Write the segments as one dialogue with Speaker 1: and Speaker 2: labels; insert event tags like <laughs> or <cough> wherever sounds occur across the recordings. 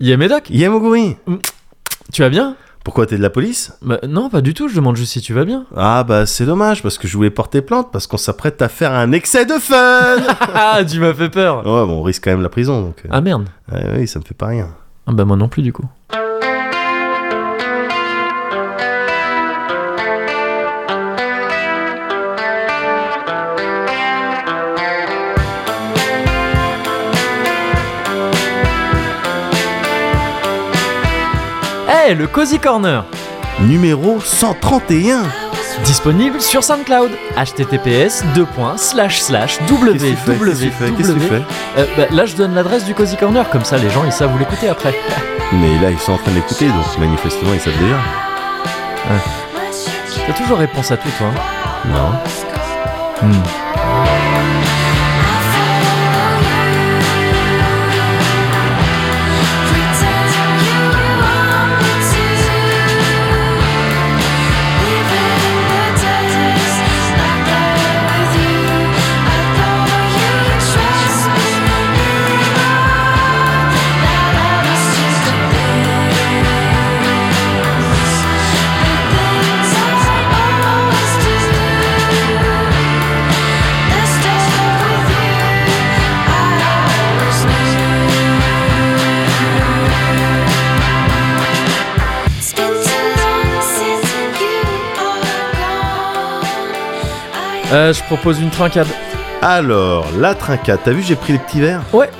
Speaker 1: Yé Médoc,
Speaker 2: Yamoguri
Speaker 1: tu vas bien
Speaker 2: Pourquoi t'es de la police
Speaker 1: Bah, Non, pas du tout, je demande juste si tu vas bien.
Speaker 2: Ah bah c'est dommage parce que je voulais porter plainte parce qu'on s'apprête à faire un excès de
Speaker 1: <laughs>
Speaker 2: fun Ouais
Speaker 1: Ah, tu m'as fait peur
Speaker 2: bon on risque quand même la prison donc... euh,
Speaker 1: Ah merde
Speaker 2: ouais, oui ça me fait pas rien.
Speaker 1: Ah bah moi non plus du coup. Hey, le Cozy Corner
Speaker 2: Numéro 131
Speaker 1: Disponible sur SoundCloud. https
Speaker 2: Qu'est-ce qu'il fait Qu'est-ce qu'il fait Qu'est-ce qu'il
Speaker 1: www.
Speaker 2: fait
Speaker 1: Euh, bah, là, je donne l'adresse du Cozy Corner, comme ça les gens ils savent où l'écouter après. <laughs>
Speaker 2: Mais là ils sont en train d'écouter donc manifestement ils savent déjà.
Speaker 1: T'as toujours réponse à tout, toi. hein.
Speaker 2: Non.
Speaker 3: It's been too long since you are gone. I
Speaker 1: Euh, je propose une trincade.
Speaker 2: Alors la trincade, t'as vu j'ai pris les petits verres
Speaker 1: Ouais.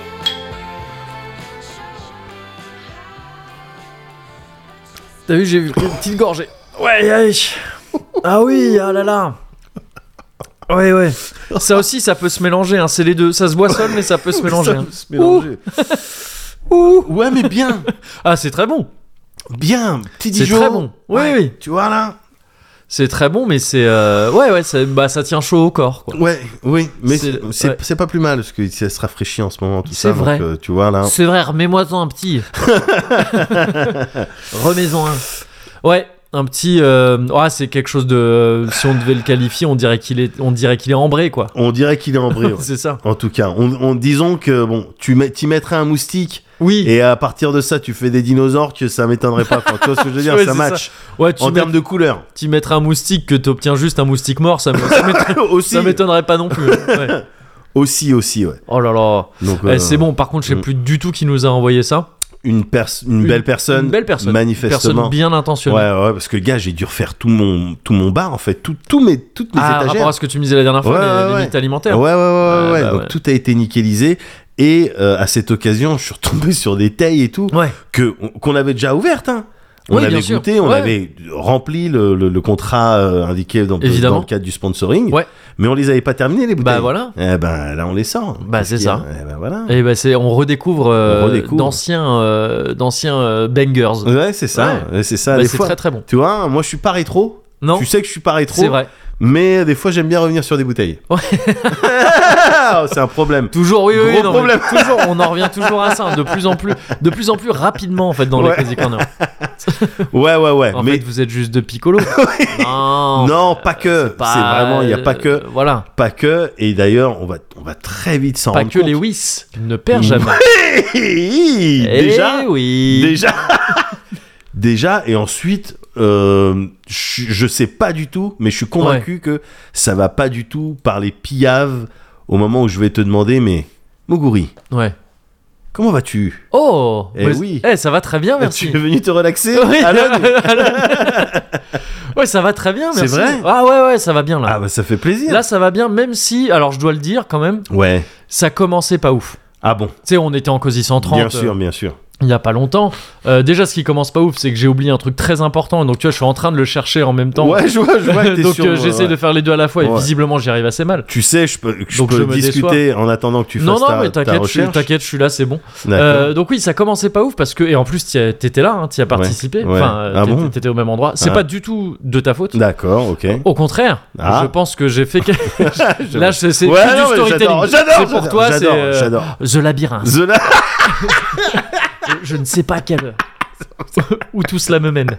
Speaker 1: T'as vu, j'ai vu une petite gorgée. Ouais, aïe. Ah oui, ah là là. Ouais, ouais. Ça aussi, ça peut se mélanger. Hein. C'est les deux. Ça se boissonne, mais <laughs> ça peut se mélanger.
Speaker 2: Ça
Speaker 1: hein.
Speaker 2: peut se mélanger.
Speaker 1: Ouh.
Speaker 2: Ouais mais bien
Speaker 1: Ah, c'est très bon.
Speaker 2: Bien Petit
Speaker 1: C'est
Speaker 2: Dijon
Speaker 1: très bon. Oui, oui.
Speaker 2: Tu vois là
Speaker 1: C'est très bon, mais c'est. euh, Ouais, ouais, ça, bah, ça tient chaud au corps, quoi.
Speaker 2: Ouais, oui, mais c'est
Speaker 1: C'est- ouais.
Speaker 2: c'est pas plus mal parce que ça se rafraîchit en ce moment tout
Speaker 1: C'est
Speaker 2: ça. donc,
Speaker 1: vrai.
Speaker 2: euh, tu vois là.
Speaker 1: C'est vrai, remets-moi-en un
Speaker 2: <laughs>
Speaker 1: petit. Remets-en un. Ouais, un petit. euh, ouais, c'est quelque chose de. euh, Si on devait le qualifier, on dirait qu'il est, on dirait qu'il est ambré, quoi.
Speaker 2: On dirait qu'il est en brio.
Speaker 1: <laughs> C'est ça.
Speaker 2: En tout cas, on, on- disons que bon, tu mets- t'y mettrais un moustique
Speaker 1: Oui.
Speaker 2: et à partir de ça, tu fais des dinosaures que ça m'étonnerait pas. Enfin, tu vois ce que je veux
Speaker 1: <laughs>
Speaker 2: dire
Speaker 1: Ouais,
Speaker 2: Ça
Speaker 1: c'est
Speaker 2: match
Speaker 1: ouais, tu
Speaker 2: en
Speaker 1: mets,
Speaker 2: termes
Speaker 1: <laughs>
Speaker 2: de couleur
Speaker 1: t'y mettrais un moustique que t'obtiens juste un moustique mort, ça me- ça m'étonne-
Speaker 2: aussi. <laughs>
Speaker 1: ça m'étonnerait pas non plus. hein. Ouais.
Speaker 2: Aussi, aussi, ouais.
Speaker 1: Oh là là.
Speaker 2: Donc
Speaker 1: Eh,
Speaker 2: euh,
Speaker 1: c'est bon, par contre, je sais
Speaker 2: Mm.
Speaker 1: plus du tout qui nous a envoyé ça.
Speaker 2: Une, pers- une, belle personne,
Speaker 1: Une belle personne. Personne
Speaker 2: manifestement.
Speaker 1: bien
Speaker 2: Ouais,
Speaker 1: intentionnée.
Speaker 2: ouais, parce que gars, j'ai dû refaire tout mon tout mon bar en fait, tout, tout mes toutes mes
Speaker 1: Ah,
Speaker 2: étagères.
Speaker 1: rapport à ce que tu me disais la dernière fois,
Speaker 2: Ouais,
Speaker 1: les,
Speaker 2: ouais,
Speaker 1: les
Speaker 2: ouais.
Speaker 1: mythes alimentaires.
Speaker 2: Ouais, ouais, ouais, ouais,
Speaker 1: Ouais,
Speaker 2: ouais.
Speaker 1: bah
Speaker 2: Donc
Speaker 1: ouais.
Speaker 2: tout a été nickelisé. Et euh, à cette occasion, je suis retombé <laughs> sur des tailles et tout
Speaker 1: Ouais.
Speaker 2: que on- qu'on avait déjà ouvertes. Hein. On
Speaker 1: Oui, bien
Speaker 2: avait
Speaker 1: sûr.
Speaker 2: goûté, on
Speaker 1: Ouais.
Speaker 2: avait rempli le, le- le contrat euh, indiqué dans,
Speaker 1: Évidemment.
Speaker 2: dans le cadre du sponsoring.
Speaker 1: Ouais.
Speaker 2: Mais on les avait pas terminés les bouteilles.
Speaker 1: Bah voilà.
Speaker 2: Eh ben là, on les sort.
Speaker 1: Bah, c'est
Speaker 2: Parce
Speaker 1: ça.
Speaker 2: qu'il y a- Eh ben voilà.
Speaker 1: Et bah c'est, on redécouvre, euh,
Speaker 2: On redécouvre.
Speaker 1: d'anciens, euh, d'anciens euh, bangers.
Speaker 2: Ouais, c'est ça. Ouais, C'est ça.
Speaker 1: Bah,
Speaker 2: des
Speaker 1: c'est
Speaker 2: fois,
Speaker 1: très très bon.
Speaker 2: tu vois, moi, je suis pas rétro.
Speaker 1: Non,
Speaker 2: Tu sais que je suis pas rétro.
Speaker 1: c'est vrai.
Speaker 2: Mais euh, des fois, j'aime bien revenir sur des bouteilles.
Speaker 1: Ouais.
Speaker 2: <laughs> c'est un problème.
Speaker 1: Toujours, oui, oui,
Speaker 2: Gros
Speaker 1: non, mais <laughs> toujours, on en revient toujours à ça, hein. de plus en plus, de plus en plus rapidement en fait dans
Speaker 2: Ouais.
Speaker 1: les Crazy
Speaker 2: <laughs>
Speaker 1: Corner.
Speaker 2: Ouais, ouais, ouais.
Speaker 1: En
Speaker 2: mais
Speaker 1: fait, vous êtes juste de
Speaker 2: <laughs>
Speaker 1: piccolo. non, euh,
Speaker 2: non, pas que.
Speaker 1: c'est euh,
Speaker 2: C'est vraiment, il y a pas que.
Speaker 1: Voilà,
Speaker 2: Pas que, et d'ailleurs, on va, on va très vite s'en
Speaker 1: pas
Speaker 2: rendre
Speaker 1: que les
Speaker 2: <laughs> compte.
Speaker 1: Whis ne perd
Speaker 2: <laughs>
Speaker 1: jamais.
Speaker 2: les
Speaker 1: Eh
Speaker 2: Déjà
Speaker 1: oui.
Speaker 2: Déjà <laughs> Déjà, et ensuite, euh, je, je sais pas du tout, mais je suis convaincu que ça va pas du tout par les pillaves au moment où je vais te demander, mais Moguri,
Speaker 1: Ouais.
Speaker 2: comment vas-tu
Speaker 1: Oh.
Speaker 2: Eh
Speaker 1: mais-
Speaker 2: oui.
Speaker 1: Eh, ça va très bien,
Speaker 2: Tu
Speaker 1: merci.
Speaker 2: es venu te relaxer
Speaker 1: <laughs> Oui,
Speaker 2: Alan
Speaker 1: <laughs> ouais, ça va très bien,
Speaker 2: C'est
Speaker 1: merci.
Speaker 2: vrai
Speaker 1: ah ouais, ouais, ça va bien là.
Speaker 2: Ah bah ça fait plaisir
Speaker 1: Là, ça va bien, même si, alors je dois le dire quand même,
Speaker 2: Ouais.
Speaker 1: ça commençait pas ouf.
Speaker 2: Ah bon,
Speaker 1: Tu sais, on était en COSI 130
Speaker 2: bien
Speaker 1: euh,
Speaker 2: sûr, bien sûr.
Speaker 1: il y a pas longtemps. Euh, déjà, ce qui commence pas ouf, c'est que j'ai oublié un truc très important, donc tu vois, je suis en train de le chercher en même temps. <laughs>
Speaker 2: Ouais, je vois, je vois que t'es
Speaker 1: donc
Speaker 2: sur
Speaker 1: euh,
Speaker 2: moi,
Speaker 1: j'essaie
Speaker 2: ouais.
Speaker 1: de faire les deux à la fois, et
Speaker 2: Ouais.
Speaker 1: visiblement, j'y arrive assez mal.
Speaker 2: Tu sais, je peux, je
Speaker 1: Donc,
Speaker 2: peux
Speaker 1: je me
Speaker 2: discuter en attendant que tu fasses
Speaker 1: Non, non,
Speaker 2: ta,
Speaker 1: mais
Speaker 2: ta
Speaker 1: t'inquiète, je, suis-
Speaker 2: recherche.
Speaker 1: t'inquiète, je suis là, c'est bon.
Speaker 2: D'accord.
Speaker 1: Euh, donc oui, ça commençait pas ouf parce que et en plus t'y as- t'étais là, hein, t'y as participé,
Speaker 2: ouais.
Speaker 1: enfin euh,
Speaker 2: Ah
Speaker 1: t'étais-
Speaker 2: bon
Speaker 1: t'étais au même endroit. C'est
Speaker 2: Ah.
Speaker 1: pas du tout de ta faute.
Speaker 2: D'accord,
Speaker 1: <laughs>
Speaker 2: ok.
Speaker 1: Au contraire,
Speaker 2: Ah.
Speaker 1: je pense que j'ai fait.
Speaker 2: <laughs>
Speaker 1: quelque- Là, je- c'est
Speaker 2: Ouais,
Speaker 1: c'est
Speaker 2: non,
Speaker 1: du
Speaker 2: mais
Speaker 1: storytelling.
Speaker 2: j'adore, j'adore,
Speaker 1: C'est pour
Speaker 2: j'adore,
Speaker 1: toi, c'est
Speaker 2: j'adore,
Speaker 1: euh,
Speaker 2: j'adore.
Speaker 1: <laughs> The Labyrinthe.
Speaker 2: The la- <laughs>
Speaker 1: Je- je ne sais pas à quelle heure. Où tout cela me mène.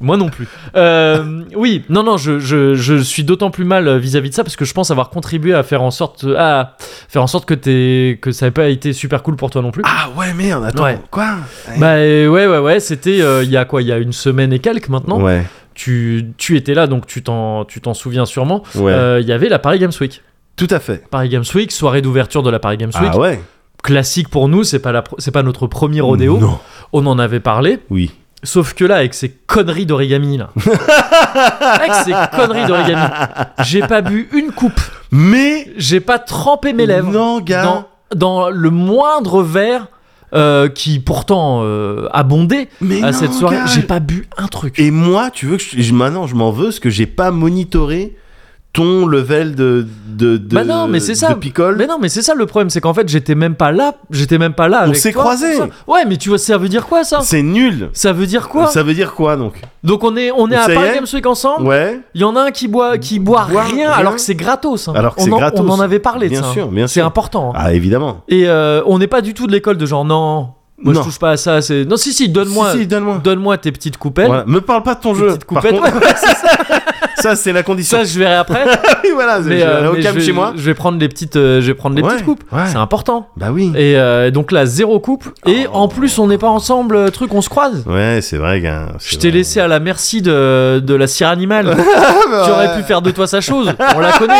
Speaker 1: Moi non plus. Euh, oui, non, non, je, je- je suis d'autant plus mal euh, vis-à-vis de ça parce que je pense avoir contribué à faire en sorte, euh, à faire en sorte que, t'es- que ça n'ait pas été super cool pour toi non plus.
Speaker 2: Ah ouais, merde, attends,
Speaker 1: Ouais.
Speaker 2: quoi
Speaker 1: Bah euh, ouais, ouais, ouais, c'était euh, il y a quoi Il y a une semaine et quelques maintenant.
Speaker 2: Ouais,
Speaker 1: Tu, tu étais là, donc tu t'en tu t'en souviens sûrement.
Speaker 2: ouais,
Speaker 1: Euh, Il y avait la Paris Games Week.
Speaker 2: tout à fait.
Speaker 1: Paris Games Week, soirée d'ouverture de la Paris Games Week.
Speaker 2: Ah ouais
Speaker 1: Classique pour nous, c'est pas, la pro- c'est pas notre premier rodéo.
Speaker 2: Non,
Speaker 1: On en avait parlé.
Speaker 2: oui.
Speaker 1: Sauf que là, avec ces conneries d'origami,
Speaker 2: <laughs>
Speaker 1: là. avec ces conneries d'origami, j'ai pas bu une coupe.
Speaker 2: Mais
Speaker 1: J'ai pas trempé mes lèvres
Speaker 2: Non, gars.
Speaker 1: dans, dans le moindre verre euh, qui pourtant euh, abondait
Speaker 2: Mais
Speaker 1: à
Speaker 2: non,
Speaker 1: cette soirée.
Speaker 2: gars.
Speaker 1: J'ai pas bu un truc.
Speaker 2: Et moi, tu veux que je... je- maintenant je m'en veux parce que j'ai pas monitoré ton level de de de,
Speaker 1: Bah non, mais c'est ça.
Speaker 2: de picole.
Speaker 1: Mais non, mais c'est ça le problème, c'est qu'en fait, j'étais même pas là. J'étais même pas là. avec
Speaker 2: s'est
Speaker 1: toi,
Speaker 2: croisés.
Speaker 1: tout ça. Ouais, mais tu vois, ça veut dire quoi ça
Speaker 2: C'est nul.
Speaker 1: Ça veut dire quoi
Speaker 2: ça veut dire quoi donc
Speaker 1: Donc on est on est à
Speaker 2: Ça y
Speaker 1: Paris
Speaker 2: est
Speaker 1: Games Week ensemble.
Speaker 2: Ouais.
Speaker 1: Il y en a un qui boit qui boit
Speaker 2: Boit
Speaker 1: rien
Speaker 2: rien.
Speaker 1: alors que c'est gratos. hein.
Speaker 2: Alors que
Speaker 1: on
Speaker 2: c'est
Speaker 1: en,
Speaker 2: gratos.
Speaker 1: On en avait parlé. de
Speaker 2: Bien
Speaker 1: ça, hein.
Speaker 2: sûr, bien
Speaker 1: C'est
Speaker 2: sûr.
Speaker 1: important. hein.
Speaker 2: Ah évidemment.
Speaker 1: Et euh, on n'est pas du tout de l'école de genre non. Moi
Speaker 2: Non.
Speaker 1: je touche pas à ça. C'est non si si donne-moi
Speaker 2: Si, si, donne-moi.
Speaker 1: donne-moi tes petites coupettes.
Speaker 2: Voilà. Me parle pas de ton
Speaker 1: tes
Speaker 2: jeu.
Speaker 1: petites
Speaker 2: Par
Speaker 1: coupettes. <laughs>
Speaker 2: contre,
Speaker 1: Ouais, ouais,
Speaker 2: ça c'est la condition.
Speaker 1: ça je verrai
Speaker 2: <laughs>
Speaker 1: après.
Speaker 2: oui, voilà.
Speaker 1: mais,
Speaker 2: je-
Speaker 1: euh,
Speaker 2: au
Speaker 1: mais
Speaker 2: calme
Speaker 1: je vais-
Speaker 2: chez moi.
Speaker 1: Je vais prendre les petites euh, je vais prendre les
Speaker 2: Ouais,
Speaker 1: petites coupes.
Speaker 2: ouais.
Speaker 1: C'est important.
Speaker 2: Bah oui.
Speaker 1: Et euh, donc là zéro coupe et
Speaker 2: Oh.
Speaker 1: en plus on n'est pas ensemble euh, truc on se croise.
Speaker 2: Ouais, c'est vrai, gars. c'est
Speaker 1: Je t'ai
Speaker 2: vrai. Ah,
Speaker 1: laissé à la merci de, de la sirène
Speaker 2: <laughs>
Speaker 1: animale.
Speaker 2: bah,
Speaker 1: tu aurais pu faire de toi sa chose. On la connaît.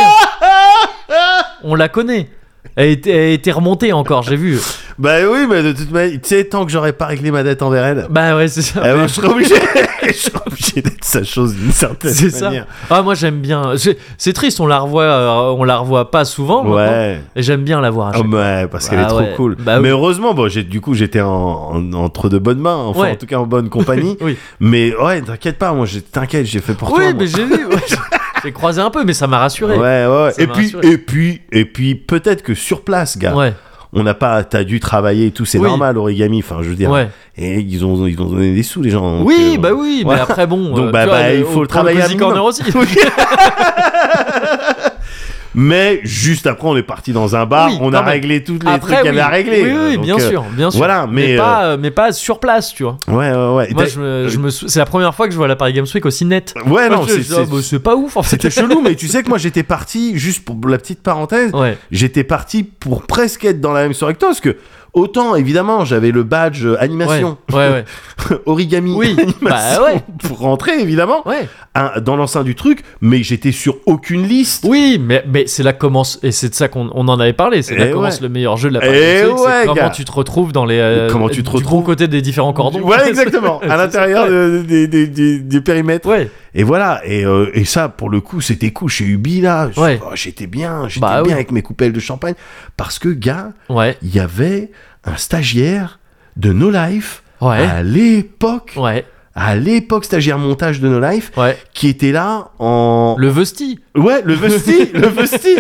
Speaker 1: On la connaît. Elle était, elle était remontée encore, j'ai vu.
Speaker 2: Bah oui, mais de toute manière, tu sais, tant que j'aurais pas réglé ma dette envers elle,
Speaker 1: Bah ouais, c'est ça.
Speaker 2: eh ben, je serais
Speaker 1: <laughs>
Speaker 2: obligé, <laughs> je serais obligé d'être sa chose d'une certaine
Speaker 1: C'est ça.
Speaker 2: manière.
Speaker 1: Ah moi j'aime bien. C'est- C'est triste, on la revoit, euh, on la revoit pas souvent. maintenant.
Speaker 2: Ouais.
Speaker 1: Et j'aime bien la voir. à chaque-
Speaker 2: Ah ouais, parce qu'elle
Speaker 1: Oh, Ah
Speaker 2: est trop
Speaker 1: ouais.
Speaker 2: cool.
Speaker 1: Bah oui.
Speaker 2: mais heureusement, bon, j'ai, du coup, j'étais en, en- entre de bonnes mains, enfin,
Speaker 1: Ouais.
Speaker 2: en tout cas en bonne compagnie.
Speaker 1: <laughs> oui.
Speaker 2: mais ouais, t'inquiète pas, moi, j'ai- t'inquiète, j'ai fait pour
Speaker 1: oui,
Speaker 2: toi. moi.
Speaker 1: mais j'ai vu. ouais.
Speaker 2: <laughs>
Speaker 1: j'ai croisé un peu, mais ça m'a rassuré.
Speaker 2: Ouais, ouais, ouais.
Speaker 1: Ça
Speaker 2: Et
Speaker 1: m'a
Speaker 2: puis,
Speaker 1: rassuré.
Speaker 2: et puis, et puis, peut-être que sur place, gars,
Speaker 1: Ouais,
Speaker 2: on n'a pas, t'as dû travailler et tout, c'est
Speaker 1: Oui.
Speaker 2: normal, origami. Enfin, je veux dire,
Speaker 1: ouais.
Speaker 2: et ils ont, ils ont donné des sous, les gens.
Speaker 1: oui,
Speaker 2: Donc, euh,
Speaker 1: bah oui, mais
Speaker 2: ouais.
Speaker 1: après bon.
Speaker 2: <laughs> Donc,
Speaker 1: euh,
Speaker 2: bah,
Speaker 1: tu
Speaker 2: bah, il
Speaker 1: on
Speaker 2: faut le
Speaker 1: prend
Speaker 2: travailler à
Speaker 1: Cozy Corner aussi.
Speaker 2: <laughs> Mais juste après, on est parti dans un bar,
Speaker 1: Oui,
Speaker 2: on
Speaker 1: non,
Speaker 2: a
Speaker 1: mais
Speaker 2: réglé toutes les trucs
Speaker 1: Après,
Speaker 2: qu'il
Speaker 1: oui.
Speaker 2: y avait à régler.
Speaker 1: Oui, oui,
Speaker 2: Donc,
Speaker 1: bien
Speaker 2: euh,
Speaker 1: sûr, bien sûr.
Speaker 2: voilà, mais, euh,
Speaker 1: pas, euh, mais pas sur place, tu vois.
Speaker 2: Ouais, ouais, ouais. Et
Speaker 1: Moi,
Speaker 2: t'as-
Speaker 1: je me- je me sou- c'est la première fois que je vois la Paris Games Week aussi nette. Moi,
Speaker 2: Ouais, non,
Speaker 1: je-
Speaker 2: c'est-
Speaker 1: je- ah,
Speaker 2: c'est-
Speaker 1: bah, c'est pas ouf en fait.
Speaker 2: c'était chelou, mais tu sais que moi j'étais parti, juste pour la petite parenthèse,
Speaker 1: Ouais,
Speaker 2: j'étais parti pour presque être dans la même soirée que toi, parce que autant évidemment j'avais le badge euh,
Speaker 1: ouais,
Speaker 2: animation,
Speaker 1: ouais, ouais.
Speaker 2: <laughs> origami, <laughs>
Speaker 1: Oui,
Speaker 2: animation,
Speaker 1: bah ouais.
Speaker 2: pour rentrer évidemment,
Speaker 1: ouais.
Speaker 2: hein, dans l'enceinte du truc, mais j'étais sur aucune liste.
Speaker 1: Oui, mais, mais c'est là que commence, et c'est de ça qu'on on en avait parlé, c'est là
Speaker 2: Eh
Speaker 1: que commence
Speaker 2: ouais.
Speaker 1: le meilleur jeu de la Paris
Speaker 2: Eh
Speaker 1: Games Week, c'est
Speaker 2: ouais,
Speaker 1: comment
Speaker 2: gars.
Speaker 1: tu te retrouves dans les. euh,
Speaker 2: Comment tu te
Speaker 1: du bon
Speaker 2: retrouves.
Speaker 1: côté des différents cordons. <laughs>
Speaker 2: Voilà, exactement, à l'intérieur de- des des- des- des périmètres.
Speaker 1: Ouais,
Speaker 2: Et voilà, et, euh, et ça, pour le coup, c'était cool chez Ubi, là. Je-
Speaker 1: Ouais.
Speaker 2: oh, j'étais bien, j'étais
Speaker 1: Bah
Speaker 2: bien
Speaker 1: oui.
Speaker 2: avec mes coupelles de champagne. Parce que, gars,
Speaker 1: ouais,
Speaker 2: il y avait un stagiaire de No Life
Speaker 1: ouais,
Speaker 2: à l'époque,
Speaker 1: ouais,
Speaker 2: à l'époque stagiaire montage de No Life,
Speaker 1: ouais.
Speaker 2: qui était là en...
Speaker 1: Le Vesti.
Speaker 2: Ouais,
Speaker 1: <laughs>
Speaker 2: le Vesti, le Vesti,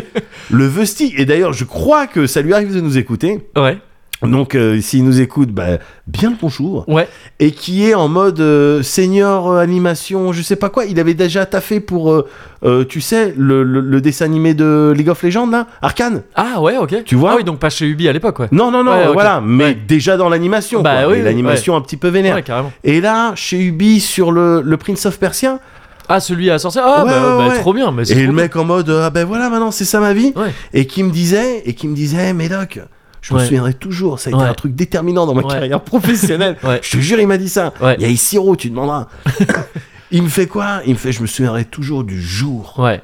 Speaker 2: le Vesti. Et d'ailleurs, je crois que ça lui arrive de nous écouter.
Speaker 1: Ouais,
Speaker 2: Donc, euh, s'il nous écoute, bah, bien le bonjour.
Speaker 1: ouais,
Speaker 2: et qui est en mode euh, senior euh, animation, je sais pas quoi. Il avait déjà taffé pour, euh, euh, tu sais, le, le- le dessin animé de League of Legends, là, Arcane.
Speaker 1: ah ouais, ok.
Speaker 2: Tu vois
Speaker 1: Ah oui, donc pas chez Ubi à l'époque, ouais.
Speaker 2: Non, non, non,
Speaker 1: Ouais, ok.
Speaker 2: voilà, mais
Speaker 1: Ouais.
Speaker 2: déjà dans l'animation.
Speaker 1: Bah
Speaker 2: quoi.
Speaker 1: oui,
Speaker 2: Et
Speaker 1: oui,
Speaker 2: l'animation un petit peu vénère.
Speaker 1: Ouais, carrément.
Speaker 2: Et là, chez Ubi, sur le, le Prince of Persia,
Speaker 1: Ah, celui à sorcière. Ah,
Speaker 2: Ouais,
Speaker 1: bah,
Speaker 2: ouais,
Speaker 1: bah,
Speaker 2: ouais.
Speaker 1: trop bien, mais c'est.
Speaker 2: et le
Speaker 1: trop
Speaker 2: mec en mode, euh, ah ben voilà, maintenant c'est ça ma vie,
Speaker 1: bien. Ouais.
Speaker 2: et qui me disait, et qui me disait, Médoc, je me
Speaker 1: Ouais.
Speaker 2: souviendrai toujours, ça a été
Speaker 1: Ouais.
Speaker 2: un truc déterminant dans ma
Speaker 1: Ouais.
Speaker 2: carrière professionnelle.
Speaker 1: <laughs> Ouais.
Speaker 2: Je te jure, il m'a dit ça.
Speaker 1: Ouais.
Speaker 2: Il y a Isiro, tu demanderas.
Speaker 1: <laughs>
Speaker 2: il me fait quoi Il me fait, je me souviendrai toujours du jour
Speaker 1: Ouais,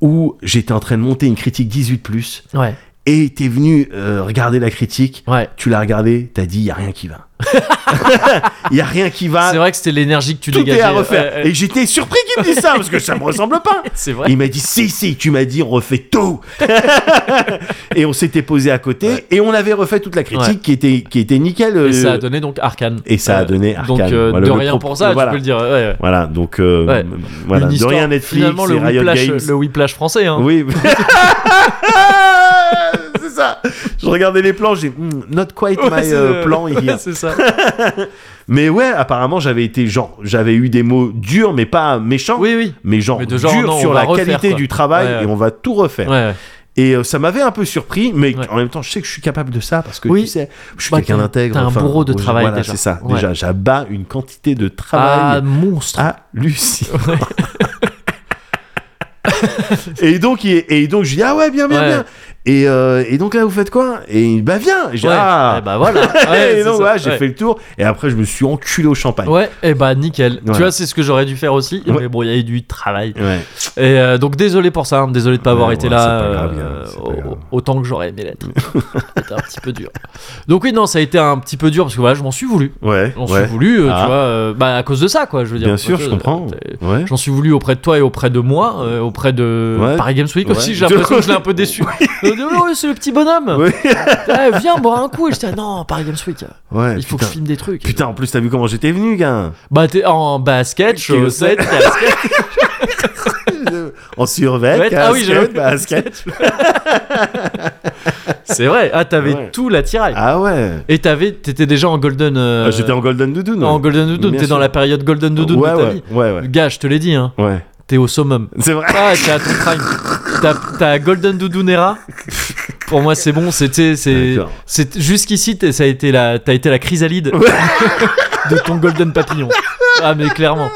Speaker 2: où j'étais en train de monter une critique 18+,
Speaker 1: ouais,
Speaker 2: et t'es venu euh, regarder la critique,
Speaker 1: ouais.
Speaker 2: tu l'as regardée, t'as dit, il y a rien qui va. <laughs> Il y a rien qui va,
Speaker 1: C'est vrai que c'était l'énergie que tu
Speaker 2: Ah. tout
Speaker 1: dégageais.
Speaker 2: est à refaire.
Speaker 1: Ouais, ouais.
Speaker 2: Et j'étais surpris qu'il me dise ça, parce que ça me ressemble pas.
Speaker 1: C'est vrai.
Speaker 2: Il m'a dit si si, tu m'as dit refais
Speaker 1: <laughs>
Speaker 2: tout. et on s'était posé à côté
Speaker 1: Ouais.
Speaker 2: et on avait refait toute la critique
Speaker 1: Ouais.
Speaker 2: qui était qui était nickel. euh,
Speaker 1: Et ça a donné donc Arcane.
Speaker 2: et ça a donné Arcane.
Speaker 1: Donc euh,
Speaker 2: Voilà,
Speaker 1: de
Speaker 2: le
Speaker 1: rien
Speaker 2: pro-
Speaker 1: pour ça,
Speaker 2: voilà.
Speaker 1: tu peux le dire. ouais, ouais.
Speaker 2: Voilà, donc euh,
Speaker 1: Ouais.
Speaker 2: m- voilà,
Speaker 1: Une
Speaker 2: de
Speaker 1: histoire,
Speaker 2: rien Netflix,
Speaker 1: Finalement, le
Speaker 2: et Riot
Speaker 1: Whiplash,
Speaker 2: Games.
Speaker 1: le Whiplash français. Hein.
Speaker 2: Oui. <laughs> c'est ça. Je regardais les plans, j'ai hmm, not quite
Speaker 1: <laughs> Ouais,
Speaker 2: my
Speaker 1: c'est
Speaker 2: euh,
Speaker 1: le-
Speaker 2: plan
Speaker 1: ouais,
Speaker 2: here.
Speaker 1: <laughs> c'est ça.
Speaker 2: Mais ouais, apparemment j'avais été genre j'avais eu des mots durs mais pas méchants.
Speaker 1: Oui, oui.
Speaker 2: Mais genre,
Speaker 1: Mais de genre,
Speaker 2: durs
Speaker 1: non, on
Speaker 2: sur
Speaker 1: va
Speaker 2: la
Speaker 1: refaire,
Speaker 2: qualité
Speaker 1: quoi.
Speaker 2: du travail
Speaker 1: Ouais, ouais.
Speaker 2: et on va tout refaire.
Speaker 1: Ouais, ouais.
Speaker 2: Et euh, ça m'avait un peu surpris, mais
Speaker 1: Ouais.
Speaker 2: en même temps, je sais que je suis capable de ça parce que
Speaker 1: Oui.
Speaker 2: tu sais, je suis
Speaker 1: Bah,
Speaker 2: quelqu'un
Speaker 1: t'as-
Speaker 2: d'intègre.
Speaker 1: t'as un
Speaker 2: enfin,
Speaker 1: bourreau de
Speaker 2: je-
Speaker 1: travail,
Speaker 2: Voilà,
Speaker 1: déjà.
Speaker 2: c'est ça.
Speaker 1: Ouais.
Speaker 2: Déjà, j'abats une quantité de
Speaker 1: Ah,
Speaker 2: travail Ah,
Speaker 1: monstre.
Speaker 2: <laughs> hallucinante. et donc, il- et donc, je dis ah ouais, bien, bien,
Speaker 1: Ouais.
Speaker 2: bien. Et, euh, et donc là, vous faites quoi Et il bah viens. Et j'ai dit,
Speaker 1: Ouais.
Speaker 2: ah.
Speaker 1: Eh bah
Speaker 2: <laughs>
Speaker 1: voilà.
Speaker 2: et
Speaker 1: Ouais,
Speaker 2: donc
Speaker 1: c'est
Speaker 2: voilà,
Speaker 1: ça.
Speaker 2: j'ai
Speaker 1: Ouais.
Speaker 2: fait le tour. Et après, je me suis enculé au champagne.
Speaker 1: Ouais, et bah nickel.
Speaker 2: Ouais.
Speaker 1: Tu vois, c'est ce que j'aurais dû faire aussi.
Speaker 2: Ouais.
Speaker 1: Mais bon, il y a eu du travail.
Speaker 2: Ouais.
Speaker 1: Et euh, donc désolé pour ça, hein, désolé de pas avoir
Speaker 2: Ouais,
Speaker 1: été
Speaker 2: ouais,
Speaker 1: là
Speaker 2: c'est pas grave,
Speaker 1: euh,
Speaker 2: hein, c'est pas
Speaker 1: au-
Speaker 2: grave.
Speaker 1: autant que j'aurais aimé l'être. C'était un petit peu dur. Donc oui, non, ça a été un petit peu dur parce que voilà, je m'en suis voulu.
Speaker 2: Ouais.
Speaker 1: J'en
Speaker 2: ouais.
Speaker 1: suis voulu, euh,
Speaker 2: Ah.
Speaker 1: tu vois, euh, bah, à cause de ça, quoi, je veux dire.
Speaker 2: Bien sûr,
Speaker 1: Parce
Speaker 2: je
Speaker 1: que,
Speaker 2: comprends.
Speaker 1: euh,
Speaker 2: Ouais.
Speaker 1: J'en suis voulu auprès de toi et auprès de moi, euh, auprès de
Speaker 2: Ouais.
Speaker 1: Paris Games Week
Speaker 2: Ouais.
Speaker 1: aussi. J'ai l'impression que je l'ai
Speaker 2: <laughs>
Speaker 1: un peu déçu. Euh, oh, ouais, c'est le petit bonhomme. <laughs>
Speaker 2: Ouais.
Speaker 1: Ouais, viens boire un coup. Et j'étais non, Paris Games Week. euh,
Speaker 2: Ouais.
Speaker 1: il faut que
Speaker 2: putain.
Speaker 1: je filme des trucs.
Speaker 2: Putain, en plus, t'as vu comment j'étais venu, gars
Speaker 1: Bah t'es en basket, chaussettes, casquette.
Speaker 2: En survêt,
Speaker 1: Ouais, ah oui,
Speaker 2: casquette,
Speaker 1: j'avais-
Speaker 2: basket.
Speaker 1: <laughs> C'est vrai. Ah t'avais
Speaker 2: Ouais.
Speaker 1: tout l'attirail.
Speaker 2: Ah ouais.
Speaker 1: Et t'avais, t'étais déjà en golden. euh,
Speaker 2: Ah, J'étais en Golden Doudoune.
Speaker 1: en golden doudoune.
Speaker 2: Bien
Speaker 1: T'es dans
Speaker 2: sûr.
Speaker 1: la période golden doudoune
Speaker 2: ouais,
Speaker 1: de ta
Speaker 2: ouais,
Speaker 1: vie.
Speaker 2: ouais, ouais,
Speaker 1: Gars, je te l'ai dit, hein.
Speaker 2: ouais.
Speaker 1: T'es au summum.
Speaker 2: C'est vrai.
Speaker 1: Ah, t'es à ton prime. T'as, t'as Golden Doudounera. Pour moi, c'est bon. C'était, c'est,
Speaker 2: D'accord.
Speaker 1: c'est jusqu'ici, t'es- ça a été la, t'as été la chrysalide de ton Golden Papillon. Ah, mais clairement.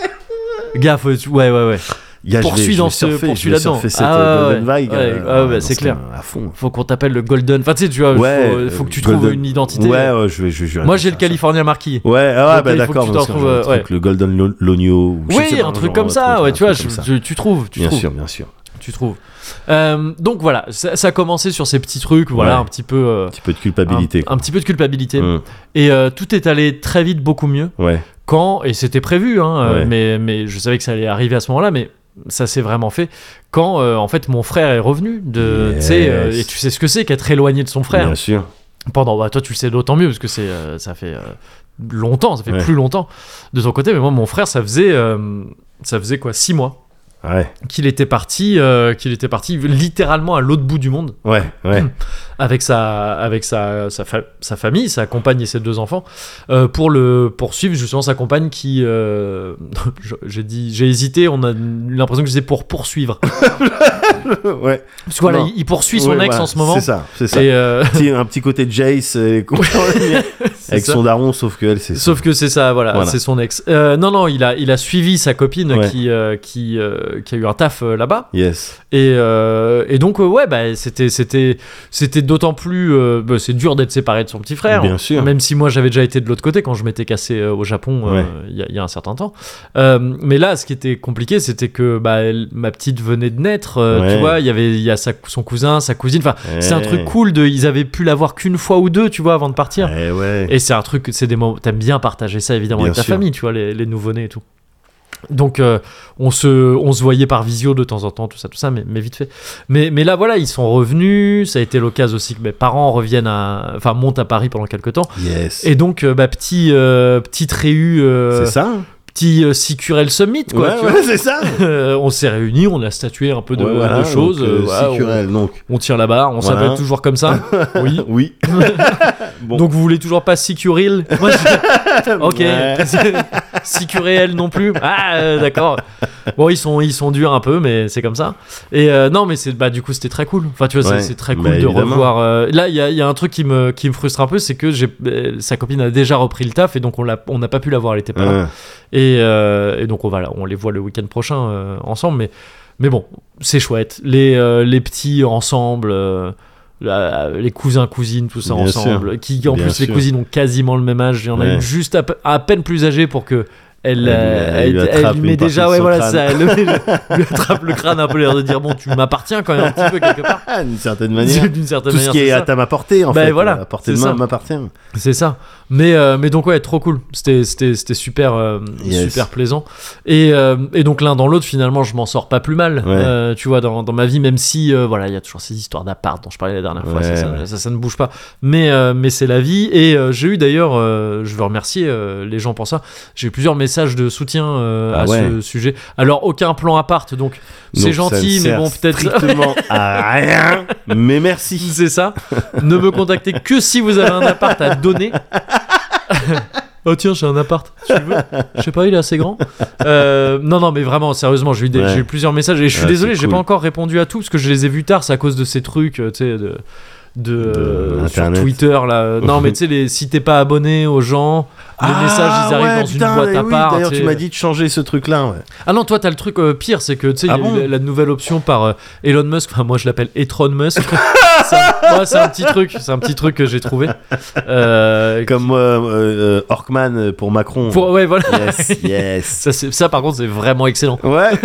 Speaker 1: Gars, faut, ouais, ouais, ouais.
Speaker 2: Gars, je vais-
Speaker 1: Poursuis
Speaker 2: je vais
Speaker 1: dans ce-
Speaker 2: surfer,
Speaker 1: poursuis
Speaker 2: je vais
Speaker 1: là-dedans.
Speaker 2: surfer cette
Speaker 1: Ah
Speaker 2: euh,
Speaker 1: ouais,
Speaker 2: Golden
Speaker 1: ouais.
Speaker 2: Vague.
Speaker 1: Ouais,
Speaker 2: euh,
Speaker 1: ouais, ouais,
Speaker 2: dans
Speaker 1: c'est
Speaker 2: ce-
Speaker 1: clair.
Speaker 2: À fond.
Speaker 1: Faut qu'on t'appelle le Golden. Enfin, tu sais, tu vois,
Speaker 2: Ouais.
Speaker 1: faut,
Speaker 2: euh,
Speaker 1: faut que tu
Speaker 2: Golden-
Speaker 1: trouves une identité.
Speaker 2: Ouais, ouais, je vais, je vais- je vais
Speaker 1: moi,
Speaker 2: aller
Speaker 1: j'ai le
Speaker 2: faire ça.
Speaker 1: California Marquis.
Speaker 2: Ouais, ah,
Speaker 1: Ok,
Speaker 2: bah
Speaker 1: il faut
Speaker 2: d'accord.
Speaker 1: que tu
Speaker 2: parce
Speaker 1: t'en
Speaker 2: que
Speaker 1: trouves,
Speaker 2: j'ai un
Speaker 1: ouais.
Speaker 2: truc, Le Golden Lo- Lonio. ou je sais
Speaker 1: Oui,
Speaker 2: pas,
Speaker 1: un truc
Speaker 2: genre,
Speaker 1: comme ça,
Speaker 2: truc,
Speaker 1: ouais,
Speaker 2: un
Speaker 1: tu vois,
Speaker 2: truc
Speaker 1: je-
Speaker 2: comme ça.
Speaker 1: tu, tu trouves, tu
Speaker 2: Bien
Speaker 1: trouves.
Speaker 2: sûr, bien sûr.
Speaker 1: tu trouves. Euh, donc voilà, ça, ça a commencé sur ces petits trucs, voilà,
Speaker 2: Ouais.
Speaker 1: un petit peu. euh,
Speaker 2: Un petit peu de
Speaker 1: un,
Speaker 2: culpabilité. quoi.
Speaker 1: un petit peu de culpabilité.
Speaker 2: Hum,
Speaker 1: Et euh, tout est allé très vite, beaucoup mieux.
Speaker 2: Ouais,
Speaker 1: Quand, et c'était prévu, hein, euh,
Speaker 2: Ouais.
Speaker 1: mais, mais je savais que ça allait arriver à ce moment-là, mais ça s'est vraiment fait. Quand, euh, en fait, mon frère est revenu, de, tu sais, euh,
Speaker 2: Yes.
Speaker 1: et tu sais ce que c'est qu'être éloigné de son frère.
Speaker 2: bien sûr.
Speaker 1: Pendant, bah, toi, tu le sais d'autant mieux, parce que c'est, euh, ça fait euh, longtemps, ça fait
Speaker 2: Ouais.
Speaker 1: plus longtemps de ton côté, mais moi, mon frère, ça faisait, euh, ça faisait quoi, six mois
Speaker 2: Ouais,
Speaker 1: qu'il était parti, euh, qu'il était parti littéralement à l'autre bout du monde
Speaker 2: ouais, ouais.
Speaker 1: avec sa, avec sa, sa, fa- sa famille, sa compagne et ses deux enfants euh, pour le poursuivre justement sa compagne qui, euh, <laughs> je- j'ai dit, j'ai hésité, on a eu l'impression que je disais pour poursuivre.
Speaker 2: Ouais.
Speaker 1: Parce que voilà,
Speaker 2: Non.
Speaker 1: il, il poursuit son
Speaker 2: Ouais,
Speaker 1: ex
Speaker 2: voilà,
Speaker 1: en ce moment.
Speaker 2: C'est ça, c'est ça.
Speaker 1: Et, euh,
Speaker 2: Petit- un petit côté Jace et compagnie,
Speaker 1: <laughs> c'est
Speaker 2: avec
Speaker 1: ça.
Speaker 2: son daron, sauf que elle, c'est
Speaker 1: Sauf que c'est ça, voilà,
Speaker 2: Voilà.
Speaker 1: c'est son ex. Euh, non, non, il a, il a suivi sa copine
Speaker 2: Ouais.
Speaker 1: qui, euh, qui, euh, qui a eu un taf euh, là-bas.
Speaker 2: Yes.
Speaker 1: Et, euh, et donc euh, ouais bah c'était c'était c'était d'autant plus euh, bah, c'est dur d'être séparé de son petit frère
Speaker 2: Bien sûr.
Speaker 1: même si moi j'avais déjà été de l'autre côté quand je m'étais cassé euh, au Japon euh,
Speaker 2: Ouais.
Speaker 1: il y, a- il y a un certain temps Euh, mais là ce qui était compliqué c'était que bah, elle- ma petite venait de naître euh,
Speaker 2: Ouais.
Speaker 1: tu vois il y avait il y a sa- son cousin sa cousine enfin c'est un
Speaker 2: Ouais.
Speaker 1: truc cool de ils avaient pu l'avoir qu'une fois ou deux tu vois avant de partir
Speaker 2: Ouais, Eh ouais.
Speaker 1: et c'est un truc, c'est des moments, t'aimes bien partager ça évidemment
Speaker 2: Bien
Speaker 1: avec ta
Speaker 2: sûr.
Speaker 1: famille, tu vois, les, les nouveau-nés et tout. Donc euh, on, se, on se voyait par visio de temps en temps, tout ça, tout ça, mais, mais vite fait. Mais, mais là voilà, ils sont revenus, ça a été l'occasion aussi que mes parents reviennent à, enfin montent à Paris pendant quelques temps.
Speaker 2: Yes.
Speaker 1: Et donc euh, bah, petit, euh, petite réu, euh,
Speaker 2: c'est ça hein
Speaker 1: petit euh, Sicurel Summit quoi.
Speaker 2: Ouais,
Speaker 1: tu
Speaker 2: ouais,
Speaker 1: vois.
Speaker 2: c'est ça
Speaker 1: Euh, <laughs> on s'est réunis, on a statué un peu de,
Speaker 2: Ouais,
Speaker 1: de
Speaker 2: voilà,
Speaker 1: choses.
Speaker 2: donc,
Speaker 1: euh,
Speaker 2: euh,
Speaker 1: voilà, on,
Speaker 2: Sicurel, donc.
Speaker 1: on tire la barre, on
Speaker 2: Voilà.
Speaker 1: s'appelle toujours comme
Speaker 2: <laughs>
Speaker 1: ça. Oui.
Speaker 2: Oui. Bon.
Speaker 1: Donc vous voulez toujours pas
Speaker 2: <laughs>
Speaker 1: Sicuril Moi, je- Ok. <laughs>
Speaker 2: Ouais.
Speaker 1: Sicuréel non plus. Ah, euh, d'accord. Bon, ils sont, ils sont durs un peu, mais c'est comme ça. Et euh, non, mais c'est, bah, du coup, c'était très cool. Enfin, tu vois, c'est-
Speaker 2: Ouais,
Speaker 1: c'est, très cool
Speaker 2: bah,
Speaker 1: de
Speaker 2: évidemment.
Speaker 1: revoir. euh, là, il y a, il y a un truc qui me, qui me frustre un peu, c'est que j'ai, euh, sa copine a déjà repris le taf et donc on l'a, on n'a pas pu la voir. Elle était pas là.
Speaker 2: Ouais.
Speaker 1: Et, euh, et donc on, va là- on les voit le week-end prochain euh, ensemble, mais, mais bon, c'est chouette. Les, euh, les petits ensemble, euh, la- les cousins, cousines, tout ça
Speaker 2: Bien
Speaker 1: ensemble, qui en
Speaker 2: Bien
Speaker 1: plus les
Speaker 2: sûr.
Speaker 1: cousines ont quasiment le même âge, il y en a
Speaker 2: Ouais.
Speaker 1: une juste à, pe- à peine plus âgée pour que... Elle,
Speaker 2: Elle lui-
Speaker 1: euh,
Speaker 2: elle lui attrape une
Speaker 1: met
Speaker 2: partie de
Speaker 1: déjà,
Speaker 2: son
Speaker 1: ouais, voilà,
Speaker 2: crâne.
Speaker 1: ça, elle, elle <laughs> lui attrape le crâne un peu, l'air de dire, bon, tu m'appartiens quand même un petit peu quelque part.
Speaker 2: Ah, D'une certaine
Speaker 1: <laughs>
Speaker 2: manière.
Speaker 1: D'une certaine
Speaker 2: Tout ce
Speaker 1: manière.
Speaker 2: qui
Speaker 1: c'est
Speaker 2: est
Speaker 1: ça.
Speaker 2: à ta ma portée, en
Speaker 1: Bah,
Speaker 2: fait.
Speaker 1: voilà,
Speaker 2: À portée de
Speaker 1: c'est
Speaker 2: main
Speaker 1: ça.
Speaker 2: m'appartient.
Speaker 1: C'est ça. Mais, euh, mais donc ouais, trop cool. C'était, c'était, c'était super, euh,
Speaker 2: Yes.
Speaker 1: super plaisant. Et, euh, et donc l'un dans l'autre, finalement, je m'en sors pas plus mal.
Speaker 2: Ouais.
Speaker 1: Euh, tu vois, dans, dans ma vie, même si euh, voilà, il y a toujours ces histoires d'appart dont je parlais la dernière fois.
Speaker 2: Ouais,
Speaker 1: ça, ça,
Speaker 2: ouais.
Speaker 1: ça, ça ne bouge pas. Mais, euh, mais c'est la vie. Et euh, j'ai eu d'ailleurs, euh, je veux remercier euh, les gens pour ça. J'ai eu plusieurs messages de soutien euh,
Speaker 2: Ah
Speaker 1: à
Speaker 2: ouais.
Speaker 1: ce sujet. Alors aucun plan appart, donc c'est
Speaker 2: Donc,
Speaker 1: gentil,
Speaker 2: ça ne
Speaker 1: mais
Speaker 2: sert
Speaker 1: bon, peut-être. <laughs>
Speaker 2: strictement à rien. Mais merci. <laughs>
Speaker 1: C'est ça. Ne me contactez que si vous avez un appart à donner. Oh tiens, j'ai un appart. Tu veux Je sais pas, il est assez grand. Euh, non, non, mais vraiment, sérieusement, j'ai eu, des-
Speaker 2: Ouais.
Speaker 1: j'ai eu plusieurs messages et je suis
Speaker 2: Ouais,
Speaker 1: désolé,
Speaker 2: c'est
Speaker 1: j'ai
Speaker 2: cool.
Speaker 1: pas encore répondu à tout parce que je les ai vus tard. C'est à cause de ces trucs, euh, tu sais, de, de, euh, sur
Speaker 2: Internet.
Speaker 1: Twitter là. Non, mais tu sais, les- si t'es pas abonné aux gens, les messages ils arrivent
Speaker 2: Ah ouais,
Speaker 1: dans
Speaker 2: putain,
Speaker 1: une boîte
Speaker 2: mais
Speaker 1: à
Speaker 2: oui,
Speaker 1: part.
Speaker 2: D'ailleurs,
Speaker 1: tu
Speaker 2: tu
Speaker 1: sais.
Speaker 2: m'as dit de changer ce truc-là. ouais.
Speaker 1: Ah non, toi, t'as le truc euh, pire, c'est que tu sais, il y a
Speaker 2: Ah bon
Speaker 1: eu la, la nouvelle option par euh, Elon Musk. Enfin, moi, je l'appelle Etron Musk. <laughs> c'est un, ouais, c'est un petit truc, c'est un petit truc que j'ai trouvé. Euh,
Speaker 2: Comme euh, euh, euh, Orkman pour Macron.
Speaker 1: pour- ouais, voilà. <laughs>
Speaker 2: Yes, yes.
Speaker 1: Ça, c'est- ça, par contre, c'est vraiment excellent.
Speaker 2: Ouais.
Speaker 1: <laughs>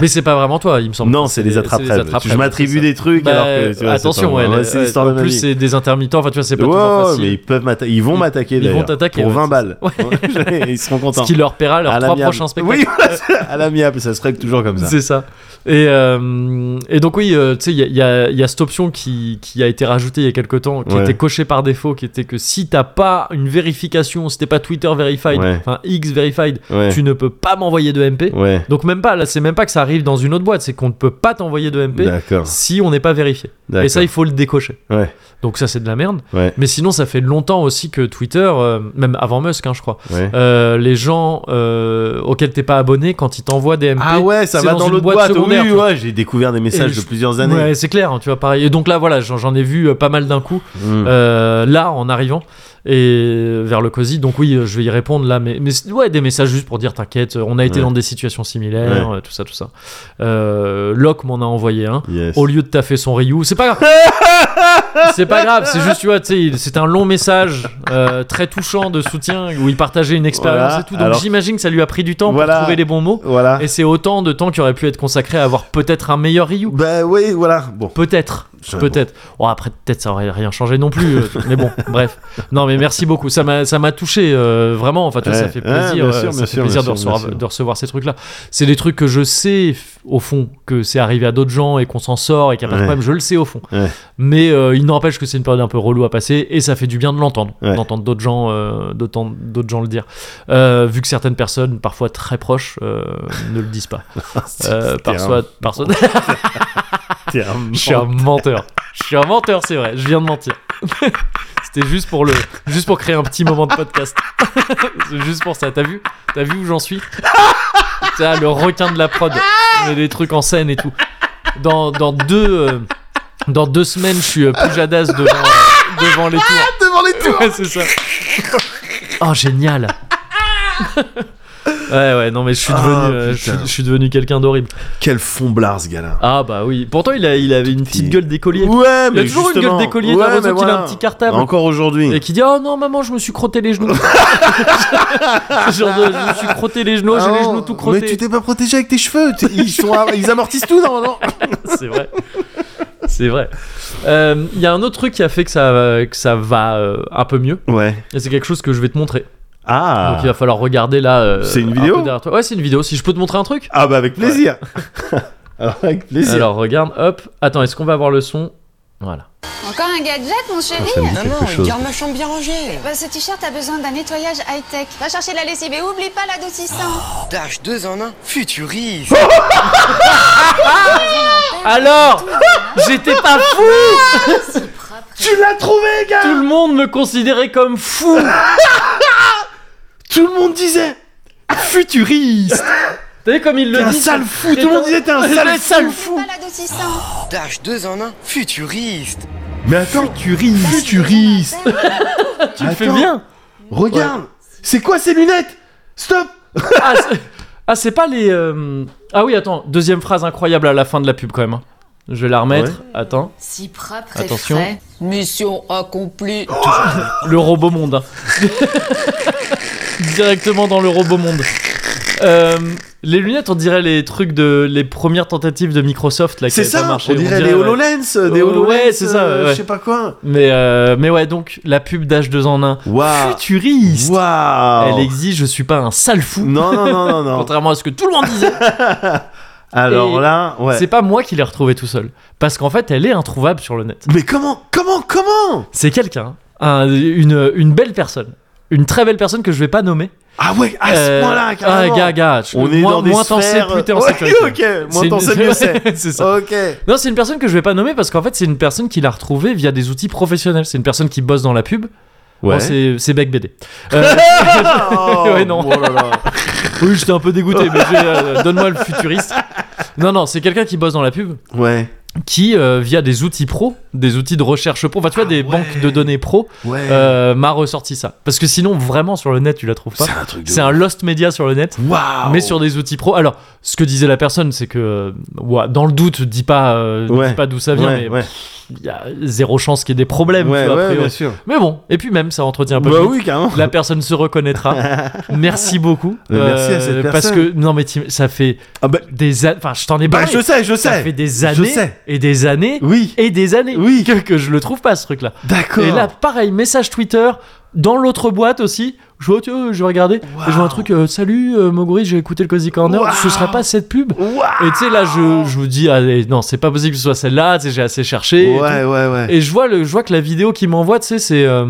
Speaker 1: Mais c'est pas vraiment toi, il me semble.
Speaker 2: Non, c'est les attrape-rêves.
Speaker 1: attrape-rêves,
Speaker 2: Je m'attribue
Speaker 1: c'est
Speaker 2: des trucs
Speaker 1: ça.
Speaker 2: alors
Speaker 1: Bah,
Speaker 2: que. tu vois, c'est
Speaker 1: attention,
Speaker 2: pas-
Speaker 1: ouais,
Speaker 2: ouais,
Speaker 1: les-
Speaker 2: c'est
Speaker 1: ouais,
Speaker 2: l'histoire de
Speaker 1: en
Speaker 2: ma
Speaker 1: plus
Speaker 2: vie.
Speaker 1: c'est des intermittents, enfin tu vois, c'est pas
Speaker 2: Ouais,
Speaker 1: toujours
Speaker 2: ouais,
Speaker 1: facile.
Speaker 2: mais ils peuvent m'attaquer. Ils vont
Speaker 1: Ils-
Speaker 2: m'attaquer
Speaker 1: ils vont
Speaker 2: d'ailleurs.
Speaker 1: t'attaquer,
Speaker 2: Pour
Speaker 1: ouais,
Speaker 2: 20
Speaker 1: c'est-
Speaker 2: balles. <laughs>
Speaker 1: <laughs>
Speaker 2: Ils seront contents.
Speaker 1: Ce qui leur paiera leurs
Speaker 2: À
Speaker 1: trois
Speaker 2: l'amiable.
Speaker 1: prochains spectacles.
Speaker 2: Oui, voilà, à l'amiable, ça se règle toujours comme ça.
Speaker 1: C'est ça. Et, euh, et donc oui, euh, tu sais, il y a, il y a- il y a cette option qui, qui a été rajoutée il y a quelque temps, qui
Speaker 2: Ouais.
Speaker 1: était cochée par défaut, qui était que si t'as pas une vérification, si t'es pas Twitter verified,
Speaker 2: Ouais.
Speaker 1: enfin X verified,
Speaker 2: Ouais.
Speaker 1: tu ne peux pas m'envoyer de MP.
Speaker 2: Ouais.
Speaker 1: Donc même pas, là c'est même pas que ça arrive dans une autre boîte, c'est qu'on ne peut pas t'envoyer de MP
Speaker 2: D'accord.
Speaker 1: si on n'est pas vérifié. Et
Speaker 2: d'accord.
Speaker 1: ça il faut le décocher.
Speaker 2: Ouais.
Speaker 1: Donc ça c'est de la merde.
Speaker 2: Ouais.
Speaker 1: Mais sinon ça fait longtemps aussi que Twitter, euh, même avant Musk hein, je crois,
Speaker 2: Ouais.
Speaker 1: euh, les gens euh, auxquels t'es pas abonné quand ils t'envoient des MP,
Speaker 2: Ah ouais, ça
Speaker 1: c'est
Speaker 2: va
Speaker 1: dans
Speaker 2: dans
Speaker 1: une
Speaker 2: l'autre
Speaker 1: boîte
Speaker 2: boîte.
Speaker 1: secondaire,
Speaker 2: Oui,
Speaker 1: tu vois.
Speaker 2: ouais, j'ai découvert des messages
Speaker 1: je-
Speaker 2: de plusieurs années.
Speaker 1: Ouais, c'est clair, hein, tu vois, pareil. Et donc là, voilà, j'en j'en ai vu euh, pas mal d'un coup,
Speaker 2: Mm.
Speaker 1: euh, là, en arrivant, et vers le COSI. Donc oui, euh, je vais y répondre là, mais, mais c'est- ouais, des messages juste pour dire, t'inquiète, euh, on a été
Speaker 2: Ouais.
Speaker 1: dans des situations similaires, euh, tout ça, tout ça. Euh, Locke m'en a envoyé un.
Speaker 2: Yes.
Speaker 1: Au lieu de taffer son Ryu, c'est
Speaker 2: <laughs>
Speaker 1: pas grave. c'est pas grave, c'est juste, tu vois, tu sais, il- c'est un long message euh, très touchant de soutien où il partageait une expérience
Speaker 2: Voilà,
Speaker 1: et tout. Donc
Speaker 2: alors-
Speaker 1: j'imagine que ça lui a pris du temps
Speaker 2: Voilà. Ah.
Speaker 1: pour trouver les bons mots.
Speaker 2: Voilà.
Speaker 1: Et c'est autant de temps qui aurait pu être consacré à avoir peut-être un meilleur Ryu.
Speaker 2: Bah oui, voilà. Bon.
Speaker 1: Peut-être.
Speaker 2: Ça, bon.
Speaker 1: Peut-être. Oh, après, peut-être ça aurait rien changé non plus. euh,
Speaker 2: <laughs>
Speaker 1: mais bon, bref. Non, mais merci beaucoup. Ça m'a, ça m'a touché euh, vraiment. Enfin, tu vois,
Speaker 2: Ouais,
Speaker 1: ça fait
Speaker 2: ouais,
Speaker 1: plaisir,
Speaker 2: bien
Speaker 1: euh,
Speaker 2: sûr,
Speaker 1: ça
Speaker 2: bien
Speaker 1: fait
Speaker 2: sûr,
Speaker 1: plaisir
Speaker 2: bien
Speaker 1: de,
Speaker 2: sûr,
Speaker 1: recevoir,
Speaker 2: bien sûr.
Speaker 1: de recevoir ces trucs-là. C'est des trucs que je sais f- au fond que c'est arrivé à d'autres gens et qu'on s'en sort et qu'il n'y a pas de
Speaker 2: Ouais.
Speaker 1: problème. Je le sais au fond.
Speaker 2: Ouais.
Speaker 1: Mais euh, il n'empêche que c'est une période un peu relou à passer et ça fait du bien de l'entendre,
Speaker 2: Ouais.
Speaker 1: d'entendre d'autres gens, euh, d'autant- d'autres gens le dire. Euh, vu que certaines personnes, parfois très proches, euh, ne le
Speaker 2: <laughs>
Speaker 1: disent pas. Euh, par
Speaker 2: C'était un-
Speaker 1: soi, par soi-
Speaker 2: c'était un-
Speaker 1: je suis un menteur. Je suis un menteur, c'est vrai. Je viens de mentir. <laughs> C'était juste pour le, juste pour créer un petit moment de podcast. <laughs> C'est juste pour ça. T'as vu, t'as vu où j'en suis T'as le requin de la prod. On met des trucs en scène et tout. Dans, dans deux, euh, dans deux semaines, je suis euh, Pujadas devant, euh, devant les tours.
Speaker 2: Devant les tours.
Speaker 1: Ouais, c'est ça. Oh génial. Ouais ouais non mais je suis
Speaker 2: Ah,
Speaker 1: devenu, euh, je suis-
Speaker 2: putain.
Speaker 1: je suis devenu quelqu'un d'horrible.
Speaker 2: Quel fond blard ce gars-là.
Speaker 1: Ah bah oui. Pourtant il a, il avait une petite gueule d'écolier.
Speaker 2: Ouais,
Speaker 1: Il
Speaker 2: mais
Speaker 1: a toujours une
Speaker 2: justement.
Speaker 1: gueule d'écolier,
Speaker 2: Ouais,
Speaker 1: t'as l'impression
Speaker 2: mais
Speaker 1: qu'il a
Speaker 2: voilà.
Speaker 1: un petit cartable.
Speaker 2: Encore aujourd'hui.
Speaker 1: Et qui dit Oh non, maman, je me suis crotté les
Speaker 2: <laughs>
Speaker 1: genoux. <laughs> Genre, de, je me suis crotté les genoux, j'ai
Speaker 2: Ah
Speaker 1: les
Speaker 2: non,
Speaker 1: genoux tout
Speaker 2: mais tu
Speaker 1: crottés.
Speaker 2: t'es pas protégé avec tes cheveux. T'es- Ils, sont à- ils amortissent tout normalement.
Speaker 1: <laughs> C'est vrai. C'est vrai. Euh, Il y a un autre truc qui a fait que ça, euh, que ça va euh, un peu mieux.
Speaker 2: Ouais.
Speaker 1: Et c'est quelque chose que je vais te montrer.
Speaker 2: Ah.
Speaker 1: Donc il va falloir regarder là. euh,
Speaker 2: C'est une
Speaker 1: un
Speaker 2: vidéo
Speaker 1: peu derrière toi. Ouais, c'est une vidéo. Si je peux te montrer un truc
Speaker 2: Ah bah avec plaisir. <laughs> Alors, avec plaisir.
Speaker 1: Alors regarde, hop. Attends, est-ce qu'on va avoir le son Voilà.
Speaker 4: Encore un gadget, mon chéri
Speaker 2: ça me dit
Speaker 5: Non,
Speaker 2: quelque
Speaker 5: non,
Speaker 2: chose.
Speaker 5: garde ma chambre bien rangée.
Speaker 4: Bah, ce t-shirt a besoin d'un nettoyage high-tech. Va chercher la lessive et oublie pas l'adoucissant.
Speaker 5: Dash 2 en 1, futuriste.
Speaker 2: Ah
Speaker 1: Alors <laughs> J'étais pas fou
Speaker 2: Tu l'as trouvé, gars
Speaker 1: Tout le monde me considérait comme fou
Speaker 2: Tout le monde disait
Speaker 1: futuriste. T'as vu comme il le
Speaker 2: T'es un
Speaker 1: dit
Speaker 2: sale fou Tout le monde disait t'es un
Speaker 1: T'es
Speaker 2: sale
Speaker 1: sale
Speaker 2: fou
Speaker 4: Pas l'adoucissant.
Speaker 5: Dash 2 en 1, futuriste.
Speaker 2: Mais attends Futuriste Futuriste
Speaker 1: Tu le fais
Speaker 2: Attends.
Speaker 1: bien
Speaker 2: Regarde C'est quoi ces lunettes Stop
Speaker 1: Ah, c'est- ah, c'est pas les... euh, Ah oui, attends, deuxième phrase incroyable à la fin de la pub quand même. hein. Je vais la
Speaker 2: Ah
Speaker 1: remettre, attends.
Speaker 6: Si propre
Speaker 1: Attention.
Speaker 6: et frais. Mission accomplie.
Speaker 1: Le robot monde. hein. Directement dans le robot monde. Euh, les lunettes, on dirait les trucs de les premières tentatives de Microsoft là qui
Speaker 2: C'est
Speaker 1: avaient pas
Speaker 2: ça
Speaker 1: marché.
Speaker 2: On dirait les
Speaker 1: ouais.
Speaker 2: HoloLens euh, Des
Speaker 1: Ouais,
Speaker 2: HoloLens
Speaker 1: ouais, c'est ça,
Speaker 2: euh,
Speaker 1: ouais.
Speaker 2: Je sais pas quoi
Speaker 1: Mais euh, mais ouais, donc la pub d'âge 2 en 1
Speaker 2: Waouh
Speaker 1: futuriste. Elle
Speaker 2: Waouh
Speaker 1: exige, je suis pas un sale fou.
Speaker 2: Non, non, non, non, non.
Speaker 1: Contrairement à ce que tout le monde disait.
Speaker 2: Alors
Speaker 1: Et-
Speaker 2: là, ouais.
Speaker 1: C'est pas moi qui l'ai retrouvée tout seul. Parce qu'en fait, elle est introuvable sur le net.
Speaker 2: Mais comment Comment Comment
Speaker 1: C'est quelqu'un, un- une, une belle personne, une très belle personne que je vais pas nommer.
Speaker 2: Ah ouais, à
Speaker 1: Euh,
Speaker 2: ce point-là, carrément
Speaker 1: Ah, gars, gars, je-
Speaker 2: On est
Speaker 1: moins,
Speaker 2: dans des
Speaker 1: moins t'en sais,
Speaker 2: sphères...
Speaker 1: plus t'es en
Speaker 2: Ouais,
Speaker 1: sécurité.
Speaker 2: <laughs> ok, moins t'en
Speaker 1: une-
Speaker 2: sais, mieux
Speaker 1: <laughs>
Speaker 2: c'est.
Speaker 1: c'est ça.
Speaker 2: Ok.
Speaker 1: Non, c'est une personne que je vais pas nommer parce qu'en fait, c'est une personne qui l'a retrouvée via des outils professionnels. C'est une personne qui bosse dans la pub. Non,
Speaker 2: Ouais.
Speaker 1: c'est c'est Beck BD. Euh, <laughs> ouais,
Speaker 2: Oh,
Speaker 1: non. oui, j'étais un peu dégoûté, mais j'ai,
Speaker 2: <laughs>
Speaker 1: euh, donne-moi le futuriste. Non, non, c'est quelqu'un qui bosse dans la pub,
Speaker 2: ouais.
Speaker 1: qui, euh, via des outils pro, des outils de recherche pro, enfin, tu vois, des
Speaker 2: Ah ouais.
Speaker 1: banques de données pro,
Speaker 2: Ouais.
Speaker 1: euh, m'a ressorti ça. Parce que sinon, vraiment, sur le net, tu la trouves pas.
Speaker 2: c'est un truc de. Ah oh.
Speaker 1: C'est un lost media sur le net.
Speaker 2: Waouh.
Speaker 1: Mais sur des outils pro. Alors, ce que disait la personne, c'est que euh, ouah, dans le doute, dis pas, euh, dis
Speaker 2: Ouais.
Speaker 1: pas d'où ça vient, mais
Speaker 2: Ouais, ouais.
Speaker 1: il y a zéro chance qu'il y ait des problèmes. tu
Speaker 2: Ouais,
Speaker 1: vois, a
Speaker 2: ouais,
Speaker 1: priori.
Speaker 2: bien sûr.
Speaker 1: mais bon, et puis même, ça entretient un peu.
Speaker 2: Bah
Speaker 1: le doute.
Speaker 2: oui, carrément.
Speaker 1: La personne se
Speaker 2: <laughs>
Speaker 1: reconnaîtra. Merci beaucoup.
Speaker 2: Euh, merci à cette
Speaker 1: Parce
Speaker 2: personne.
Speaker 1: que, non, mais t'im- ça fait
Speaker 2: Ah bah,
Speaker 1: des années. Enfin, je t'en ai
Speaker 2: bah,
Speaker 1: parlé.
Speaker 2: je sais, je
Speaker 1: ça
Speaker 2: sais.
Speaker 1: fait des années
Speaker 2: sais.
Speaker 1: et des années
Speaker 2: Oui.
Speaker 1: et des années
Speaker 2: Oui.
Speaker 1: que, que je le trouve pas, ce truc-là.
Speaker 2: D'accord.
Speaker 1: Et là, pareil, message Twitter. Dans l'autre boîte aussi, je vois, tu vois, je vais regarder, et je vois un truc, euh, salut euh, Moguri, j'ai écouté le Cozy Corner,
Speaker 2: Waouh.
Speaker 1: ce sera pas cette pub
Speaker 2: Waouh.
Speaker 1: Et tu sais, là, je, je vous dis, allez, non, c'est pas possible que ce soit celle-là, tu sais, j'ai assez cherché. et tout.
Speaker 2: Ouais, ouais, ouais.
Speaker 1: Et je vois, le, je vois que la vidéo qu'il m'envoie, tu sais, c'est. euh,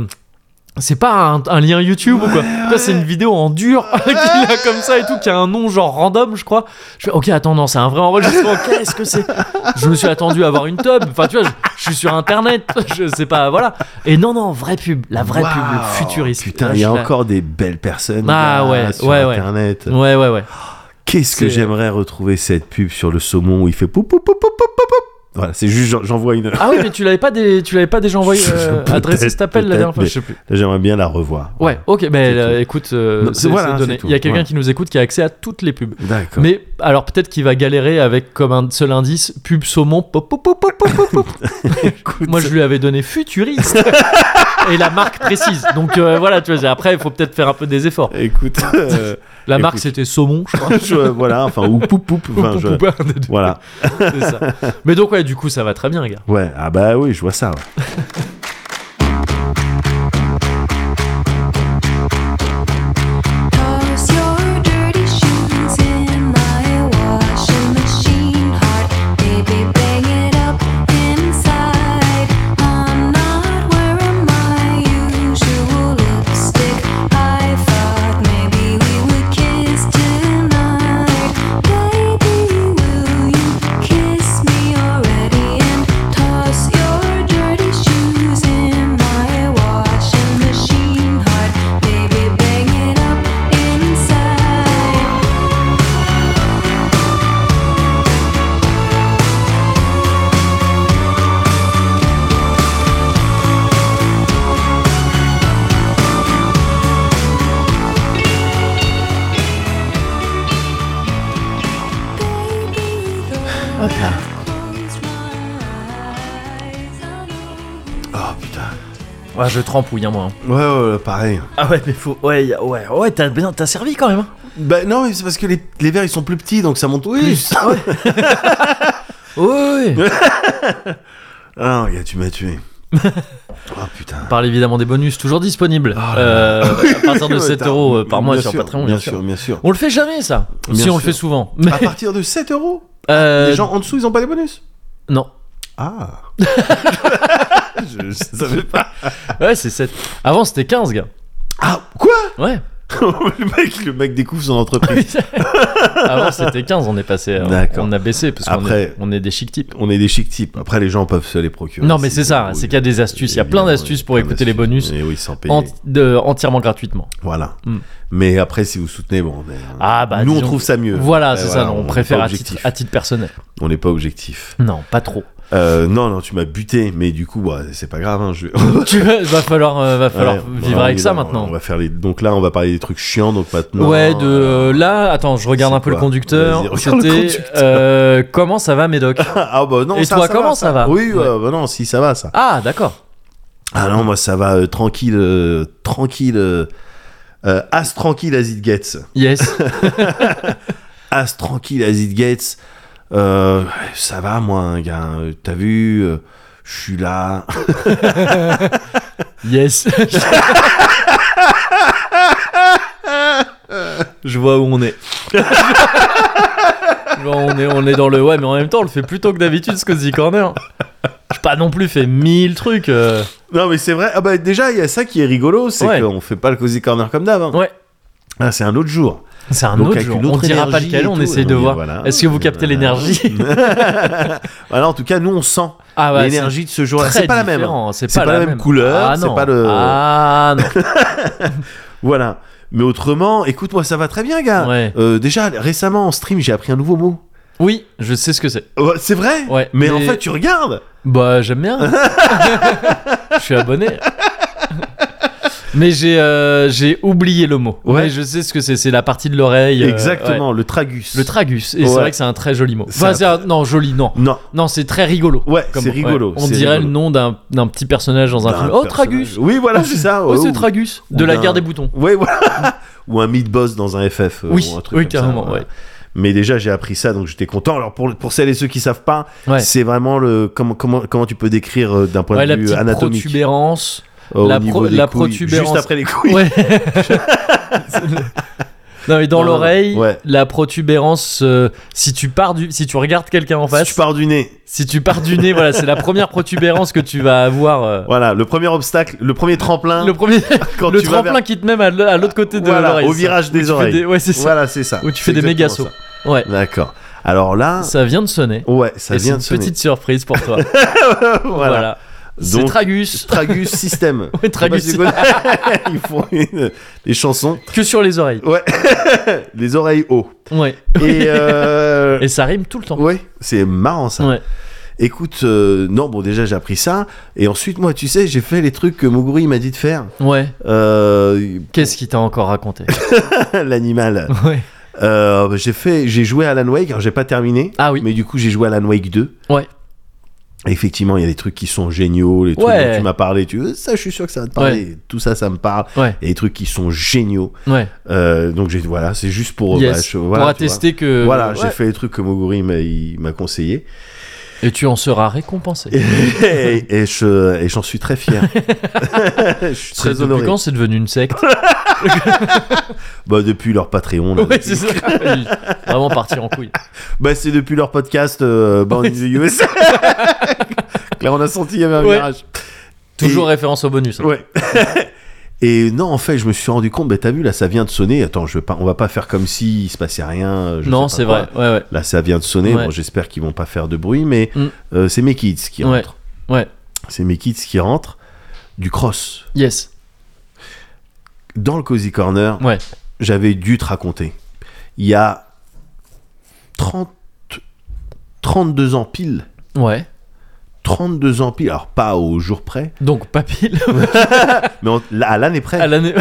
Speaker 1: c'est pas un, un lien YouTube ou quoi. Tu vois, C'est une vidéo en dur <laughs> qu'il a comme ça et tout, qui a un nom genre random, je crois. Je fais, ok, attends, non, c'est un vrai enregistrement. Qu'est-ce que c'est Je me suis attendu à avoir une tub. Enfin, tu vois, je, je suis sur internet. <laughs> Je sais pas, voilà. Et non, non, vraie pub. La vraie pub, le
Speaker 2: Waouh.
Speaker 1: futuriste.
Speaker 2: Putain,
Speaker 1: Là,
Speaker 2: il y
Speaker 1: je
Speaker 2: a
Speaker 1: suis là.
Speaker 2: encore des belles personnes
Speaker 1: Ah,
Speaker 2: là,
Speaker 1: ouais,
Speaker 2: sur
Speaker 1: ouais, ouais.
Speaker 2: Internet.
Speaker 1: Ouais, ouais, ouais.
Speaker 2: Qu'est-ce que
Speaker 1: C'est-
Speaker 2: j'aimerais retrouver cette pub sur le saumon où il fait pou pou pou pou pou pou pou. Voilà, c'est juste j'en- j'envoie une. Là,
Speaker 1: Ah oui, mais tu l'avais pas, des, tu l'avais pas déjà envoyé euh,
Speaker 2: Peut-être,
Speaker 1: adressé cet appel la dernière fois.
Speaker 2: peut-être,
Speaker 1: Je sais plus.
Speaker 2: j'aimerais bien la revoir.
Speaker 1: Ouais, ok, mais
Speaker 2: C'est
Speaker 1: euh,
Speaker 2: tout.
Speaker 1: écoute, euh,
Speaker 2: Non, c'est-
Speaker 1: c'est
Speaker 2: voilà,
Speaker 1: c'est
Speaker 2: c'est
Speaker 1: donné.
Speaker 2: tout.
Speaker 1: Il y a quelqu'un
Speaker 2: Ouais.
Speaker 1: qui nous écoute qui a accès à toutes les pubs.
Speaker 2: D'accord.
Speaker 1: Mais alors peut-être qu'il va galérer avec comme un seul indice pub saumon. pop, pop, pop, pop, pop, <laughs> pop.
Speaker 2: Écoute,
Speaker 1: Moi je lui avais donné <laughs> futuriste et la marque précise. Donc euh, voilà, tu vois. c'est- Après il faut peut-être faire un peu des efforts.
Speaker 2: <laughs> écoute, euh,
Speaker 1: La
Speaker 2: Écoute.
Speaker 1: marque c'était saumon, je <laughs> crois.
Speaker 2: je- voilà, enfin ou pou pou. pou, enfin, je-
Speaker 1: Pou, pou, pou, un des deux.
Speaker 2: Voilà.
Speaker 1: <laughs> C'est ça. Mais donc ouais, du coup ça va très bien, gars.
Speaker 2: Ouais. Ah bah oui, je vois ça. ouais.
Speaker 3: Toss your dirty shoes in my washing machine heart. Baby, bang it up inside. I'm not wearing my usual lipstick. I thought maybe we would kiss tonight. Baby, will you kiss me already and toss your dirty shoes in my washing machine heart? Baby, bang it up inside.
Speaker 2: Oh putain.
Speaker 1: Ouais, je trempouille hein, moi.
Speaker 2: Ouais, ouais, ouais, pareil.
Speaker 1: Ah ouais, mais faut ouais, y a- ouais, ouais, t'as bien, t'as servi quand même. hein.
Speaker 2: Bah non, mais c'est parce que les, les verres ils sont plus petits donc ça monte plus.
Speaker 1: ah Ouais. ouais.
Speaker 2: Ah non, gars, tu
Speaker 1: <laughs>
Speaker 2: m'as tué. oh putain.
Speaker 1: On parle évidemment des bonus toujours disponibles euh, <laughs> à partir de 7 euros euh, par mois
Speaker 2: Bien
Speaker 1: sur
Speaker 2: sûr,
Speaker 1: Patreon,
Speaker 2: Bien sûr, bien sûr.
Speaker 1: On le fait jamais ça. si
Speaker 2: Bien
Speaker 1: on le
Speaker 2: sûr.
Speaker 1: fait souvent. Mais
Speaker 2: À partir de 7 euros
Speaker 1: euh,
Speaker 2: Les gens en dessous, ils ont pas les bonus
Speaker 1: non. <laughs>
Speaker 2: Ah je, je savais pas.
Speaker 1: Ouais, c'est 7. Avant, c'était 15, gars.
Speaker 2: Ah, quoi <laughs>
Speaker 1: Ouais.
Speaker 2: le, mec, le mec découvre son entreprise.
Speaker 1: Avant, c'était 15, on est passé. on-
Speaker 2: D'accord.
Speaker 1: On a baissé parce qu'on
Speaker 2: Après-
Speaker 1: est, on est des chic types.
Speaker 2: On est des chic types. Après, les gens peuvent se les procurer.
Speaker 1: Non, mais c'est ça,
Speaker 2: oui,
Speaker 1: c'est qu'il y a des astuces. Il y a plein
Speaker 2: évidemment,
Speaker 1: d'astuces pour
Speaker 2: plein
Speaker 1: écouter les
Speaker 2: d'astuces.
Speaker 1: bonus.
Speaker 2: Et oui, sans payer.
Speaker 1: Ent- de- entièrement gratuitement.
Speaker 2: Voilà.
Speaker 1: Mm.
Speaker 2: Mais après, si vous soutenez, bon, on est- hein.
Speaker 1: Ah, bah,
Speaker 2: nous, on
Speaker 1: disons-
Speaker 2: trouve ça mieux.
Speaker 1: Voilà,
Speaker 2: Après,
Speaker 1: c'est ça, non,
Speaker 2: on
Speaker 1: on
Speaker 2: est
Speaker 1: préfère
Speaker 2: pas
Speaker 1: à titre,
Speaker 2: objectif.
Speaker 1: à titre personnel.
Speaker 2: On n'est pas objectif.
Speaker 1: Non, pas trop.
Speaker 2: Euh, non, non, tu m'as buté, mais du coup, bah, c'est pas grave. hein,
Speaker 1: <laughs>
Speaker 2: je... <laughs>
Speaker 1: tu veux- va falloir, euh, va falloir
Speaker 2: Ouais, bah,
Speaker 1: vivre
Speaker 2: ouais,
Speaker 1: avec
Speaker 2: oui,
Speaker 1: ça
Speaker 2: là,
Speaker 1: maintenant.
Speaker 2: On va faire les... Donc là, on va parler des trucs chiants, donc maintenant.
Speaker 1: ouais, de euh, là, attends, je regarde
Speaker 2: c'est
Speaker 1: un peu le
Speaker 2: quoi
Speaker 1: conducteur.
Speaker 2: Vas-y, regarde le
Speaker 1: C'était
Speaker 2: conducteur.
Speaker 1: euh, comment ça va,
Speaker 2: <laughs>
Speaker 1: Médoc
Speaker 2: <laughs> Ah bah non,
Speaker 1: Et
Speaker 2: ça,
Speaker 1: toi,
Speaker 2: ça
Speaker 1: comment
Speaker 2: va,
Speaker 1: ça va
Speaker 2: Oui,
Speaker 1: Ouais.
Speaker 2: euh, bah non, si ça va ça.
Speaker 1: Ah, d'accord.
Speaker 2: Ah non, moi ça va euh, tranquille, euh, tranquille, euh, euh, as tranquille as it gets,
Speaker 1: Yes.
Speaker 2: as tranquille as it gets. Euh, ça va moi, hein, gars. euh, T'as vu, euh, je suis là. <laughs>
Speaker 1: Yes. <laughs> Je vois où on est. Je vois où on est, on est dans le ouais, mais en même temps, on le fait plus tôt que d'habitude, ce Cozy Corner. J'ai pas non plus fait mille trucs. euh.
Speaker 2: non mais c'est vrai. Ah bah déjà il y a ça qui est rigolo, c'est
Speaker 1: Ouais.
Speaker 2: qu'on fait pas le cozy corner comme d'hab. hein.
Speaker 1: Ouais.
Speaker 2: Ah, c'est un autre jour.
Speaker 1: C'est un
Speaker 2: Donc,
Speaker 1: autre
Speaker 2: avec
Speaker 1: jour.
Speaker 2: une autre
Speaker 1: on dira pas
Speaker 2: énergie
Speaker 1: lequel,
Speaker 2: et
Speaker 1: on
Speaker 2: tout,
Speaker 1: essaye
Speaker 2: on
Speaker 1: de
Speaker 2: dit,
Speaker 1: voir.
Speaker 2: voilà,
Speaker 1: Est-ce que vous captez
Speaker 2: voilà.
Speaker 1: l'énergie
Speaker 2: <laughs> Alors, Bah, en tout cas, nous, on sent
Speaker 1: Ah ouais,
Speaker 2: l'énergie de ce
Speaker 1: c'est
Speaker 2: jour-là. C'est
Speaker 1: très
Speaker 2: pas la même. hein.
Speaker 1: différent, C'est
Speaker 2: C'est
Speaker 1: pas, la même,
Speaker 2: couleur,
Speaker 1: Ah
Speaker 2: c'est
Speaker 1: non.
Speaker 2: pas le-
Speaker 1: Ah non.
Speaker 2: <laughs> Voilà. Mais autrement, écoute-moi, ça va très bien, gars.
Speaker 1: Ouais.
Speaker 2: Euh, déjà, récemment, en stream, j'ai appris un nouveau mot.
Speaker 1: Oui, je sais ce que c'est.
Speaker 2: Oh, c'est vrai
Speaker 1: Ouais,
Speaker 2: mais, en
Speaker 1: mais-
Speaker 2: fait, tu regardes
Speaker 1: Bah j'aime
Speaker 2: <laughs>
Speaker 1: bien. je suis abonné. Mais j'ai euh, j'ai oublié le mot.
Speaker 2: Ouais.
Speaker 1: Mais je sais ce que c'est. C'est la partie de l'oreille. euh, ouais.
Speaker 2: Exactement, le tragus.
Speaker 1: Le tragus. Et
Speaker 2: Ouais.
Speaker 1: c'est vrai que c'est un très joli mot.
Speaker 2: C'est
Speaker 1: Enfin,
Speaker 2: un
Speaker 1: c'est un- Non, joli, non.
Speaker 2: Non,
Speaker 1: Non, c'est très rigolo.
Speaker 2: ouais,
Speaker 1: Comme-
Speaker 2: c'est rigolo.
Speaker 1: ouais. On
Speaker 2: c'est
Speaker 1: dirait
Speaker 2: rigolo.
Speaker 1: le nom d'un d'un petit personnage dans un,
Speaker 2: D'un
Speaker 1: film. Oh,
Speaker 2: personnage.
Speaker 1: Tragus
Speaker 2: Oui, voilà,
Speaker 1: Oh,
Speaker 2: c'est ça.
Speaker 1: Oh,
Speaker 2: ouais,
Speaker 1: c'est
Speaker 2: ou-
Speaker 1: Tragus
Speaker 2: ou
Speaker 1: De la
Speaker 2: d'un-
Speaker 1: guerre des boutons.
Speaker 2: Ouais, voilà. <laughs> ou un mid-boss dans un FF. euh,
Speaker 1: Oui,
Speaker 2: ou un truc
Speaker 1: oui,
Speaker 2: comme ça,
Speaker 1: carrément,
Speaker 2: voilà.
Speaker 1: ouais.
Speaker 2: Mais déjà, j'ai appris ça, donc j'étais content. Alors, pour, pour celles et ceux qui savent pas,
Speaker 1: Ouais.
Speaker 2: c'est vraiment le. Comment, comment, comment tu peux décrire euh, d'un point
Speaker 1: Ouais,
Speaker 2: de
Speaker 1: la
Speaker 2: vue
Speaker 1: petite
Speaker 2: anatomique
Speaker 1: protubérance.
Speaker 2: euh, au
Speaker 1: la
Speaker 2: niveau
Speaker 1: pro-
Speaker 2: des
Speaker 1: la
Speaker 2: couilles,
Speaker 1: protubérance.
Speaker 2: Juste après les couilles. <laughs>
Speaker 1: Ouais. non mais dans
Speaker 2: Non, non,
Speaker 1: l'oreille,
Speaker 2: ouais.
Speaker 1: la protubérance. euh, si tu pars du, si tu regardes quelqu'un en
Speaker 2: <laughs> Si
Speaker 1: face,
Speaker 2: tu pars du nez,
Speaker 1: si tu pars du nez, voilà, c'est la première protubérance que tu vas avoir. euh,
Speaker 2: voilà, le premier obstacle, le premier tremplin,
Speaker 1: Le premier,
Speaker 2: Hein <laughs> quand
Speaker 1: le
Speaker 2: tu vas
Speaker 1: tremplin
Speaker 2: vers-
Speaker 1: qui te mène à l'- à l'autre côté de
Speaker 2: Voilà,
Speaker 1: l'oreille.
Speaker 2: au
Speaker 1: ça.
Speaker 2: virage des
Speaker 1: Tu fais
Speaker 2: oreilles.
Speaker 1: des- Ouais, c'est ça.
Speaker 2: Voilà, c'est ça.
Speaker 1: Où tu fais
Speaker 2: C'est
Speaker 1: des méga
Speaker 2: exactement
Speaker 1: sauts. Ouais.
Speaker 2: ça. D'accord. Alors là,
Speaker 1: Ça vient de sonner.
Speaker 2: ouais, ça
Speaker 1: et
Speaker 2: vient de
Speaker 1: c'est une
Speaker 2: sonner.
Speaker 1: petite surprise pour
Speaker 2: <laughs>
Speaker 1: toi.
Speaker 2: voilà.
Speaker 1: voilà. C'est
Speaker 2: Donc-
Speaker 1: Tragus.
Speaker 2: Tragus System.
Speaker 1: <laughs> Ouais, Tragus
Speaker 2: Je sais pas si tu connais. <laughs> Ils font une- des chansons.
Speaker 1: Que sur les oreilles.
Speaker 2: Ouais. Les oreilles hautes.
Speaker 1: Ouais.
Speaker 2: Et,
Speaker 1: <laughs>
Speaker 2: euh...
Speaker 1: Et ça rime tout le temps.
Speaker 2: ouais, c'est marrant ça.
Speaker 1: Ouais.
Speaker 2: Écoute, euh, non, bon, déjà j'ai appris ça. Et ensuite, moi, tu sais, j'ai fait les trucs que Moguri il m'a dit de faire.
Speaker 1: Ouais.
Speaker 2: Euh, <laughs>
Speaker 1: Qu'est-ce qu'il t'a encore raconté
Speaker 2: L'animal.
Speaker 1: <laughs> Ouais.
Speaker 2: Euh, j'ai fait, j'ai joué à Alan Wake. Alors j'ai pas terminé.
Speaker 1: Ah oui.
Speaker 2: Mais du coup, j'ai joué à Alan Wake 2.
Speaker 1: Ouais.
Speaker 2: Effectivement, il y a des trucs qui sont géniaux, les trucs
Speaker 1: Ouais.
Speaker 2: dont tu m'as parlé, tu veux, ça je suis sûr que ça va te parler, tout ça ça me parle,
Speaker 1: Ouais.
Speaker 2: et des trucs qui sont géniaux.
Speaker 1: Ouais.
Speaker 2: Euh, donc j'ai voilà, c'est juste pour
Speaker 1: Yes.
Speaker 2: bah, je-
Speaker 1: Pour
Speaker 2: voilà, tu
Speaker 1: attester que.
Speaker 2: vois. Voilà,
Speaker 1: Ouais.
Speaker 2: j'ai fait les trucs que Moguri m'a il
Speaker 1: <laughs>
Speaker 2: m'a conseillé
Speaker 1: Et tu en seras récompensé.
Speaker 2: et, et je- et j'en suis
Speaker 1: <laughs>
Speaker 2: très fier. je
Speaker 1: C'est-
Speaker 2: suis très
Speaker 1: depuis
Speaker 2: honoré.
Speaker 1: quand c'est devenu une
Speaker 2: <laughs>
Speaker 1: secte
Speaker 2: Bah depuis leur Patreon là.
Speaker 1: Ouais, c'est ça. Bah, Vraiment partir en couille.
Speaker 2: Bah c'est depuis leur podcast euh, Born in the <laughs> USA. Là on a senti il y avait un
Speaker 1: Ouais.
Speaker 2: virage.
Speaker 1: Toujours référence au bonus. hein.
Speaker 2: Ouais. <laughs> Et non, en fait, je me suis rendu compte, bah, t'as vu, là, ça vient de sonner. Attends, je veux pas, on va pas faire comme si il se passait rien. euh, je
Speaker 1: non,
Speaker 2: sais pas
Speaker 1: c'est
Speaker 2: quoi.
Speaker 1: vrai. Ouais, ouais.
Speaker 2: Là, ça vient de sonner.
Speaker 1: Ouais.
Speaker 2: Bon, j'espère qu'ils vont pas faire de bruit, mais
Speaker 1: Mm.
Speaker 2: euh, c'est mes kids qui
Speaker 1: Ouais.
Speaker 2: rentrent.
Speaker 1: Ouais.
Speaker 2: C'est mes kids qui rentrent du cross.
Speaker 1: Yes.
Speaker 2: Dans le Cozy Corner,
Speaker 1: Ouais.
Speaker 2: j'avais dû te raconter. Il y a 30, 32 ans pile.
Speaker 1: Ouais.
Speaker 2: 32 ans pile. Alors, pas au jour près,
Speaker 1: Donc,
Speaker 2: <laughs>
Speaker 1: papille
Speaker 2: mais on- là, à l'année près.
Speaker 1: à l'année.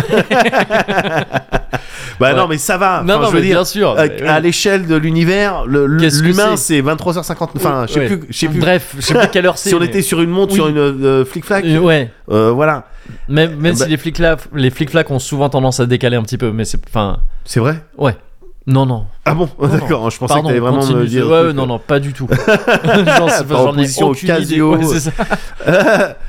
Speaker 2: Bah non,
Speaker 1: Ouais.
Speaker 2: mais ça va.
Speaker 1: non,
Speaker 2: Enfin,
Speaker 1: non,
Speaker 2: je veux
Speaker 1: mais
Speaker 2: dire,
Speaker 1: bien sûr.
Speaker 2: Euh,
Speaker 1: Ah, mais
Speaker 2: à
Speaker 1: oui.
Speaker 2: l'échelle de l'univers, le-
Speaker 1: Qu'est-ce que
Speaker 2: l'humain c'est 23h50. Enfin, je sais
Speaker 1: Ouais.
Speaker 2: plus, je sais plus.
Speaker 1: Bref, je sais
Speaker 2: <laughs>
Speaker 1: plus quelle heure c'est.
Speaker 2: Si on
Speaker 1: mais-
Speaker 2: était sur une montre,
Speaker 1: Oui.
Speaker 2: sur une euh, flic-flac,
Speaker 1: Euh, Ouais.
Speaker 2: euh, voilà.
Speaker 1: Même, même
Speaker 2: Bah-
Speaker 1: si les flics là, les flics là ont souvent tendance à décaler un petit peu, mais c'est, enfin,
Speaker 2: C'est vrai
Speaker 1: ouais. Non, non.
Speaker 2: Ah bon, <laughs> d'accord. Je pensais
Speaker 1: Pardon.
Speaker 2: que t'allais vraiment
Speaker 1: continue.
Speaker 2: me dire.
Speaker 1: Ouais,
Speaker 2: un
Speaker 1: ouais,
Speaker 2: truc,
Speaker 1: non, non, pas du
Speaker 2: <laughs>
Speaker 1: tout. J'en sais pas,
Speaker 2: en
Speaker 1: j'en ai
Speaker 2: position au
Speaker 1: aucune idée.
Speaker 2: casio.
Speaker 1: Ouais, c'est ça.
Speaker 2: euh. <laughs>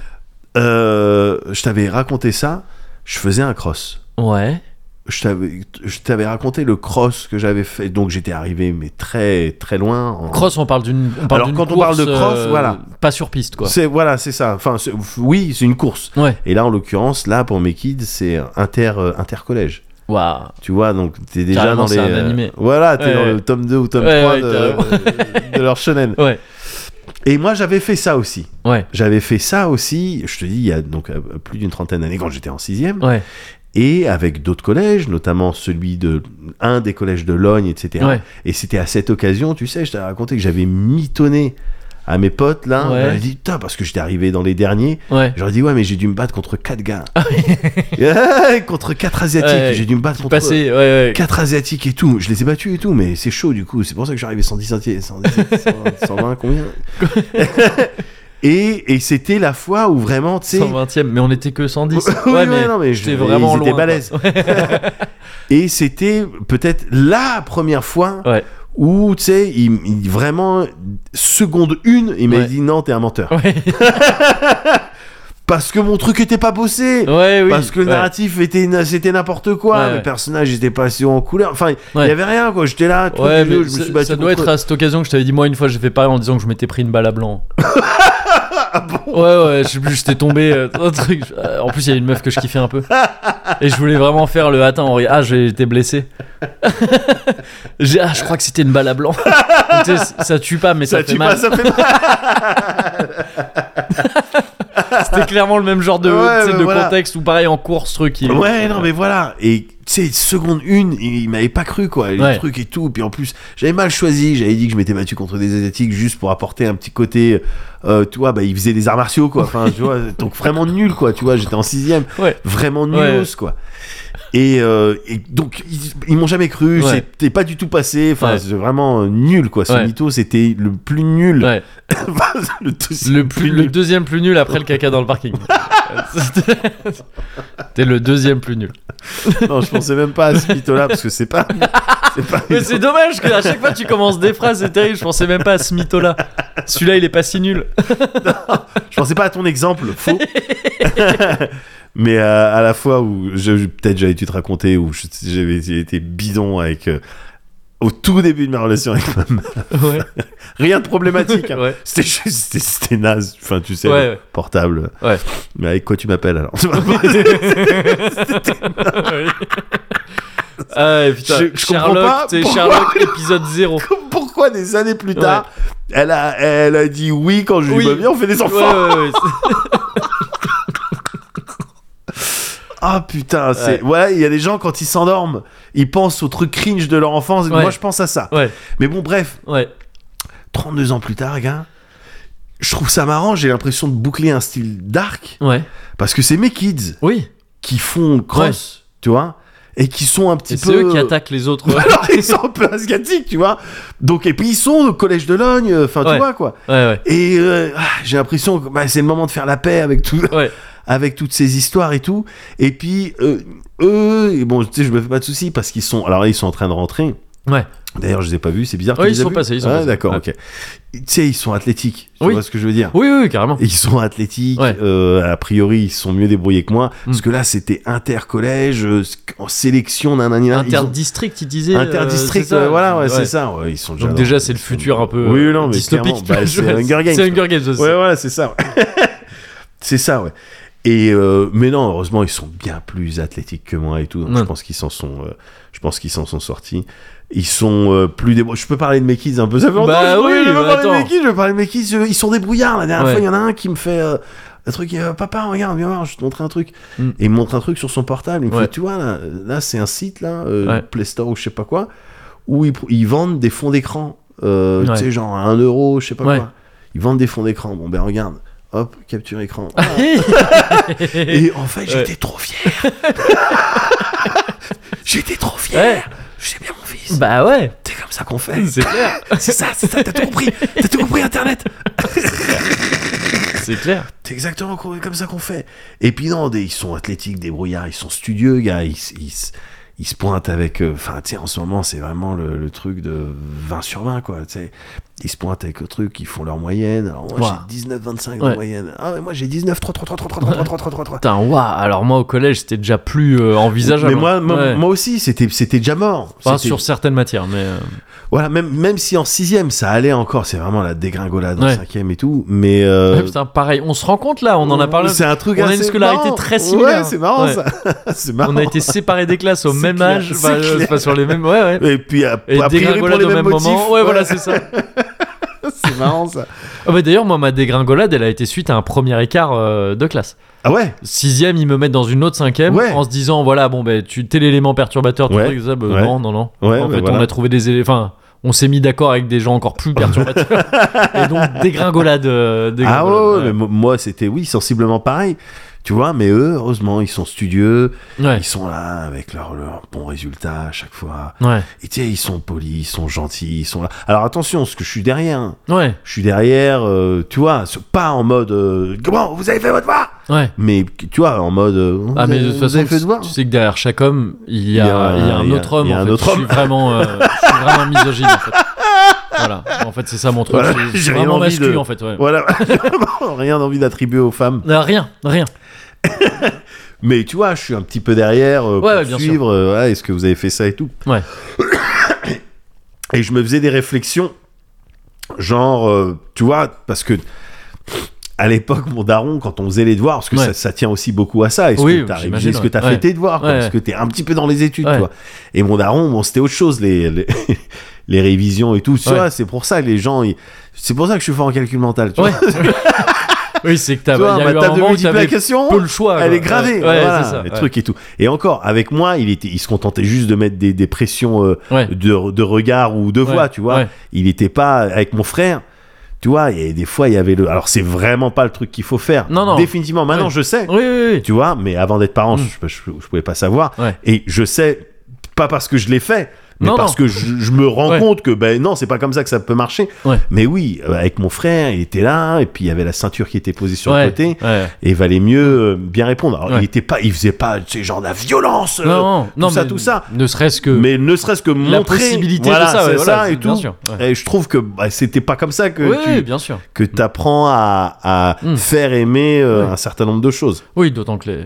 Speaker 2: Euh, je t'avais raconté ça. Je faisais un cross.
Speaker 1: Ouais.
Speaker 2: Je t'avais, je t'avais raconté le cross que j'avais fait. Donc j'étais arrivé, mais très très loin. en-
Speaker 1: Cross, on parle d'une. on parle
Speaker 2: Alors,
Speaker 1: d'une
Speaker 2: quand on parle de
Speaker 1: course, euh,
Speaker 2: cross, voilà.
Speaker 1: Pas sur piste, quoi.
Speaker 2: C'est voilà, c'est ça. Enfin, c'est- oui, c'est une course.
Speaker 1: Ouais.
Speaker 2: Et là, en l'occurrence, là pour mes kids, c'est inter euh, intercollège.
Speaker 1: Waouh.
Speaker 2: Tu vois, donc t'es déjà
Speaker 1: Carrément,
Speaker 2: dans les.
Speaker 1: c'est un
Speaker 2: euh,
Speaker 1: animé.
Speaker 2: Voilà, t'es
Speaker 1: Ouais,
Speaker 2: dans
Speaker 1: ouais.
Speaker 2: le tome 2 ou tome
Speaker 1: Ouais,
Speaker 2: 3
Speaker 1: ouais,
Speaker 2: de,
Speaker 1: carrément.
Speaker 2: <laughs> de leur shonen.
Speaker 1: Ouais.
Speaker 2: Et moi, j'avais fait ça aussi.
Speaker 1: Ouais.
Speaker 2: J'avais fait ça aussi, je te dis, il y a donc euh, plus d'une trentaine d'années, quand j'étais en 6
Speaker 1: Ouais.
Speaker 2: et avec d'autres collèges, notamment celui de. un des collèges de Logne, etc.
Speaker 1: Ouais.
Speaker 2: Et c'était à cette occasion, tu sais, je t'avais raconté que j'avais mitonné à mes potes, là.
Speaker 1: Ouais.
Speaker 2: J'avais dit, putain, parce que j'étais arrivé dans les derniers.
Speaker 1: Ouais.
Speaker 2: J'aurais dit, ouais, mais j'ai dû me battre contre 4 gars.
Speaker 1: <laughs>
Speaker 2: <laughs> contre 4 Asiatiques,
Speaker 1: Ouais.
Speaker 2: j'ai dû me battre contre.
Speaker 1: Passé. Ouais, ouais.
Speaker 2: quatre asiatiques et tout. Je les ai battus et tout, mais c'est chaud du coup. C'est pour ça que j'arrivais 110 centimes, 110, 120, 120, combien
Speaker 1: <laughs>
Speaker 2: Et, et c'était la fois où vraiment, tu sais.
Speaker 1: 120 e mais on était que 110.
Speaker 2: Oui,
Speaker 1: <laughs> ouais,
Speaker 2: ouais,
Speaker 1: mais
Speaker 2: non, mais je-
Speaker 1: j'étais
Speaker 2: ils
Speaker 1: vraiment
Speaker 2: étaient
Speaker 1: loin, quoi.
Speaker 2: balèzes. Et c'était peut-être la première fois
Speaker 1: Ouais.
Speaker 2: où, tu sais, il, il- vraiment, seconde une, il m'a
Speaker 1: Ouais.
Speaker 2: dit non, t'es un menteur.
Speaker 1: <laughs> Ouais.
Speaker 2: Parce que mon truc était pas bossé.
Speaker 1: Ouais, oui.
Speaker 2: Parce que le
Speaker 1: ouais.
Speaker 2: narratif était na- c'était n'importe quoi,
Speaker 1: Ouais,
Speaker 2: le
Speaker 1: ouais.
Speaker 2: personnage était pas si en couleur, enfin il
Speaker 1: Ouais.
Speaker 2: y avait rien quoi, j'étais là, tout
Speaker 1: Ouais,
Speaker 2: du jeu,
Speaker 1: mais
Speaker 2: je me suis
Speaker 1: ça,
Speaker 2: battu
Speaker 1: ça doit
Speaker 2: contre-
Speaker 1: être à cette occasion que je t'avais dit, moi, une fois, j'ai fait pareil en disant que je m'étais pris une balle à blanc.
Speaker 2: <laughs> Ah bon
Speaker 1: Ouais, ouais, je sais plus, j'étais tombé. euh, dans un truc. Euh, En plus, il y a une meuf que je kiffais un peu. Et je voulais vraiment faire le atteint. Henri. Ah, j'ai été blessé. <laughs> J'ai- ah, je crois que c'était une balle à blanc. <laughs> Donc, tu sais, ça tue pas, mais ça,
Speaker 2: Ça
Speaker 1: fait
Speaker 2: tue
Speaker 1: mal.
Speaker 2: pas, ça fait mal.
Speaker 1: C'était clairement le même genre de,
Speaker 2: Ouais,
Speaker 1: tu sais,
Speaker 2: mais
Speaker 1: de
Speaker 2: voilà.
Speaker 1: contexte ou pareil en course, truc. il-
Speaker 2: Ouais, non, mais voilà. Et tu sais, seconde une, il, il m'avait pas cru, quoi. Le
Speaker 1: Ouais.
Speaker 2: truc et tout. Puis en plus, j'avais mal choisi. J'avais dit que je m'étais battu contre des Asiatiques juste pour apporter un petit côté. Euh, tu vois, bah, ils faisaient des arts martiaux, quoi. Enfin,
Speaker 1: <laughs>
Speaker 2: tu vois, donc vraiment nul, quoi. Tu vois, j'étais en sixième.
Speaker 1: Ouais.
Speaker 2: Vraiment nulos,
Speaker 1: Ouais.
Speaker 2: quoi. Et, euh, et donc, ils, ils m'ont jamais cru.
Speaker 1: Ouais.
Speaker 2: C'était pas du tout passé. Enfin,
Speaker 1: Ouais.
Speaker 2: c'est vraiment euh, nul, quoi. Ce
Speaker 1: Ouais.
Speaker 2: mytho, c'était le plus nul.
Speaker 1: Ouais.
Speaker 2: <laughs> le, deuxième
Speaker 1: Le, plus- le deuxième plus nul après le caca dans le
Speaker 2: <laughs>
Speaker 1: parking. C'était c'était le deuxième plus nul.
Speaker 2: Non, je pensais même pas à ce mytho-là parce que
Speaker 1: <laughs>
Speaker 2: c'est pas. C'est pas.
Speaker 1: Mais c'est dommage qu'à chaque fois tu commences des phrases, c'est terrible. Je pensais même pas à ce mytho-là. Celui-là, il est pas si nul.
Speaker 2: Je pensais pas à ton exemple,
Speaker 1: <laughs>
Speaker 2: faux. Mais euh, à, à la fois où je- je- peut-être j'avais dû te raconter où je- j'avais été bidon avec euh, au tout début de ma relation avec ma mère.
Speaker 1: Ouais.
Speaker 2: Rien de problématique. hein.
Speaker 1: Ouais.
Speaker 2: <laughs> C'était juste c'était- c'était naze. Enfin, tu sais,
Speaker 1: Ouais, ouais.
Speaker 2: portable.
Speaker 1: Ouais.
Speaker 2: Mais avec quoi tu
Speaker 1: <laughs>
Speaker 2: m'appelles alors
Speaker 1: Ah, et putain,
Speaker 2: Je- je comprends
Speaker 1: Sherlock,
Speaker 2: pas
Speaker 1: t'sais,
Speaker 2: pourquoi-
Speaker 1: Sherlock épisode 0.
Speaker 2: Pourquoi des années plus tard, elle a elle a dit oui quand je lui
Speaker 1: Oui.
Speaker 2: ai dit viens on fait des
Speaker 1: Ouais,
Speaker 2: enfants.
Speaker 1: ouais, ouais, c'est-
Speaker 2: Ah putain, c'est ouais, il y a des gens quand ils s'endorment, ils pensent aux trucs cringe de leur enfance.
Speaker 1: Ouais.
Speaker 2: Moi, je pense à ça.
Speaker 1: ouais,
Speaker 2: Mais bon, bref,
Speaker 1: ouais.
Speaker 2: 32 ans plus tard, gars, je trouve ça marrant, j'ai l'impression de boucler un style dark,
Speaker 1: ouais.
Speaker 2: parce que c'est mes kids
Speaker 1: Oui.
Speaker 2: qui font le cross, tu vois, et qui sont un petit
Speaker 1: Et
Speaker 2: peu...
Speaker 1: c'est eux qui
Speaker 2: <laughs>
Speaker 1: attaquent les autres. Ouais,
Speaker 2: Alors, ils sont un peu asiatiques, tu vois. Donc, et puis ils sont au collège de Logne, euh, enfin,
Speaker 1: Ouais.
Speaker 2: tu vois, quoi.
Speaker 1: <laughs> ouais.
Speaker 2: Et euh, ah, j'ai l'impression que bah, c'est le moment de faire la paix avec tout, <laughs>
Speaker 1: Ouais.
Speaker 2: avec toutes ces histoires et tout. Et puis, euh, eux, et bon, tu sais, je me fais pas de soucis parce qu'ils sont. Alors là, ils sont en train de rentrer.
Speaker 1: Ouais.
Speaker 2: D'ailleurs, je les ai pas vus, c'est bizarre.
Speaker 1: Ouais,
Speaker 2: tu
Speaker 1: ils
Speaker 2: les as
Speaker 1: sont
Speaker 2: vus
Speaker 1: passés, ils sont
Speaker 2: Ah,
Speaker 1: passés.
Speaker 2: d'accord,
Speaker 1: Ouais.
Speaker 2: ok. Tu sais, ils sont athlétiques. Tu
Speaker 1: Oui.
Speaker 2: vois ce que je veux dire
Speaker 1: Oui, oui, oui, carrément.
Speaker 2: Ils sont athlétiques.
Speaker 1: Ouais.
Speaker 2: euh, a priori, ils sont mieux débrouillés que moi.
Speaker 1: Mm.
Speaker 2: Parce que là, c'était intercollège, euh, en sélection, nan, nan, nan, ils ont-
Speaker 1: Interdistrict, ils disaient. euh,
Speaker 2: Interdistrict,
Speaker 1: c'est ça.
Speaker 2: ouais, voilà, ouais,
Speaker 1: Ouais.
Speaker 2: c'est ça. ouais, ils sont déjà
Speaker 1: Donc
Speaker 2: dans-
Speaker 1: déjà, c'est le
Speaker 2: ils
Speaker 1: futur
Speaker 2: sont-
Speaker 1: un peu
Speaker 2: Oui, non, mais
Speaker 1: dystopique.
Speaker 2: clairement, bah,
Speaker 1: tu
Speaker 2: c'est
Speaker 1: vois.
Speaker 2: Hunger Games.
Speaker 1: C'est Hunger Games, je sais.
Speaker 2: Ouais, voilà, c'est ça. <laughs> c'est ça, ouais. Et euh, mais non, heureusement, ils sont bien plus athlétiques que moi et tout. donc
Speaker 1: Ouais.
Speaker 2: je pense qu'ils s'en sont, euh, je pense qu'ils s'en sont sortis. Ils sont euh, plus débrouillards. Je peux parler de mes kids un peu. Ça fait longtemps
Speaker 1: Bah
Speaker 2: que je-
Speaker 1: oui,
Speaker 2: je veux
Speaker 1: bah
Speaker 2: parler de mes
Speaker 1: attends.
Speaker 2: kids. Je veux parler de mes kids. je- Ils sont débrouillards. La dernière
Speaker 1: Ouais.
Speaker 2: fois, il y en a un qui me fait. euh, un truc, euh, papa, regarde, viens voir, je vais te montrer un truc.
Speaker 1: Mm.
Speaker 2: Et il me montre un truc sur son portable. Il me
Speaker 1: Ouais.
Speaker 2: fait, tu vois, là, là, c'est un site, là, euh,
Speaker 1: Ouais.
Speaker 2: Play Store ou je sais pas quoi, où ils, pr- ils vendent des fonds d'écran. euh,
Speaker 1: Ouais.
Speaker 2: Tu sais, genre à 1 euro, je sais pas
Speaker 1: Ouais.
Speaker 2: quoi. Ils vendent des fonds d'écran. Bon, ben regarde. Hop,
Speaker 1: <laughs>
Speaker 2: capture écran.
Speaker 1: Et-
Speaker 2: Et en fait, j'étais
Speaker 1: <laughs>
Speaker 2: trop fier. j'étais trop
Speaker 1: Ouais.
Speaker 2: fier. Je sais bien, mon fils.
Speaker 1: Bah ouais,
Speaker 2: C'est comme ça qu'on fait.
Speaker 1: c'est clair,
Speaker 2: C'est ça, c'est ça. T'as tout compris. T'as tout compris, Internet.
Speaker 1: c'est clair.
Speaker 2: C'est exactement co- comme ça qu'on fait. Et puis non, des- ils sont athlétiques, débrouillards, ils sont studieux, gars. Ils, s- ils s- ils se pointent avec... euh, Enfin, tu sais, en ce moment, c'est vraiment le, le truc de 20 sur 20, quoi. tu sais. Ils se pointent avec le truc, ils font leur moyenne. Alors moi,
Speaker 1: Wow.
Speaker 2: j'ai 19, 25
Speaker 1: Ouais.
Speaker 2: de moyenne. Ah, mais moi, j'ai 19, 3, 3, 3, 3, 3, 3, 3, 3, 3, 3, 3.
Speaker 1: Putain, waouh, alors moi au collège c'était déjà plus euh, envisageable.
Speaker 2: Mais moi, moi,
Speaker 1: Ouais.
Speaker 2: moi aussi, c'était c'était déjà mort.
Speaker 1: Enfin,
Speaker 2: C'était-
Speaker 1: sur certaines matières, mais. euh,
Speaker 2: Voilà, même, même si en sixième, ça allait encore. C'est vraiment la dégringolade en
Speaker 1: Ouais.
Speaker 2: cinquième et tout. Mais... euh,
Speaker 1: Ouais, putain, pareil, on se rend compte là, on en a parlé.
Speaker 2: C'est un truc
Speaker 1: on a
Speaker 2: assez
Speaker 1: une scolarité
Speaker 2: marrant.
Speaker 1: très similaire.
Speaker 2: Ouais, c'est marrant
Speaker 1: Ouais.
Speaker 2: ça. <laughs> c'est marrant.
Speaker 1: On a été séparés des classes au
Speaker 2: C'est
Speaker 1: même
Speaker 2: clair,
Speaker 1: âge,
Speaker 2: c'est
Speaker 1: enfin, euh,
Speaker 2: clair.
Speaker 1: c'est pas sur les mêmes. Ouais, ouais.
Speaker 2: Et puis, à,
Speaker 1: Et
Speaker 2: a priori, pour
Speaker 1: dégringolade
Speaker 2: les
Speaker 1: au
Speaker 2: mêmes
Speaker 1: même
Speaker 2: motifs.
Speaker 1: moment. Ouais, voilà, c'est ça.
Speaker 2: <laughs> c'est marrant ça.
Speaker 1: Ah bah, D'ailleurs, moi, ma dégringolade, elle a été suite à un premier écart euh, de classe.
Speaker 2: Ah ouais
Speaker 1: sixième, ils me mettent dans une autre cinquième
Speaker 2: Ouais.
Speaker 1: en se disant voilà bon ben tu t'es l'élément perturbateur, tout
Speaker 2: Ouais.
Speaker 1: truc, ça, ben,
Speaker 2: Ouais.
Speaker 1: non non non.
Speaker 2: Ouais,
Speaker 1: en
Speaker 2: ben
Speaker 1: fait, on
Speaker 2: voilà.
Speaker 1: a trouvé des éléphants. On s'est mis d'accord avec des gens encore plus
Speaker 2: <laughs>
Speaker 1: perturbateurs. et donc dégringolade. euh,
Speaker 2: Ah
Speaker 1: dégringolade,
Speaker 2: ouais, ouais,
Speaker 1: ouais.
Speaker 2: mais mo- moi, c'était, oui, sensiblement pareil. Tu vois, mais eux, heureusement, ils sont studieux,
Speaker 1: Ouais.
Speaker 2: ils sont là avec leurs leur bons résultats à chaque fois.
Speaker 1: Ouais.
Speaker 2: Et tu sais, ils sont polis, ils sont gentils, ils sont là. Alors attention, ce que je suis derrière, hein.
Speaker 1: Ouais.
Speaker 2: je suis derrière, euh, tu vois, ce- pas en mode euh, comment vous avez fait votre devoir,
Speaker 1: Ouais.
Speaker 2: mais tu vois, en mode euh, vous
Speaker 1: Ah mais de
Speaker 2: avez-
Speaker 1: toute
Speaker 2: vous avez fait
Speaker 1: façon
Speaker 2: devoir.
Speaker 1: tu sais que derrière chaque homme il y a, il y a un autre homme.
Speaker 2: il y a
Speaker 1: en
Speaker 2: un
Speaker 1: fait.
Speaker 2: autre
Speaker 1: Je suis
Speaker 2: homme.
Speaker 1: vraiment, euh, je suis vraiment misogyne. En fait. Voilà. En fait c'est ça mon truc.
Speaker 2: Voilà,
Speaker 1: Je suis- je
Speaker 2: j'ai
Speaker 1: suis
Speaker 2: rien
Speaker 1: vraiment
Speaker 2: envie
Speaker 1: masculin
Speaker 2: de-
Speaker 1: en fait. Ouais.
Speaker 2: Voilà, <laughs> J'ai vraiment rien envie d'attribuer aux femmes.
Speaker 1: Euh, rien, rien.
Speaker 2: Mais tu vois, je suis un petit peu derrière euh,
Speaker 1: Ouais,
Speaker 2: pour
Speaker 1: ouais, bien
Speaker 2: suivre. euh, ouais, Est-ce que vous avez fait ça et tout
Speaker 1: Ouais.
Speaker 2: <coughs> Et je me faisais des réflexions, genre, euh, tu vois, parce que à l'époque, mon daron, quand on faisait les devoirs, parce que
Speaker 1: Ouais.
Speaker 2: ça, ça tient aussi beaucoup à ça, est-ce
Speaker 1: Oui,
Speaker 2: que t'as
Speaker 1: j'imagine,
Speaker 2: révisé, est-ce que
Speaker 1: ouais.
Speaker 2: t'as
Speaker 1: Ouais.
Speaker 2: fait tes devoirs, quoi,
Speaker 1: Ouais.
Speaker 2: parce que t'es un petit peu dans les études,
Speaker 1: Ouais.
Speaker 2: quoi. Et mon daron, bon, c'était autre chose, les, les, <laughs> les révisions et tout, tu
Speaker 1: Ouais.
Speaker 2: vois, c'est pour ça que les gens, ils- c'est pour ça que je suis fort en calcul mental, <laughs> tu
Speaker 1: Ouais.
Speaker 2: vois.
Speaker 1: oui, c'est que t'as,
Speaker 2: Tu
Speaker 1: il y
Speaker 2: vois,
Speaker 1: a
Speaker 2: ma
Speaker 1: eu un
Speaker 2: table de
Speaker 1: moment où t'avais peu
Speaker 2: multiplication,
Speaker 1: le choix.
Speaker 2: Oh, elle
Speaker 1: quoi.
Speaker 2: est gravée,
Speaker 1: Ouais,
Speaker 2: voilà,
Speaker 1: c'est ça.
Speaker 2: les
Speaker 1: ouais.
Speaker 2: trucs et tout. Et encore, avec moi, il était, il se contentait juste de mettre des, des pressions euh,
Speaker 1: Ouais.
Speaker 2: de, de regard ou de voix,
Speaker 1: Ouais,
Speaker 2: tu vois.
Speaker 1: ouais.
Speaker 2: Il était pas avec mon frère, tu vois. Et des fois, il y avait le. Alors, c'est vraiment pas le truc qu'il faut faire.
Speaker 1: Non, non.
Speaker 2: Définitivement, maintenant,
Speaker 1: Ouais.
Speaker 2: je sais.
Speaker 1: Oui, oui, oui.
Speaker 2: Tu vois, mais avant d'être parent,
Speaker 1: Mm.
Speaker 2: je, je, je pouvais pas savoir.
Speaker 1: Ouais.
Speaker 2: Et je sais pas parce que je l'ai fait. Mais
Speaker 1: Non,
Speaker 2: parce
Speaker 1: non.
Speaker 2: que je, je me rends
Speaker 1: Ouais.
Speaker 2: compte que ben non c'est pas comme ça que ça peut marcher
Speaker 1: Ouais.
Speaker 2: mais oui euh, avec mon frère il était là et puis il y avait la ceinture qui était posée sur
Speaker 1: Ouais,
Speaker 2: le côté
Speaker 1: ouais.
Speaker 2: et valait mieux euh, bien répondre. Alors,
Speaker 1: Ouais.
Speaker 2: il était pas, il faisait pas, tu sais, genre de la violence. euh,
Speaker 1: Non, non, non,
Speaker 2: ça,
Speaker 1: mais
Speaker 2: tout ça.
Speaker 1: Ne serait-ce que
Speaker 2: Mais ne serait-ce que montrer
Speaker 1: la possibilité
Speaker 2: voilà,
Speaker 1: de ça,
Speaker 2: c'est
Speaker 1: ouais, voilà,
Speaker 2: ça
Speaker 1: c'est-
Speaker 2: et
Speaker 1: bien
Speaker 2: tout.
Speaker 1: sûr. ouais.
Speaker 2: Et je trouve que bah, c'était pas comme ça que
Speaker 1: Oui,
Speaker 2: tu
Speaker 1: oui, bien sûr.
Speaker 2: que t'apprends à, à
Speaker 1: Mm.
Speaker 2: faire aimer euh,
Speaker 1: Ouais.
Speaker 2: un certain nombre de choses.
Speaker 1: Oui, d'autant que les,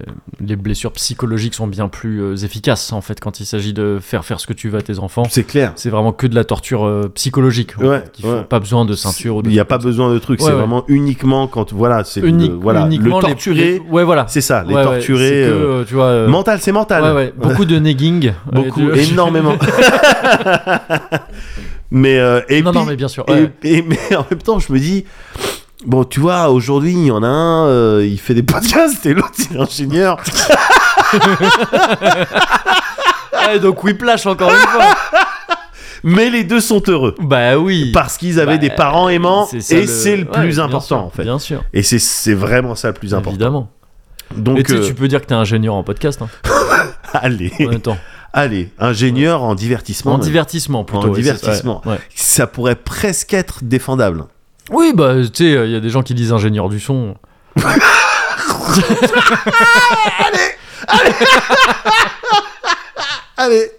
Speaker 1: les blessures psychologiques sont bien plus euh, efficaces en fait quand il s'agit de faire faire ce que tu veux à tes enfants.
Speaker 2: C'est clair.
Speaker 1: C'est vraiment que de la torture euh, psychologique. en
Speaker 2: Ouais,
Speaker 1: fait, qu'il faut.
Speaker 2: ouais.
Speaker 1: Pas besoin de ceinture ou de.
Speaker 2: Il n'y a pas besoin de trucs.
Speaker 1: Ouais,
Speaker 2: c'est
Speaker 1: ouais.
Speaker 2: vraiment uniquement quand voilà, c'est
Speaker 1: Uni-
Speaker 2: le, voilà,
Speaker 1: uniquement
Speaker 2: le
Speaker 1: les-
Speaker 2: torturer.
Speaker 1: les- ouais, voilà.
Speaker 2: C'est ça, les
Speaker 1: Ouais, ouais,
Speaker 2: torturer.
Speaker 1: c'est que,
Speaker 2: euh,
Speaker 1: euh, tu vois. euh,
Speaker 2: mental, c'est mental.
Speaker 1: ouais, ouais, beaucoup de euh, negging.
Speaker 2: Beaucoup,
Speaker 1: Ouais, de-
Speaker 2: énormément. <laughs> mais euh, et
Speaker 1: <laughs> non,
Speaker 2: puis,
Speaker 1: non, mais bien sûr.
Speaker 2: Et-
Speaker 1: ouais.
Speaker 2: et- mais <laughs> en même temps, je me dis, bon, tu vois, aujourd'hui, il y en a un, euh, il fait des <laughs> podcasts et l'autre, il est ingénieur.
Speaker 1: Ouais, Ah, donc Whiplash encore une fois.
Speaker 2: Mais les deux sont heureux.
Speaker 1: bah oui.
Speaker 2: Parce qu'ils avaient
Speaker 1: Bah,
Speaker 2: des parents aimants
Speaker 1: C'est ça
Speaker 2: et c'est le
Speaker 1: ouais,
Speaker 2: plus
Speaker 1: bien
Speaker 2: important,
Speaker 1: sûr,
Speaker 2: en fait.
Speaker 1: Bien sûr.
Speaker 2: Et c'est- c'est vraiment ça le plus important.
Speaker 1: Évidemment. Et
Speaker 2: Donc,
Speaker 1: tu sais,
Speaker 2: euh,
Speaker 1: tu peux dire que t'es ingénieur en podcast. Hein,
Speaker 2: <laughs> allez,
Speaker 1: en même temps.
Speaker 2: allez, ingénieur en divertissement.
Speaker 1: En
Speaker 2: même.
Speaker 1: divertissement plutôt.
Speaker 2: En
Speaker 1: ouais, c'est-
Speaker 2: divertissement.
Speaker 1: ouais, ouais.
Speaker 2: ça pourrait presque être défendable.
Speaker 1: Oui, bah tu sais, il y a des gens qui disent ingénieur du son.
Speaker 2: Allez
Speaker 1: <laughs>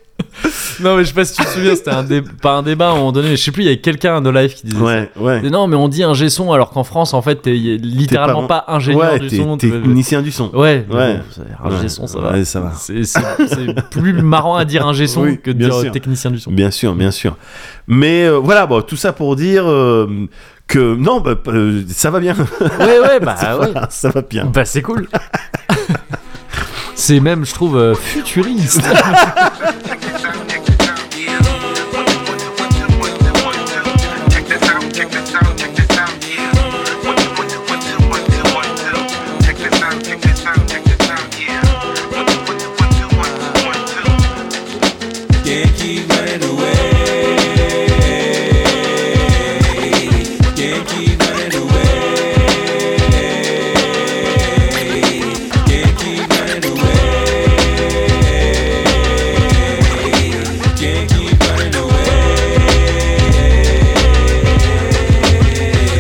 Speaker 1: Non, mais je sais pas si tu te souviens, c'était un dé- pas un débat à un moment donné. Je sais plus, il y avait quelqu'un de live qui disait ça.
Speaker 2: Ouais, ouais.
Speaker 1: Mais Non, mais on dit ingé son alors qu'en France, en fait, t'es y- littéralement
Speaker 2: bon.
Speaker 1: pas, ingénieur
Speaker 2: Ouais,
Speaker 1: du
Speaker 2: t'es
Speaker 1: son.
Speaker 2: t'es
Speaker 1: t'es-
Speaker 2: technicien du son.
Speaker 1: Ouais, mais
Speaker 2: Ouais.
Speaker 1: bon, c'est- ingé
Speaker 2: Ouais.
Speaker 1: son, ça va.
Speaker 2: Ouais, ça va.
Speaker 1: C'est c'est- c'est plus marrant à dire ingé son
Speaker 2: Oui,
Speaker 1: que de
Speaker 2: bien
Speaker 1: dire
Speaker 2: sûr.
Speaker 1: technicien du son.
Speaker 2: Bien sûr, bien sûr. Mais euh, voilà, bon, tout ça pour dire euh, que non, bah, euh, ça va
Speaker 1: <laughs>
Speaker 2: bien. <laughs>
Speaker 1: Ouais, ouais, <laughs> bah ouais.
Speaker 2: Voilà, ça va bien.
Speaker 1: Bah c'est cool. c'est même, je trouve, euh, <laughs> futuriste.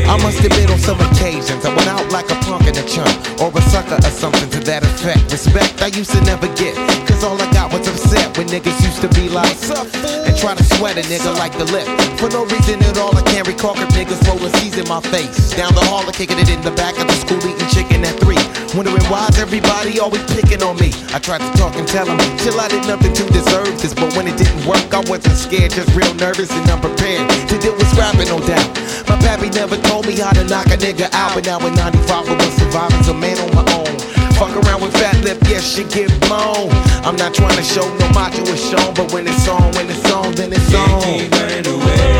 Speaker 7: I must have been on some occasions. I went out like a punk and a chump, or a sucker or something to that effect. Respect I used to never get, cause all I got was upset when niggas used to be like, and try to sweat a nigga like the lip. For no reason at all, I can't recall if niggas rolling C's in my face. Down the hall, I kicking it in the back of the school, eating chicken at three. Wondering why's everybody always picking on me. I tried to talk and tell them, chill, I did nothing to deserve this, but when it didn't work, I wasn't scared, just real nervous and unprepared to deal with scrapping, no doubt. My pappy never told me how to knock a nigga out, but now in 95 I was surviving, a man on my own. Fuck around with fat lip, yes, shit get blown. I'm not trying to show no macho is shown, but when it's on, when it's on, then it's on.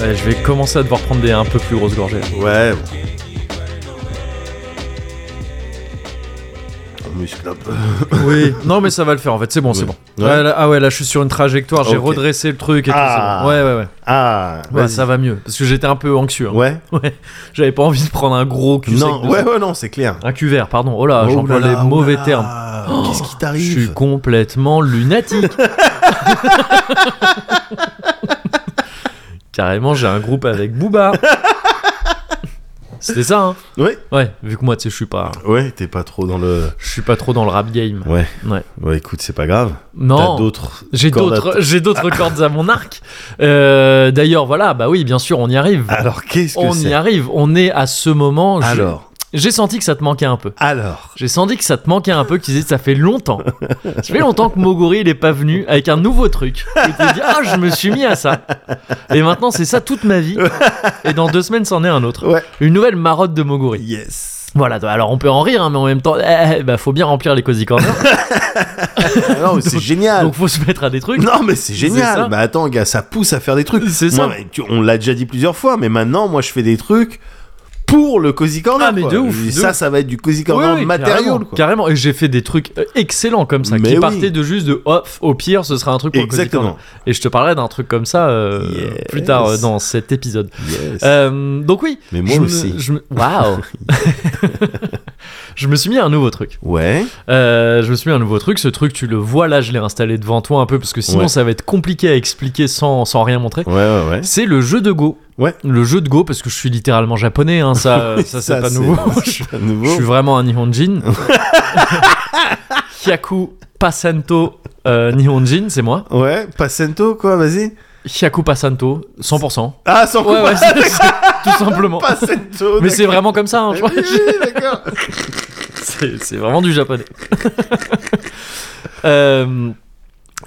Speaker 1: Ouais, je vais commencer à devoir prendre des un peu plus grosses gorgées.
Speaker 2: Ouais. Bon. On muscle un peu.
Speaker 1: Oui, non mais ça va le faire en fait, c'est bon, c'est bon.
Speaker 2: Ouais.
Speaker 1: Ouais, là- ah ouais, là je suis sur une trajectoire, j'ai
Speaker 2: Ok.
Speaker 1: redressé le truc et
Speaker 2: Ah.
Speaker 1: tout, c'est bon. Ouais, ouais, ouais.
Speaker 2: Ah,
Speaker 1: Ouais,
Speaker 2: vas-y.
Speaker 1: ça va mieux, parce que j'étais un peu anxieux. hein.
Speaker 2: Ouais.
Speaker 1: J'avais pas envie de prendre un gros cul sec
Speaker 2: non,
Speaker 1: de
Speaker 2: ouais,
Speaker 1: ça.
Speaker 2: ouais, non, c'est clair.
Speaker 1: Un cuvert, pardon. Oh là,
Speaker 2: Oh
Speaker 1: j'emploie
Speaker 2: là
Speaker 1: les
Speaker 2: là,
Speaker 1: mauvais
Speaker 2: oh là
Speaker 1: termes.
Speaker 2: là. Qu'est-ce qui
Speaker 1: Je suis
Speaker 2: t'arrive
Speaker 1: complètement lunatique. Carrément, j'ai un groupe avec Booba. C'était ça, hein
Speaker 2: Ouais,
Speaker 1: Ouais, vu que moi, tu sais, je suis pas,
Speaker 2: ouais, t'es pas trop dans le.
Speaker 1: je suis pas trop dans le rap game.
Speaker 2: Ouais.
Speaker 1: Ouais.
Speaker 2: Ouais, écoute, c'est pas grave. T'as
Speaker 1: Non,
Speaker 2: d'autres.
Speaker 1: j'ai
Speaker 2: cordes à
Speaker 1: d'autres, j'ai d'autres cordes à mon arc. Euh, D'ailleurs, voilà, bah oui, bien sûr, on y arrive.
Speaker 2: Alors, qu'est-ce que
Speaker 1: on y
Speaker 2: c'est
Speaker 1: arrive. On est à ce moment. je-
Speaker 2: Alors,
Speaker 1: J'ai senti que ça te manquait un peu.
Speaker 2: Alors,
Speaker 1: J'ai senti que ça te manquait un peu, qu'ils disaient ça fait longtemps. Ça fait longtemps que Moguri il est pas venu avec un nouveau truc. Et tu te dis, ah, je me suis mis à ça. Et maintenant, c'est ça toute ma vie. Et dans deux semaines, c'en est un autre.
Speaker 2: Ouais.
Speaker 1: Une nouvelle marotte de Moguri.
Speaker 2: yes.
Speaker 1: Voilà, alors on peut en rire, hein, mais en même temps, eh, bah, faut bien remplir les cozy
Speaker 2: <laughs>
Speaker 1: corners.
Speaker 2: Ah non, <laughs> mais c'est génial.
Speaker 1: Donc faut se mettre à des trucs.
Speaker 2: Non, mais c'est
Speaker 1: C'est ça.
Speaker 2: génial. Bah attends, gars, ça pousse à faire des trucs.
Speaker 1: C'est ça.
Speaker 2: Moi, mais tu- on l'a déjà dit plusieurs fois, mais maintenant, moi, je fais des trucs pour le Cozy Corner.
Speaker 1: Ah, mais
Speaker 2: quoi.
Speaker 1: de ouf,
Speaker 2: Et
Speaker 1: de
Speaker 2: ça,
Speaker 1: ouf.
Speaker 2: ça va être du Cozy
Speaker 1: Oui,
Speaker 2: Corner
Speaker 1: oui,
Speaker 2: matériel.
Speaker 1: carrément,
Speaker 2: quoi.
Speaker 1: carrément. Et j'ai fait des trucs euh, excellents comme ça,
Speaker 2: Mais
Speaker 1: qui
Speaker 2: oui.
Speaker 1: partaient de juste de hop, au pire, ce sera un truc pour le Cozy Corner.
Speaker 2: Exactement.
Speaker 1: Et je te parlerai d'un truc comme ça euh,
Speaker 2: Yes.
Speaker 1: plus tard euh, dans cet épisode.
Speaker 2: Yes.
Speaker 1: Euh, donc oui.
Speaker 2: Mais moi
Speaker 1: je me-
Speaker 2: aussi.
Speaker 1: je me- Waouh. <laughs> je me suis mis à un nouveau truc.
Speaker 2: Ouais.
Speaker 1: Euh, je me suis mis à un nouveau truc. Ce truc, tu le vois là, je l'ai installé devant toi un peu parce que sinon
Speaker 2: Ouais.
Speaker 1: ça va être compliqué à expliquer sans, sans rien montrer.
Speaker 2: Ouais, ouais, ouais.
Speaker 1: C'est le jeu de Go.
Speaker 2: Ouais.
Speaker 1: Le jeu de Go parce que je suis littéralement japonais. hein,
Speaker 2: <laughs>
Speaker 1: ça, ça c'est
Speaker 2: Ça,
Speaker 1: pas
Speaker 2: c'est-
Speaker 1: nouveau. je,
Speaker 2: c'est pas nouveau.
Speaker 1: je suis vraiment un
Speaker 2: <laughs>
Speaker 1: Nihonjin. Hyaku Pasanto euh, Nihonjin, c'est moi.
Speaker 2: Ouais, Pacento, quoi, vas-y.
Speaker 1: Hyaku Pasanto, 100%.
Speaker 2: Ah, sans
Speaker 1: Ouais,
Speaker 2: coup,
Speaker 1: ouais, c'est- c'est- tout simplement.
Speaker 2: Pacento.
Speaker 1: Mais c'est
Speaker 2: d'accord. Eh
Speaker 1: vraiment comme ça, hein, je crois.
Speaker 2: Oui, oui, d'accord.
Speaker 1: C'est c'est vraiment du japonais. <laughs> Euh,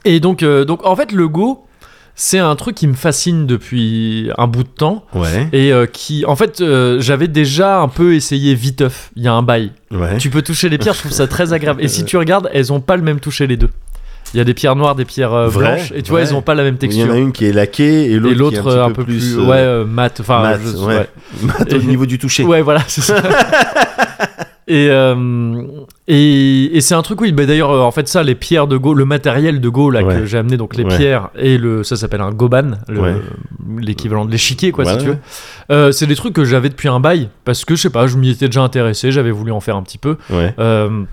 Speaker 1: et donc, euh, donc, en fait, le Go, c'est un truc qui me fascine depuis un bout de temps.
Speaker 2: Ouais,
Speaker 1: Et euh, qui, en fait, euh, j'avais déjà un peu essayé viteuf. Il y a un bail.
Speaker 2: ouais.
Speaker 1: Tu peux toucher les pierres, je trouve ça très agréable. Et si tu regardes, elles ont pas le même toucher les deux. Il y a des pierres noires, des pierres euh,
Speaker 2: Vrai,
Speaker 1: blanches, et tu vois,
Speaker 2: vrai.
Speaker 1: elles ont pas la même
Speaker 2: Il y
Speaker 1: texture.
Speaker 2: en a une qui est laquée et
Speaker 1: et
Speaker 2: l'autre qui est
Speaker 1: l'autre euh, un, peu plus,
Speaker 2: euh,
Speaker 1: ouais, euh, mat. Enfin,
Speaker 2: mat,
Speaker 1: je-
Speaker 2: ouais.
Speaker 1: ouais.
Speaker 2: mat <laughs> au
Speaker 1: Et-
Speaker 2: niveau du toucher.
Speaker 1: Ouais, voilà, c'est
Speaker 2: <laughs>
Speaker 1: ça. et euh, et, et c'est un truc, oui. Bah, D'ailleurs, euh, en fait, ça, les pierres de Go, le matériel de Go là, que
Speaker 2: Ouais.
Speaker 1: j'ai amené, donc les
Speaker 2: Ouais.
Speaker 1: pierres et le. Ça s'appelle un Goban, le-
Speaker 2: Ouais.
Speaker 1: l'équivalent de l'échiquier, quoi,
Speaker 2: Ouais.
Speaker 1: si tu veux. Euh, c'est des trucs que j'avais depuis un bail, parce que je sais pas, je m'y étais déjà intéressé, j'avais voulu en faire un petit peu.
Speaker 2: Ouais.
Speaker 1: Euh,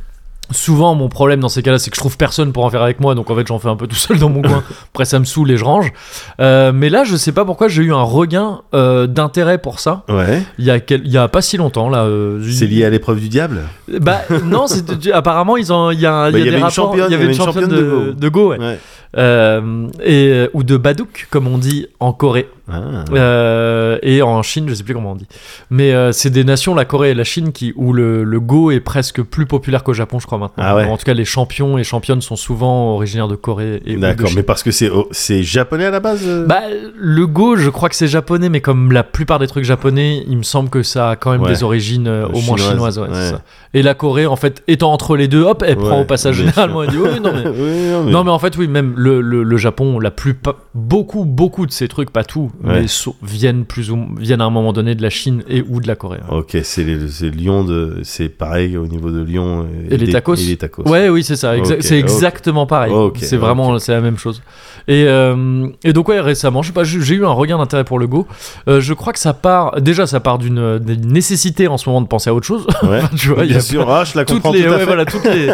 Speaker 1: souvent, mon problème dans ces cas-là, c'est que je trouve personne pour en faire avec moi, donc en fait, j'en fais un peu tout seul dans mon coin. Après, ça me saoule et je range. Euh, mais là, je sais pas pourquoi j'ai eu un regain euh, d'intérêt pour ça.
Speaker 2: Ouais.
Speaker 1: Il y a, quel- il y a pas si longtemps, là. euh,
Speaker 2: C'est lié à l'épreuve du diable
Speaker 1: Bah, non, c'est- tu- apparemment, ils ont, il y a, un- il
Speaker 2: Bah,
Speaker 1: y a
Speaker 2: il y
Speaker 1: des
Speaker 2: avait une
Speaker 1: rapports.
Speaker 2: championne-
Speaker 1: il y avait une championne de,
Speaker 2: de Go.
Speaker 1: de Go, ouais.
Speaker 2: Ouais.
Speaker 1: Euh, et, euh, ou de Badouk, comme on dit en Corée.
Speaker 2: Ah.
Speaker 1: Euh, et en Chine, je sais plus comment on dit. Mais euh, c'est des nations, la Corée et la Chine, qui, où le, le Go est presque plus populaire qu'au Japon, je crois maintenant.
Speaker 2: Ah ouais.
Speaker 1: En tout cas, les champions et championnes sont souvent originaires de Corée et ou de
Speaker 2: D'accord,
Speaker 1: Chine.
Speaker 2: mais parce que c'est oh, c'est japonais à la base euh
Speaker 1: Bah, le Go, je crois que c'est japonais, mais comme la plupart des trucs japonais, il me semble que ça a quand même
Speaker 2: Ouais.
Speaker 1: des origines euh, au moins
Speaker 2: Chinoise,
Speaker 1: chinoises. ouais, c'est
Speaker 2: ouais.
Speaker 1: ça. Et la Corée, en fait, étant entre les deux, hop, elle prend
Speaker 2: Ouais,
Speaker 1: au passage
Speaker 2: bien
Speaker 1: généralement. Elle dit, oh, oui, non, mais.
Speaker 2: <laughs> <laughs> Oui, non, mais-
Speaker 1: Non mais en fait oui même le, le, le Japon la plupart beaucoup beaucoup de ces trucs pas tout
Speaker 2: Ouais.
Speaker 1: mais so- viennent plus ou viennent à un moment donné de la Chine et ou de la Corée hein. ouais.
Speaker 2: Ok, c'est les- c'est Lyon de, c'est pareil au niveau de Lyon
Speaker 1: Et les
Speaker 2: des-
Speaker 1: tacos
Speaker 2: Et les tacos.
Speaker 1: Ouais, oui, c'est ça. exa-
Speaker 2: Ok,
Speaker 1: c'est
Speaker 2: ok.
Speaker 1: exactement pareil.
Speaker 2: Ok,
Speaker 1: c'est vraiment c'est la même chose. Et, euh, et donc ouais, récemment, je sais pas, j'ai j'ai eu un regain d'intérêt pour le Go. Euh, je crois que ça part déjà, ça part d'une d'une nécessité en ce moment de penser à autre chose.
Speaker 2: Ouais.
Speaker 1: tu vois, il y
Speaker 2: bien
Speaker 1: a
Speaker 2: sûr. Ah, je
Speaker 1: <laughs>
Speaker 2: la
Speaker 1: toutes
Speaker 2: comprends
Speaker 1: les
Speaker 2: tout à
Speaker 1: ouais,
Speaker 2: fait.
Speaker 1: voilà toutes
Speaker 2: <laughs>
Speaker 1: les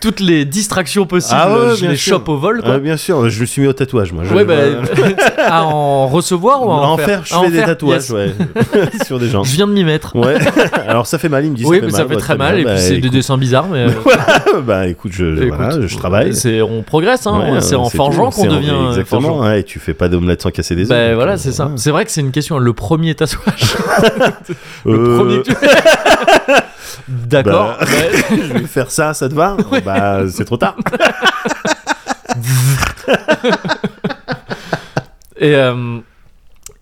Speaker 1: toutes les distractions possibles.
Speaker 2: Ah ouais,
Speaker 1: je
Speaker 2: bien
Speaker 1: les
Speaker 2: sûr.
Speaker 1: chope au vol. Quoi.
Speaker 2: Ah, bien sûr, je me suis mis au tatouage moi. Je-
Speaker 1: ouais,
Speaker 2: voilà.
Speaker 1: bah, <laughs> à en recevoir ou à en,
Speaker 2: en faire, je
Speaker 1: À en
Speaker 2: fais des
Speaker 1: faire, yes. <laughs>
Speaker 2: tatouages ouais. <laughs> sur des gens.
Speaker 1: Je viens de m'y mettre.
Speaker 2: Ouais. <laughs> Alors ça fait mal, ils me disent.
Speaker 1: <laughs> oui, mais ça fait
Speaker 2: bah,
Speaker 1: très mal.
Speaker 2: bien,
Speaker 1: et puis
Speaker 2: bah,
Speaker 1: c'est des
Speaker 2: écoute,
Speaker 1: dessins bizarres,
Speaker 2: <laughs>
Speaker 1: mais. euh,
Speaker 2: bah écoute, je,
Speaker 1: écoute,
Speaker 2: voilà, je travaille.
Speaker 1: c'est- On progresse, hein,
Speaker 2: Ouais,
Speaker 1: c'est en
Speaker 2: tout.
Speaker 1: forgeant qu'on
Speaker 2: C'est en-
Speaker 1: devient. euh, forgeron.
Speaker 2: Exactement. Ouais, et tu fais pas d'omelette sans casser des œufs.
Speaker 1: Bah
Speaker 2: donc,
Speaker 1: voilà,
Speaker 2: euh,
Speaker 1: c'est ça.
Speaker 2: ouais.
Speaker 1: C'est vrai que c'est une question. Le premier tatouage.
Speaker 2: Euh,
Speaker 1: Le
Speaker 2: <laughs>
Speaker 1: premier que tu- D'accord.
Speaker 2: bah,
Speaker 1: ouais.
Speaker 2: je vais faire ça, ça
Speaker 1: <laughs>
Speaker 2: te va Bah c'est trop tard.
Speaker 1: Et. euh,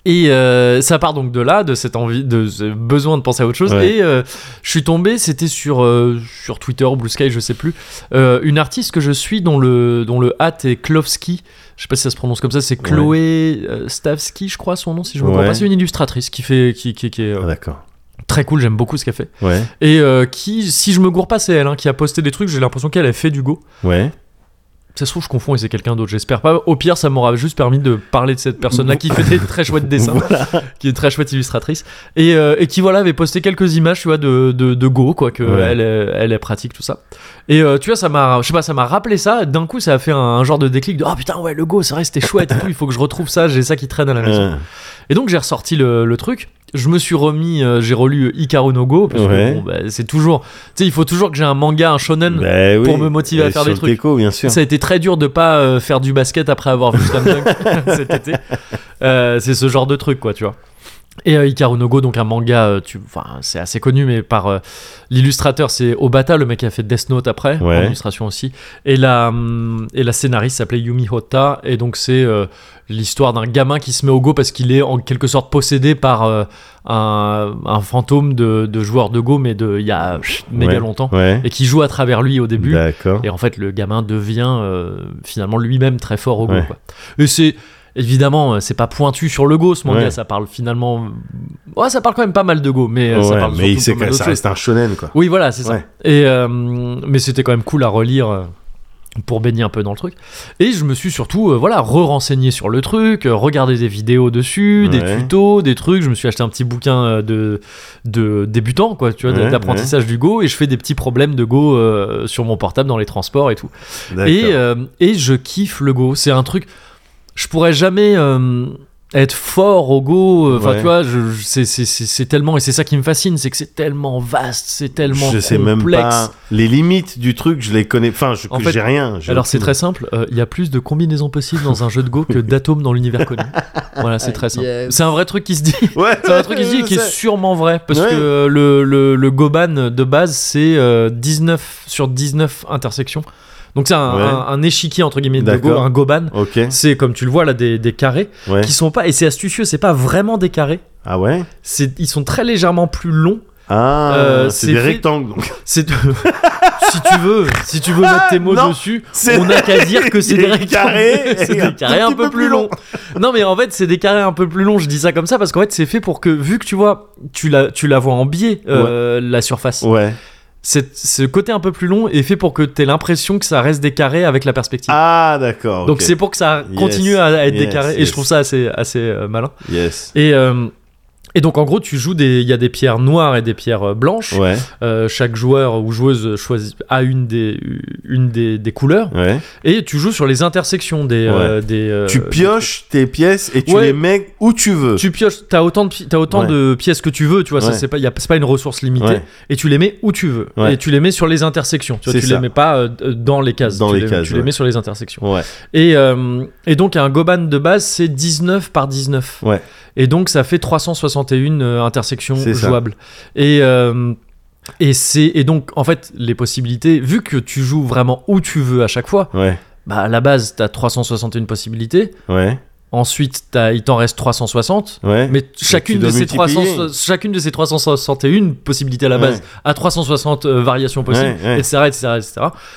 Speaker 1: Et euh, ça part donc de là, de cette envie, de ce besoin de penser à autre chose.
Speaker 2: Ouais.
Speaker 1: Et euh, je suis tombé, c'était sur euh, sur Twitter, Blue Sky, je sais plus, euh, une artiste que je suis dont le dont le hat est Klovski. Je sais pas si ça se prononce comme ça. C'est Chloé euh, Stavski, je crois son nom, si je me
Speaker 2: Ouais.
Speaker 1: trompe pas. C'est une illustratrice qui fait qui qui, qui est
Speaker 2: Ah,
Speaker 1: euh,
Speaker 2: D'accord.
Speaker 1: très cool. J'aime beaucoup ce qu'elle fait.
Speaker 2: Ouais.
Speaker 1: et euh, qui, si je me gourre pas, c'est elle hein, qui a posté des trucs. J'ai l'impression qu'elle a fait du go.
Speaker 2: Ouais.
Speaker 1: Ça se trouve, je confonds et c'est quelqu'un d'autre. J'espère pas. Au pire, ça m'aura juste permis de parler de cette personne-là qui fait des très chouettes dessins, qui est une très chouette illustratrice et, euh, et qui voilà avait posté quelques images, tu vois, de, de, de go quoi que
Speaker 2: Ouais.
Speaker 1: elle, euh, elle est pratique tout ça. Et euh, tu vois, ça m'a, je sais pas, ça m'a rappelé ça. D'un coup, ça a fait un, un genre de déclic de ah putain ouais le go, c'est vrai c'était chouette. et tout, Il faut que je retrouve ça. J'ai ça qui traîne à la maison.
Speaker 2: Euh,
Speaker 1: Et donc j'ai ressorti le, le truc. Je me suis remis, euh, j'ai relu Ikaru no Go parce
Speaker 2: Ouais.
Speaker 1: que bon, bah, c'est toujours, tu sais, il faut toujours que j'ai un manga, un shonen.
Speaker 2: bah oui.
Speaker 1: pour me motiver à
Speaker 2: Et
Speaker 1: faire
Speaker 2: sur
Speaker 1: des
Speaker 2: le
Speaker 1: trucs.
Speaker 2: déco, bien sûr.
Speaker 1: ça a été très dur de pas euh, faire
Speaker 2: <laughs>
Speaker 1: du basket après avoir vu Slam Dunk cet été. Euh, c'est ce genre de truc quoi, tu vois. Et euh, Hikaru no Go, donc un manga, euh, tu, enfin, c'est assez connu, mais par euh, l'illustrateur, c'est Obata, le mec qui a fait Death Note après, en
Speaker 2: Ouais.
Speaker 1: illustration aussi. Et la, hum, et la scénariste s'appelait Yumi Hota, et donc c'est euh, l'histoire d'un gamin qui se met au Go parce qu'il est en quelque sorte possédé par euh, un, un fantôme de, de joueur de Go, mais de il y a pff, méga
Speaker 2: Ouais.
Speaker 1: longtemps,
Speaker 2: Ouais.
Speaker 1: et qui joue à travers lui au début.
Speaker 2: D'accord.
Speaker 1: Et en fait, le gamin devient euh, finalement lui-même très fort au go.
Speaker 2: Ouais.
Speaker 1: quoi. Et c'est évidemment, euh, c'est pas pointu sur le go ce manga.
Speaker 2: Ouais.
Speaker 1: Ça parle finalement. Ouais, ça parle quand même pas mal de go, mais euh, ça
Speaker 2: Ouais,
Speaker 1: parle
Speaker 2: mais il
Speaker 1: surtout
Speaker 2: sait
Speaker 1: pas mal
Speaker 2: que ça
Speaker 1: d'autres choses.
Speaker 2: reste un shonen quoi.
Speaker 1: Oui, voilà, c'est ça.
Speaker 2: Ouais.
Speaker 1: Et, euh, mais c'était quand même cool à relire euh, pour baigner un peu dans le truc. Et je me suis surtout euh, voilà, re-renseigné sur le truc, euh, regardé des vidéos dessus, des
Speaker 2: Ouais.
Speaker 1: tutos, des trucs. Je me suis acheté un petit bouquin euh, de, de débutant, quoi, tu vois,
Speaker 2: Ouais,
Speaker 1: d'apprentissage du Go, et je fais des petits problèmes de Go euh, sur mon portable dans les transports et tout. Et,
Speaker 2: D'accord.
Speaker 1: euh, et je kiffe le Go. C'est un truc. Je pourrais jamais euh, être fort au Go. euh, Enfin,
Speaker 2: Ouais.
Speaker 1: tu vois, je- je- c'est- c'est- c'est c'est tellement. Et c'est ça qui me fascine, c'est que c'est tellement vaste, c'est tellement
Speaker 2: Je sais même
Speaker 1: complexe.
Speaker 2: pas les limites du truc, je les connais. Enfin, je-
Speaker 1: En
Speaker 2: que
Speaker 1: fait,
Speaker 2: j'ai rien. j'ai
Speaker 1: Alors, c'est
Speaker 2: aucune-
Speaker 1: très simple. euh, Il y a plus de combinaisons possibles dans un jeu de Go que d'atomes dans l'univers
Speaker 2: <laughs>
Speaker 1: connu. Voilà, c'est très simple.
Speaker 6: Yes.
Speaker 1: C'est un vrai truc qui se dit. <laughs>
Speaker 2: Ouais.
Speaker 1: C'est un truc qui se dit et qui est sûrement vrai. Parce
Speaker 2: Ouais.
Speaker 1: que euh, le, le, le Goban de base, c'est euh, 19 sur 19 intersections. Donc, c'est un,
Speaker 2: Ouais.
Speaker 1: un- un échiquier, entre guillemets, de Go,
Speaker 2: D'accord.
Speaker 1: un Goban.
Speaker 2: Ok.
Speaker 1: C'est comme tu le vois là des, des carrés
Speaker 2: Ouais.
Speaker 1: qui sont pas et c'est astucieux, c'est pas vraiment des carrés.
Speaker 2: Ah ouais.
Speaker 1: C'est ils sont très légèrement plus longs.
Speaker 2: Ah.
Speaker 1: Euh,
Speaker 2: c'est
Speaker 1: c'est
Speaker 2: des
Speaker 1: fait-
Speaker 2: rectangles. donc.
Speaker 1: C'est si tu veux, si tu veux mettre tes mots
Speaker 2: <laughs> Non,
Speaker 1: dessus, <laughs>
Speaker 2: c'est-
Speaker 1: on n'a qu'à dire que c'est
Speaker 2: des
Speaker 1: des rectangles. <laughs>
Speaker 2: carrés
Speaker 1: c'est
Speaker 2: et un
Speaker 1: des carrés un
Speaker 2: petit
Speaker 1: peu plus longs.
Speaker 2: <laughs>
Speaker 1: non mais en fait, c'est des carrés un peu plus longs, je dis ça comme ça parce qu'en fait, c'est fait pour que vu que tu vois, tu la tu la vois en biais euh, la surface.
Speaker 2: <laughs> Ouais.
Speaker 1: C'est ce côté un peu plus long est fait pour que tu aies l'impression que ça reste des carrés avec la perspective.
Speaker 2: Ah d'accord.
Speaker 1: Donc
Speaker 2: ok.
Speaker 1: c'est pour que ça
Speaker 2: Yes,
Speaker 1: continue à à être des
Speaker 2: yes,
Speaker 1: carrés et
Speaker 2: yes.
Speaker 1: je trouve ça assez assez euh, malin.
Speaker 2: Yes.
Speaker 1: Et, euh, et donc en gros, tu joues des, il y a des pierres noires et des pierres euh, blanches.
Speaker 2: Ouais.
Speaker 1: Euh, chaque joueur ou joueuse choisit a une des une des, des couleurs
Speaker 2: Ouais.
Speaker 1: et tu joues sur les intersections des euh, des. euh,
Speaker 2: tu pioches tes pièces et tu
Speaker 1: ouais.
Speaker 2: les mets où tu veux.
Speaker 1: tu pioches, t'as autant, de, pi- t'as autant
Speaker 2: Ouais.
Speaker 1: de pièces que tu veux, tu vois, ça,
Speaker 2: Ouais.
Speaker 1: c'est pas, y a- c'est pas une ressource limitée,
Speaker 2: Ouais.
Speaker 1: et tu les mets où tu veux,
Speaker 2: Ouais.
Speaker 1: et tu les mets sur les intersections, tu, vois, tu
Speaker 2: C'est ça.
Speaker 1: les mets pas euh, dans les cases,
Speaker 2: Dans
Speaker 1: tu,
Speaker 2: les
Speaker 1: les,
Speaker 2: cases,
Speaker 1: tu les
Speaker 2: ouais.
Speaker 1: mets sur les intersections.
Speaker 2: Ouais.
Speaker 1: Et, euh, et donc un Goban de base, c'est 19 par 19.
Speaker 2: Ouais.
Speaker 1: Et donc ça fait 361 euh, intersections
Speaker 2: C'est ça.
Speaker 1: jouables. Et, euh, et, c'est, et donc en fait les possibilités, vu que tu joues vraiment où tu veux à chaque fois,
Speaker 2: Ouais.
Speaker 1: bah à la base t'as 361 possibilités,
Speaker 2: Ouais.
Speaker 1: ensuite t'as, il t'en reste 360.
Speaker 2: Ouais. <laughs>
Speaker 1: Mais chacune
Speaker 2: Bah, tu
Speaker 1: de,
Speaker 2: dois
Speaker 1: ces
Speaker 2: multiplier.
Speaker 1: 300 chacune de ces 361 possibilités à la
Speaker 2: Ouais.
Speaker 1: base à 360 euh, variations possibles,
Speaker 2: Ouais, ouais.
Speaker 1: etc., etc., etc.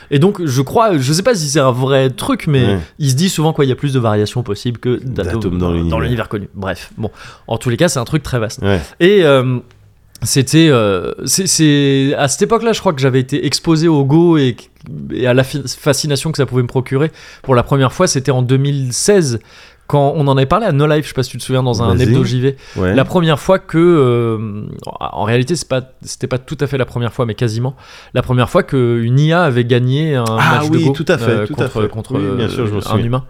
Speaker 1: Et donc, je crois, je sais pas si c'est un vrai truc, mais
Speaker 2: Ouais.
Speaker 1: il se dit souvent quoi, il y a plus de variations possibles que d'atomes
Speaker 2: D'atomes dans l'univers.
Speaker 1: l'univers connu. Bref, bon, en tous les cas, c'est un truc très vaste.
Speaker 2: Ouais.
Speaker 1: Et euh, c'était, euh, c'est- c'est à cette époque-là, je crois que j'avais été exposé au Go et, et à la fi- fascination que ça pouvait me procurer pour la première fois. C'était en 2016 quand on en avait parlé à No Life. Je sais pas si tu te souviens dans un
Speaker 2: Vas-y.
Speaker 1: hebdo JV.
Speaker 2: Ouais.
Speaker 1: La première fois que, euh, en réalité, c'est pas, c'était pas tout à fait la première fois, mais quasiment la première fois qu'une IA avait gagné un
Speaker 2: Ah
Speaker 1: match de
Speaker 2: oui,
Speaker 1: go
Speaker 2: tout à fait,
Speaker 1: euh,
Speaker 2: tout à
Speaker 1: contre,
Speaker 2: fait.
Speaker 1: contre,
Speaker 2: Oui, bien
Speaker 1: euh,
Speaker 2: sûr, je me
Speaker 1: un
Speaker 2: souviens.
Speaker 1: humain.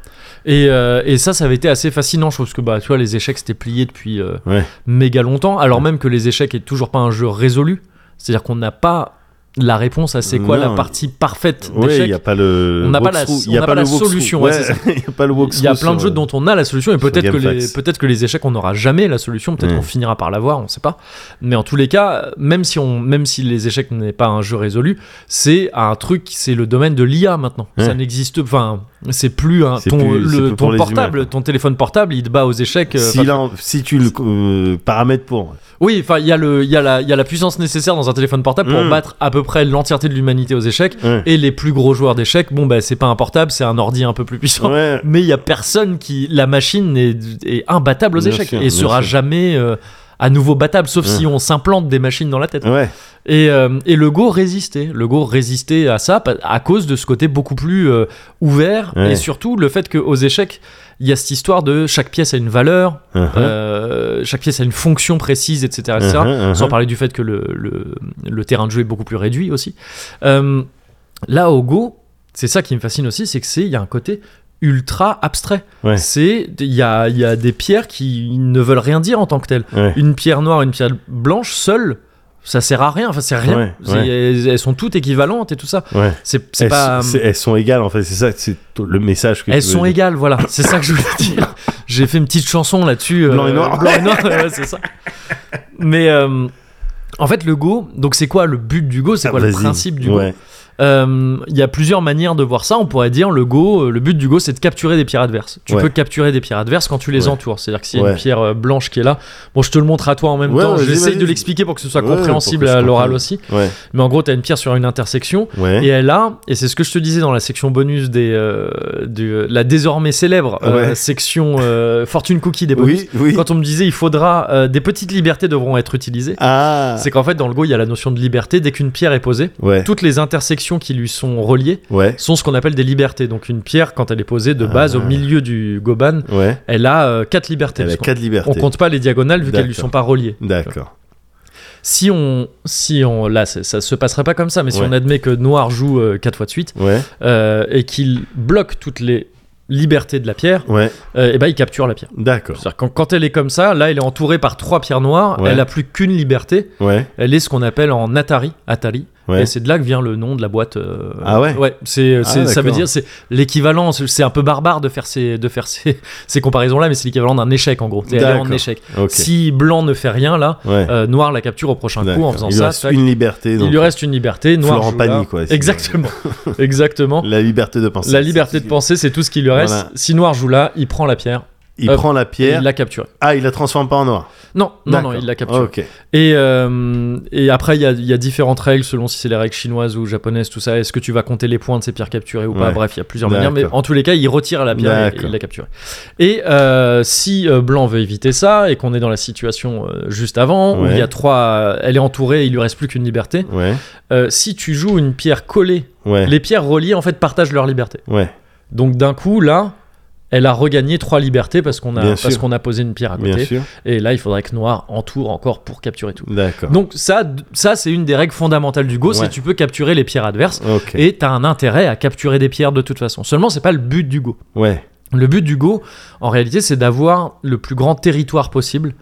Speaker 1: Et, euh, et ça, ça avait été assez fascinant. Je trouve que bah, tu vois, les échecs c'était plié depuis euh,
Speaker 2: Ouais.
Speaker 1: méga longtemps, alors même que les échecs est toujours pas un jeu résolu. C'est-à-dire qu'on n'a pas la réponse à c'est quoi
Speaker 2: Non.
Speaker 1: la partie parfaite
Speaker 2: Ouais, il
Speaker 1: d'échecs.
Speaker 2: n'y a pas le.
Speaker 1: On n'a pas la-
Speaker 2: walkthrough.
Speaker 1: on
Speaker 2: Y a
Speaker 1: n'a pas
Speaker 2: le
Speaker 1: la
Speaker 2: walkthrough.
Speaker 1: solution, ouais, c'est ça.
Speaker 2: <laughs> Il n'y a pas le walkthrough.
Speaker 1: Il y a plein de
Speaker 2: sur-
Speaker 1: jeux dont on a la solution et
Speaker 2: sur
Speaker 1: peut-être que, les,
Speaker 2: GameFAQs.
Speaker 1: peut-être que les échecs on n'aura jamais la solution, peut-être
Speaker 2: Mm.
Speaker 1: qu'on finira par l'avoir, on sait pas. Mais en tous les cas, même si, on, même si les échecs n'est pas un jeu résolu, c'est un truc, c'est le domaine de l'IA maintenant.
Speaker 2: Ouais.
Speaker 1: Ça n'existe, enfin, c'est plus un,
Speaker 2: C'est
Speaker 1: ton,
Speaker 2: plus- c'est
Speaker 1: le-
Speaker 2: plus
Speaker 1: ton
Speaker 2: pour les
Speaker 1: portable,
Speaker 2: humains, quoi.
Speaker 1: ton téléphone portable, il te bat aux échecs. euh,
Speaker 2: Si,
Speaker 1: enfin,
Speaker 2: là, on- si tu le euh, paramètres pour.
Speaker 1: oui, enfin, il y, a le- il y, a la- il y a la puissance nécessaire dans un téléphone portable pour
Speaker 2: Mm.
Speaker 1: battre à peu près l'entièreté de l'humanité aux échecs.
Speaker 2: Ouais.
Speaker 1: Et les plus gros joueurs d'échecs, bon, bah, c'est pas un portable, c'est un ordi un peu plus puissant
Speaker 2: Ouais.
Speaker 1: mais il y a personne qui la machine est, est imbattable aux
Speaker 2: Bien
Speaker 1: échecs
Speaker 2: sûr,
Speaker 1: et
Speaker 2: bien
Speaker 1: sera
Speaker 2: sûr.
Speaker 1: jamais euh, à nouveau battable sauf
Speaker 2: Ouais.
Speaker 1: si on s'implante des machines dans la tête
Speaker 2: Ouais.
Speaker 1: et, euh, et le go résistait le go résistait à ça pa- à cause de ce côté beaucoup plus euh, ouvert
Speaker 2: Ouais.
Speaker 1: et surtout le fait qu'aux échecs il y a cette histoire de chaque pièce a une valeur
Speaker 2: Uh-huh.
Speaker 1: euh, chaque pièce a une fonction précise etc, etc.
Speaker 2: Uh-huh, uh-huh.
Speaker 1: sans parler du fait que le, le, le terrain de jeu est beaucoup plus réduit aussi. Euh, là, au Go, c'est ça qui me fascine aussi, c'est que c'est il y a un côté ultra abstrait.
Speaker 2: Ouais.
Speaker 1: C'est il y a, il y a des pierres qui ne veulent rien dire en tant que telles.
Speaker 2: Ouais.
Speaker 1: Une pierre noire, une pierre blanche, seule, ça sert à rien. Enfin, c'est rien.
Speaker 2: Ouais,
Speaker 1: C'est-
Speaker 2: ouais.
Speaker 1: Elles, elles sont toutes équivalentes et tout ça.
Speaker 2: Ouais.
Speaker 1: C'est c'est
Speaker 2: Elles,
Speaker 1: pas. euh,
Speaker 2: c'est- elles sont égales en fait, c'est ça, c'est t- le message que
Speaker 1: Elles
Speaker 2: tu veux
Speaker 1: sont
Speaker 2: dire. <laughs>
Speaker 1: égales, voilà. C'est ça que je voulais dire. j'ai fait une petite chanson là-dessus. euh,
Speaker 2: Blanc et noir.
Speaker 1: Blanc et noir, <laughs> ouais, c'est ça. Mais euh, en fait, le go, donc c'est quoi le but du go C'est quoi le
Speaker 2: Ah, Vas-y.
Speaker 1: principe du go
Speaker 2: Ouais.
Speaker 1: Euh, Il y a plusieurs manières de voir ça. On pourrait dire le go, euh, le but du go, c'est de capturer des pierres adverses. Tu
Speaker 2: Ouais.
Speaker 1: peux capturer des pierres adverses quand tu les
Speaker 2: Ouais.
Speaker 1: entoures. C'est-à-dire que s'il y a
Speaker 2: Ouais.
Speaker 1: une pierre euh, blanche qui est là, bon, je te le montre à toi en même
Speaker 2: Ouais,
Speaker 1: temps.
Speaker 2: vas-y,
Speaker 1: J'essaye
Speaker 2: vas-y.
Speaker 1: de l'expliquer pour que ce soit
Speaker 2: Ouais, pour que
Speaker 1: compréhensible
Speaker 2: je
Speaker 1: à l'oral
Speaker 2: comprenne.
Speaker 1: aussi.
Speaker 2: Ouais.
Speaker 1: Mais en gros, t'as une pierre sur une intersection.
Speaker 2: Ouais.
Speaker 1: Et elle a, et c'est ce que je te disais dans la section bonus des, euh, du- euh, la désormais célèbre euh,
Speaker 2: Ouais.
Speaker 1: section euh, fortune cookie des bonus.
Speaker 2: oui, oui.
Speaker 1: Quand on me disait il faudra euh, des petites libertés devront être utilisées,
Speaker 2: Ah.
Speaker 1: c'est qu'en fait dans le go il y a la notion de liberté. Dès qu'une pierre est posée,
Speaker 2: Ouais.
Speaker 1: toutes les intersections qui lui sont reliées
Speaker 2: Ouais.
Speaker 1: sont ce qu'on appelle des libertés. Donc une pierre quand elle est posée de base
Speaker 2: Ah.
Speaker 1: au milieu du goban,
Speaker 2: Ouais.
Speaker 1: elle a euh, quatre libertés.
Speaker 2: Elle a
Speaker 1: parce qu'on-
Speaker 2: quatre libertés.
Speaker 1: on compte pas les diagonales vu qu'elles lui
Speaker 2: D'accord.
Speaker 1: sont pas reliées.
Speaker 2: D'accord.
Speaker 1: Si on, si on, là, c'est- ça se passerait pas comme ça, mais si
Speaker 2: Ouais.
Speaker 1: on admet que noir joue euh, quatre fois de suite,
Speaker 2: Ouais.
Speaker 1: euh, et qu'il bloque toutes les libertés de la pierre,
Speaker 2: Ouais.
Speaker 1: et ben il capture la pierre.
Speaker 2: D'accord.
Speaker 1: C'est-à-dire quand, quand elle est comme ça, là elle est entourée par trois pierres noires,
Speaker 2: Ouais.
Speaker 1: elle a plus qu'une liberté,
Speaker 2: Ouais.
Speaker 1: elle est ce qu'on appelle en Atari, Atari,
Speaker 2: Ouais.
Speaker 1: et c'est de là que vient le nom de la boîte. euh,
Speaker 2: Ah ouais
Speaker 1: Ouais, c'est,
Speaker 2: Ah,
Speaker 1: c'est- ça
Speaker 2: d'accord.
Speaker 1: veut dire c'est l'équivalent, c'est c'est un peu barbare de faire ces, de faire <laughs> ces, ces comparaisons là, mais c'est l'équivalent d'un échec en gros. C'est elle est en
Speaker 2: D'accord.
Speaker 1: échec.
Speaker 2: Ok.
Speaker 1: Si blanc ne fait rien là,
Speaker 2: Ouais.
Speaker 1: euh, noir la capture au prochain coup en
Speaker 2: D'accord.
Speaker 1: faisant
Speaker 2: Il lui
Speaker 1: ça.
Speaker 2: reste
Speaker 1: tac,
Speaker 2: une liberté.
Speaker 1: il
Speaker 2: donc,
Speaker 1: lui reste une liberté. Noir
Speaker 2: Florent
Speaker 1: joue là.
Speaker 2: Pagny, quoi, c'est- <laughs>
Speaker 1: Exactement, exactement.
Speaker 2: La liberté de penser.
Speaker 1: Oh. La liberté de penser, c'est tout ce qui lui reste.
Speaker 2: Voilà.
Speaker 1: Si Noir joue là, il prend la pierre,
Speaker 2: Il
Speaker 1: Hop.
Speaker 2: prend la
Speaker 1: et
Speaker 2: pierre.
Speaker 1: Euh, il la capture.
Speaker 2: Ah, il la transforme pas en noir.
Speaker 1: Non, non, non,
Speaker 2: D'accord.
Speaker 1: il la capture.
Speaker 2: Ok.
Speaker 1: Et, euh, et après, il y a, il y a différentes règles selon si c'est les règles chinoises ou japonaises, tout ça. Est-ce que tu vas compter les points de ces pierres capturées ou pas
Speaker 2: Ouais.
Speaker 1: Bref, il y a plusieurs manières, mais
Speaker 2: D'accord.
Speaker 1: en tous les cas, il retire la pierre et- et,
Speaker 2: D'accord.
Speaker 1: il la capture. Et euh, si euh, Blanc veut éviter ça et qu'on est dans la situation euh, juste avant, où
Speaker 2: Ouais.
Speaker 1: il y a trois, elle est entourée, il lui reste plus qu'une liberté.
Speaker 2: Ouais.
Speaker 1: euh, si tu joues une pierre collée,
Speaker 2: Ouais.
Speaker 1: les pierres reliées en fait partagent leur liberté.
Speaker 2: Ouais.
Speaker 1: Donc d'un coup, là, elle a regagné trois libertés parce qu'on a,
Speaker 2: Bien
Speaker 1: parce
Speaker 2: sûr.
Speaker 1: qu'on a posé une pierre à
Speaker 2: Bien
Speaker 1: côté.
Speaker 2: sûr.
Speaker 1: Et là, il faudrait que Noir entoure encore pour capturer tout.
Speaker 2: D'accord.
Speaker 1: Donc ça, d- ça c'est une des règles fondamentales du Go,
Speaker 2: Ouais.
Speaker 1: c'est tu peux capturer les pierres adverses.
Speaker 2: Ok.
Speaker 1: Et t'as un intérêt à capturer des pierres de toute façon. Seulement, c'est pas le but du Go.
Speaker 2: Ouais.
Speaker 1: Le but du Go, en réalité, c'est d'avoir le plus grand territoire possible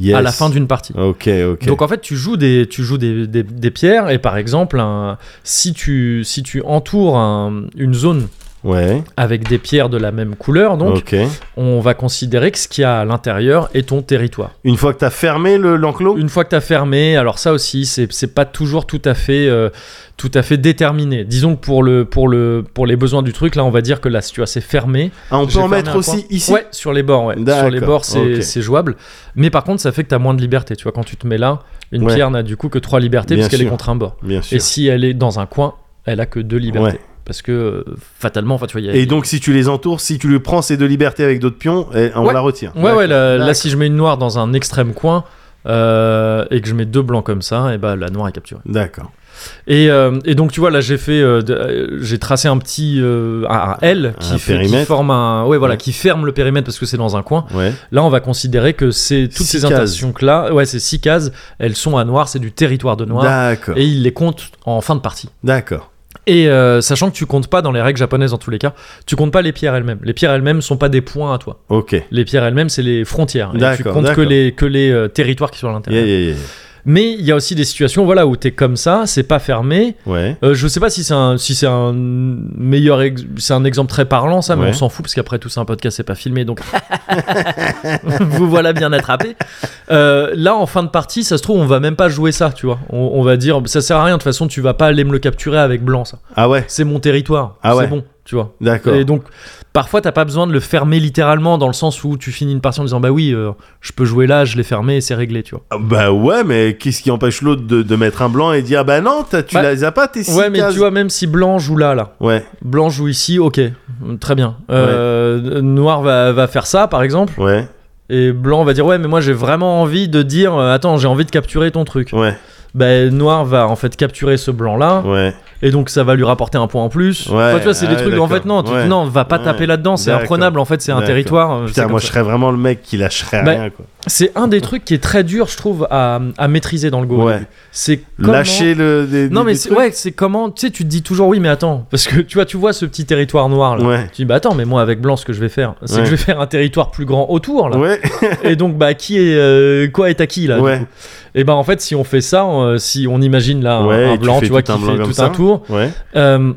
Speaker 2: Yes.
Speaker 1: à la fin d'une partie.
Speaker 2: Ok. Ok.
Speaker 1: Donc en fait, tu joues des, tu joues des, des- des pierres et par exemple, un- si, tu, si tu entoures un- une zone
Speaker 2: Ouais.
Speaker 1: avec des pierres de la même couleur, donc
Speaker 2: Ok.
Speaker 1: on va considérer que ce qu'il y a à l'intérieur est ton territoire.
Speaker 2: Une fois que t'as fermé le l'enclos.
Speaker 1: Une fois que t'as fermé, alors ça aussi, c'est c'est pas toujours tout à fait, euh, tout à fait déterminé. Disons que pour le, pour le, pour les besoins du truc, là, on va dire que là, si tu as c'est fermé.
Speaker 2: Ah, on peut
Speaker 1: J'ai
Speaker 2: en
Speaker 1: fermé
Speaker 2: mettre
Speaker 1: un
Speaker 2: aussi
Speaker 1: coin.
Speaker 2: ici.
Speaker 1: Ouais, sur les bords, ouais. Sur
Speaker 2: D'accord,
Speaker 1: les bords, c'est
Speaker 2: ok.
Speaker 1: c'est jouable. Mais par contre, ça fait que t'as moins de liberté. Tu vois, quand tu te mets là, une
Speaker 2: Ouais.
Speaker 1: pierre n'a du coup que trois libertés
Speaker 2: Bien
Speaker 1: puisqu'elle est
Speaker 2: sûr.
Speaker 1: contre un bord.
Speaker 2: Bien sûr.
Speaker 1: Et si elle est dans un coin, elle a que deux libertés.
Speaker 2: Ouais.
Speaker 1: Parce que euh, fatalement, enfin, tu vois, il y a-
Speaker 2: Et donc, si tu les entoures, si tu lui prends ces deux libertés avec d'autres pions, eh, on
Speaker 1: Ouais.
Speaker 2: la retire.
Speaker 1: Ouais, ouais, là, là,
Speaker 2: D'accord.
Speaker 1: si je mets une noire dans un extrême coin euh, et que je mets deux blancs comme ça, et bah, la noire est capturée.
Speaker 2: D'accord.
Speaker 1: Et, euh, et donc, tu vois, là, j'ai fait, euh, de- euh, j'ai tracé un petit euh, un, un L qui, fait-
Speaker 2: Un
Speaker 1: qui
Speaker 2: périmètre.
Speaker 1: forme un, ouais, voilà,
Speaker 2: Ouais.
Speaker 1: qui ferme le périmètre parce que c'est dans un coin.
Speaker 2: Ouais.
Speaker 1: Là, on va considérer que c'est toutes
Speaker 2: Six
Speaker 1: ces
Speaker 2: cases.
Speaker 1: intersections que là, ouais, ces six cases, elles sont à noir, c'est du territoire de noir,
Speaker 2: D'accord.
Speaker 1: et il les compte en fin de partie.
Speaker 2: D'accord.
Speaker 1: Et euh, sachant que tu comptes pas dans les règles japonaises en tous les cas, tu comptes pas les pierres elles-mêmes. Les pierres elles-mêmes sont pas des points à toi.
Speaker 2: Ok.
Speaker 1: Les pierres elles-mêmes, c'est les frontières. Et tu
Speaker 2: D'accord,
Speaker 1: comptes que
Speaker 2: d'accord.
Speaker 1: les, que les euh, territoires qui sont à l'intérieur.
Speaker 2: Yeah, yeah, yeah.
Speaker 1: Mais il y a aussi des situations voilà, où t'es comme ça, c'est pas fermé.
Speaker 2: Ouais.
Speaker 1: Euh, je sais pas si c'est un, si c'est un meilleur. ex- C'est un exemple très parlant, ça, mais
Speaker 2: Ouais.
Speaker 1: on s'en fout, parce qu'après tout, c'est un podcast, c'est pas filmé, donc. <laughs> Vous voilà bien attrapé. Euh, là, en fin de partie, ça se trouve, on va même pas jouer ça, tu vois. On, on va dire, ça sert à rien, de toute façon, tu vas pas aller me le capturer avec blanc, ça.
Speaker 2: Ah ouais.
Speaker 1: C'est mon territoire.
Speaker 2: Ah ouais.
Speaker 1: C'est bon, tu vois.
Speaker 2: D'accord.
Speaker 1: Et donc, parfois, t'as pas besoin de le fermer littéralement, dans le sens où tu finis une partie en disant Bah oui, euh, je peux jouer là, je l'ai fermé et c'est réglé, tu vois.
Speaker 2: Ah, Bah ouais, mais qu'est-ce qui empêche l'autre de, de mettre un blanc et dire ah bah non, t'as- tu
Speaker 1: Bah,
Speaker 2: les as pas tes six
Speaker 1: ouais, mais
Speaker 2: cases.
Speaker 1: tu vois, même si blanc joue là, là,
Speaker 2: Ouais.
Speaker 1: blanc joue ici, ok, très bien. Euh, Noir va, va faire ça, par exemple,
Speaker 2: Ouais.
Speaker 1: et blanc va dire Ouais, mais moi j'ai vraiment envie de dire euh, Attends, j'ai envie de capturer ton truc.
Speaker 2: Ouais.
Speaker 1: Bah, noir va en fait capturer ce blanc là,
Speaker 2: Ouais.
Speaker 1: et donc ça va lui rapporter un point en plus.
Speaker 2: Ouais,
Speaker 1: Enfin, tu vois, c'est
Speaker 2: ah
Speaker 1: des
Speaker 2: ouais,
Speaker 1: trucs, où, en fait, non, tu
Speaker 2: d'accord.
Speaker 1: dis, non, va pas
Speaker 2: Ouais.
Speaker 1: taper là-dedans, c'est
Speaker 2: D'accord.
Speaker 1: imprenable, en fait, c'est un
Speaker 2: D'accord.
Speaker 1: territoire. euh, c'est
Speaker 2: Putain,
Speaker 1: comme
Speaker 2: moi
Speaker 1: ça.
Speaker 2: je serais vraiment le mec qui lâcherait
Speaker 1: Bah,
Speaker 2: rien quoi.
Speaker 1: C'est un des trucs qui est très dur, je trouve, à, à maîtriser dans le Go. au
Speaker 2: Ouais.
Speaker 1: début. C'est comment...
Speaker 2: Lâcher le. Des,
Speaker 1: Non,
Speaker 2: des-
Speaker 1: mais
Speaker 2: des
Speaker 1: c'est
Speaker 2: trucs.
Speaker 1: ouais, c'est comment. Tu sais, tu te dis toujours oui, mais attends, parce que tu vois, tu vois ce petit territoire noir là.
Speaker 2: Ouais.
Speaker 1: Tu dis bah attends, mais moi avec blanc, ce que je vais faire, c'est
Speaker 2: Ouais.
Speaker 1: que je vais faire un territoire plus grand autour là.
Speaker 2: Ouais.
Speaker 1: Et donc bah qui est euh, quoi est à qui là du
Speaker 2: Ouais.
Speaker 1: coup Et bah en fait, si on fait ça, on- euh, si on imagine là un-
Speaker 2: Ouais,
Speaker 1: un
Speaker 2: et tu
Speaker 1: blanc,
Speaker 2: fais
Speaker 1: tu, vois,
Speaker 2: tout
Speaker 1: qui
Speaker 2: un blanc
Speaker 1: fait
Speaker 2: comme
Speaker 1: tout
Speaker 2: ça.
Speaker 1: un tour.
Speaker 2: Ouais.
Speaker 1: euh,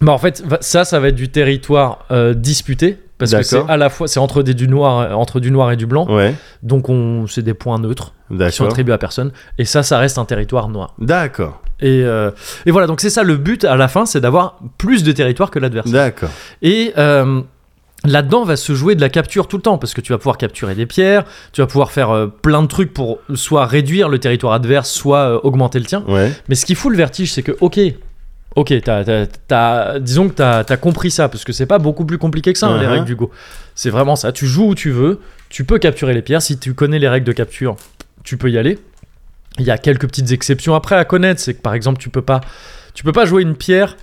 Speaker 1: bah en fait, va- ça, ça va être du territoire euh, disputé parce que c'est
Speaker 2: D'accord.
Speaker 1: à la fois c'est entre des du noir entre du noir et du blanc
Speaker 2: Ouais,
Speaker 1: donc on c'est des points neutres qui sont
Speaker 2: d'accord.
Speaker 1: attribués à personne et ça ça reste un territoire noir
Speaker 2: D'accord,
Speaker 1: et, euh, et voilà donc c'est ça le but à la fin c'est d'avoir plus de territoire que l'adversaire
Speaker 2: d'accord.
Speaker 1: et euh, Là-dedans va se jouer de la capture tout le temps parce que tu vas pouvoir capturer des pierres, tu vas pouvoir faire euh, plein de trucs pour soit réduire le territoire adverse, soit euh, augmenter le tien.
Speaker 2: Ouais,
Speaker 1: Mais ce qui fout le vertige, c'est que, ok, ok, t'as- t'as- t'as- disons que t'as as compris ça, parce que c'est pas beaucoup plus compliqué que ça, hein, les
Speaker 2: Mhm.
Speaker 1: règles du Go. C'est vraiment ça. Tu joues où tu veux, tu peux capturer les pierres. Si tu connais les règles de capture, tu peux y aller. Il y a quelques petites exceptions après à connaître. C'est que, par exemple, tu peux pas, tu peux pas jouer une pierre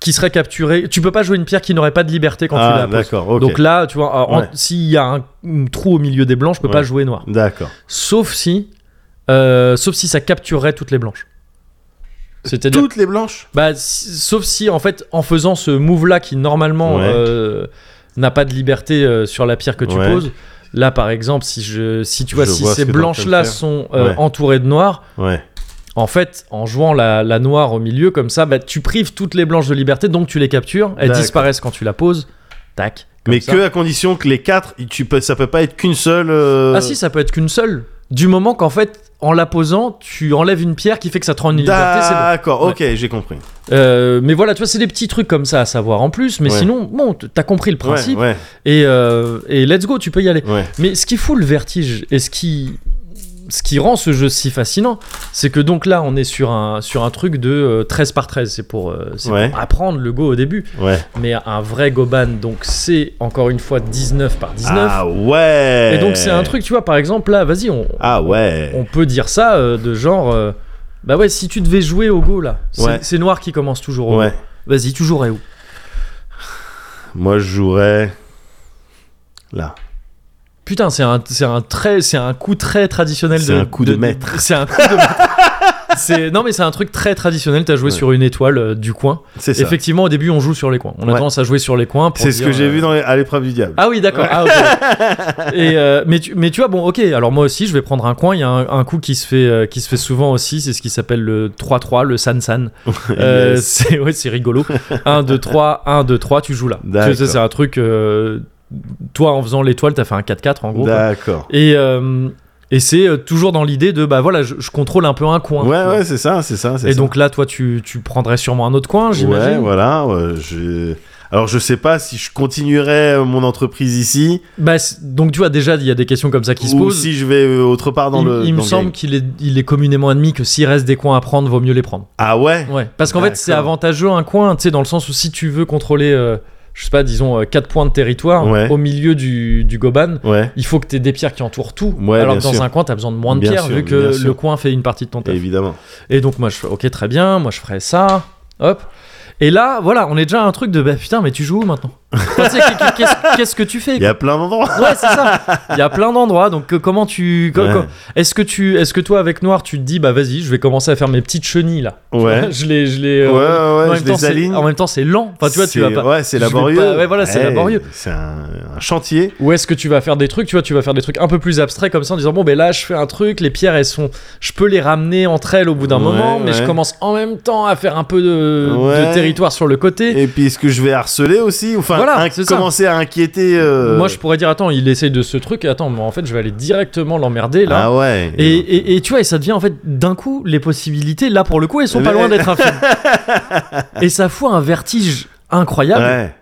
Speaker 1: qui serait capturée. Tu peux pas jouer une pierre qui n'aurait pas de liberté quand tu
Speaker 2: ah,
Speaker 1: la poses.
Speaker 2: d'accord, ok.
Speaker 1: Donc là, tu vois, en-
Speaker 2: Ouais.
Speaker 1: s'il y a un, un trou au milieu des blancs, je peux pas
Speaker 2: Ouais.
Speaker 1: jouer noir.
Speaker 2: D'accord.
Speaker 1: Sauf si, euh, sauf si ça capturerait toutes les blanches. C'est-à-dire,
Speaker 2: Toutes les blanches
Speaker 1: bah, si- sauf si en fait, en faisant ce move-là qui normalement
Speaker 2: Ouais.
Speaker 1: euh, n'a pas de liberté euh, sur la pierre que tu
Speaker 2: Ouais.
Speaker 1: poses. Là, par exemple, si je, si tu vois,
Speaker 2: Je
Speaker 1: si
Speaker 2: vois ce
Speaker 1: ces
Speaker 2: que t'es en train de
Speaker 1: blanches-là
Speaker 2: faire.
Speaker 1: sont euh,
Speaker 2: Ouais.
Speaker 1: entourées de noir,
Speaker 2: Ouais,
Speaker 1: en fait, en jouant la, la noire au milieu comme ça, bah, tu prives toutes les blanches de liberté, donc tu les captures, elles
Speaker 2: D'accord.
Speaker 1: disparaissent quand tu la poses. Tac. comme
Speaker 2: mais
Speaker 1: ça.
Speaker 2: que à condition que les quatre, tu peux, ça peut pas être qu'une seule. euh,
Speaker 1: Ah si, ça peut être qu'une seule. Du moment qu'en fait, en la posant, tu enlèves une pierre qui fait que ça te rend une liberté, c'est bon.
Speaker 2: D'accord, ok, j'ai compris.
Speaker 1: Euh, mais voilà, tu vois, c'est des petits trucs comme ça à savoir en plus. Mais
Speaker 2: Ouais.
Speaker 1: sinon, bon, t- t'as compris le principe.
Speaker 2: Ouais,
Speaker 1: Et, euh, et let's go, tu peux y aller.
Speaker 2: ouais, ouais.
Speaker 1: Mais ce qui fout le vertige et ce qui, ce qui rend ce jeu si fascinant, c'est que donc là, on est sur un, sur un truc de euh, 13 par 13. C'est pour, euh, c'est
Speaker 2: Ouais.
Speaker 1: pour apprendre le go au début.
Speaker 2: ouais.
Speaker 1: Mais un vrai Goban, donc c'est encore une fois 19 par 19.
Speaker 2: Ah ouais
Speaker 1: et donc, c'est un truc, tu vois, par exemple, là, vas-y, on,
Speaker 2: Ah ouais
Speaker 1: on peut dire ça euh, de genre. euh, bah ouais, si tu devais jouer au go là, c'est-
Speaker 2: Ouais.
Speaker 1: c'est noir qui commence toujours au go.
Speaker 2: Ouais.
Speaker 1: Vas-y, tu jouerais où
Speaker 2: Moi, je jouerais. Là.
Speaker 1: Putain, c'est un, c'est un très, c'est un coup très traditionnel.
Speaker 2: C'est un coup de maître.
Speaker 1: <laughs> C'est un coup de maître. C'est- non mais c'est un truc très traditionnel. T'as joué
Speaker 2: Ouais.
Speaker 1: sur une étoile euh, du coin.
Speaker 2: C'est ça.
Speaker 1: Effectivement, au début, on joue sur les coins. On a
Speaker 2: Ouais.
Speaker 1: tendance à jouer sur les coins. pour
Speaker 2: C'est ce
Speaker 1: dire,
Speaker 2: que j'ai
Speaker 1: euh,
Speaker 2: vu dans les- à l'épreuve du diable.
Speaker 1: Ah oui, d'accord. Ah, ok. Et euh, mais tu mais tu vois bon, ok. Alors moi aussi, je vais prendre un coin. Il y a un, un coup qui se fait euh, qui se fait souvent aussi. C'est ce qui s'appelle le 3-3, le san san. Euh,
Speaker 2: <laughs> Yes.
Speaker 1: c'est ouais, c'est rigolo. 1 2 3 1 2 3, tu joues là.
Speaker 2: D'accord.
Speaker 1: Tu sais, c'est un truc euh, toi en faisant l'étoile, t'as fait un 4 4 en gros. quoi.
Speaker 2: D'accord.
Speaker 1: Et euh, et c'est euh, toujours dans l'idée de bah voilà, je, je contrôle un peu un coin.
Speaker 2: Ouais,
Speaker 1: tu vois.
Speaker 2: ouais, c'est ça, c'est ça. c'est
Speaker 1: bah. Et
Speaker 2: ça.
Speaker 1: donc là, toi, tu, tu prendrais sûrement un autre coin,
Speaker 2: Ouais,
Speaker 1: j'imagine.
Speaker 2: voilà. ouais, je- Alors, je sais pas si je continuerai euh, mon entreprise ici
Speaker 1: Bah, c'est- donc tu vois déjà, il y a des questions comme ça qui se
Speaker 2: ou
Speaker 1: posent.
Speaker 2: si je vais euh, autre part dans
Speaker 1: il
Speaker 2: le.
Speaker 1: il me
Speaker 2: dans le
Speaker 1: semble
Speaker 2: game.
Speaker 1: qu'il est, il est communément admis que s'il reste des coins à prendre, vaut mieux les prendre.
Speaker 2: Ah ouais
Speaker 1: Ouais, parce qu'en fait,
Speaker 2: D'accord.
Speaker 1: c'est avantageux un coin, tu sais, dans le sens où si tu veux contrôler, euh, je sais pas, disons, 4 points de territoire
Speaker 2: Ouais.
Speaker 1: au milieu du, du Goban,
Speaker 2: Ouais,
Speaker 1: il faut que tu aies des pierres qui entourent tout.
Speaker 2: Ouais,
Speaker 1: alors
Speaker 2: bien
Speaker 1: que dans
Speaker 2: sûr.
Speaker 1: un coin, tu as besoin de moins de
Speaker 2: Bien
Speaker 1: pierres
Speaker 2: sûr,
Speaker 1: vu
Speaker 2: bien
Speaker 1: que
Speaker 2: sûr.
Speaker 1: le coin fait une partie de ton taf.
Speaker 2: évidemment.
Speaker 1: Et donc, moi, je fais, ok, très bien, moi, je ferais ça, hop. Et là, voilà, on est déjà à un truc de, bah putain, mais tu joues où
Speaker 2: <laughs>
Speaker 1: maintenant Enfin, tu sais, qu'est- qu'est- Qu'est-ce qu'est-ce que tu fais
Speaker 2: Il y a plein d'endroits.
Speaker 1: Ouais, c'est ça. Il y a plein d'endroits. Donc euh, comment tu co-
Speaker 2: Ouais.
Speaker 1: co- est-ce que tu est-ce que toi avec Noir tu te dis bah vas-y, je vais commencer à faire mes petites chenilles là. <laughs>
Speaker 2: Ouais.
Speaker 1: je les je les euh,
Speaker 2: <laughs> Ouais, ouais,
Speaker 1: en
Speaker 2: je
Speaker 1: même
Speaker 2: les
Speaker 1: temps, c'est-
Speaker 2: aligne.
Speaker 1: en même temps, c'est lent. Enfin, tu vois, tu vas
Speaker 2: C'est-
Speaker 1: pas
Speaker 2: Ouais, c'est
Speaker 1: je vais
Speaker 2: laborieux.
Speaker 1: pas- ouais, voilà, c'est
Speaker 2: Ouais,
Speaker 1: laborieux.
Speaker 2: C'est un, un chantier.
Speaker 1: Ou est-ce que tu vas faire des trucs, tu vois, tu vas faire des trucs un peu plus abstraits comme ça en disant bon ben là je fais un truc, les pierres elles sont, je peux les ramener entre elles au bout d'un
Speaker 2: Ouais,
Speaker 1: moment, mais
Speaker 2: ouais.
Speaker 1: je commence en même temps à faire un peu de, de
Speaker 2: Ouais.
Speaker 1: territoire sur le côté.
Speaker 2: Et puis, est-ce que je vais harceler aussi Enfin,
Speaker 1: Voilà,
Speaker 2: un-
Speaker 1: c'est ça.
Speaker 2: commencer à inquiéter. euh,
Speaker 1: Moi je pourrais dire attends il essaye de ce truc, attends mais en fait je vais aller directement l'emmerder là.
Speaker 2: Ah ouais.
Speaker 1: Et, et- et tu vois, et ça devient en fait d'un coup les possibilités. Là pour le coup, elles sont pas
Speaker 2: Mais-
Speaker 1: loin d'être
Speaker 2: <laughs>
Speaker 1: un film. et ça fout un vertige incroyable.
Speaker 2: Ouais.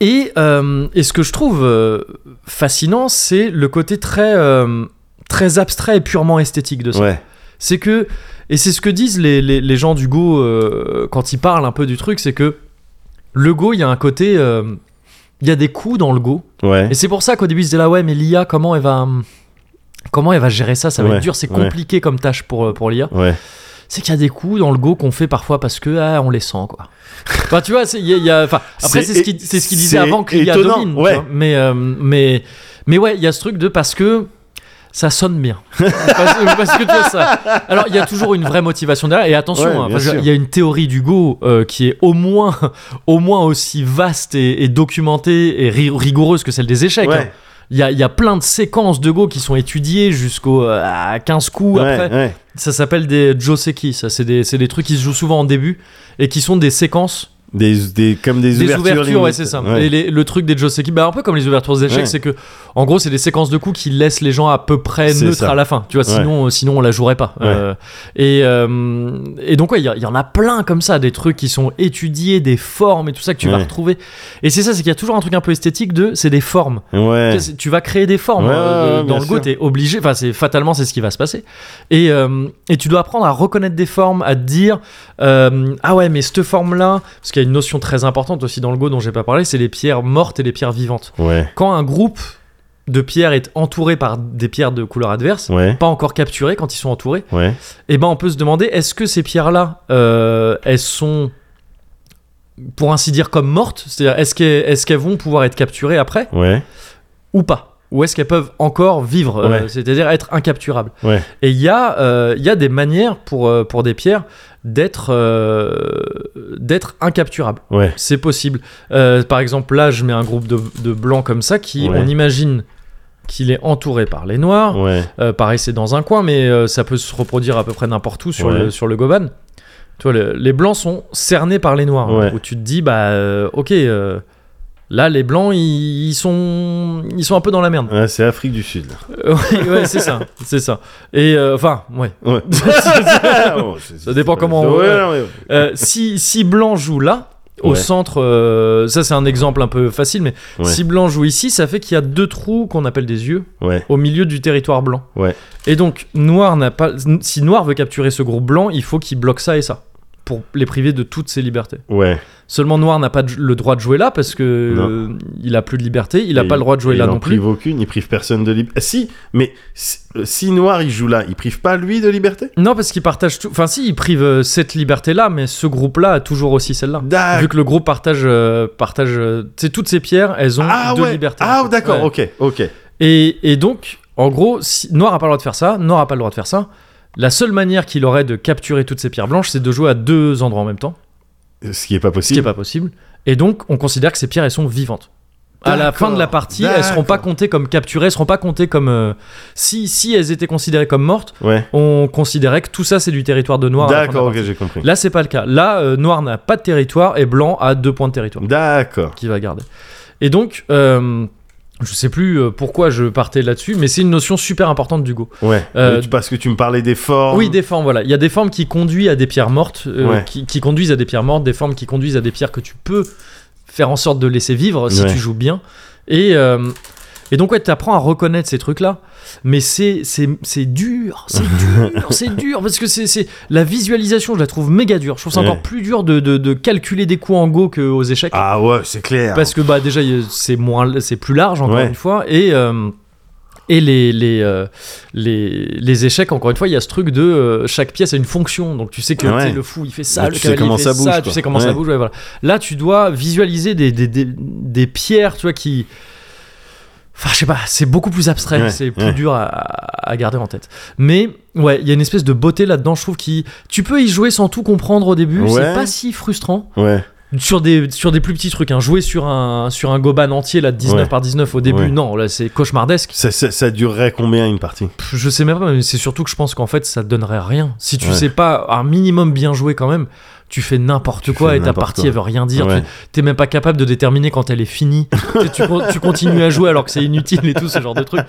Speaker 1: Et, euh, et ce que je trouve euh, fascinant, c'est le côté très euh, très abstrait et purement esthétique de ça.
Speaker 2: Ouais.
Speaker 1: C'est que et c'est ce que disent les, les- les gens du go euh, quand ils parlent un peu du truc, c'est que le go, il y a un côté, euh, il y a des coups dans le go.
Speaker 2: Ouais.
Speaker 1: Et c'est pour ça qu'au début, ils se disaient là, ouais, mais l'IA, comment elle va. Comment elle va gérer ça Ça va
Speaker 2: Ouais,
Speaker 1: être dur, c'est
Speaker 2: ouais.
Speaker 1: compliqué comme tâche pour, euh, pour l'IA.
Speaker 2: Ouais.
Speaker 1: C'est qu'il y a des coups dans le go qu'on fait parfois parce que ah, on les sent, quoi. enfin, tu vois, c'est- il y a- il y a- enfin, après,
Speaker 2: C'est-
Speaker 1: c'est ce qui- c'est ce qu'ils disaient
Speaker 2: c'est
Speaker 1: avant que l'IA
Speaker 2: étonnant,
Speaker 1: domine. tu
Speaker 2: ouais.
Speaker 1: vois. Mais, euh, mais, mais ouais, il y a ce truc de parce que ça sonne
Speaker 2: <laughs>
Speaker 1: bien. parce, parce que tu vois ça. Alors, il y a toujours une vraie motivation derrière. Et attention,
Speaker 2: Ouais,
Speaker 1: hein,
Speaker 2: bien
Speaker 1: parce que
Speaker 2: sûr.
Speaker 1: il y a une théorie du go euh, qui est au moins, <laughs> au moins aussi vaste et, et documentée et ri- rigoureuse que celle des échecs. hein.
Speaker 2: Ouais.
Speaker 1: Il y, a, il y a plein de séquences de Go qui sont étudiées jusqu'aux euh, à 15 coups après.
Speaker 2: Ouais. hein. ouais.
Speaker 1: Ça s'appelle des Joseki, ça c'est des, c'est des trucs qui se jouent souvent en début et qui sont des séquences
Speaker 2: Des, des, comme des,
Speaker 1: Des ouvertures, ouais,
Speaker 2: limite.
Speaker 1: c'est ça.
Speaker 2: Ouais.
Speaker 1: Et les- le truc des Joseki, bah, un peu comme les ouvertures des échecs,
Speaker 2: Ouais.
Speaker 1: c'est que, en gros, c'est des séquences de coups qui laissent les gens à peu près
Speaker 2: C'est
Speaker 1: neutres
Speaker 2: ça.
Speaker 1: à la fin. Tu vois,
Speaker 2: Ouais.
Speaker 1: sinon, euh, sinon on la jouerait pas.
Speaker 2: Ouais.
Speaker 1: Euh, et, euh, et donc, ouais, il y a- il y, en a plein comme ça, des trucs qui sont étudiés, des formes et tout ça que tu vas
Speaker 2: Ouais.
Speaker 1: retrouver. Et c'est ça, c'est qu'il y a toujours un truc un peu esthétique de, c'est des formes.
Speaker 2: Ouais.
Speaker 1: Tu sais, tu vas créer des formes
Speaker 2: Ouais,
Speaker 1: euh,
Speaker 2: ouais,
Speaker 1: de-
Speaker 2: ouais,
Speaker 1: dans
Speaker 2: bien
Speaker 1: le go,
Speaker 2: sûr.
Speaker 1: t'es obligé, enfin c'est fatalement c'est ce qui va se passer. Et, euh, et tu dois apprendre à reconnaître des formes, à te dire euh, ah ouais mais cette forme là, parce qu'il y a une notion très importante aussi dans le go dont j'ai pas parlé, c'est les pierres mortes et les pierres vivantes.
Speaker 2: Ouais.
Speaker 1: Quand un groupe de pierres est entouré par des pierres de couleur adverse,
Speaker 2: Ouais.
Speaker 1: pas encore capturées quand ils sont entourés,
Speaker 2: Ouais.
Speaker 1: eh ben on peut se demander est-ce que ces pierres là elles sont pour ainsi dire comme mortes, c'est-à-dire est-ce qu'elles est-ce qu'elles vont pouvoir être capturées après
Speaker 2: Ouais.
Speaker 1: ou pas Ou est-ce qu'elles peuvent encore vivre, euh,
Speaker 2: Ouais.
Speaker 1: c'est-à-dire être incapturables
Speaker 2: Ouais.
Speaker 1: Et il y, a, euh, il y a des manières pour, euh, pour des pierres d'être euh, d'être incapturables.
Speaker 2: Ouais.
Speaker 1: C'est possible. Euh, par exemple, là, je mets un groupe de, de blancs comme ça qui,
Speaker 2: Ouais.
Speaker 1: on imagine qu'il est entouré par les noirs.
Speaker 2: Ouais.
Speaker 1: Euh, pareil, c'est dans un coin, mais euh, ça peut se reproduire à peu près n'importe où sur,
Speaker 2: Ouais.
Speaker 1: le, sur le Goban. Tu vois, le- les blancs sont cernés par les noirs.
Speaker 2: Ouais.
Speaker 1: Où tu te dis, bah, euh, ok, euh, là, les blancs, ils, ils sont, ils sont un peu dans la merde.
Speaker 2: Ah, c'est Afrique du Sud. là.
Speaker 1: Euh, <laughs> ouais, ouais, c'est ça. C'est ça. Et euh, enfin, ouais. <laughs>
Speaker 2: Ouais. <laughs> Bon, c'est-
Speaker 1: Ça dépend
Speaker 2: c'est-
Speaker 1: comment on-
Speaker 2: Ouais, non, mais-
Speaker 1: Euh, si, si blanc joue là, au
Speaker 2: Ouais.
Speaker 1: centre, euh, ça c'est un exemple un peu facile, mais
Speaker 2: Ouais.
Speaker 1: si blanc joue ici, ça fait qu'il y a deux trous qu'on appelle des yeux
Speaker 2: Ouais.
Speaker 1: au milieu du territoire blanc.
Speaker 2: Ouais.
Speaker 1: Et donc, Noir n'a pas. Si Noir veut capturer ce groupe blanc, il faut qu'il bloque ça et ça. Pour les priver de toutes ses libertés.
Speaker 2: Ouais.
Speaker 1: Seulement, Noir n'a pas de- le droit de jouer là parce que
Speaker 2: Non.
Speaker 1: euh, il a plus de liberté, il a
Speaker 2: Et
Speaker 1: pas le droit de jouer
Speaker 2: et
Speaker 1: là
Speaker 2: il en
Speaker 1: non plus.
Speaker 2: prive aucune, il prive personne de liberté. Si, mais si, euh, si Noir il joue là, il prive pas lui de liberté
Speaker 1: Non, parce qu'il partage tout. Enfin, si, il prive euh, cette liberté là, mais ce groupe là a toujours aussi celle-là. Vu
Speaker 2: D'accord.
Speaker 1: que le groupe partage. euh, partage euh, tu sais, toutes ces pierres, elles ont
Speaker 2: Ah
Speaker 1: deux
Speaker 2: ouais.
Speaker 1: libertés. en
Speaker 2: Ah
Speaker 1: fait.
Speaker 2: d'accord,
Speaker 1: Ouais.
Speaker 2: ok, ok.
Speaker 1: Et, et donc, en gros, si Noir a pas le droit de faire ça, Noir a pas le droit de faire ça. La seule manière qu'il aurait de capturer toutes ces pierres blanches, c'est de jouer à deux endroits en même temps,
Speaker 2: Ce qui est pas
Speaker 1: ce qui
Speaker 2: possible.
Speaker 1: est pas possible. Et donc, on considère que ces pierres, elles sont vivantes. À la
Speaker 2: D'accord,
Speaker 1: fin de la partie, elles seront pas
Speaker 2: d'accord.
Speaker 1: comptées comme capturées, elles seront pas comptées comme euh, si si elles étaient considérées comme mortes,
Speaker 2: Ouais.
Speaker 1: on considérait que tout ça c'est du territoire de Noir. à la fin de la
Speaker 2: D'accord,
Speaker 1: partie.
Speaker 2: ok, j'ai compris.
Speaker 1: Là, c'est pas le cas. Là, euh, Noir n'a pas de territoire et Blanc a deux points de territoire
Speaker 2: D'accord.
Speaker 1: qui va garder. Et donc, euh, je sais plus euh, pourquoi je partais là-dessus, mais c'est une notion super importante du Go.
Speaker 2: Ouais.
Speaker 1: Euh,
Speaker 2: Mais Parce que tu me parlais des formes.
Speaker 1: Oui, des formes, voilà. Il y a des formes qui conduisent à des pierres mortes, euh,
Speaker 2: Ouais.
Speaker 1: qui, qui conduisent à des pierres mortes, des formes qui conduisent à des pierres que tu peux faire en sorte de laisser vivre si
Speaker 2: Ouais.
Speaker 1: tu joues bien. Et, euh, et donc, ouais, tu apprends à reconnaître ces trucs-là, mais c'est c'est c'est dur,
Speaker 2: <laughs>
Speaker 1: c'est dur, c'est dur, parce que c'est c'est- la visualisation, je la trouve méga dure. Je trouve ça encore
Speaker 2: Ouais.
Speaker 1: plus dur de, de, de calculer des coups en Go qu'aux échecs.
Speaker 2: Ah ouais, c'est clair.
Speaker 1: Parce que bah déjà il y a- c'est moins c'est plus large encore
Speaker 2: Ouais.
Speaker 1: une fois et euh, et les les, euh, les les échecs encore une fois il y a ce truc de euh, chaque pièce a une fonction donc tu sais que
Speaker 2: Ah ouais.
Speaker 1: tu sais, le fou il fait ça
Speaker 2: Là,
Speaker 1: le
Speaker 2: tu sais
Speaker 1: cavalier
Speaker 2: comment
Speaker 1: il fait
Speaker 2: ça
Speaker 1: ça,
Speaker 2: bouge,
Speaker 1: tu
Speaker 2: quoi.
Speaker 1: sais comment ça
Speaker 2: Ouais.
Speaker 1: bouge ouais, voilà là tu dois visualiser des des, des, des pierres tu vois qui Enfin, je sais pas, c'est beaucoup plus abstrait,
Speaker 2: Ouais,
Speaker 1: c'est plus
Speaker 2: ouais.
Speaker 1: dur à, à garder en tête. Mais ouais, il y a une espèce de beauté là-dedans, je trouve, qui. Tu peux y jouer sans tout comprendre au début, c'est
Speaker 2: Ouais.
Speaker 1: pas si frustrant
Speaker 2: Ouais.
Speaker 1: sur des, sur des plus petits trucs, hein. jouer sur un, sur un goban entier là, de 19
Speaker 2: Ouais.
Speaker 1: par 19 au début,
Speaker 2: Ouais.
Speaker 1: non, là c'est cauchemardesque.
Speaker 2: Ça, ça, ça durerait combien une partie
Speaker 1: Pff, Je sais même pas, mais c'est surtout que je pense qu'en fait ça te donnerait rien. Si tu
Speaker 2: Ouais.
Speaker 1: sais pas un minimum bien jouer quand même, tu fais n'importe quoi
Speaker 2: fais
Speaker 1: et ta
Speaker 2: n'importe
Speaker 1: partie
Speaker 2: quoi.
Speaker 1: elle veut rien dire.
Speaker 2: Ouais.
Speaker 1: Tu T'es même pas capable de déterminer quand elle est
Speaker 2: <laughs>
Speaker 1: finie. tu, sais, tu con- tu continues à jouer alors que c'est inutile et tout ce genre de
Speaker 2: <laughs>
Speaker 1: truc.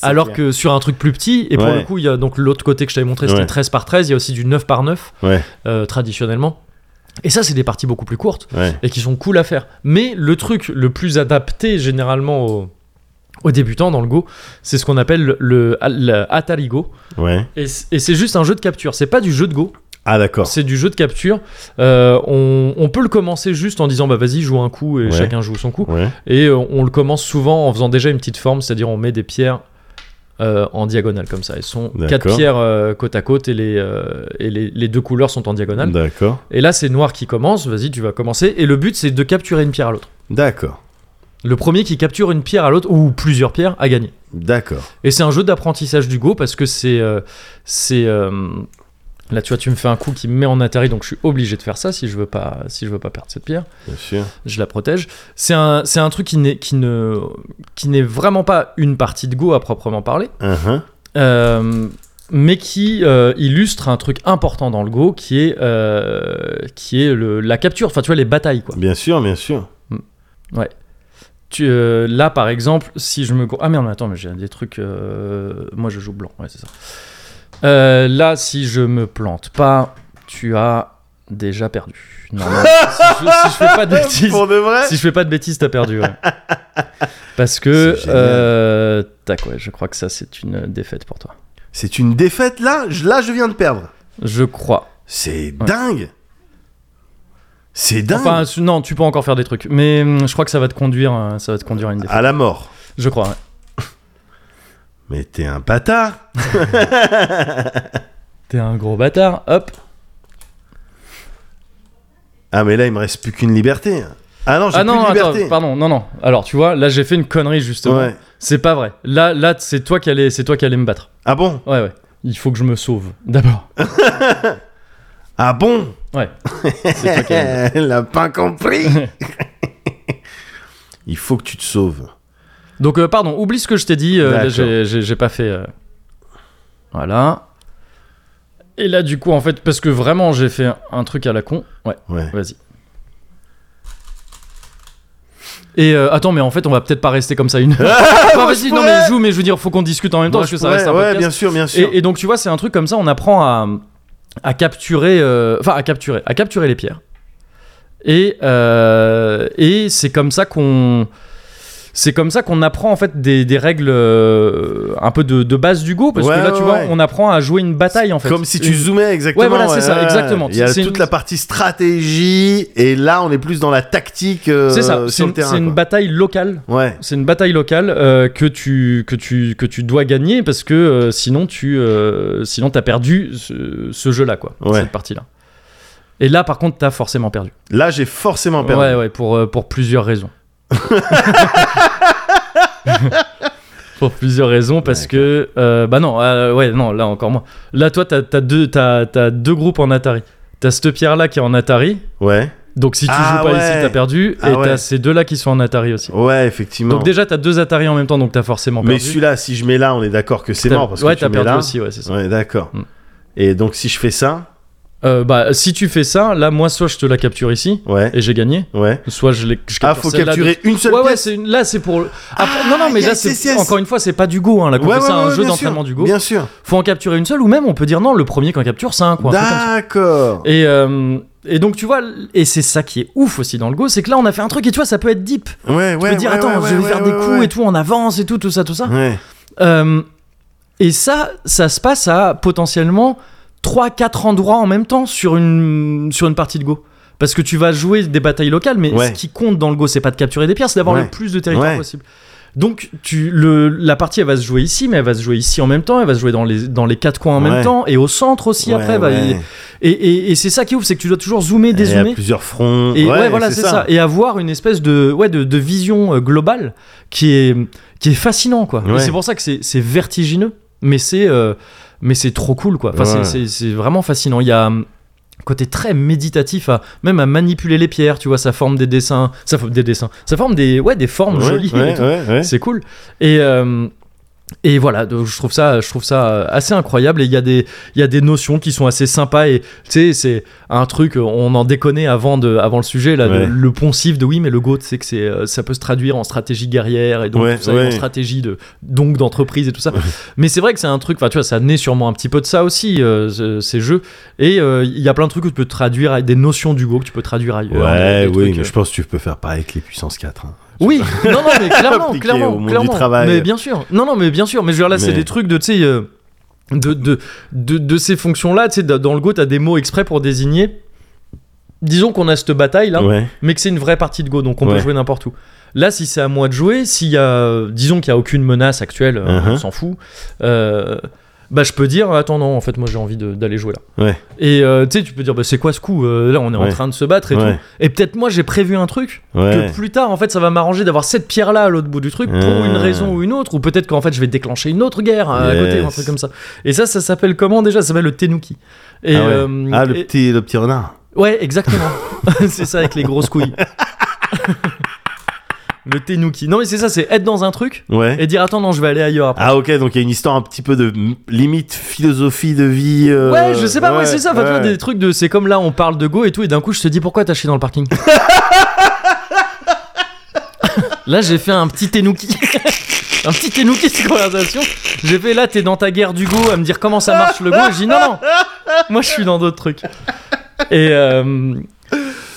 Speaker 1: Alors que sur un truc plus petit, et pour
Speaker 2: Ouais.
Speaker 1: le coup, il y a donc l'autre côté que je t'avais montré, c'était
Speaker 2: Ouais.
Speaker 1: 13 par 13, il y a aussi du 9 par 9
Speaker 2: Ouais.
Speaker 1: euh, traditionnellement. Et ça, c'est des parties beaucoup plus courtes
Speaker 2: Ouais.
Speaker 1: et qui sont cool à faire. Mais le truc le plus adapté généralement aux, aux débutants dans le Go, c'est ce qu'on appelle le, le Atari Go.
Speaker 2: Ouais.
Speaker 1: Et c- et c'est juste un jeu de capture, c'est pas du jeu de Go,
Speaker 2: Ah d'accord.
Speaker 1: c'est du jeu de capture. Euh, on, on peut le commencer juste en disant bah vas-y, joue un coup et
Speaker 2: Ouais.
Speaker 1: chacun joue son coup.
Speaker 2: Ouais.
Speaker 1: Et euh, on le commence souvent en faisant déjà une petite forme, c'est-à-dire on met des pierres. euh, en diagonale comme ça. Elles sont quatre
Speaker 2: D'accord.
Speaker 1: pierres euh, côte à côte et, les, euh, et les, les deux couleurs sont en diagonale.
Speaker 2: D'accord.
Speaker 1: Et là c'est noir qui commence, vas-y tu vas commencer. Et le but c'est de capturer une pierre à l'autre.
Speaker 2: D'accord.
Speaker 1: Le premier qui capture une pierre à l'autre, ou plusieurs pierres, a gagné.
Speaker 2: D'accord.
Speaker 1: Et c'est un jeu d'apprentissage du Go parce que c'est. euh, c'est euh, là, tu vois, tu me fais un coup qui me met en atterri, donc je suis obligé de faire ça si je veux pas, si je veux pas perdre cette pierre.
Speaker 2: Bien sûr.
Speaker 1: Je la protège. C'est un, c'est un truc qui n'est, qui, ne, qui n'est vraiment pas une partie de Go à proprement parler.
Speaker 2: Uh-huh.
Speaker 1: Euh, mais qui euh, illustre un truc important dans le Go, qui est, euh, qui est le, la capture, enfin tu vois, les batailles, quoi.
Speaker 2: Bien sûr,
Speaker 1: <laughs>
Speaker 2: bien sûr.
Speaker 1: Tu, euh, là, par exemple, si je me. con- Ah merde, mais attends, mais j'ai des trucs. euh, Moi, je joue blanc, ouais, c'est ça. Euh, là, si je me plante pas, tu as déjà perdu. Non, non, si, je, si je fais pas
Speaker 2: <laughs>
Speaker 1: de bêtises.
Speaker 2: Pour de vrai
Speaker 1: Si je fais pas de bêtises, t'as perdu.
Speaker 2: <laughs>
Speaker 1: ouais. Parce que.
Speaker 2: C'est génial.
Speaker 1: euh, tac, ouais, je crois que ça, c'est une défaite pour toi.
Speaker 2: C'est une défaite là Je- Là, je viens de perdre.
Speaker 1: Je crois.
Speaker 2: C'est
Speaker 1: Ouais.
Speaker 2: dingue C'est dingue
Speaker 1: Enfin, su- non, tu peux encore faire des trucs. Mais hum, je crois que ça va te conduire, euh, ça va te conduire à une défaite.
Speaker 2: À la mort.
Speaker 1: Je crois, ouais.
Speaker 2: Mais t'es un bâtard
Speaker 1: T'es un gros bâtard. Hop.
Speaker 2: Ah, mais là, il me reste plus qu'une liberté. Ah non, j'ai
Speaker 1: Ah
Speaker 2: plus
Speaker 1: non,
Speaker 2: de
Speaker 1: attends,
Speaker 2: liberté.
Speaker 1: pardon, non, non. Alors, tu vois, là, j'ai fait une connerie, justement.
Speaker 2: Ouais.
Speaker 1: C'est pas vrai. Là, là c'est toi qui allais, c'est toi qui allais me battre.
Speaker 2: Ah bon
Speaker 1: Ouais, ouais. Il faut que je me sauve, d'abord.
Speaker 2: Ah bon <laughs>
Speaker 1: Ouais. C'est toi qui allais me battre.
Speaker 2: Elle n'a pas
Speaker 1: <laughs>
Speaker 2: compris Il faut que tu te sauves.
Speaker 1: Donc, euh, pardon, oublie ce que je t'ai dit. euh, là,
Speaker 2: D'accord.
Speaker 1: j'ai- j'ai j'ai pas fait. euh, Voilà. Et là, du coup, en fait, parce que vraiment, j'ai fait un- un truc à la con. Ouais.
Speaker 2: Ouais.
Speaker 1: Vas-y. Et euh, attends, mais en fait, on va peut-être pas rester comme ça une heure. Enfin,
Speaker 2: <laughs> moi, je
Speaker 1: vas-y, non,
Speaker 2: pourrais.
Speaker 1: mais joue, mais je veux dire, faut qu'on discute en même temps
Speaker 2: Moi,
Speaker 1: parce
Speaker 2: je
Speaker 1: que ça
Speaker 2: pourrais-
Speaker 1: reste un
Speaker 2: ouais,
Speaker 1: podcast.
Speaker 2: bien sûr, bien sûr.
Speaker 1: Et, et donc, tu vois, c'est un truc comme ça, on apprend à, à capturer, euh, enfin, à capturer, à capturer les pierres. Et, euh, et c'est comme ça qu'on. C'est comme ça qu'on apprend en fait des, des règles euh, un peu de, de base du go parce
Speaker 2: Ouais,
Speaker 1: que là
Speaker 2: ouais,
Speaker 1: tu vois
Speaker 2: ouais.
Speaker 1: on apprend à jouer une bataille en fait
Speaker 2: Comme si tu
Speaker 1: Une-
Speaker 2: zoomais exactement.
Speaker 1: Ouais, voilà, c'est ça, exactement.
Speaker 2: Il y a
Speaker 1: C'est
Speaker 2: toute
Speaker 1: une-
Speaker 2: la partie stratégie et là, on est plus dans la tactique euh,
Speaker 1: c'est ça c'est
Speaker 2: sur le
Speaker 1: une,
Speaker 2: terrain.
Speaker 1: c'est une
Speaker 2: quoi.
Speaker 1: bataille locale
Speaker 2: Ouais.
Speaker 1: C'est une bataille locale euh, que, tu, que, tu, que tu dois gagner parce que euh, sinon tu euh, sinon as perdu ce, ce jeu-là, quoi.
Speaker 2: Ouais.
Speaker 1: Cette partie-là. Et là, par contre, t'as forcément perdu.
Speaker 2: Là, j'ai forcément perdu.
Speaker 1: Ouais, ouais, pour, euh, pour plusieurs raisons.
Speaker 2: <laughs>
Speaker 1: pour plusieurs raisons, parce que. euh, bah non, euh, ouais, non, là encore moins. Là, toi, t'as as deux, t'as- t'as deux groupes en Atari. T'as cette pierre-là qui est en Atari.
Speaker 2: Ouais.
Speaker 1: Donc si tu joues
Speaker 2: Ah
Speaker 1: pas
Speaker 2: ouais.
Speaker 1: ici, t'as perdu.
Speaker 2: Ah
Speaker 1: et
Speaker 2: ouais.
Speaker 1: t'as ces deux-là qui sont en Atari aussi.
Speaker 2: Ouais, effectivement.
Speaker 1: Donc déjà, t'as deux Atari en même temps, donc t'as forcément
Speaker 2: Mais
Speaker 1: perdu.
Speaker 2: celui-là, si je mets là, on est d'accord que c'est
Speaker 1: T'as-
Speaker 2: mort parce
Speaker 1: ouais,
Speaker 2: que tu
Speaker 1: t'as
Speaker 2: mets
Speaker 1: perdu
Speaker 2: là.
Speaker 1: aussi, ouais, c'est ça.
Speaker 2: Ouais, d'accord.
Speaker 1: Mm.
Speaker 2: Et donc si je fais ça,
Speaker 1: Euh, bah, si tu fais ça, là, moi, soit je te la capture ici
Speaker 2: ouais,
Speaker 1: et j'ai gagné,
Speaker 2: ouais.
Speaker 1: soit je, l'ai- je
Speaker 2: Ah,
Speaker 1: capture
Speaker 2: faut
Speaker 1: celle-là de-
Speaker 2: capturer une seule
Speaker 1: Ouais, ouais,
Speaker 2: pièce. Ah,
Speaker 1: c'est une- là, c'est pour. Après- non, non, mais là,
Speaker 2: yes,
Speaker 1: c'est
Speaker 2: yes, yes.
Speaker 1: encore une fois, c'est pas du go. Hein, là, qu'on fait ça, un jeu
Speaker 2: bien
Speaker 1: d'entraînement
Speaker 2: sûr,
Speaker 1: du go.
Speaker 2: Bien sûr.
Speaker 1: Faut en capturer une seule, ou même on peut dire non, le premier qu'en capture, c'est un. Quoi, un truc comme ça.
Speaker 2: D'accord.
Speaker 1: Et, euh, et donc, tu vois, et c'est ça qui est ouf aussi dans le go, c'est que là, on a fait un truc, et tu vois, ça peut être deep.
Speaker 2: Ouais,
Speaker 1: Tu
Speaker 2: ouais.
Speaker 1: peux dire,
Speaker 2: ouais,
Speaker 1: attends,
Speaker 2: ouais,
Speaker 1: je vais
Speaker 2: ouais,
Speaker 1: faire
Speaker 2: ouais,
Speaker 1: des coups
Speaker 2: ouais.
Speaker 1: et tout, on avance et tout, tout ça, tout ça.
Speaker 2: Ouais.
Speaker 1: Euh, et ça, ça se passe à potentiellement 3-4 endroits en même temps sur une, sur une partie de Go. Parce que tu vas jouer des batailles locales, mais
Speaker 2: Ouais.
Speaker 1: ce qui compte dans le Go, c'est pas de capturer des pierres, c'est d'avoir
Speaker 2: Ouais.
Speaker 1: le plus de territoire
Speaker 2: Ouais.
Speaker 1: possible. Donc tu, le, la partie, elle va se jouer ici, mais elle va se jouer ici en même temps, elle va se jouer dans les, dans les quatre coins en
Speaker 2: Ouais.
Speaker 1: même temps, et au centre aussi
Speaker 2: Ouais,
Speaker 1: après. bah, va-
Speaker 2: ouais.
Speaker 1: Et, et- et c'est ça qui est ouf, c'est que tu dois toujours zoomer,
Speaker 2: Et à
Speaker 1: dézoomer.
Speaker 2: plusieurs fronts.
Speaker 1: Et ouais, voilà, c'est ça. Et avoir une espèce de, ouais, de, de vision euh, globale qui est, qui est fascinant, quoi. Et
Speaker 2: Ouais.
Speaker 1: c'est pour ça que c'est c'est vertigineux, mais c'est euh, mais c'est trop cool, quoi. Enfin, c'est-
Speaker 2: Ouais.
Speaker 1: c'est c'est vraiment fascinant. Il y a hum, un côté très méditatif à même à manipuler les pierres tu vois ça forme des dessins ça forme des dessins ça forme des ouais des formes
Speaker 2: Ouais,
Speaker 1: jolies et
Speaker 2: ouais,
Speaker 1: tout.
Speaker 2: ouais, ouais.
Speaker 1: c'est cool et euh, et voilà, donc je trouve ça, je trouve ça euh, assez incroyable. Et il y a des, il y a des notions qui sont assez sympas. Et tu sais, c'est un truc, on en déconnait avant de, avant le sujet là, de-
Speaker 2: Ouais.
Speaker 1: le poncif de oui, mais le GOAT, c'est que c'est, euh, ça peut se traduire en stratégie guerrière et donc
Speaker 2: Ouais,
Speaker 1: tout ça, et
Speaker 2: ouais.
Speaker 1: en stratégie de, donc d'entreprise et tout ça. mais c'est vrai que c'est un truc. Enfin, tu vois, ça naît sûrement un petit peu de ça aussi, euh, ce- ces jeux. Et euh, il y a plein de trucs que tu peux traduire, à- des notions du GO que tu peux traduire ailleurs.
Speaker 2: Ouais,
Speaker 1: des
Speaker 2: oui,
Speaker 1: trucs,
Speaker 2: mais
Speaker 1: euh,
Speaker 2: je pense que tu peux faire pareil avec les puissances 4. hein.
Speaker 1: oui, non, non, mais clairement,
Speaker 2: Appliqué au
Speaker 1: clairement,
Speaker 2: monde du
Speaker 1: clairement.
Speaker 2: travail.
Speaker 1: Mais bien sûr, non, non, mais bien sûr. Mais je veux dire, là, c'est
Speaker 2: Mais-
Speaker 1: des trucs de, tu sais, euh, de, de, de, de ces fonctions-là. Tu sais, d- dans le Go, t'as des mots exprès pour désigner. Disons qu'on a cette bataille-là,
Speaker 2: Ouais,
Speaker 1: mais que c'est une vraie partie de Go, donc on
Speaker 2: Ouais.
Speaker 1: peut jouer n'importe où. Là, si c'est à moi de jouer, s'il y a, disons qu'il y a aucune menace actuelle, euh,
Speaker 2: Uh-huh.
Speaker 1: on s'en fout. euh, bah, je peux dire, attends, non, en fait, moi, j'ai envie de- d'aller jouer là.
Speaker 2: ouais,
Speaker 1: Et euh, tu sais, tu peux dire, bah, c'est quoi ce coup Euh, Là, on est en
Speaker 2: Ouais.
Speaker 1: train de se battre et
Speaker 2: Ouais.
Speaker 1: tout. Et peut-être moi, j'ai prévu un truc
Speaker 2: ouais.
Speaker 1: que plus tard en fait ça va m'arranger d'avoir cette pierre là à l'autre bout du truc pour
Speaker 2: Ah.
Speaker 1: une raison ou une autre ou peut-être qu'en fait je vais déclencher une autre guerre euh, à côté
Speaker 2: Yes.
Speaker 1: un truc comme ça et ça ça s'appelle comment déjà ça s'appelle le tenuki et,
Speaker 2: ah, ouais.
Speaker 1: euh,
Speaker 2: Ah, le
Speaker 1: et-
Speaker 2: petit, le petit renard.
Speaker 1: <laughs>
Speaker 2: <laughs>
Speaker 1: ouais exactement c'est ça avec les grosses couilles Le Tenuki. Non, mais c'est ça, c'est être dans un truc
Speaker 2: Ouais.
Speaker 1: et dire attends, non, je vais aller ailleurs après.
Speaker 2: Ah ok, donc il y a une histoire un petit peu de m- limite philosophie de vie. euh,
Speaker 1: Ouais, je sais pas, ouais, c'est ça. Enfin, tu vois,
Speaker 2: <laughs>
Speaker 1: des trucs de. C'est comme là, on parle de Go et tout, et d'un coup, je te dis pourquoi t'as chié dans le parking <laughs> Là, j'ai fait un petit Tenuki. <laughs> un petit Tenuki, cette conversation. J'ai fait là, t'es dans ta guerre du Go à me dire comment ça marche le Go. Je dis non, non, moi je suis dans d'autres trucs. Et. euh,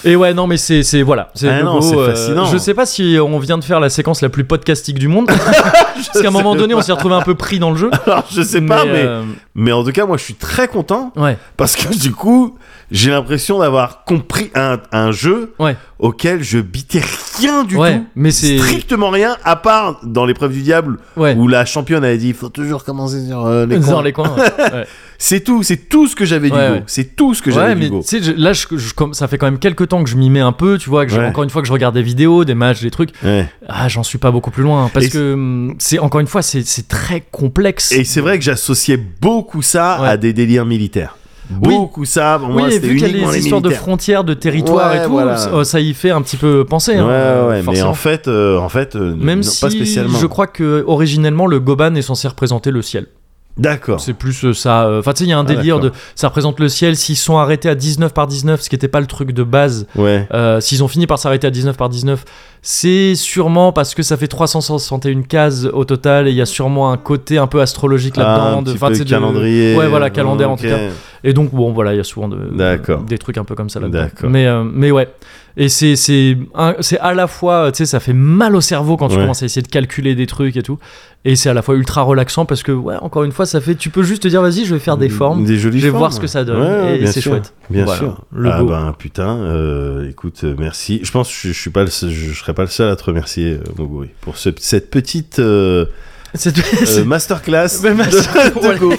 Speaker 1: Et ouais, non, mais c'est. c'est- Voilà. C'est
Speaker 2: Ah
Speaker 1: le
Speaker 2: non,
Speaker 1: Go,
Speaker 2: c'est
Speaker 1: euh,
Speaker 2: fascinant.
Speaker 1: Je sais pas si on vient de faire la séquence la plus podcastique du
Speaker 2: <laughs>
Speaker 1: monde. parce qu'à un moment
Speaker 2: sais
Speaker 1: donné, on
Speaker 2: pas.
Speaker 1: s'est retrouvé un peu pris dans le
Speaker 2: <laughs>
Speaker 1: jeu.
Speaker 2: Alors je sais pas, mais
Speaker 1: euh,
Speaker 2: mais en tout cas moi je suis très content
Speaker 1: Ouais.
Speaker 2: parce que du coup j'ai l'impression d'avoir compris un, un jeu
Speaker 1: Ouais.
Speaker 2: auquel je bitais rien du
Speaker 1: ouais,
Speaker 2: tout.
Speaker 1: mais c'est.
Speaker 2: Strictement rien, à part dans l'épreuve du diable
Speaker 1: Ouais.
Speaker 2: où la championne avait dit il faut toujours commencer sur euh, les
Speaker 1: Dans
Speaker 2: coins.
Speaker 1: les coins. Ouais,
Speaker 2: C'est tout, c'est tout ce que j'avais
Speaker 1: Ouais,
Speaker 2: du
Speaker 1: ouais.
Speaker 2: go. C'est tout ce <laughs> que
Speaker 1: Ouais,
Speaker 2: j'avais
Speaker 1: mais
Speaker 2: du go.
Speaker 1: tu sais, je- là, je, je- comme, ça fait quand même quelques temps que je m'y mets un peu, tu vois, que je-
Speaker 2: Ouais.
Speaker 1: encore une fois que je regarde des vidéos, des matchs, des trucs.
Speaker 2: Ouais.
Speaker 1: Ah, j'en suis pas beaucoup plus loin. Parce
Speaker 2: Et
Speaker 1: que, hum, c'est encore une fois, c'est c'est très complexe.
Speaker 2: Et c'est vrai que j'associais beaucoup ça
Speaker 1: Ouais.
Speaker 2: à des délires militaires. Beaucoup ça, pour
Speaker 1: oui,
Speaker 2: moi,
Speaker 1: et
Speaker 2: c'était
Speaker 1: vu qu'il y a
Speaker 2: uniquement
Speaker 1: les
Speaker 2: les
Speaker 1: histoires de
Speaker 2: militaires.
Speaker 1: frontières, de territoires
Speaker 2: Ouais,
Speaker 1: et tout,
Speaker 2: voilà.
Speaker 1: ça- ça y fait un petit peu penser. hein,
Speaker 2: ouais, ouais, mais
Speaker 1: forcément.
Speaker 2: en fait, euh, en fait, euh,
Speaker 1: Même
Speaker 2: non,
Speaker 1: si
Speaker 2: pas spécialement.
Speaker 1: je crois que originellement le Goban est censé représenter le ciel.
Speaker 2: D'accord.
Speaker 1: C'est plus euh, ça. euh, Enfin, tu sais, il y a un délire de.
Speaker 2: Ah, d'accord.
Speaker 1: Ça représente le ciel. S'ils sont arrêtés à 19 par 19, ce qui n'était pas le truc de base,
Speaker 2: Ouais.
Speaker 1: Euh, S'ils ont fini par s'arrêter à 19 par 19, c'est sûrement parce que ça fait 361 cases au total et il y a sûrement un côté un peu astrologique
Speaker 2: Ah,
Speaker 1: là-dedans.
Speaker 2: un
Speaker 1: de-
Speaker 2: petit
Speaker 1: enfin,
Speaker 2: peu
Speaker 1: tu sais, de-
Speaker 2: calendrier.
Speaker 1: Ouais, voilà, calendaire
Speaker 2: Ok.
Speaker 1: en tout cas. Et donc, bon, voilà, il y a souvent de,
Speaker 2: D'accord.
Speaker 1: des trucs un peu comme ça là-dedans.
Speaker 2: D'accord.
Speaker 1: Mais, euh, mais ouais. Et c'est c'est un- c'est à la fois, tu sais, ça fait mal au cerveau quand tu
Speaker 2: Ouais.
Speaker 1: commences à essayer de calculer des trucs et tout. Et c'est à la fois ultra relaxant parce que, ouais, encore une fois, ça fait. Tu peux juste te dire, vas-y, je vais faire des formes.
Speaker 2: Des jolies
Speaker 1: je vais
Speaker 2: formes.
Speaker 1: voir ce que ça donne.
Speaker 2: Ouais, ouais,
Speaker 1: et
Speaker 2: bien
Speaker 1: c'est
Speaker 2: sûr.
Speaker 1: chouette.
Speaker 2: Bien
Speaker 1: Voilà.
Speaker 2: sûr.
Speaker 1: Le
Speaker 2: ah
Speaker 1: go.
Speaker 2: ben putain, euh, écoute, euh, merci. Je pense que je, je suis pas le seul- je, serais pas le seul à te remercier, euh, Moguri, pour ce- cette petite euh,
Speaker 1: C'est
Speaker 2: euh,
Speaker 1: <laughs> c'est-
Speaker 2: masterclass
Speaker 1: Mais
Speaker 2: de,
Speaker 1: master-
Speaker 2: <laughs> de
Speaker 1: ouais.
Speaker 2: go.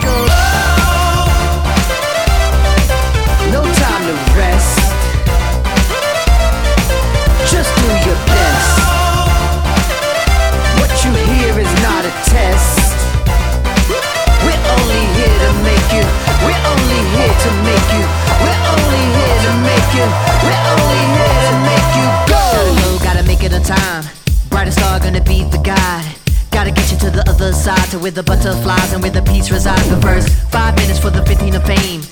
Speaker 8: "Oh, No time to rest. Just do your best. What you hear is not a test. We're only here to make you. We're only here to make you. We're only here to make you. We're only here to make you go.
Speaker 9: Solo, gotta make it on time. Brightest star gonna be the guide. Gotta get you to the other side, to where the butterflies and where the peace resides. Reverse five minutes for the 15 of fame.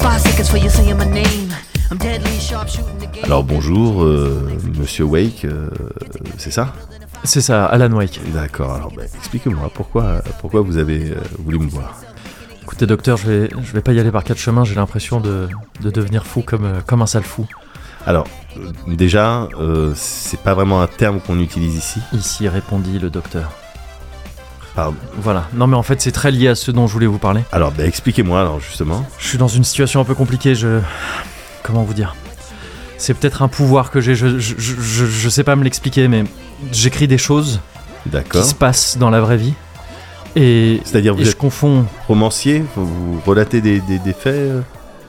Speaker 9: Five seconds for you saying my name. I'm deadly sharp shooting the game.
Speaker 2: Alors bonjour, euh, Monsieur Wake, euh, c'est ça
Speaker 1: c'est ça, Alan Wake.
Speaker 2: D'accord. Alors ben, expliquez-moi pourquoi pourquoi vous avez euh, voulu me voir.
Speaker 1: Écoutez docteur, je vais, je vais pas y aller par quatre chemins, j'ai l'impression de, de devenir fou comme, euh, comme un sale fou.
Speaker 2: Alors, euh, déjà, euh, c'est pas vraiment un terme qu'on utilise ici.
Speaker 1: Ici répondit le docteur.
Speaker 2: Pardon.
Speaker 1: Voilà, non mais en fait c'est très lié à ce dont je voulais vous parler.
Speaker 2: Alors, bah, expliquez-moi, alors, justement.
Speaker 1: Je suis dans une situation un peu compliquée, je... Comment vous dire C'est peut-être un pouvoir que j'ai, je, je, je- je- je sais pas me l'expliquer, mais j'écris des choses qui
Speaker 2: D'accord.
Speaker 1: se passent dans la vraie vie. Et,
Speaker 2: C'est-à-dire,
Speaker 1: et
Speaker 2: vous
Speaker 1: je
Speaker 2: êtes
Speaker 1: confonds,
Speaker 2: romancier, vous vous relatez des, des- des faits. euh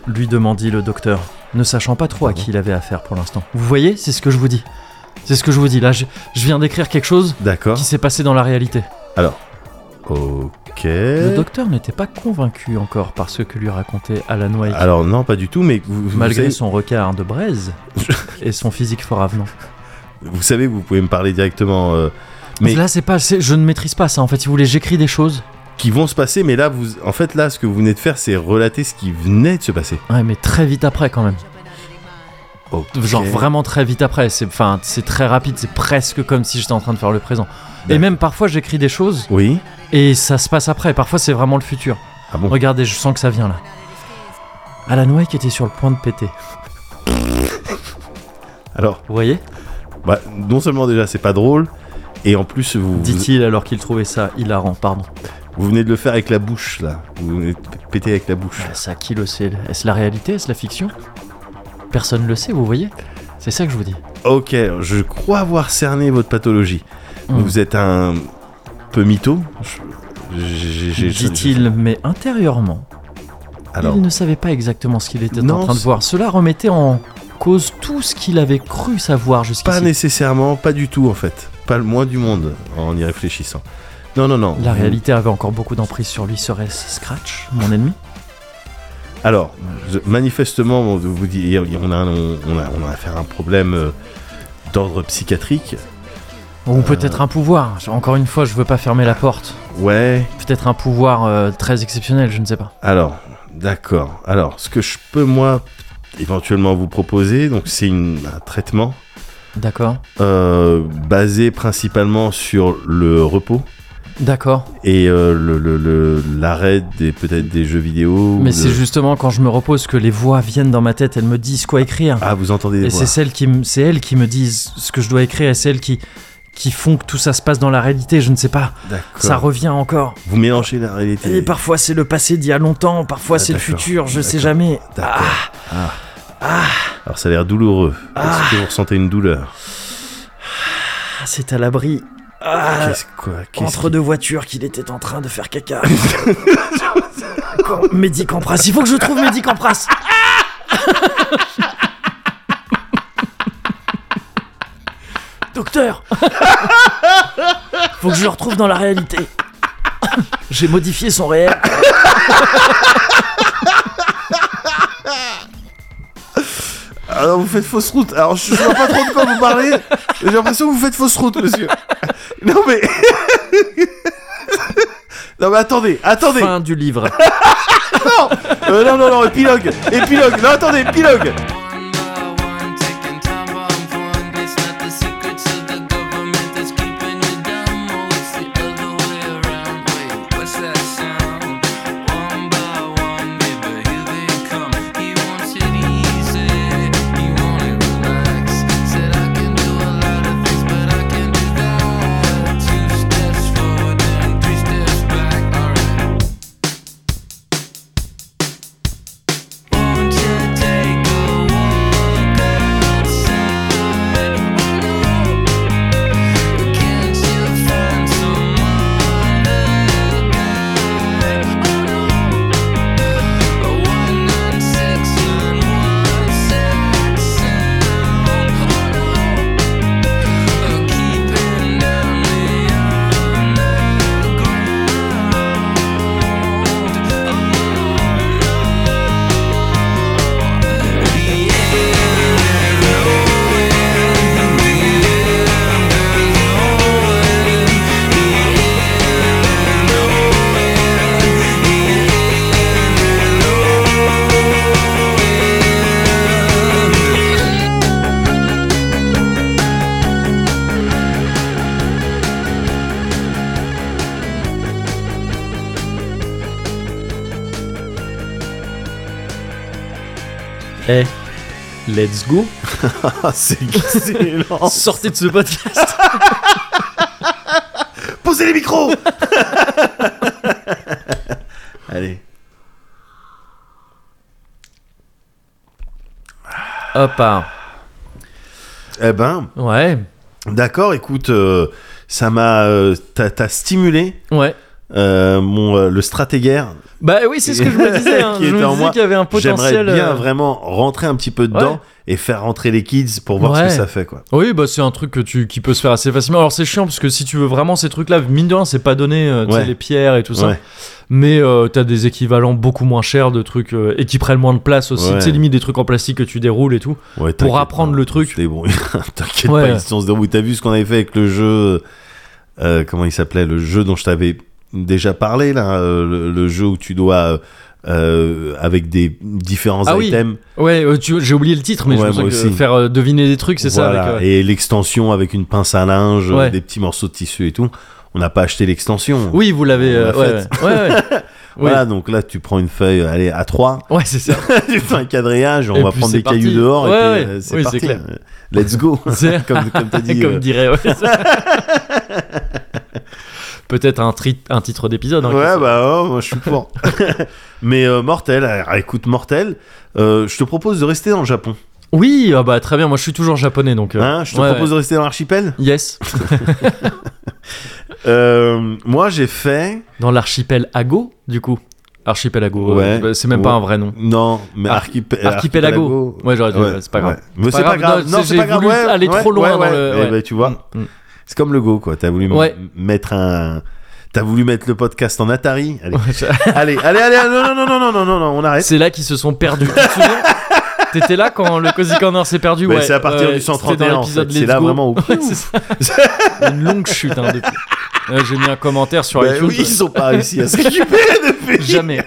Speaker 1: lui demandit le docteur, ne sachant pas
Speaker 2: Ah
Speaker 1: trop à qui il avait affaire pour l'instant. Vous voyez, c'est ce que je vous dis. C'est ce que je vous dis, là je- je viens d'écrire quelque chose
Speaker 2: D'accord.
Speaker 1: qui s'est passé dans la réalité.
Speaker 2: Ok.
Speaker 1: Le docteur n'était pas convaincu encore par ce que lui racontait Alan Wake,
Speaker 2: Alors, non, pas du tout, mais vous, Ah, vous
Speaker 1: malgré
Speaker 2: savez,
Speaker 1: son regard de
Speaker 2: <laughs>
Speaker 1: braise et son physique fort avenant.
Speaker 2: vous savez, vous pouvez me parler directement. euh,
Speaker 1: Mais
Speaker 2: Mais-
Speaker 1: là, c'est pas, c'est- je ne maîtrise pas ça. En fait, si vous voulez, j'écris des choses.
Speaker 2: qui vont se passer, mais là, vous, en fait, là, ce que vous venez de faire, c'est relater ce qui venait de se passer.
Speaker 1: Ouais, mais très vite après quand même.
Speaker 2: Ok.
Speaker 1: Genre vraiment très vite après. C'est, enfin, c'est très rapide. C'est presque comme si j'étais en train de faire le présent. Et
Speaker 2: D'accord.
Speaker 1: même parfois, j'écris des choses
Speaker 2: Oui.
Speaker 1: et ça se passe après. Parfois, c'est vraiment le futur.
Speaker 2: Ah bon.
Speaker 1: Regardez, je sens que ça vient là. Alan qui était sur le point de péter.
Speaker 2: Alors,
Speaker 1: Vous voyez
Speaker 2: bah, non seulement déjà, c'est pas drôle, et en plus, vous, vous,
Speaker 1: Dit-il alors qu'il trouvait ça hilarant. Pardon.
Speaker 2: vous venez de le faire avec la bouche, là. Vous venez de péter avec la bouche.
Speaker 1: Bah, ça, qui le sait Est-ce la réalité Est-ce la fiction Personne le sait, vous voyez C'est ça que je vous dis.
Speaker 2: Ok, je crois avoir cerné votre pathologie.
Speaker 1: Hmm.
Speaker 2: Vous êtes un peu mytho Je- j'ai- j'ai- j'ai-
Speaker 1: Dit-il, mais intérieurement,
Speaker 2: Alors,
Speaker 1: il ne savait pas exactement ce qu'il était en
Speaker 2: Non,
Speaker 1: train de
Speaker 2: c'est-
Speaker 1: voir. Cela remettait en cause tout ce qu'il avait cru savoir
Speaker 2: pas
Speaker 1: jusqu'ici.
Speaker 2: nécessairement, pas du tout en fait. Pas le moins du monde en y réfléchissant. Non, non, non.
Speaker 1: La
Speaker 2: Vous-
Speaker 1: réalité avait encore beaucoup d'emprise sur lui. Serait-ce Scratch, mon ennemi
Speaker 2: Mm. Alors, je- manifestement, on vous dit, on a, un- on a, on a affaire à un problème euh, d'ordre psychiatrique. Euh.
Speaker 1: Ou peut-être un pouvoir. Encore une fois, je veux pas fermer la porte.
Speaker 2: Ouais,
Speaker 1: Peut-être un pouvoir euh, très exceptionnel, je ne sais pas.
Speaker 2: alors, d'accord. Alors, ce que je peux, moi, éventuellement vous proposer, donc c'est une- un traitement
Speaker 1: D'accord.
Speaker 2: euh, basé principalement sur le repos
Speaker 1: D'accord.
Speaker 2: et euh, le- le- le- l'arrêt des peut-être des jeux vidéo. ou
Speaker 1: Mais
Speaker 2: de-
Speaker 1: c'est justement quand je me repose que les voix viennent dans ma tête, elles me disent quoi écrire.
Speaker 2: Ah, vous entendez des
Speaker 1: et
Speaker 2: voix.
Speaker 1: c'est celles qui, me- c'est elles qui me disent ce que je dois écrire et celles qui, qui font que tout ça se passe dans la réalité. Je ne sais pas.
Speaker 2: D'accord.
Speaker 1: Ça revient encore.
Speaker 2: Vous mélangez la réalité.
Speaker 1: Et parfois c'est le passé d'il y a longtemps, parfois
Speaker 2: Ah,
Speaker 1: c'est le
Speaker 2: d'accord.
Speaker 1: futur. Je sais
Speaker 2: D'accord.
Speaker 1: jamais.
Speaker 2: D'accord. Ah. Alors ça a l'air douloureux. Est-ce que vous ressentez une douleur
Speaker 1: Ah, c'est à l'abri. Ah,
Speaker 2: Qu'est-ce quoi qu'est-ce
Speaker 1: entre
Speaker 2: qui-
Speaker 1: deux voitures qu'il était en train de faire caca. Quand- Médicampras, il faut que je trouve Médicampras. Docteur, faut que je le retrouve dans la réalité. J'ai modifié son réel.
Speaker 2: Ah non, vous faites fausse route. Alors je, je vois pas trop de quoi vous parlez. J'ai l'impression que vous faites fausse route, monsieur. Non mais. <laughs> Non mais attendez, attendez.
Speaker 1: Fin du livre.
Speaker 2: Euh, non non non, épilogue, épilogue. Non attendez, épilogue.
Speaker 1: Eh, let's go.
Speaker 2: Ah c'est excellent.
Speaker 1: Sortez de ce podcast.
Speaker 2: Posez les micros. <laughs> Allez.
Speaker 1: Hop, ah.
Speaker 2: Eh ben,
Speaker 1: ouais,
Speaker 2: d'accord. Écoute, euh, ça m'a, euh, t'as t'as stimulé.
Speaker 1: ouais.
Speaker 2: Euh, mon, euh, le stratégaire,
Speaker 1: Bah oui, c'est ce que je me disais. hein.
Speaker 2: Qui
Speaker 1: Je
Speaker 2: était
Speaker 1: me
Speaker 2: en
Speaker 1: disais
Speaker 2: moi.
Speaker 1: qu'il y avait un
Speaker 2: j'aimerais
Speaker 1: potentiel.
Speaker 2: bien
Speaker 1: euh,
Speaker 2: vraiment rentrer un petit peu dedans
Speaker 1: Ouais.
Speaker 2: et faire rentrer les kids pour voir ce
Speaker 1: Ouais.
Speaker 2: que ça fait quoi.
Speaker 1: Oui, bah c'est un truc que tu, qui peut se faire assez facilement. Alors c'est chiant parce que si tu veux vraiment ces trucs-là, mine de rien, c'est pas donné, euh, tu sais,
Speaker 2: Ouais.
Speaker 1: les pierres et tout ça.
Speaker 2: Ouais.
Speaker 1: Mais euh, t'as des équivalents beaucoup moins chers de trucs euh, et qui prennent moins de place aussi.
Speaker 2: Ouais.
Speaker 1: Tu sais, limite des trucs en plastique que tu déroules et tout.
Speaker 2: Ouais, t'inquiète
Speaker 1: apprendre
Speaker 2: pas,
Speaker 1: le truc.
Speaker 2: on se débrouille. <laughs> T'inquiète
Speaker 1: Ouais.
Speaker 2: pas, ils sont se débrouillent. T'as vu ce qu'on avait fait avec le jeu, euh, comment il s'appelait, le jeu dont je t'avais déjà parlé là, euh, le, le jeu où tu dois euh, euh, avec des différents
Speaker 1: Ah oui.
Speaker 2: items,
Speaker 1: Ouais, euh, tu- j'ai oublié le titre, mais
Speaker 2: Ouais,
Speaker 1: je pensais
Speaker 2: moi
Speaker 1: que
Speaker 2: aussi.
Speaker 1: faire euh, deviner des trucs, c'est
Speaker 2: Voilà.
Speaker 1: ça. Avec, euh,
Speaker 2: et l'extension avec une pince à linge,
Speaker 1: Ouais.
Speaker 2: des petits morceaux de tissu et tout. On n'a pas acheté l'extension.
Speaker 1: Oui, vous l'avez. euh,
Speaker 2: On l'a
Speaker 1: ouais, ouais, ouais,
Speaker 2: <laughs>
Speaker 1: ouais. Oui.
Speaker 2: Voilà, donc là tu prends une feuille, allez à 3
Speaker 1: <laughs> Ouais, c'est ça.
Speaker 2: tu fais un quadrillage, on
Speaker 1: Et
Speaker 2: va
Speaker 1: puis
Speaker 2: prendre
Speaker 1: c'est
Speaker 2: des
Speaker 1: parti.
Speaker 2: cailloux dehors
Speaker 1: Ouais,
Speaker 2: et puis
Speaker 1: ouais.
Speaker 2: euh, c'est
Speaker 1: Oui, c'est
Speaker 2: parti.
Speaker 1: clair.
Speaker 2: Let's go.
Speaker 1: <laughs> C'est-
Speaker 2: <laughs> comme comme t'as dit.
Speaker 1: Comme
Speaker 2: euh,
Speaker 1: dirait. ouais,
Speaker 2: <laughs>
Speaker 1: ça. Peut-être un, tri- un titre d'épisode. hein,
Speaker 2: Ouais
Speaker 1: qui-
Speaker 2: bah ouais, moi je suis
Speaker 1: <laughs>
Speaker 2: pour. Mais euh, mortel, alors, écoute mortel, euh, je te propose de rester dans le Japon.
Speaker 1: Oui, ah bah très bien. Moi, je suis toujours japonais, donc. euh,
Speaker 2: Hein, je te
Speaker 1: ouais,
Speaker 2: propose
Speaker 1: ouais.
Speaker 2: de rester dans l'archipel.
Speaker 1: Yes.
Speaker 2: Euh, moi j'ai fait
Speaker 1: Dans l'archipelago, du coup. Archipelago, euh,
Speaker 2: Ouais.
Speaker 1: bah, c'est même pas
Speaker 2: Ouais.
Speaker 1: un vrai nom.
Speaker 2: non mais
Speaker 1: Ar-
Speaker 2: archipel-
Speaker 1: archipelago. Ouais, j'aurais dû- c'est pas grave.
Speaker 2: Mais c'est pas grave.
Speaker 1: non,
Speaker 2: Non,
Speaker 1: c'est-
Speaker 2: c'est
Speaker 1: j'ai
Speaker 2: pas grave.
Speaker 1: voulu
Speaker 2: ouais,
Speaker 1: aller
Speaker 2: ouais,
Speaker 1: trop loin
Speaker 2: ouais,
Speaker 1: dans
Speaker 2: ouais.
Speaker 1: le-
Speaker 2: Eh
Speaker 1: ouais.
Speaker 2: ben, tu vois,
Speaker 1: Mm, mm.
Speaker 2: c'est comme le go quoi. T'as voulu m-
Speaker 1: Ouais.
Speaker 2: mettre un, t'as voulu mettre le podcast en Atari. Allez,
Speaker 1: Ouais, ça-
Speaker 2: allez, allez, allez, non, non, non, non, non, non, non, on arrête. <laughs>
Speaker 1: C'est là qu'ils se sont perdus. Tu te souviens T'étais là quand le Cozy Corner s'est perdu
Speaker 2: Mais
Speaker 1: ouais.
Speaker 2: c'est à partir
Speaker 1: Ouais,
Speaker 2: du
Speaker 1: c'était dans
Speaker 2: 131, en
Speaker 1: l'épisode
Speaker 2: fait. C'est
Speaker 1: Let's
Speaker 2: là
Speaker 1: Go.
Speaker 2: vraiment où-
Speaker 1: Ouais, c'est ça.
Speaker 2: <laughs>
Speaker 1: Une longue chute, hein, depuis. Euh, J'ai mis un commentaire sur
Speaker 2: Bah
Speaker 1: iTunes.
Speaker 2: oui, ils ont
Speaker 1: <laughs>
Speaker 2: pas réussi à se récupérer depuis.
Speaker 1: Jamais.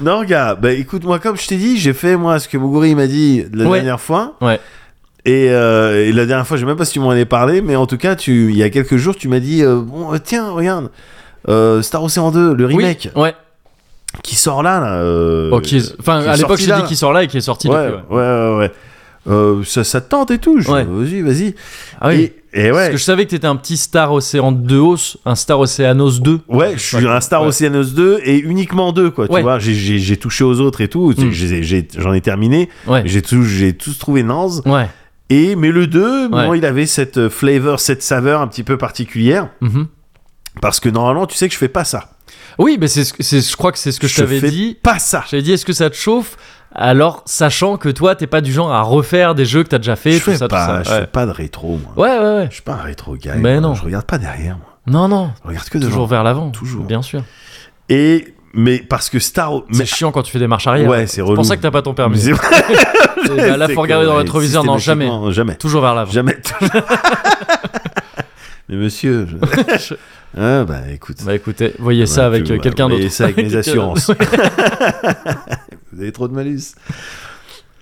Speaker 2: Non, gars, bah écoute, moi, comme je t'ai dit, j'ai fait moi ce que Muguri m'a dit la
Speaker 1: Ouais.
Speaker 2: dernière fois.
Speaker 1: Ouais.
Speaker 2: Et, euh, et la dernière fois, je sais même pas si tu m'en avais parlé, mais en tout cas, tu, il y a quelques jours, tu m'as dit euh, bon, euh, tiens, regarde, euh, Star Ocean 2, le <laughs> remake,
Speaker 1: Oui, ouais.
Speaker 2: qui sort là. là, euh,
Speaker 1: Oh, qui est- Enfin,
Speaker 2: qui est
Speaker 1: à l'époque,
Speaker 2: sorti
Speaker 1: j'ai
Speaker 2: là,
Speaker 1: dit
Speaker 2: là.
Speaker 1: qu'il sort là et qu'il est sorti.
Speaker 2: ouais,
Speaker 1: depuis, ouais.
Speaker 2: ouais, ouais, ouais. Euh, ça, ça te tente et tout. je-
Speaker 1: Ouais.
Speaker 2: Vas-y, vas-y.
Speaker 1: Ah oui.
Speaker 2: Et, et
Speaker 1: Parce
Speaker 2: ouais.
Speaker 1: que je savais que t'étais un petit Star Océan 2 os, un Star Océanos 2.
Speaker 2: Ouais, je suis un Star
Speaker 1: Ouais.
Speaker 2: Oceanos 2 et uniquement deux, quoi.
Speaker 1: Ouais.
Speaker 2: Tu vois, j'ai- j'ai j'ai touché aux autres et tout.
Speaker 1: Mm.
Speaker 2: j'ai- j'ai- J'en ai, terminé.
Speaker 1: Ouais.
Speaker 2: J'ai tous, j'ai tous trouvé naze.
Speaker 1: Ouais.
Speaker 2: Et mais le 2,
Speaker 1: Ouais.
Speaker 2: bon, il avait cette euh, flavor, cette saveur un petit peu particulière
Speaker 1: Mhm.
Speaker 2: parce que normalement, tu sais que je fais pas ça.
Speaker 1: Oui, mais c'est, ce que- c'est, je crois que c'est ce que je, t'avais
Speaker 2: fais
Speaker 1: dit.
Speaker 2: Pas ça.
Speaker 1: Je t'avais dit, est-ce que ça te chauffe Alors, sachant que toi, t'es pas du genre à refaire des jeux que t'as déjà fait,
Speaker 2: je
Speaker 1: tout
Speaker 2: fais
Speaker 1: ça, tout
Speaker 2: pas, je
Speaker 1: ça.
Speaker 2: fais
Speaker 1: Ouais.
Speaker 2: pas de rétro, moi.
Speaker 1: ouais, ouais, ouais.
Speaker 2: Je suis pas un rétro gars.
Speaker 1: Mais
Speaker 2: moi.
Speaker 1: non.
Speaker 2: Je regarde pas derrière, moi.
Speaker 1: Non, non.
Speaker 2: Je regarde que devant.
Speaker 1: Toujours vers l'avant.
Speaker 2: Toujours.
Speaker 1: Bien sûr.
Speaker 2: Et mais parce que Star,
Speaker 1: C'est
Speaker 2: mais
Speaker 1: chiant quand tu fais des marches arrière.
Speaker 2: Ouais, c'est
Speaker 1: pour
Speaker 2: relou.
Speaker 1: ça que t'as pas ton
Speaker 2: mais
Speaker 1: permis.
Speaker 2: c'est vrai,
Speaker 1: Et bah, là,
Speaker 2: c'est
Speaker 1: faut regarder
Speaker 2: que,
Speaker 1: dans le
Speaker 2: ouais,
Speaker 1: rétroviseur. Non, jamais.
Speaker 2: systématiquement, jamais.
Speaker 1: Toujours vers l'avant.
Speaker 2: Jamais. <laughs> mais monsieur,
Speaker 1: <laughs>
Speaker 2: je- ah, bah écoute,
Speaker 1: Bah écoutez, voyez ça
Speaker 2: Ouais,
Speaker 1: avec
Speaker 2: tu-
Speaker 1: euh,
Speaker 2: ouais,
Speaker 1: quelqu'un
Speaker 2: voyez
Speaker 1: d'autre. <laughs>
Speaker 2: ça avec mes
Speaker 1: Quelqu'un
Speaker 2: assurances.
Speaker 1: d'autre.
Speaker 2: vous avez trop de malus.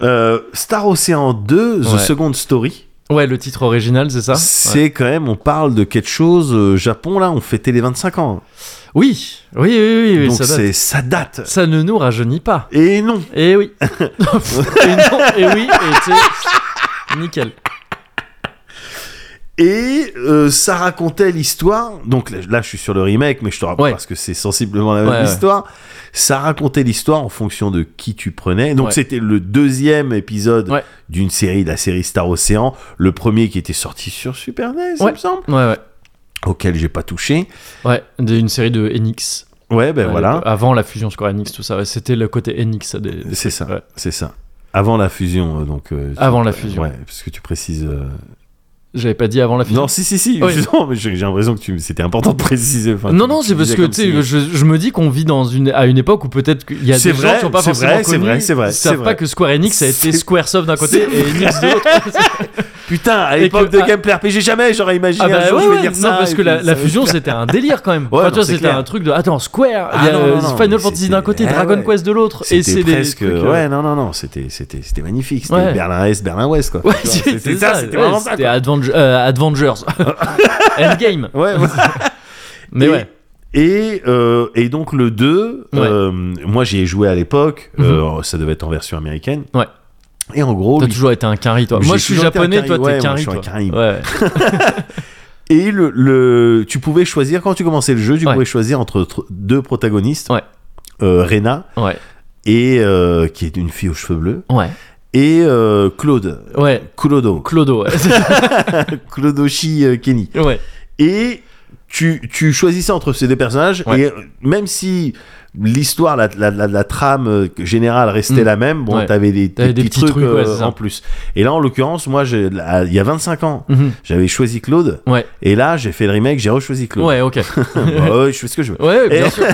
Speaker 2: Euh, Star Ocean 2, The
Speaker 1: Ouais.
Speaker 2: Second Story,
Speaker 1: Ouais, le titre original, c'est ça
Speaker 2: c'est quand même, on parle de quelque chose, euh, Japon là, on fêtait les 25 ans.
Speaker 1: Oui, oui, oui, oui, oui,
Speaker 2: Donc
Speaker 1: ça date.
Speaker 2: c'est- ça date.
Speaker 1: Ça ne nous rajeunit pas.
Speaker 2: Et non,
Speaker 1: Et Eh
Speaker 2: <laughs>
Speaker 1: oui. et non, et oui, et tu sais, Nickel.
Speaker 2: et euh, ça racontait l'histoire, donc là, là, je suis sur le remake, mais je te rappelle
Speaker 1: Ouais.
Speaker 2: parce que c'est sensiblement la même
Speaker 1: Ouais, ouais.
Speaker 2: histoire, ça racontait l'histoire en fonction de qui tu prenais, donc
Speaker 1: Ouais.
Speaker 2: c'était le deuxième épisode
Speaker 1: Ouais.
Speaker 2: d'une série, de la série Star Ocean, le premier qui était sorti sur Super NES, il
Speaker 1: Ouais.
Speaker 2: me semble,
Speaker 1: Ouais, ouais.
Speaker 2: auquel j'ai pas touché,
Speaker 1: Ouais, des- une série de Enix.
Speaker 2: ouais ben
Speaker 1: Ouais,
Speaker 2: voilà,
Speaker 1: de- Avant la fusion Square Enix, tout ça. ouais, C'était le côté Enix. ça, des-
Speaker 2: C'est ça,
Speaker 1: Ouais.
Speaker 2: c'est ça. Avant la fusion, euh, donc. euh, tu-
Speaker 1: Avant la fusion.
Speaker 2: Ouais, parce que tu précises. euh,
Speaker 1: J'avais pas dit avant la fusion.
Speaker 2: Non, si, si, si.
Speaker 1: Ouais.
Speaker 2: <laughs> Non, mais j'ai j'ai l'impression que tu... c'était important de préciser. Enfin,
Speaker 1: non,
Speaker 2: tu-
Speaker 1: non,
Speaker 2: tu
Speaker 1: c'est parce
Speaker 2: disais
Speaker 1: que
Speaker 2: comme
Speaker 1: tu sais,
Speaker 2: si-
Speaker 1: je, je me dis qu'on vit dans une à une époque où peut-être qu'il y a
Speaker 2: C'est
Speaker 1: des gens
Speaker 2: vrai,
Speaker 1: qui sont pas
Speaker 2: c'est
Speaker 1: forcément
Speaker 2: vrai, c'est
Speaker 1: connus,
Speaker 2: vrai, c'est vrai,
Speaker 1: Ils
Speaker 2: c'est
Speaker 1: savent pas
Speaker 2: vrai.
Speaker 1: que Square Enix a été
Speaker 2: C'est-
Speaker 1: SquareSoft d'un côté
Speaker 2: c'est
Speaker 1: et Enix de l'autre.
Speaker 2: Putain, à
Speaker 1: Et
Speaker 2: l'époque
Speaker 1: que-
Speaker 2: de
Speaker 1: ah-
Speaker 2: Gameplay RPG, jamais j'aurais imaginé
Speaker 1: Ah bah
Speaker 2: un jour
Speaker 1: ouais,
Speaker 2: je vais
Speaker 1: ouais,
Speaker 2: dire
Speaker 1: non,
Speaker 2: ça.
Speaker 1: parce
Speaker 2: et
Speaker 1: que la,
Speaker 2: puis
Speaker 1: la
Speaker 2: ça-
Speaker 1: fusion c'était un délire quand même.
Speaker 2: Ouais,
Speaker 1: Enfin, tu
Speaker 2: non,
Speaker 1: vois,
Speaker 2: c'est
Speaker 1: c'était
Speaker 2: clair.
Speaker 1: un truc de attends Square, il
Speaker 2: Ah
Speaker 1: y a
Speaker 2: non,
Speaker 1: euh,
Speaker 2: non, non,
Speaker 1: Final
Speaker 2: mais
Speaker 1: Fantasy
Speaker 2: c'était-
Speaker 1: d'un côté,
Speaker 2: ouais,
Speaker 1: Dragon
Speaker 2: ouais.
Speaker 1: Quest de l'autre, et
Speaker 2: C'était
Speaker 1: c'est
Speaker 2: presque.
Speaker 1: des trucs, euh,
Speaker 2: Ouais, non, non, non, c'était c'était- c'était magnifique. C'était
Speaker 1: Ouais.
Speaker 2: Berlin-Est, Berlin-Ouest, quoi.
Speaker 1: Ouais,
Speaker 2: Tu vois,
Speaker 1: c'est
Speaker 2: C'était
Speaker 1: ça,
Speaker 2: ça, c'était
Speaker 1: ouais,
Speaker 2: vraiment ça.
Speaker 1: c'était
Speaker 2: quoi.
Speaker 1: Advenge- euh, Avengers.
Speaker 2: <laughs>
Speaker 1: Endgame.
Speaker 2: Ouais, ouais.
Speaker 1: <laughs> Mais
Speaker 2: Et- oh
Speaker 1: ouais.
Speaker 2: Et, euh, et donc le 2,
Speaker 1: Ouais. Mhm.
Speaker 2: euh, moi j'y ai joué à l'époque, euh, ça devait être en version américaine.
Speaker 1: Ouais.
Speaker 2: Et en gros,
Speaker 1: T'as
Speaker 2: lui-
Speaker 1: toujours été un carry, toi.
Speaker 2: J'ai
Speaker 1: Moi, je suis
Speaker 2: toujours été un
Speaker 1: japonais, toi,
Speaker 2: carry,
Speaker 1: t'es
Speaker 2: ouais, moi, je
Speaker 1: carry.
Speaker 2: suis un
Speaker 1: toi.
Speaker 2: carry.
Speaker 1: Ouais.
Speaker 2: et le, le- tu pouvais choisir, quand tu commençais le jeu, tu
Speaker 1: Ouais.
Speaker 2: pouvais choisir entre tr- deux protagonistes,
Speaker 1: Ouais.
Speaker 2: Euh, Rena,
Speaker 1: Ouais.
Speaker 2: et, euh, qui est une fille aux cheveux bleus,
Speaker 1: Ouais.
Speaker 2: et euh, Claude,
Speaker 1: Ouais.
Speaker 2: Clodo,
Speaker 1: Clodo. Ouais.
Speaker 2: <laughs> Clodoshi euh, Kenny.
Speaker 1: ouais.
Speaker 2: Et tu, tu choisissais entre ces deux personnages,
Speaker 1: Ouais.
Speaker 2: et euh, même si l'histoire, la, la, la, la trame euh, générale restait
Speaker 1: Mm.
Speaker 2: la même, bon,
Speaker 1: Ouais.
Speaker 2: t'avais des, euh,
Speaker 1: T'avais des petits trucs, ouais, c'est ça.
Speaker 2: en plus. Et là, en l'occurrence, moi, j'ai- à- il y a 25 ans,
Speaker 1: Mhm.
Speaker 2: j'avais choisi Claude,
Speaker 1: Ouais.
Speaker 2: et là, j'ai fait le remake, j'ai rechoisi Claude.
Speaker 1: Ouais, ok.
Speaker 2: <laughs> Bah ouais, je fais ce que je veux.
Speaker 1: Ouais, bien
Speaker 2: Et-
Speaker 1: sûr.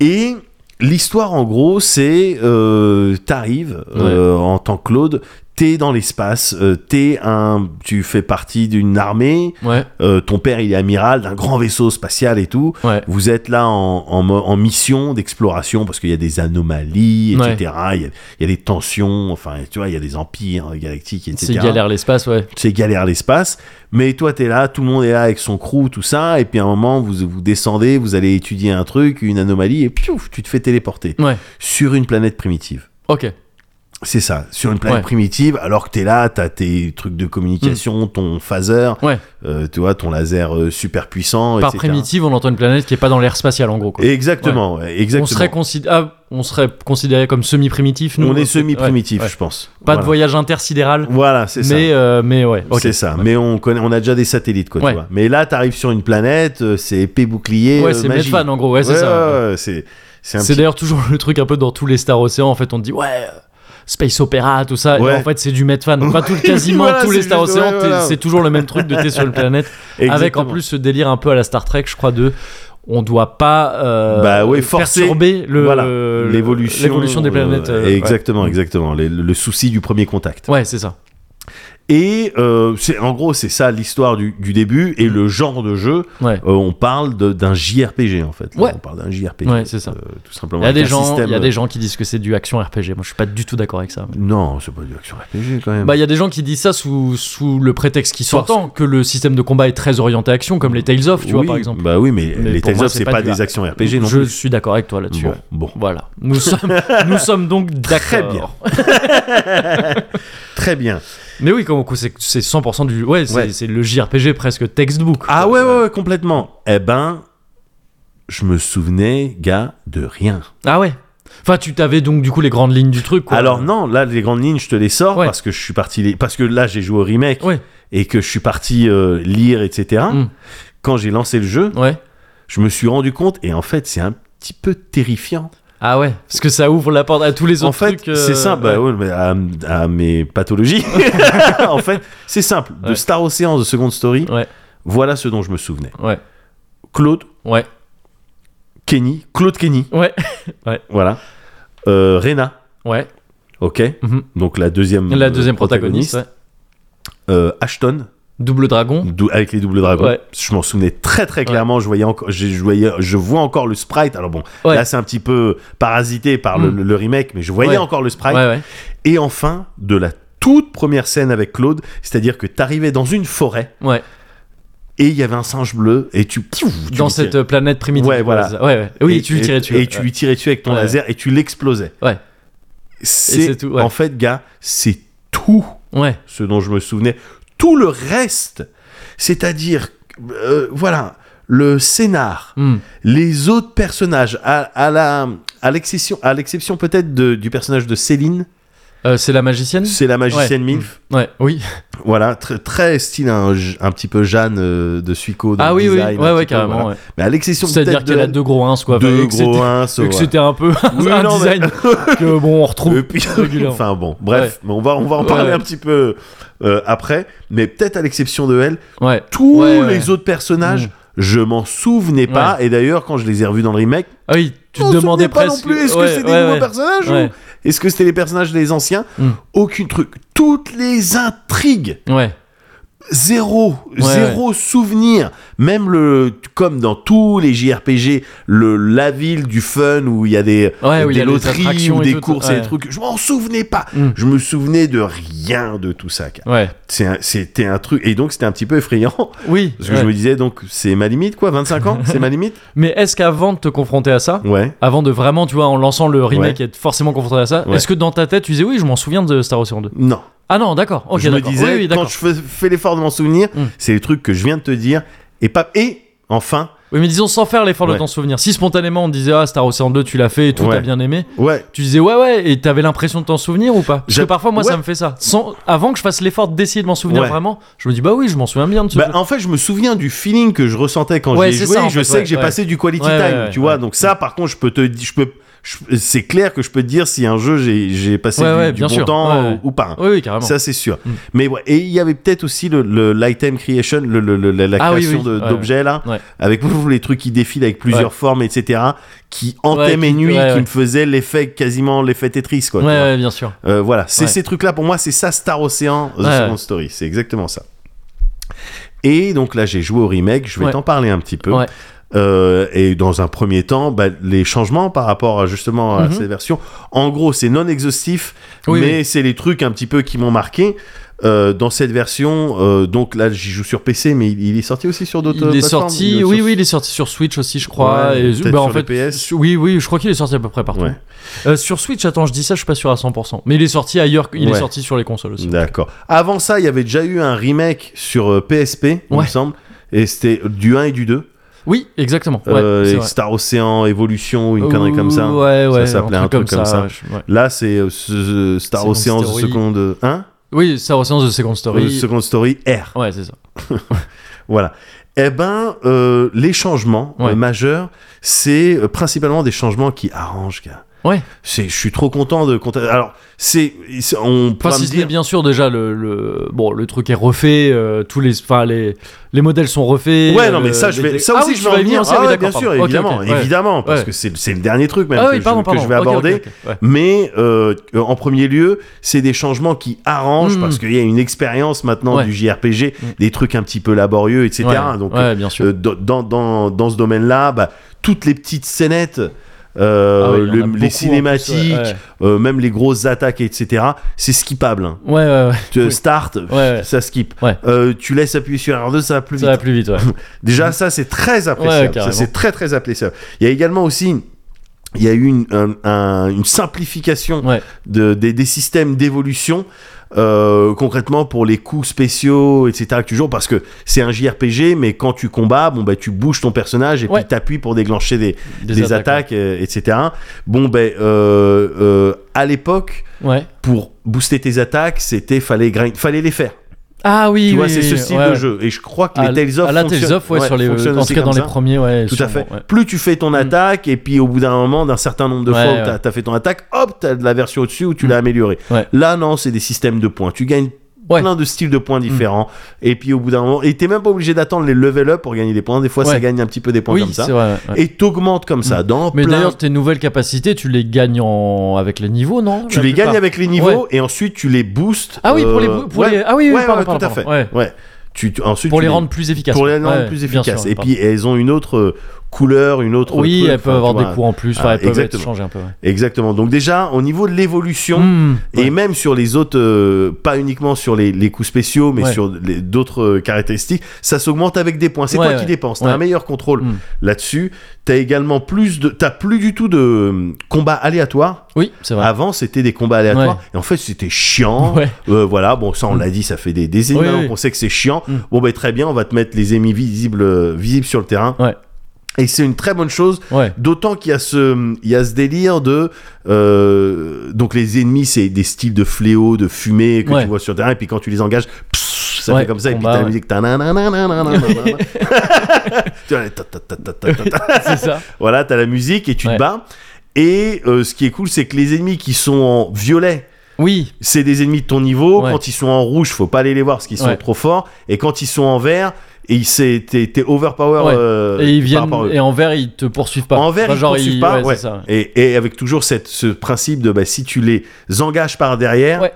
Speaker 2: Et l'histoire, en gros, c'est euh, t'arrives euh, en tant que Claude, t'es dans l'espace, euh, t'es un, tu fais partie d'une armée,
Speaker 1: Ouais.
Speaker 2: euh, ton père il est amiral d'un grand vaisseau spatial et tout. <laughs>
Speaker 1: Ouais.
Speaker 2: Vous êtes là en, en, mo- en mission d'exploration parce qu'il y a des anomalies,
Speaker 1: Ouais.
Speaker 2: etc. Il y, a, il y a des tensions, enfin, tu vois, il y a des empires hein, galactiques, etc
Speaker 1: C'est galère l'espace, ouais.
Speaker 2: c'est galère l'espace. Mais toi, t'es là, tout le monde est là avec son crew, tout ça. Et puis à un moment, vous, vous descendez, vous allez étudier un truc, une anomalie, et piouf, tu te fais téléporter
Speaker 1: Ouais.
Speaker 2: sur une planète primitive.
Speaker 1: Ok.
Speaker 2: C'est ça, sur une planète
Speaker 1: Ouais.
Speaker 2: primitive, alors que t'es là, t'as tes trucs de communication,
Speaker 1: Mm.
Speaker 2: ton phaser,
Speaker 1: Ouais.
Speaker 2: euh, tu vois, ton laser euh, super puissant,
Speaker 1: Par
Speaker 2: etc.
Speaker 1: primitive, on entend une planète qui est pas dans l'air spatial, en gros. Quoi.
Speaker 2: Exactement, ouais,
Speaker 1: On serait,
Speaker 2: exactement.
Speaker 1: considé- ah, on serait considéré comme semi-primitif, nous
Speaker 2: On est
Speaker 1: Ouais,
Speaker 2: semi-primitif,
Speaker 1: ouais.
Speaker 2: je pense.
Speaker 1: Pas de
Speaker 2: Voilà.
Speaker 1: voyage intersidéral,
Speaker 2: Voilà, c'est ça.
Speaker 1: mais, euh, mais ouais. ok.
Speaker 2: C'est ça, mais on connaît, on a déjà des satellites, quoi. tu
Speaker 1: Ouais.
Speaker 2: vois. Mais là, t'arrives sur une planète, euh, c'est épais bouclier,
Speaker 1: Ouais,
Speaker 2: euh,
Speaker 1: c'est
Speaker 2: magie.
Speaker 1: Medfan, en gros, ouais, c'est ça.
Speaker 2: ouais, ouais, c'est c'est un
Speaker 1: C'est
Speaker 2: petit-
Speaker 1: d'ailleurs toujours le truc un peu dans tous les Star Océans. En fait, on te dit ouais, euh, Space Opera, tout ça. Et
Speaker 2: Ouais.
Speaker 1: en fait, c'est du Medfan.
Speaker 2: <laughs>
Speaker 1: Enfin, tout, quasiment
Speaker 2: Voilà,
Speaker 1: tous les
Speaker 2: c'est
Speaker 1: Star
Speaker 2: juste-
Speaker 1: Océans,
Speaker 2: ouais,
Speaker 1: t'es-
Speaker 2: voilà. <laughs>
Speaker 1: c'est toujours le même truc de t'es sur une planète. Avec en
Speaker 2: Exactement.
Speaker 1: plus ce délire un peu à la Star Trek, je crois, de on doit pas euh,
Speaker 2: Bah ouais, forcer,
Speaker 1: perturber le-
Speaker 2: voilà,
Speaker 1: euh, le-
Speaker 2: l'évolution,
Speaker 1: l'évolution des
Speaker 2: euh,
Speaker 1: planètes. euh, ouais.
Speaker 2: exactement, exactement. Le, le souci du premier contact.
Speaker 1: Ouais, c'est ça.
Speaker 2: Et euh, c'est en gros, c'est ça l'histoire du, du début et le genre de jeu.
Speaker 1: Ouais.
Speaker 2: euh, on parle de- d'un JRPG en fait. Là,
Speaker 1: Ouais.
Speaker 2: On parle d'un JRPG.
Speaker 1: Ouais, c'est ça.
Speaker 2: euh, tout
Speaker 1: Il
Speaker 2: simplement.
Speaker 1: y a
Speaker 2: avec
Speaker 1: des
Speaker 2: un
Speaker 1: gens, il y a
Speaker 2: système- euh,
Speaker 1: des gens qui disent que c'est du action RPG. Moi, je suis pas du tout d'accord avec ça.
Speaker 2: Non, c'est pas du action RPG quand même.
Speaker 1: Bah, il y a des gens qui disent ça sous, sous le prétexte qui s'entend que le système de combat est très orienté action, comme les Tales of, tu vois,
Speaker 2: Oui,
Speaker 1: par exemple.
Speaker 2: Bah oui, mais,
Speaker 1: Mais
Speaker 2: les
Speaker 1: pour
Speaker 2: Tales
Speaker 1: moi,
Speaker 2: of,
Speaker 1: c'est
Speaker 2: c'est
Speaker 1: pas
Speaker 2: pas
Speaker 1: du-
Speaker 2: des actions RPG non
Speaker 1: je
Speaker 2: plus.
Speaker 1: suis d'accord avec toi là-dessus.
Speaker 2: Bon,
Speaker 1: ouais.
Speaker 2: bon.
Speaker 1: Voilà. Nous <laughs> sommes, nous sommes donc d'accord.
Speaker 2: Très bien. Très bien.
Speaker 1: Mais oui, comme c'est c'est 100% du. Ouais, c'est
Speaker 2: Ouais.
Speaker 1: c'est le JRPG presque textbook.
Speaker 2: Ah
Speaker 1: quoi.
Speaker 2: ouais, ouais, ouais, complètement. Eh ben, je me souvenais, gars, de rien.
Speaker 1: Ah ouais. Enfin, tu t'avais donc du coup les grandes lignes du truc. Quoi.
Speaker 2: Alors non, là, les grandes lignes, je te les sors
Speaker 1: Ouais.
Speaker 2: parce que je suis parti... les- Parce que là, j'ai joué au remake
Speaker 1: Ouais.
Speaker 2: et que je suis parti euh, lire, etc.
Speaker 1: Mm.
Speaker 2: Quand j'ai lancé le jeu,
Speaker 1: Ouais.
Speaker 2: je me suis rendu compte, et en fait, c'est un petit peu terrifiant.
Speaker 1: Ah ouais. Parce que ça ouvre la porte à tous les autres
Speaker 2: en fait,
Speaker 1: trucs. euh,
Speaker 2: c'est simple, bah
Speaker 1: ouais.
Speaker 2: ouais, mais à, à
Speaker 1: <laughs>
Speaker 2: mes pathologies. <laughs> en fait, c'est simple. De
Speaker 1: Ouais.
Speaker 2: Star Ocean de Second Story,
Speaker 1: Ouais.
Speaker 2: voilà ce dont je me souvenais.
Speaker 1: Ouais.
Speaker 2: Claude,
Speaker 1: Ouais.
Speaker 2: Kenny, Claude Kenny,
Speaker 1: Ouais.
Speaker 2: voilà. Euh, Rena,
Speaker 1: Ouais.
Speaker 2: ok.
Speaker 1: Mhm.
Speaker 2: Donc la deuxième,
Speaker 1: La
Speaker 2: euh,
Speaker 1: deuxième protagoniste. ouais.
Speaker 2: Euh, Ashton,
Speaker 1: Double dragon.
Speaker 2: dou- avec les doubles dragons.
Speaker 1: Ouais.
Speaker 2: Je m'en souvenais très très clairement. Je voyais encore, je, je voyais, je vois encore le sprite. Alors bon,
Speaker 1: Ouais. Mm.
Speaker 2: là c'est un petit peu parasité par le, le remake, mais je voyais
Speaker 1: Ouais.
Speaker 2: encore le sprite.
Speaker 1: Ouais, ouais.
Speaker 2: Et enfin, de la toute première scène avec Claude, c'est-à-dire que t'arrivais dans une forêt
Speaker 1: Ouais.
Speaker 2: et il y avait un singe bleu et tu, tu
Speaker 1: Dans
Speaker 2: lui
Speaker 1: cette
Speaker 2: tirais.
Speaker 1: euh, planète primitive.
Speaker 2: Ouais, voilà.
Speaker 1: Ouais, ouais. Oui,
Speaker 2: Et-
Speaker 1: tu lui tirais
Speaker 2: et-
Speaker 1: dessus.
Speaker 2: et
Speaker 1: ouais.
Speaker 2: tu lui tirais dessus avec ton
Speaker 1: Ouais.
Speaker 2: laser et tu l'explosais.
Speaker 1: Ouais.
Speaker 2: C'est
Speaker 1: c'est tout, ouais.
Speaker 2: en fait, gars, c'est tout
Speaker 1: Ouais.
Speaker 2: ce dont je me souvenais. Tout le reste, c'est-à-dire, euh, voilà, le scénar,
Speaker 1: Hmm.
Speaker 2: les autres personnages, à, à la à l'exception à l'exception peut-être de- du personnage de Céline,
Speaker 1: Euh, c'est la magicienne.
Speaker 2: c'est la magicienne Milf,
Speaker 1: Ouais. Mm. Oui.
Speaker 2: voilà, très, très style un, un petit peu Jeanne euh, de Suico. dans
Speaker 1: Ah
Speaker 2: le
Speaker 1: oui, oui.
Speaker 2: design, un
Speaker 1: Ouais,
Speaker 2: petit
Speaker 1: ouais,
Speaker 2: peu,
Speaker 1: carrément.
Speaker 2: voilà.
Speaker 1: ouais.
Speaker 2: Mais à l'exception
Speaker 1: C'est-à-dire
Speaker 2: peut-être de
Speaker 1: qu'elle
Speaker 2: la-
Speaker 1: a deux gros ins, quoi.
Speaker 2: deux
Speaker 1: Et que c'était- <laughs>
Speaker 2: gros ins,
Speaker 1: et que
Speaker 2: voilà.
Speaker 1: c'était un peu <laughs>
Speaker 2: Oui,
Speaker 1: un
Speaker 2: non, mais- <laughs>
Speaker 1: design que bon on retrouve <laughs>
Speaker 2: Et puis-
Speaker 1: régulièrement.
Speaker 2: enfin bon, bref, mais on va on va en parler
Speaker 1: Ouais.
Speaker 2: un petit peu euh, après, mais peut-être à l'exception de elle,
Speaker 1: ouais.
Speaker 2: tous
Speaker 1: Ouais, ouais.
Speaker 2: les autres personnages,
Speaker 1: Mm.
Speaker 2: je m'en souvenais pas. Et d'ailleurs, quand je les ai revus dans le remake,
Speaker 1: Ah oui, tu
Speaker 2: je m'en
Speaker 1: te demandais
Speaker 2: souvenais pas
Speaker 1: presque.
Speaker 2: non plus. Est-ce
Speaker 1: Ouais,
Speaker 2: que c'est des
Speaker 1: ouais,
Speaker 2: nouveaux
Speaker 1: ouais.
Speaker 2: personnages
Speaker 1: Ouais.
Speaker 2: ou est-ce que c'était les personnages des anciens
Speaker 1: Mm.
Speaker 2: Aucune truc. Toutes les intrigues,
Speaker 1: Ouais,
Speaker 2: zéro,
Speaker 1: Ouais,
Speaker 2: zéro souvenir. Même le, comme dans tous les JRPG, le la ville du fun où il y a des,
Speaker 1: Ouais, où il y
Speaker 2: des
Speaker 1: a des
Speaker 2: loteries
Speaker 1: attractions
Speaker 2: ou
Speaker 1: et
Speaker 2: des
Speaker 1: tout,
Speaker 2: courses et
Speaker 1: ouais.
Speaker 2: des trucs. Je m'en souvenais pas.
Speaker 1: Mm.
Speaker 2: Je me souvenais de rien de tout ça. gars.
Speaker 1: ouais.
Speaker 2: C'est un- C'était un truc et donc c'était un petit peu effrayant.
Speaker 1: Oui.
Speaker 2: Parce que je
Speaker 1: ouais.
Speaker 2: me disais, donc, c'est ma limite, quoi, 25 ans, c'est ma limite
Speaker 1: Mais est-ce qu'avant de te confronter à ça,
Speaker 2: Ouais.
Speaker 1: avant de vraiment, tu vois, en lançant le remake et être forcément confronté à ça,
Speaker 2: Ouais.
Speaker 1: est-ce que dans ta tête tu disais oui, je m'en souviens de Star Ocean 2
Speaker 2: Non.
Speaker 1: Ah non, d'accord. Ok,
Speaker 2: je me
Speaker 1: d'accord.
Speaker 2: disais,
Speaker 1: oui, oui,
Speaker 2: quand
Speaker 1: d'accord.
Speaker 2: je fais, fais l'effort de m'en souvenir,
Speaker 1: Mm.
Speaker 2: c'est les trucs que je viens de te dire, et pas. Et, enfin,
Speaker 1: Oui, mais disons sans faire l'effort de
Speaker 2: Ouais.
Speaker 1: t'en souvenir. Si spontanément on te disait ah Star Ocean 2, tu l'as fait et tout,
Speaker 2: Ouais.
Speaker 1: t'as bien aimé,
Speaker 2: ouais.
Speaker 1: tu disais ouais ouais et t'avais l'impression de t'en souvenir ou pas Parce
Speaker 2: J'a-
Speaker 1: que parfois moi
Speaker 2: Ouais.
Speaker 1: ça me fait ça. Sans... Avant que je fasse l'effort d'essayer de m'en souvenir
Speaker 2: Ouais.
Speaker 1: vraiment, je me dis bah oui, je m'en souviens bien de ce
Speaker 2: Bah,
Speaker 1: jeu.
Speaker 2: en fait, je me souviens du feeling que je ressentais quand
Speaker 1: Ouais,
Speaker 2: j'y ai
Speaker 1: c'est
Speaker 2: joué,
Speaker 1: ça, en
Speaker 2: je
Speaker 1: fait,
Speaker 2: sais
Speaker 1: ouais,
Speaker 2: que j'ai
Speaker 1: ouais.
Speaker 2: passé du quality
Speaker 1: Ouais,
Speaker 2: time,
Speaker 1: ouais, ouais,
Speaker 2: tu vois,
Speaker 1: ouais.
Speaker 2: donc ça, par contre, je peux te. di- Je peux, je- c'est clair que je peux te dire si un jeu, j'ai j'ai passé
Speaker 1: Ouais,
Speaker 2: du,
Speaker 1: ouais,
Speaker 2: du
Speaker 1: bien
Speaker 2: bon
Speaker 1: sûr.
Speaker 2: temps
Speaker 1: Ouais, ouais.
Speaker 2: ou, ou pas.
Speaker 1: Oui, oui, carrément.
Speaker 2: Ça, c'est sûr.
Speaker 1: Mm.
Speaker 2: Mais ouais, et il y avait peut-être aussi le- le- l'item creation, le, le- le- la, la
Speaker 1: Ah oui,
Speaker 2: création
Speaker 1: oui,
Speaker 2: de-
Speaker 1: ouais,
Speaker 2: d'objets, là,
Speaker 1: Ouais.
Speaker 2: avec pouf, les trucs qui défilent avec plusieurs
Speaker 1: Ouais.
Speaker 2: formes, etc., qui hantaient
Speaker 1: Ouais,
Speaker 2: mes
Speaker 1: qui-
Speaker 2: nuits,
Speaker 1: ouais,
Speaker 2: qui
Speaker 1: ouais.
Speaker 2: me faisaient l'effet, quasiment l'effet Tetris, quoi.
Speaker 1: ouais,
Speaker 2: tu vois.
Speaker 1: ouais, bien sûr.
Speaker 2: Euh, voilà, c'est
Speaker 1: Ouais.
Speaker 2: ces trucs-là, pour moi, c'est ça Star Ocean The
Speaker 1: Ouais,
Speaker 2: Second
Speaker 1: ouais.
Speaker 2: Story, c'est exactement ça. Et donc là, j'ai joué au remake, je vais
Speaker 1: Ouais.
Speaker 2: t'en parler un petit peu.
Speaker 1: Ouais.
Speaker 2: Euh, et dans un premier temps, bah, les changements par rapport à, justement à
Speaker 1: Mhm.
Speaker 2: cette version, en gros, c'est non exhaustif,
Speaker 1: Oui,
Speaker 2: mais c'est les trucs un petit peu qui m'ont marqué. Euh, dans cette version, euh, donc là, j'y joue sur PC, mais il, il est sorti aussi sur d'autres
Speaker 1: Il est
Speaker 2: plateformes
Speaker 1: sorti,
Speaker 2: est
Speaker 1: oui,
Speaker 2: sur-
Speaker 1: oui, il est sorti sur Switch aussi, je crois.
Speaker 2: Ouais,
Speaker 1: et,
Speaker 2: peut-être
Speaker 1: bah, en
Speaker 2: sur
Speaker 1: fait,
Speaker 2: le PS.
Speaker 1: su- oui, oui, je crois qu'il est sorti à peu près partout.
Speaker 2: Ouais.
Speaker 1: Euh, sur Switch, attends, je dis ça, je suis pas sûr à 100%. Mais il est sorti ailleurs, il
Speaker 2: Ouais. Mm.
Speaker 1: est sorti sur les consoles aussi.
Speaker 2: D'accord. Avant ça, il y avait déjà eu un remake sur euh, PSP, il
Speaker 1: Ouais.
Speaker 2: me semble, et c'était du 1 et du 2.
Speaker 1: Oui, exactement. Ouais,
Speaker 2: Euh,
Speaker 1: c'est vrai.
Speaker 2: Star Océan, Évolution, une connerie comme ça.
Speaker 1: Ouais, ouais,
Speaker 2: ça s'appelait un truc comme ça.
Speaker 1: ouais, je- ouais.
Speaker 2: Là, c'est euh, ce- ce Star
Speaker 1: Second
Speaker 2: Océan The
Speaker 1: Story.
Speaker 2: Second, hein
Speaker 1: Oui, ça ressemble de Second
Speaker 2: Euh, The
Speaker 1: Story.
Speaker 2: Second Story R.
Speaker 1: Ouais, c'est ça.
Speaker 2: Voilà. Eh ben, euh, les changements euh,
Speaker 1: Ouais.
Speaker 2: majeurs, c'est euh, principalement des changements qui arrangent, gars.
Speaker 1: Ouais.
Speaker 2: C'est, je suis trop content de compter. Alors, c'est, c'est- on
Speaker 1: Enfin,
Speaker 2: pourra
Speaker 1: si
Speaker 2: me
Speaker 1: ce n'est
Speaker 2: dire.
Speaker 1: bien sûr déjà le, le bon le truc est refait, euh, tous les enfin les les modèles sont refaits.
Speaker 2: Ouais,
Speaker 1: euh,
Speaker 2: non, mais ça,
Speaker 1: les-
Speaker 2: je vais,
Speaker 1: les-
Speaker 2: ça
Speaker 1: Ah
Speaker 2: aussi,
Speaker 1: oui,
Speaker 2: je
Speaker 1: tu
Speaker 2: vais
Speaker 1: vas
Speaker 2: en
Speaker 1: y venir,
Speaker 2: venir.
Speaker 1: aussi,
Speaker 2: Ah
Speaker 1: oui,
Speaker 2: ouais,
Speaker 1: d'accord,
Speaker 2: bien sûr,
Speaker 1: pardon. Ok,
Speaker 2: évidemment,
Speaker 1: ok, ouais.
Speaker 2: évidemment, parce
Speaker 1: Ouais.
Speaker 2: que c'est, c'est le dernier truc même
Speaker 1: Ah
Speaker 2: que,
Speaker 1: oui,
Speaker 2: je-
Speaker 1: pardon,
Speaker 2: que
Speaker 1: pardon,
Speaker 2: je vais
Speaker 1: ok, ok,
Speaker 2: aborder.
Speaker 1: ok, ouais.
Speaker 2: Mais euh, en premier lieu, c'est des changements qui arrangent
Speaker 1: Mm.
Speaker 2: parce qu'il y a une expérience maintenant
Speaker 1: Ouais. Hmm.
Speaker 2: du JRPG, des trucs un petit peu laborieux, etc.
Speaker 1: Ouais,
Speaker 2: Donc,
Speaker 1: ouais, bien sûr.
Speaker 2: euh, dans, dans, dans, dans ce domaine-là, bah, toutes les petites scénettes, euh,
Speaker 1: Ah ouais, il y en a
Speaker 2: le-
Speaker 1: beaucoup, en
Speaker 2: les
Speaker 1: plus,
Speaker 2: cinématiques,
Speaker 1: ouais,
Speaker 2: euh, même les grosses attaques, etc. C'est skippable. hein.
Speaker 1: Ouais, ouais, ouais.
Speaker 2: Tu-
Speaker 1: Oui.
Speaker 2: Start,
Speaker 1: ouais.
Speaker 2: ça skip.
Speaker 1: Ouais.
Speaker 2: Euh, tu laisses appuyer sur R2, ça va plus
Speaker 1: Ça
Speaker 2: vite.
Speaker 1: va plus
Speaker 2: <laughs>
Speaker 1: vite, ouais.
Speaker 2: Déjà, ça, c'est très appréciable.
Speaker 1: Ouais,
Speaker 2: Ça,
Speaker 1: carrément.
Speaker 2: c'est très, très appréciable. Il y a également aussi. Il y a eu une, un- un- une simplification
Speaker 1: Ouais.
Speaker 2: de- des, des systèmes d'évolution, euh, concrètement pour les coups spéciaux, etc. que tu joues, parce que c'est un JRPG, mais quand tu combats, bon, bah, tu bouges ton personnage et
Speaker 1: Ouais.
Speaker 2: puis t'appuies pour déclencher des,
Speaker 1: Des
Speaker 2: des
Speaker 1: attaques,
Speaker 2: attaques, euh, etc. Bon, ben, euh, euh, à l'époque,
Speaker 1: Ouais.
Speaker 2: pour booster tes attaques, c'était fallait grind, fallait les faire.
Speaker 1: Ah oui,
Speaker 2: Tu vois,
Speaker 1: oui,
Speaker 2: c'est
Speaker 1: oui,
Speaker 2: ce
Speaker 1: oui,
Speaker 2: style
Speaker 1: ouais,
Speaker 2: de
Speaker 1: ouais.
Speaker 2: jeu. Et je crois que
Speaker 1: Ah,
Speaker 2: les Tales of
Speaker 1: ah, la
Speaker 2: fonctionnent-
Speaker 1: Tales of, ouais, sur les,
Speaker 2: fonctionnent
Speaker 1: en
Speaker 2: aussi
Speaker 1: tout cas dans
Speaker 2: comme
Speaker 1: les
Speaker 2: ça.
Speaker 1: premiers, ouais.
Speaker 2: Tout à fait.
Speaker 1: sûrement, ouais. Mm.
Speaker 2: Plus tu fais ton attaque, et puis au bout d'un moment, d'un certain nombre de
Speaker 1: Ouais,
Speaker 2: fois où t'as
Speaker 1: ouais.
Speaker 2: t'as fait ton attaque, hop, t'as de la version au-dessus où tu
Speaker 1: Mm.
Speaker 2: l'as améliorée.
Speaker 1: Ouais.
Speaker 2: Là, non, c'est des systèmes de points. Tu gagnes
Speaker 1: Ouais. Mm.
Speaker 2: plein de styles de points différents. Et puis au bout d'un moment, et t'es même pas obligé d'attendre les level up pour gagner des points. Des fois, ça
Speaker 1: Ouais.
Speaker 2: gagne un petit peu des points
Speaker 1: Oui,
Speaker 2: comme ça.
Speaker 1: c'est vrai. ouais.
Speaker 2: Et t'augmentes comme ça. Dans
Speaker 1: Mais
Speaker 2: plein-
Speaker 1: d'ailleurs, tes nouvelles capacités, tu les gagnes en... avec les niveaux, non
Speaker 2: tu
Speaker 1: la
Speaker 2: les
Speaker 1: plupart
Speaker 2: gagnes avec les niveaux
Speaker 1: Ouais.
Speaker 2: et ensuite tu les boostes.
Speaker 1: Ah oui, pour les
Speaker 2: euh,
Speaker 1: bou- pour
Speaker 2: ouais.
Speaker 1: les- ah oui, oui,
Speaker 2: Ouais,
Speaker 1: pardon,
Speaker 2: ouais,
Speaker 1: pardon,
Speaker 2: tout à fait.
Speaker 1: pardon, ouais.
Speaker 2: Ouais. Tu, tu- ensuite,
Speaker 1: Pour
Speaker 2: tu
Speaker 1: les rendre plus efficaces.
Speaker 2: pour
Speaker 1: ouais.
Speaker 2: les rendre
Speaker 1: Ouais,
Speaker 2: plus
Speaker 1: bien
Speaker 2: efficaces.
Speaker 1: sûr,
Speaker 2: et
Speaker 1: pardon.
Speaker 2: puis elles ont une autre euh, couleur, une autre.
Speaker 1: Oui,
Speaker 2: truc,
Speaker 1: elles peuvent
Speaker 2: enfin,
Speaker 1: avoir
Speaker 2: tu
Speaker 1: des
Speaker 2: vois.
Speaker 1: coups en plus, enfin,
Speaker 2: Ah,
Speaker 1: elles peuvent être
Speaker 2: exactement.
Speaker 1: changées un peu. ouais.
Speaker 2: Exactement. Donc déjà au niveau de l'évolution.
Speaker 1: Hmm,
Speaker 2: Et
Speaker 1: ouais.
Speaker 2: même sur les autres, euh, pas uniquement sur les, les coups spéciaux, mais
Speaker 1: Ouais.
Speaker 2: sur les- d'autres euh, caractéristiques, ça s'augmente avec des points. C'est
Speaker 1: Ouais,
Speaker 2: toi qui
Speaker 1: ouais.
Speaker 2: dépenses. T'as
Speaker 1: Ouais.
Speaker 2: un meilleur contrôle
Speaker 1: Mm.
Speaker 2: là-dessus. T'as également plus de, t'as plus du tout de euh, combats aléatoires.
Speaker 1: Oui, c'est vrai.
Speaker 2: Avant, c'était des combats aléatoires.
Speaker 1: Ouais.
Speaker 2: Et en fait, c'était chiant.
Speaker 1: Ouais. Mm.
Speaker 2: Euh, voilà, bon, ça, on l'a dit, ça fait des, des années
Speaker 1: Oui,
Speaker 2: maintenant
Speaker 1: oui.
Speaker 2: qu'on sait que c'est chiant.
Speaker 1: Mm.
Speaker 2: Bon, ben, très bien, on va te mettre les ennemis visibles, euh, visibles sur le terrain.
Speaker 1: Ouais.
Speaker 2: Et c'est une très bonne chose. <laughs>
Speaker 1: Ouais.
Speaker 2: D'autant qu'il y a ce, il y a ce délire de, euh, donc les ennemis, c'est des styles de fléaux, de fumée que
Speaker 1: Ouais.
Speaker 2: tu vois sur le terrain, et puis quand tu les engages, pss, ça
Speaker 1: Ouais,
Speaker 2: fait comme ça, et puis
Speaker 1: combat,
Speaker 2: t'as la
Speaker 1: ouais.
Speaker 2: musique, tananananananana. Tu vois, ta, ta, ta, ta, ta, ta, ta.
Speaker 1: C'est ça.
Speaker 2: voilà, t'as la musique et tu
Speaker 1: Ouais.
Speaker 2: te bats. Et euh, ce qui est cool, c'est que les ennemis qui sont en violet,
Speaker 1: Oui,
Speaker 2: c'est des ennemis de ton niveau.
Speaker 1: Ouais.
Speaker 2: Quand ils sont en rouge, faut pas aller les voir parce qu'ils sont
Speaker 1: Ouais.
Speaker 2: trop forts. Et quand ils sont en vert, et c'est t'es t'es overpower.
Speaker 1: Ouais.
Speaker 2: euh,
Speaker 1: et ils
Speaker 2: par
Speaker 1: viennent
Speaker 2: rapport à eux.
Speaker 1: et en vert ils te poursuivent pas.
Speaker 2: En vert,
Speaker 1: Enfin,
Speaker 2: ils
Speaker 1: genre,
Speaker 2: poursuivent pas.
Speaker 1: ouais,
Speaker 2: ouais.
Speaker 1: c'est ça.
Speaker 2: et, et avec toujours cette, ce principe de bah, si tu les engages par derrière,
Speaker 1: Ouais.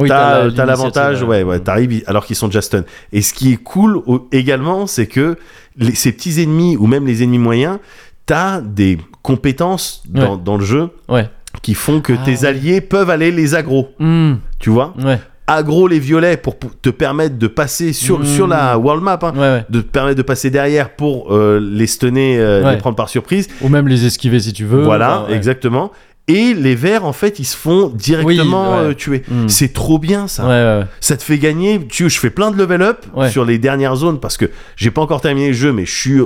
Speaker 1: Oui,
Speaker 2: t'as
Speaker 1: la-
Speaker 2: euh, t'as l'avantage.
Speaker 1: l'initiative, mm.
Speaker 2: Ouais, ouais, t'arrives ils- alors qu'ils sont déjà stun. Et ce qui est cool au- également, c'est que les- ces petits ennemis ou même les ennemis moyens, t'as des compétences dans, dans le jeu
Speaker 1: Ouais.
Speaker 2: qui font que
Speaker 1: Ah,
Speaker 2: tes
Speaker 1: ouais.
Speaker 2: alliés peuvent aller les aggro.
Speaker 1: Hmm,
Speaker 2: Tu vois
Speaker 1: Ouais,
Speaker 2: aggro les violets pour, pour te permettre de passer sur,
Speaker 1: Mhm.
Speaker 2: sur la world map, hein,
Speaker 1: ouais, ouais.
Speaker 2: de te permettre de passer derrière pour euh, les stunner, euh,
Speaker 1: Ouais.
Speaker 2: les prendre par surprise.
Speaker 1: Ou même les esquiver si tu veux.
Speaker 2: voilà,
Speaker 1: enfin, ouais.
Speaker 2: exactement. Et les verts, en fait, ils se font directement
Speaker 1: ouais.
Speaker 2: euh, tuer.
Speaker 1: Mhm.
Speaker 2: C'est trop bien ça.
Speaker 1: Ouais, ouais, ouais.
Speaker 2: Ça te fait gagner. Tu, je fais plein de level up
Speaker 1: Ouais.
Speaker 2: sur les dernières zones parce que j'ai pas encore terminé le jeu, mais je suis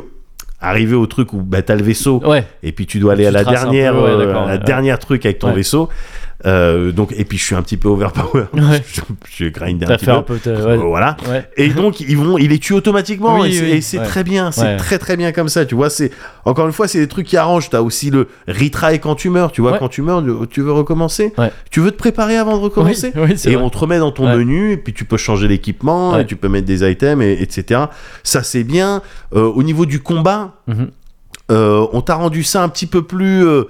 Speaker 2: arrivé au truc où bah, t'as le vaisseau
Speaker 1: Ouais,
Speaker 2: et puis tu dois aller
Speaker 1: Oh. Tu
Speaker 2: à la
Speaker 1: traces un
Speaker 2: dernière,
Speaker 1: peu, ouais,
Speaker 2: euh,
Speaker 1: d'accord,
Speaker 2: à la
Speaker 1: ouais, ouais.
Speaker 2: dernière truc avec ton
Speaker 1: Ouais.
Speaker 2: vaisseau. Euh, donc et puis je suis un petit peu overpower.
Speaker 1: Ouais.
Speaker 2: <laughs> je, je grind un
Speaker 1: t'as
Speaker 2: petit
Speaker 1: fait
Speaker 2: peu.
Speaker 1: un peu. t'as- ouais.
Speaker 2: Voilà.
Speaker 1: Ouais.
Speaker 2: Et donc ils vont, ils les tuent automatiquement
Speaker 1: Mhm. Oui,
Speaker 2: et c'est,
Speaker 1: oui,
Speaker 2: et c'est
Speaker 1: ouais.
Speaker 2: très bien, c'est
Speaker 1: Ouais.
Speaker 2: très très bien comme ça. Tu vois, c'est encore une fois c'est des trucs qui arrangent. T'as aussi le retry quand tu meurs. Tu vois,
Speaker 1: Ouais.
Speaker 2: quand tu meurs, tu veux recommencer.
Speaker 1: Ouais.
Speaker 2: Tu veux te préparer avant de
Speaker 1: Oui,
Speaker 2: recommencer.
Speaker 1: oui, c'est
Speaker 2: Et
Speaker 1: vrai.
Speaker 2: on te remet dans ton
Speaker 1: Ouais.
Speaker 2: menu, et puis tu peux changer l'équipement,
Speaker 1: Ouais.
Speaker 2: et tu peux mettre des items, et, etc. Ça, c'est bien. Euh, au niveau du combat,
Speaker 1: Mhm.
Speaker 2: euh, on t'a rendu ça un petit peu plus. euh,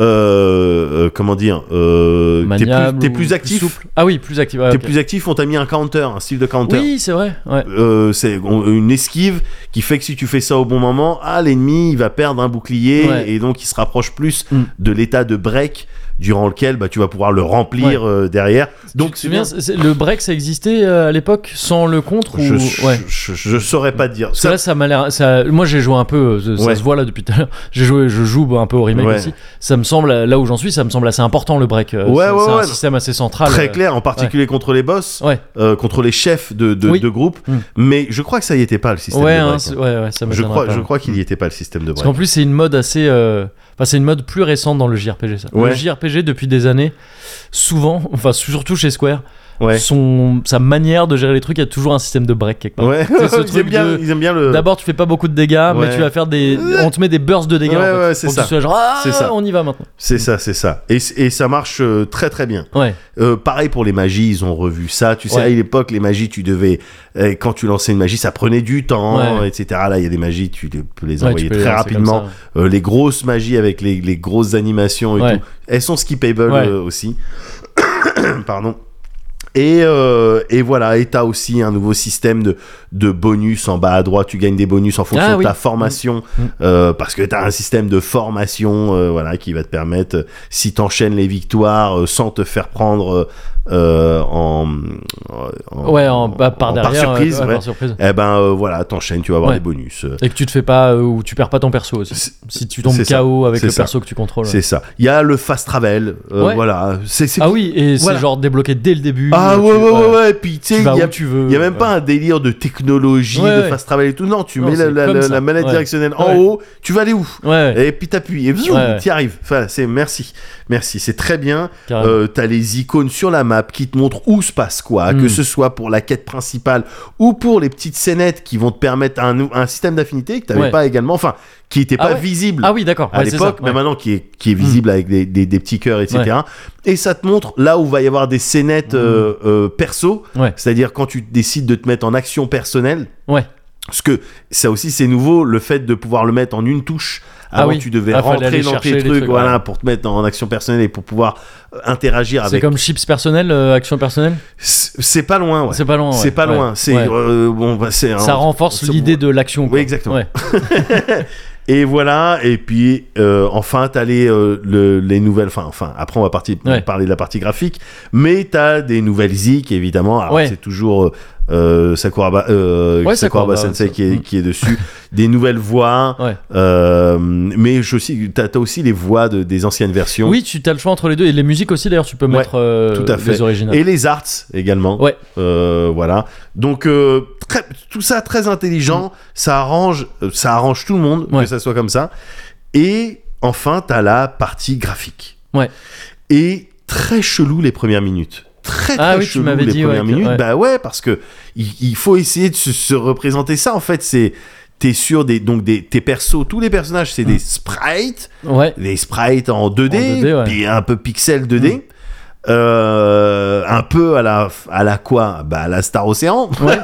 Speaker 2: euh, euh, comment dire euh, T'es plus,
Speaker 1: Maniable
Speaker 2: t'es
Speaker 1: ou
Speaker 2: plus actif.
Speaker 1: souple. Ah oui, plus actif. ouais,
Speaker 2: T'es
Speaker 1: ok.
Speaker 2: plus actif, on t'a mis un counter, un style de counter.
Speaker 1: Oui, c'est vrai. Ouais.
Speaker 2: Euh, c'est on- une esquive qui fait que si tu fais ça au bon moment, ah l'ennemi il va perdre un bouclier
Speaker 1: Ouais.
Speaker 2: et donc il se rapproche plus
Speaker 1: Mm.
Speaker 2: de l'état de break durant lequel bah, tu vas pouvoir le remplir euh, derrière.
Speaker 1: Tu
Speaker 2: Donc
Speaker 1: te souviens, c'est- c'est- le break ça existait euh, à l'époque sans le contre
Speaker 2: je,
Speaker 1: ou
Speaker 2: je,
Speaker 1: ouais.
Speaker 2: je- je saurais pas te dire.
Speaker 1: Parce que là, ça m'a l'air. ça- Moi, j'ai joué un peu. euh, Ça
Speaker 2: Ouais.
Speaker 1: se voit là depuis tout à l'heure. J'ai joué, je joue un peu au remake
Speaker 2: Ouais.
Speaker 1: aussi. Ça me semble, là où j'en suis, ça me semble assez important le break. euh,
Speaker 2: Ouais,
Speaker 1: c'est
Speaker 2: ouais,
Speaker 1: c'est un
Speaker 2: ouais.
Speaker 1: système assez central. euh,
Speaker 2: Très clair, en particulier contre les boss,
Speaker 1: Ouais.
Speaker 2: euh, contre les chefs de, de,
Speaker 1: Oui.
Speaker 2: de groupe,
Speaker 1: Mm.
Speaker 2: mais je crois que ça y était pas le système
Speaker 1: Ouais,
Speaker 2: de break.
Speaker 1: hein, c'est- ouais, ouais, ça
Speaker 2: je
Speaker 1: m'étonnerait
Speaker 2: crois,
Speaker 1: pas. hein.
Speaker 2: je crois qu'il y était pas le système de
Speaker 1: Parce
Speaker 2: break.
Speaker 1: qu'en plus, c'est une mode assez. euh, Enfin, c'est une mode plus récente dans le JRPG, ça.
Speaker 2: Ouais.
Speaker 1: Le JRPG, depuis des années, souvent, enfin, surtout chez Square,
Speaker 2: Ouais.
Speaker 1: son, sa manière de gérer les trucs, il y a toujours un système de break quelque part.
Speaker 2: Ouais,
Speaker 1: C'est ce
Speaker 2: <laughs> ils, aiment
Speaker 1: truc
Speaker 2: bien,
Speaker 1: de-
Speaker 2: ils aiment bien le.
Speaker 1: D'abord, tu fais pas beaucoup de dégâts, mais
Speaker 2: Euh. Ouais.
Speaker 1: tu vas faire des. On te met des bursts de dégâts.
Speaker 2: Ouais,
Speaker 1: en fait,
Speaker 2: ouais, c'est
Speaker 1: pour que
Speaker 2: ça.
Speaker 1: tu sois genre, ah,
Speaker 2: C'est ça.
Speaker 1: on y va maintenant.
Speaker 2: C'est ça, c'est ça. Et, c- et ça marche euh, très très bien.
Speaker 1: Ouais,
Speaker 2: Euh, pareil pour les magies, ils ont revu ça. Tu sais,
Speaker 1: Ouais.
Speaker 2: à l'époque, les magies, tu devais. euh, quand tu lançais une magie, ça prenait du temps,
Speaker 1: Ouais.
Speaker 2: etc. Là, il y a des magies, tu les- peux les
Speaker 1: Ouais,
Speaker 2: envoyer
Speaker 1: tu peux
Speaker 2: très
Speaker 1: les lancer comme
Speaker 2: rapidement. Euh, les grosses magies avec les, les grosses animations et
Speaker 1: Ouais.
Speaker 2: tout, elles sont skippable
Speaker 1: Ouais.
Speaker 2: euh, aussi. <coughs> Pardon. Et, euh, et voilà, et t'as aussi un nouveau système de, de bonus en bas à droite. Tu gagnes des bonus en fonction
Speaker 1: Ah
Speaker 2: de
Speaker 1: oui.
Speaker 2: ta formation,
Speaker 1: Mm.
Speaker 2: euh, parce que t'as un système de formation euh, voilà, qui va te permettre, euh, si t'enchaînes les victoires euh, sans te faire prendre euh, euh, en, en-
Speaker 1: ça. Ouais, en, bah, par
Speaker 2: en-
Speaker 1: derrière. euh,
Speaker 2: surprise,
Speaker 1: ouais,
Speaker 2: ouais.
Speaker 1: par surprise.
Speaker 2: eh ben euh, voilà, t'enchaînes, tu vas avoir
Speaker 1: Ouais.
Speaker 2: des bonus. euh,
Speaker 1: Et que tu te fais pas. euh, ou tu perds pas ton perso aussi.
Speaker 2: c'est-
Speaker 1: Si tu tombes
Speaker 2: c'est ça.
Speaker 1: KO avec
Speaker 2: C'est
Speaker 1: le
Speaker 2: ça.
Speaker 1: perso que tu contrôles.
Speaker 2: C'est ça. Il y a le fast travel. euh,
Speaker 1: Ouais.
Speaker 2: Voilà. C'est, c'est-
Speaker 1: Ah oui, et
Speaker 2: Voilà.
Speaker 1: c'est genre débloqué dès le début.
Speaker 2: Ah
Speaker 1: tu-
Speaker 2: ouais, ouais, ouais, ouais. Et puis, tu sais,
Speaker 1: Tu
Speaker 2: il
Speaker 1: vas
Speaker 2: y
Speaker 1: où
Speaker 2: a,
Speaker 1: tu veux.
Speaker 2: il y a même pas
Speaker 1: ouais.
Speaker 2: un délire de technologie,
Speaker 1: Ouais,
Speaker 2: de
Speaker 1: ouais.
Speaker 2: fast travel et tout. Non, tu
Speaker 1: Non,
Speaker 2: mets la,
Speaker 1: c'est
Speaker 2: la-
Speaker 1: comme
Speaker 2: la-
Speaker 1: ça.
Speaker 2: la manette
Speaker 1: Ouais.
Speaker 2: directionnelle en
Speaker 1: Ouais.
Speaker 2: haut. Tu vas aller où
Speaker 1: Ouais, ouais,
Speaker 2: Et puis t'appuies. Et puis,
Speaker 1: Ouais.
Speaker 2: t'y arrives. Enfin, c'est merci. Merci. C'est très bien.
Speaker 1: carrément.
Speaker 2: Euh, t'as les icônes sur la map qui te montrent où se passe quoi,
Speaker 1: Mm.
Speaker 2: que ce soit pour la quête principale ou pour les petites scénettes qui vont te permettre un, nou- un système d'affinité que t'avais
Speaker 1: Ouais.
Speaker 2: pas également, enfin, qui était
Speaker 1: Ah
Speaker 2: pas
Speaker 1: ouais.
Speaker 2: visible
Speaker 1: Ah oui, d'accord.
Speaker 2: à
Speaker 1: ouais, c'est ça,
Speaker 2: l'époque, mais
Speaker 1: ouais. Hmm.
Speaker 2: maintenant qui est, qui est visible avec des, des- des petits cœurs, etc. Et ça te montre là où va y avoir des scénettes euh, euh, perso,
Speaker 1: Hmm. Ouais.
Speaker 2: c'est-à-dire quand tu décides de te mettre en action personnelle.
Speaker 1: Ouais.
Speaker 2: Parce que ça aussi c'est nouveau, le fait de pouvoir le mettre en une touche.
Speaker 1: Ah
Speaker 2: Avant
Speaker 1: oui.
Speaker 2: tu devais
Speaker 1: Ah, fallait
Speaker 2: rentrer
Speaker 1: aller
Speaker 2: dans
Speaker 1: chercher
Speaker 2: tes
Speaker 1: les
Speaker 2: trucs,
Speaker 1: trucs,
Speaker 2: voilà,
Speaker 1: ouais.
Speaker 2: pour te mettre en action personnelle et pour pouvoir euh, interagir
Speaker 1: C'est
Speaker 2: avec.
Speaker 1: comme chips personnel, euh, action personnelle
Speaker 2: C'est c'est pas loin, ouais.
Speaker 1: C'est pas loin.
Speaker 2: C'est
Speaker 1: ouais,
Speaker 2: pas
Speaker 1: ouais,
Speaker 2: loin. C'est
Speaker 1: ouais.
Speaker 2: euh, bon, bah, c'est
Speaker 1: Ça
Speaker 2: un-
Speaker 1: renforce
Speaker 2: c'est-
Speaker 1: l'idée de l'action. quoi.
Speaker 2: exactement.
Speaker 1: Ouais.
Speaker 2: Et voilà, et puis euh, enfin, t'as les, euh, le- les nouvelles. Enfin, enfin, après, on va partir,
Speaker 1: Ouais.
Speaker 2: parler de la partie graphique, mais t'as des nouvelles zik évidemment. Alors,
Speaker 1: Ouais.
Speaker 2: c'est toujours euh, Sakuraba, euh,
Speaker 1: Ouais,
Speaker 2: Sakuraba
Speaker 1: Sakuraba,
Speaker 2: Sensei
Speaker 1: ça.
Speaker 2: qui est,
Speaker 1: Mm.
Speaker 2: qui est dessus, des nouvelles voix.
Speaker 1: Ouais.
Speaker 2: euh, mais je aussi, t'as as aussi les voix de, des anciennes versions.
Speaker 1: Oui, tu as le choix entre les deux. Et les musiques aussi, d'ailleurs, tu peux
Speaker 2: Ouais,
Speaker 1: mettre euh,
Speaker 2: tout à fait.
Speaker 1: les originales.
Speaker 2: Et les arts également.
Speaker 1: Ouais.
Speaker 2: Euh, voilà. Donc euh, très- tout ça très intelligent, ça arrange, euh, ça arrange tout le monde
Speaker 1: Mm. Ouais.
Speaker 2: que ça soit comme ça. Et enfin, t'as la partie graphique.
Speaker 1: Ouais.
Speaker 2: Et très chelou les premières minutes. Très très
Speaker 1: Ah oui, tu
Speaker 2: chelou
Speaker 1: m'avais
Speaker 2: les
Speaker 1: dit,
Speaker 2: premières
Speaker 1: ouais, que-
Speaker 2: minutes.
Speaker 1: ouais.
Speaker 2: Bah ouais, parce que il, il faut essayer de se, se représenter ça. En fait, c'est t'es sur des donc des tes persos, tous les personnages, c'est des
Speaker 1: Mm.
Speaker 2: sprites
Speaker 1: Ouais. <laughs>
Speaker 2: les sprites en 2D,
Speaker 1: En 2D, ouais. Mm.
Speaker 2: puis un peu pixel 2D. Euh, un peu à la à la quoi bah à la Star Ocean
Speaker 1: Ouais.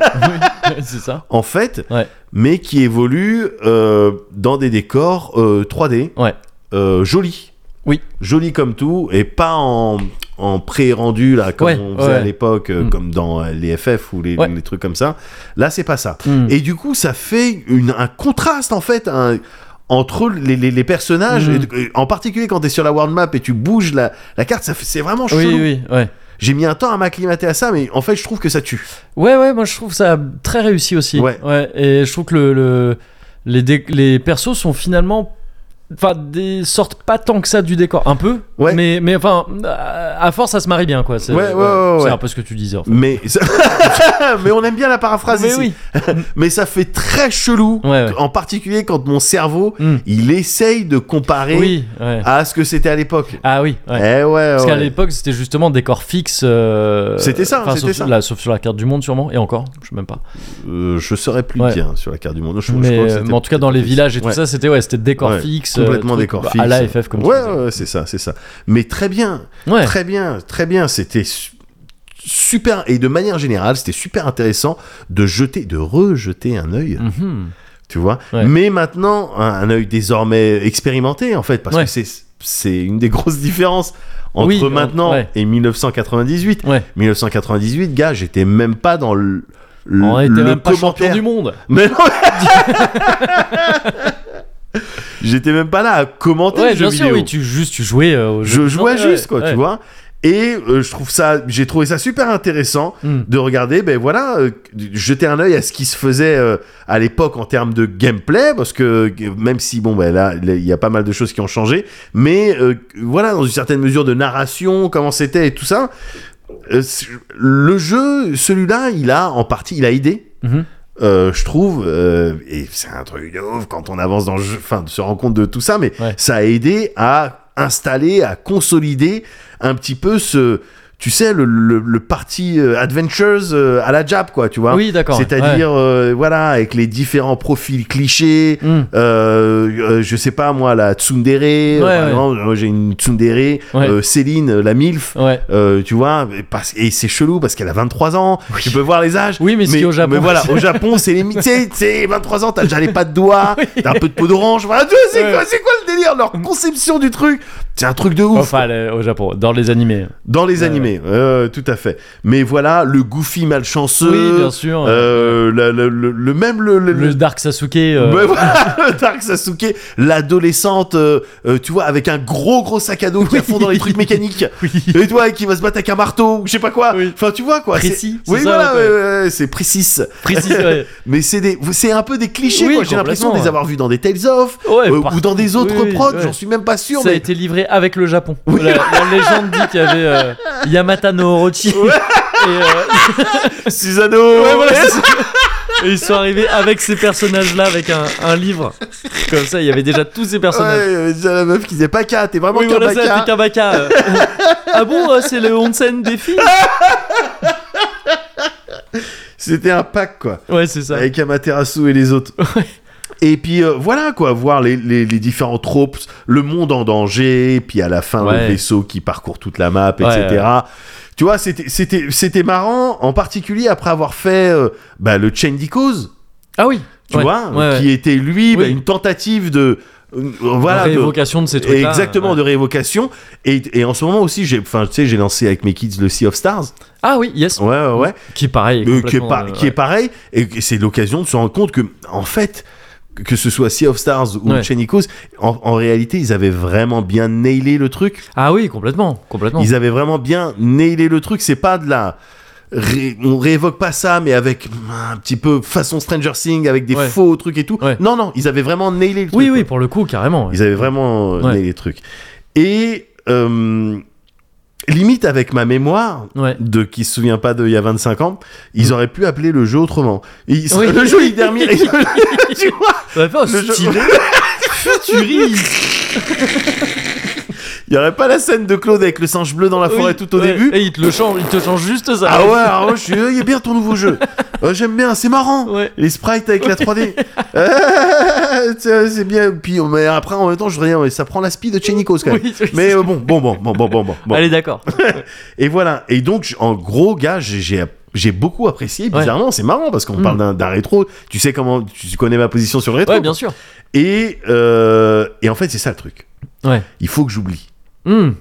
Speaker 1: c'est ça.
Speaker 2: en fait
Speaker 1: Ouais.
Speaker 2: mais qui évolue euh, dans des décors euh, 3D
Speaker 1: Ouais.
Speaker 2: euh, jolis
Speaker 1: Oui.
Speaker 2: jolis comme tout et pas en, en pré-rendu là comme
Speaker 1: Ouais,
Speaker 2: on faisait à
Speaker 1: ouais.
Speaker 2: l'époque euh,
Speaker 1: Mm.
Speaker 2: comme dans euh, les FF ou les,
Speaker 1: Ouais.
Speaker 2: les trucs comme ça là c'est pas ça
Speaker 1: Mm.
Speaker 2: et du coup, ça fait une- un contraste en fait un- entre les, les- les personnages,
Speaker 1: Mhm.
Speaker 2: Et- et en particulier quand t'es sur la world map et tu bouges la, la carte, ça fait- c'est vraiment
Speaker 1: Oui,
Speaker 2: chelou.
Speaker 1: oui, ouais.
Speaker 2: J'ai mis un temps à m'acclimater à ça, mais en fait, je trouve que ça tue.
Speaker 1: Ouais, ouais, moi je trouve ça très réussi aussi.
Speaker 2: Ouais.
Speaker 1: et je trouve que le, le- les, dé- les persos sont finalement. Enfin, des sortent pas tant que ça du décor. Un peu.
Speaker 2: Ouais.
Speaker 1: Mais, mais enfin, à à force, ça se marie bien, quoi. C'est
Speaker 2: Ouais, ouais, ouais,
Speaker 1: c'est
Speaker 2: ouais.
Speaker 1: un peu ce que tu disais, en fait.
Speaker 2: Mais, ça- <laughs> mais on aime bien la paraphrase
Speaker 1: mais
Speaker 2: ici.
Speaker 1: oui.
Speaker 2: Mais ça fait très chelou,
Speaker 1: Ouais, ouais.
Speaker 2: en particulier quand mon cerveau,
Speaker 1: Mm.
Speaker 2: il essaye de comparer
Speaker 1: Oui, ouais.
Speaker 2: à ce que c'était à l'époque.
Speaker 1: Ah oui, ouais.
Speaker 2: Ah. Eh ouais,
Speaker 1: Parce
Speaker 2: ouais.
Speaker 1: qu'à l'époque, c'était justement des corps fixes. euh,
Speaker 2: C'était ça,
Speaker 1: enfin,
Speaker 2: c'était
Speaker 1: sauf,
Speaker 2: ça.
Speaker 1: la- sauf sur la carte du monde, sûrement. Et encore, je sais même pas.
Speaker 2: Euh, je saurais plus
Speaker 1: Ouais.
Speaker 2: dire sur la carte du monde. Je, je
Speaker 1: mais, euh,
Speaker 2: crois que c'était
Speaker 1: mais en tout cas, dans les
Speaker 2: peut-être-
Speaker 1: villages et
Speaker 2: Ouais.
Speaker 1: tout ça, c'était ouais, c'était des corps
Speaker 2: Ouais,
Speaker 1: fixes.
Speaker 2: complètement
Speaker 1: euh,
Speaker 2: des
Speaker 1: trucs,
Speaker 2: corps
Speaker 1: bah,
Speaker 2: fixes.
Speaker 1: À la FF, comme tu
Speaker 2: ouais,
Speaker 1: disais.
Speaker 2: ouais, c'est ça, c'est ça. Mais très bien,
Speaker 1: Ouais.
Speaker 2: très bien, très bien. C'était su- super et de manière générale, c'était super intéressant de jeter, de rejeter un œil.
Speaker 1: Mhm.
Speaker 2: Tu vois.
Speaker 1: Ouais.
Speaker 2: Mais maintenant, un, un œil désormais expérimenté en fait, parce
Speaker 1: Ouais.
Speaker 2: que c'est c'est une des grosses différences entre
Speaker 1: Oui, on-
Speaker 2: maintenant
Speaker 1: ouais.
Speaker 2: et 1998.
Speaker 1: Ouais.
Speaker 2: 1998, gars, j'étais même pas dans le, le-
Speaker 1: On était
Speaker 2: le
Speaker 1: même pas champion
Speaker 2: commentaire.
Speaker 1: du monde.
Speaker 2: Mais <laughs> non J'étais même pas là à commenter
Speaker 1: Ouais,
Speaker 2: les jeux
Speaker 1: bien sûr,
Speaker 2: vidéo.
Speaker 1: oui, tu juste tu jouais euh, au jeu.
Speaker 2: Je jouais
Speaker 1: Ouais,
Speaker 2: juste, quoi,
Speaker 1: ouais.
Speaker 2: tu vois. Et euh, je trouve ça, j'ai trouvé ça super intéressant
Speaker 1: Mm.
Speaker 2: de regarder, ben voilà, euh, jeter un œil à ce qui se faisait euh, à l'époque en termes de gameplay, parce que euh, même si, bon, ben là, il y a pas mal de choses qui ont changé, mais euh, voilà, dans une certaine mesure de narration, comment c'était et tout ça, euh, c- le jeu, celui-là, il a en partie, il a aidé.
Speaker 1: Mhm.
Speaker 2: Euh, je trouve, euh, et c'est un truc de ouf quand on avance dans le jeu, enfin, de se rendre compte de tout ça, mais
Speaker 1: Ouais.
Speaker 2: ça a aidé à installer, à consolider un petit peu ce, tu sais, le, le, le parti euh, Adventures euh, à la Jap, quoi, tu vois.
Speaker 1: Oui, d'accord.
Speaker 2: C'est-à-dire, euh, voilà, avec les différents profils clichés,
Speaker 1: ouais. Mm.
Speaker 2: euh, euh, je sais pas, moi, la Tsundere, euh, par
Speaker 1: ouais.
Speaker 2: exemple, moi, j'ai une Tsundere, euh, Céline, euh, la MILF.
Speaker 1: Ouais.
Speaker 2: euh, tu vois, et parce- et c'est chelou parce qu'elle a 23 ans, tu peux voir les âges.
Speaker 1: Oui, mais si au Japon- <laughs>
Speaker 2: Mais voilà, au Japon, c'est les mi- tu sais, tu sais, 23 ans, t'as déjà les pattes
Speaker 1: <laughs>
Speaker 2: de doigts, t'as un peu de peau d'orange, voilà, tu vois, c'est
Speaker 1: Ouais.
Speaker 2: quoi, c'est quoi le délire, leur conception du truc C'est un truc de ouf.
Speaker 1: Enfin, le- au Japon, dans les animés.
Speaker 2: Dans les animés, euh, tout à fait. Mais voilà, le goofy malchanceux.
Speaker 1: Oui, bien sûr.
Speaker 2: euh, la- la- le, le- même le. le-
Speaker 1: le <laughs>
Speaker 2: le-
Speaker 1: Dark Sasuke. euh,
Speaker 2: Mais voilà, le Dark Sasuke, l'adolescente, euh, euh, tu vois, avec un gros gros sac à dos qui est à fond dans les trucs mécaniques.
Speaker 1: <laughs> oui.
Speaker 2: Et toi, qui va se battre avec un marteau, ou je sais pas quoi.
Speaker 1: Oui.
Speaker 2: Enfin, tu vois quoi. c'est-
Speaker 1: Précis, c'est
Speaker 2: Oui,
Speaker 1: ça,
Speaker 2: voilà,
Speaker 1: ouais.
Speaker 2: ouais, ouais, ouais, c'est précis.
Speaker 1: Précis, ouais.
Speaker 2: <laughs> Mais c'est des, c'est un peu des clichés.
Speaker 1: Oui,
Speaker 2: quoi. J'ai l'impression de
Speaker 1: complètement,
Speaker 2: les avoir vus dans des Tales of
Speaker 1: Ouais,
Speaker 2: euh,
Speaker 1: par-
Speaker 2: ou dans des autres
Speaker 1: oui,
Speaker 2: prods.
Speaker 1: ouais.
Speaker 2: J'en suis même pas sûr.
Speaker 1: Ça a
Speaker 2: mais
Speaker 1: été livré avec le Japon. La, la légende dit qu'il y avait euh, Yamata no Orochi. <laughs> Et, euh, <laughs>
Speaker 2: Susano.
Speaker 1: Ouais, voilà, c'est ça. <laughs> Et ils sont arrivés avec ces personnages-là, avec un, un livre. Comme ça, il y avait déjà tous ces personnages.
Speaker 2: Ouais, euh, déjà la meuf qui disait Paka, t'es vraiment
Speaker 1: oui, voilà, ça,
Speaker 2: Kabaka.
Speaker 1: t'es Kabaka. euh.
Speaker 2: <laughs>
Speaker 1: ah bon, euh, c'est le onsen des filles
Speaker 2: C'était un pack quoi.
Speaker 1: Ouais, c'est ça.
Speaker 2: Avec Amaterasu et les autres. Et puis euh, voilà quoi, voir les, les- les différents tropes, le monde en danger, puis à la fin le
Speaker 1: Ouais.
Speaker 2: vaisseau qui parcourt toute la map,
Speaker 1: Ouais,
Speaker 2: etc. Tu vois, c'était- c'était c'était marrant, en particulier après avoir fait euh, bah, le Chain Cause,
Speaker 1: Ah oui.
Speaker 2: tu
Speaker 1: ouais,
Speaker 2: vois,
Speaker 1: ouais, ouais.
Speaker 2: qui était lui bah,
Speaker 1: Oui.
Speaker 2: une tentative de... euh,
Speaker 1: La
Speaker 2: voilà, de-
Speaker 1: réévocation de ces trucs-là.
Speaker 2: Exactement,
Speaker 1: ouais.
Speaker 2: de réévocation. Et, et en ce moment aussi, j'ai, enfin, tu sais, j'ai lancé avec mes kids le Sea of Stars.
Speaker 1: Ah oui, yes.
Speaker 2: Ouais, ouais, ouais.
Speaker 1: Qui pareil.
Speaker 2: Euh, qui, est
Speaker 1: complètement,
Speaker 2: par-
Speaker 1: euh,
Speaker 2: qui est
Speaker 1: ouais.
Speaker 2: pareil. Et que c'est l'occasion de se rendre compte que, en fait, que ce soit Sea of Stars ou
Speaker 1: Ouais.
Speaker 2: Chenikos, en, en réalité, ils avaient vraiment bien nailé le truc.
Speaker 1: Ah oui, complètement, complètement.
Speaker 2: Ils avaient vraiment bien nailé le truc. C'est pas de la. ré- on réévoque pas ça, mais avec mm, un petit peu façon Stranger Things, avec des
Speaker 1: Ouais.
Speaker 2: faux trucs et tout.
Speaker 1: Ouais.
Speaker 2: Non, non, ils avaient vraiment nailé le truc.
Speaker 1: Oui,
Speaker 2: quoi.
Speaker 1: oui, pour le coup, carrément. ouais.
Speaker 2: Ils avaient vraiment euh,
Speaker 1: Ouais.
Speaker 2: nailé les trucs. Et euh, limite avec ma mémoire
Speaker 1: Ouais.
Speaker 2: de qui se souvient pas d'il y a 25 ans, ils auraient pu appeler le jeu autrement. Et ils-
Speaker 1: Mm. <laughs> Oui.
Speaker 2: Le jeu il termine. tu
Speaker 1: <laughs>
Speaker 2: vois
Speaker 1: Ça va faire un
Speaker 2: Le jeu-
Speaker 1: oh, stylé. Futuriste.
Speaker 2: Il y aurait pas la scène de Claude avec le singe bleu dans la forêt
Speaker 1: Oui,
Speaker 2: tout au
Speaker 1: ouais.
Speaker 2: début.
Speaker 1: Et il te le change, il te change juste ça.
Speaker 2: Ah ouais, alors je suis, euh, il est bien ton
Speaker 1: <laughs>
Speaker 2: nouveau jeu. Euh, J'aime bien, c'est marrant.
Speaker 1: Ouais.
Speaker 2: Les sprites avec la 3D.
Speaker 1: <laughs>
Speaker 2: Euh, c'est c'est bien. Puis on- mais après en même temps je reviens, mais ça prend la speed de Chenikos quand même.
Speaker 1: Oui, oui,
Speaker 2: mais euh, bon, bon, bon, bon, bon, bon, bon, bon.
Speaker 1: Allez, d'accord.
Speaker 2: Et voilà. Et donc, j- en gros, gars, j'ai- j'ai j'ai beaucoup apprécié.
Speaker 1: Ouais. Hmm.
Speaker 2: Bizarrement, c'est marrant parce qu'on parle d'un- d'un rétro. Tu sais comment, tu connais ma position sur le rétro.
Speaker 1: Ouais, bien sûr.
Speaker 2: Et euh, et en fait, c'est ça le truc.
Speaker 1: Ouais.
Speaker 2: Il faut que j'oublie.
Speaker 1: Hmm.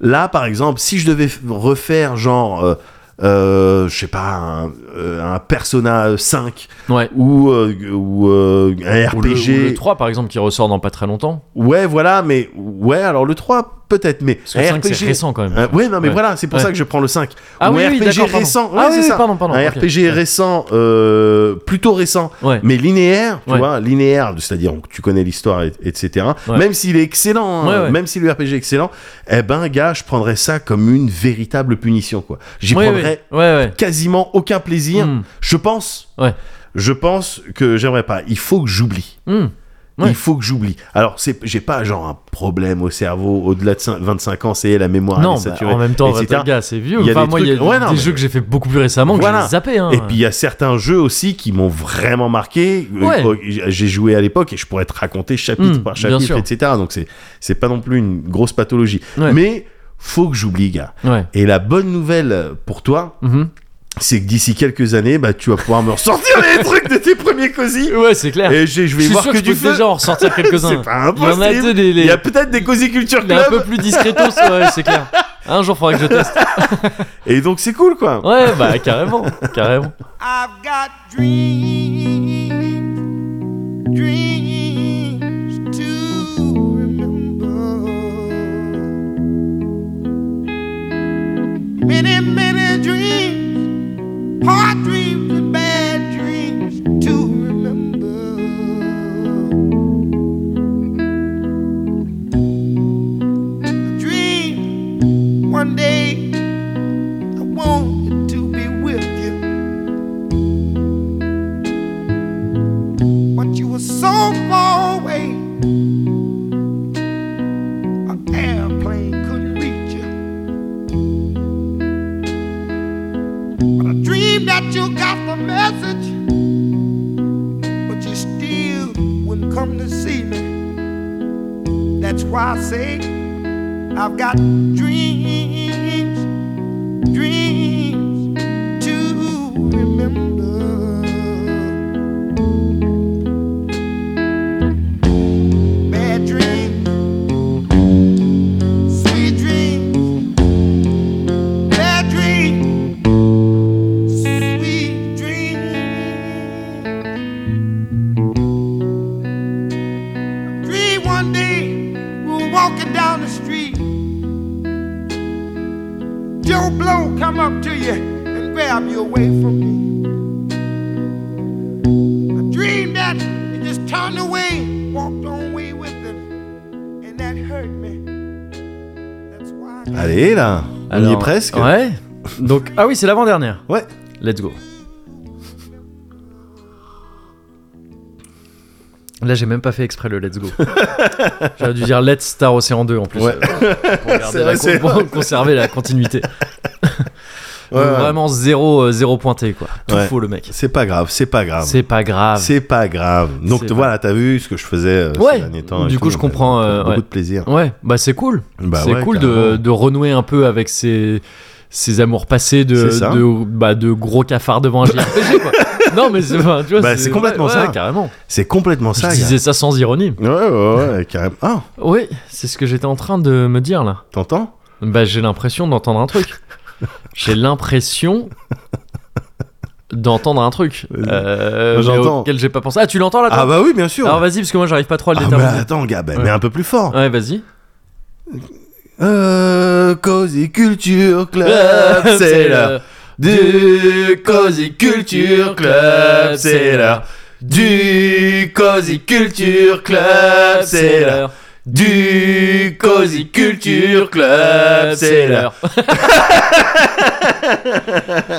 Speaker 2: Là, par exemple, si je devais f- refaire genre. euh, euh, je sais pas, un, euh, un Persona 5
Speaker 1: Ouais.
Speaker 2: ou, euh, ou euh, un
Speaker 1: Ou le,
Speaker 2: RPG.
Speaker 1: ou le 3 par exemple qui ressort dans pas très longtemps.
Speaker 2: Ouais, voilà, mais ouais, alors le 3 peut-être, mais
Speaker 1: Parce que le 5 c'est récent quand même.
Speaker 2: Euh, ouais, non, mais
Speaker 1: Ouais.
Speaker 2: voilà, c'est pour
Speaker 1: Ouais.
Speaker 2: ça que je prends le 5.
Speaker 1: Ah
Speaker 2: Ou
Speaker 1: oui,
Speaker 2: un
Speaker 1: oui,
Speaker 2: RPG
Speaker 1: d'accord, pardon.
Speaker 2: récent.
Speaker 1: Ah
Speaker 2: ouais,
Speaker 1: oui,
Speaker 2: c'est
Speaker 1: oui,
Speaker 2: ça.
Speaker 1: pardon, pardon,
Speaker 2: Un
Speaker 1: ok.
Speaker 2: RPG récent, euh, plutôt récent,
Speaker 1: Ouais.
Speaker 2: mais linéaire, tu
Speaker 1: Ouais.
Speaker 2: vois, linéaire, c'est-à-dire que tu connais l'histoire, et- etc.
Speaker 1: Ouais.
Speaker 2: Même s'il est excellent, hein,
Speaker 1: Ouais, ouais.
Speaker 2: même si le RPG est excellent, eh ben, gars, je prendrais ça comme une véritable punition, quoi. J'y
Speaker 1: Ouais,
Speaker 2: prendrais
Speaker 1: ouais. ouais, ouais.
Speaker 2: quasiment aucun plaisir.
Speaker 1: Mm.
Speaker 2: Je pense.
Speaker 1: Ouais.
Speaker 2: Je pense que j'aimerais pas. Il faut que j'oublie.
Speaker 1: Hmm. Ouais.
Speaker 2: Il faut que j'oublie. Alors, c'est, j'ai pas genre un problème au cerveau au-delà de cin- 25 ans, c'est la mémoire
Speaker 1: Non,
Speaker 2: elle est
Speaker 1: bah,
Speaker 2: saturée.
Speaker 1: en même temps,
Speaker 2: etc.
Speaker 1: Rattle Gas, c'est vieux.
Speaker 2: Il y a
Speaker 1: Enfin,
Speaker 2: des
Speaker 1: moi, il y a
Speaker 2: trucs- ouais, non,
Speaker 1: des
Speaker 2: mais-
Speaker 1: jeux que j'ai fait beaucoup plus récemment que
Speaker 2: Voilà.
Speaker 1: j'ai zappé. Hein.
Speaker 2: Et puis il y a certains jeux aussi qui m'ont vraiment marqué. Euh,
Speaker 1: Ouais.
Speaker 2: euh, J'ai joué à l'époque et je pourrais te raconter chapitre
Speaker 1: Mm,
Speaker 2: par
Speaker 1: bien
Speaker 2: chapitre,
Speaker 1: sûr.
Speaker 2: etc. Donc c'est c'est pas non plus une grosse pathologie.
Speaker 1: Ouais.
Speaker 2: Mais faut que j'oublie, gars.
Speaker 1: Ouais.
Speaker 2: <laughs> Et la bonne nouvelle pour toi,
Speaker 1: Mhm.
Speaker 2: c'est que d'ici quelques années, bah tu vas pouvoir me ressortir les <laughs> trucs de tes premiers cosy.
Speaker 1: Ouais, c'est clair.
Speaker 2: <laughs> Et j'ai- je
Speaker 1: je
Speaker 2: vais
Speaker 1: suis
Speaker 2: voir
Speaker 1: sûr
Speaker 2: que,
Speaker 1: je
Speaker 2: du
Speaker 1: peux
Speaker 2: feu.
Speaker 1: déjà en ressortir
Speaker 2: <laughs> C'est
Speaker 1: quelques-uns.
Speaker 2: pas
Speaker 1: Il y en a
Speaker 2: impossible.
Speaker 1: deux, les,
Speaker 2: Il
Speaker 1: les-
Speaker 2: y a peut-être des cosy culture
Speaker 1: les un
Speaker 2: club.
Speaker 1: peu plus discretos,
Speaker 2: <laughs>
Speaker 1: ouais, c'est clair. Un jour, faudra que je teste.
Speaker 2: Et donc c'est cool quoi.
Speaker 1: Ouais, bah carrément, carrément.
Speaker 7: I've got dreams, dreams to remember. Many, many dreams, hard dreams and bad dreams to remember. Dream one day I want to be with you. But you were so see me. That's why I say I've got dreams, dreams to remember. Bad dreams, sweet dreams, bad dreams, sweet dreams. Three one day, we were walking down the street. Joe Blow come up to you and grab you away from me. I dreamed that you just turned away, walked on away with him, and that hurt me. That's why. I-
Speaker 2: Allez là, on y est
Speaker 1: Alors,
Speaker 2: presque.
Speaker 1: Ouais. Donc, ah oui, c'est l'avant-dernière.
Speaker 2: Ouais.
Speaker 1: Let's go. Là, j'ai même pas fait exprès le
Speaker 2: <laughs>
Speaker 1: let's go. J'aurais dû dire Let's Star Ocean 2 en plus.
Speaker 2: Ouais.
Speaker 1: euh, <laughs> pour, garder
Speaker 2: C'est
Speaker 1: la
Speaker 2: vrai, c'est
Speaker 1: con-
Speaker 2: vrai.
Speaker 1: pour conserver la
Speaker 2: <laughs>
Speaker 1: continuité. <laughs>
Speaker 2: Ouais,
Speaker 1: Donc,
Speaker 2: ouais.
Speaker 1: Vraiment zéro, euh, zéro pointé quoi. Tout
Speaker 2: Ouais.
Speaker 1: faux le mec.
Speaker 2: C'est pas grave, c'est pas grave.
Speaker 1: C'est pas grave.
Speaker 2: C'est pas grave. Donc
Speaker 1: C'est
Speaker 2: t-
Speaker 1: pas-
Speaker 2: voilà, t'as vu ce que je faisais euh,
Speaker 1: Ouais.
Speaker 2: ces derniers temps. et
Speaker 1: Du coup,
Speaker 2: tout,
Speaker 1: je
Speaker 2: on a
Speaker 1: comprends, euh,
Speaker 2: Beaucoup
Speaker 1: ouais.
Speaker 2: de plaisir.
Speaker 1: Ouais, bah c'est cool.
Speaker 2: Bah
Speaker 1: c'est
Speaker 2: ouais,
Speaker 1: cool de,
Speaker 2: carrément.
Speaker 1: de renouer un peu avec ses, ses amours passés de,
Speaker 2: C'est ça.
Speaker 1: de, bah, de gros cafards devant
Speaker 2: <laughs>
Speaker 1: un JRPG quoi. Non mais c'est enfin, tu vois,
Speaker 2: Bah, c'est complètement
Speaker 1: ouais,
Speaker 2: ça.
Speaker 1: ouais, carrément.
Speaker 2: C'est complètement ça.
Speaker 1: Je
Speaker 2: gars.
Speaker 1: disais ça sans ironie.
Speaker 2: Ouais, ouais, ouais, carrément. Ah,
Speaker 1: Oui, c'est ce que j'étais en train de me dire là.
Speaker 2: t'entends
Speaker 1: Bah j'ai l'impression d'entendre un
Speaker 2: <laughs>
Speaker 1: truc. j'ai l'impression d'entendre un truc.
Speaker 2: Vas-y.
Speaker 1: Euh,
Speaker 2: Moi,
Speaker 1: mais
Speaker 2: j'entends.
Speaker 1: auquel j'ai pas pensé. Ah tu l'entends là toi
Speaker 2: Ah bah oui, bien sûr.
Speaker 1: Alors vas-y parce que moi j'arrive pas trop à le
Speaker 2: Ah, mais
Speaker 1: déterminer.
Speaker 2: attends, gars, bah,
Speaker 1: Ouais.
Speaker 2: mais un peu plus fort.
Speaker 1: Ouais vas-y.
Speaker 2: Euh, Cozy Culture
Speaker 1: <laughs>
Speaker 2: Club, Euh,
Speaker 1: Euh,
Speaker 2: c'est l'heure du Cozy Culture Club, c'est l'heure du Cozy Culture Club, c'est l'heure du Cozy Culture
Speaker 1: Euh,
Speaker 2: Club, c'est l'heure.
Speaker 1: <laughs>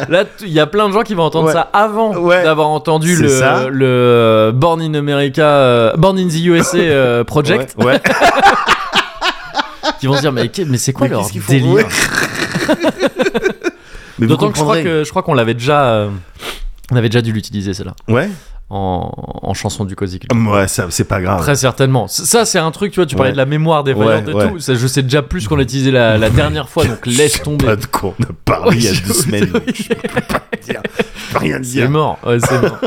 Speaker 1: Là, tu- il y a plein de gens qui vont entendre
Speaker 2: Ouais.
Speaker 1: ça avant
Speaker 2: Ouais.
Speaker 1: d'avoir entendu
Speaker 2: C'est ça.
Speaker 1: le, le Born in America, euh, Born in the USA euh, Project,
Speaker 2: Ouais, <laughs> ouais.
Speaker 1: qui vont se dire mais, qu'est- mais c'est quoi
Speaker 2: Mais
Speaker 1: leur
Speaker 2: qu'est-ce qu'ils font
Speaker 1: délire
Speaker 2: Ouais. <laughs> Mais vous
Speaker 1: D'autant que je crois
Speaker 2: comprendrez.
Speaker 1: que je crois qu'on l'avait déjà, euh, on avait déjà dû l'utiliser celle-là
Speaker 2: Ouais,
Speaker 1: en, en chanson du Cozy Culture.
Speaker 2: Hum, ouais, ça, c'est pas grave.
Speaker 1: Très certainement. C- Ça, c'est un truc, tu vois, tu parlais
Speaker 2: Ouais.
Speaker 1: de la mémoire des
Speaker 2: Ouais,
Speaker 1: voyantes et
Speaker 2: ouais.
Speaker 1: tout. Ça, je sais déjà plus qu'on l'a utilisé la, la dernière fois,
Speaker 2: <laughs>
Speaker 1: donc laisse tomber.
Speaker 2: Pas de quoi on a parlé il y a
Speaker 1: Ouais,
Speaker 2: deux
Speaker 1: je-
Speaker 2: semaines. Je
Speaker 1: <laughs>
Speaker 2: peux pas te dire. Je peux rien te
Speaker 1: C'est
Speaker 2: dire.
Speaker 1: mort. Ouais, c'est
Speaker 2: <laughs>
Speaker 1: mort.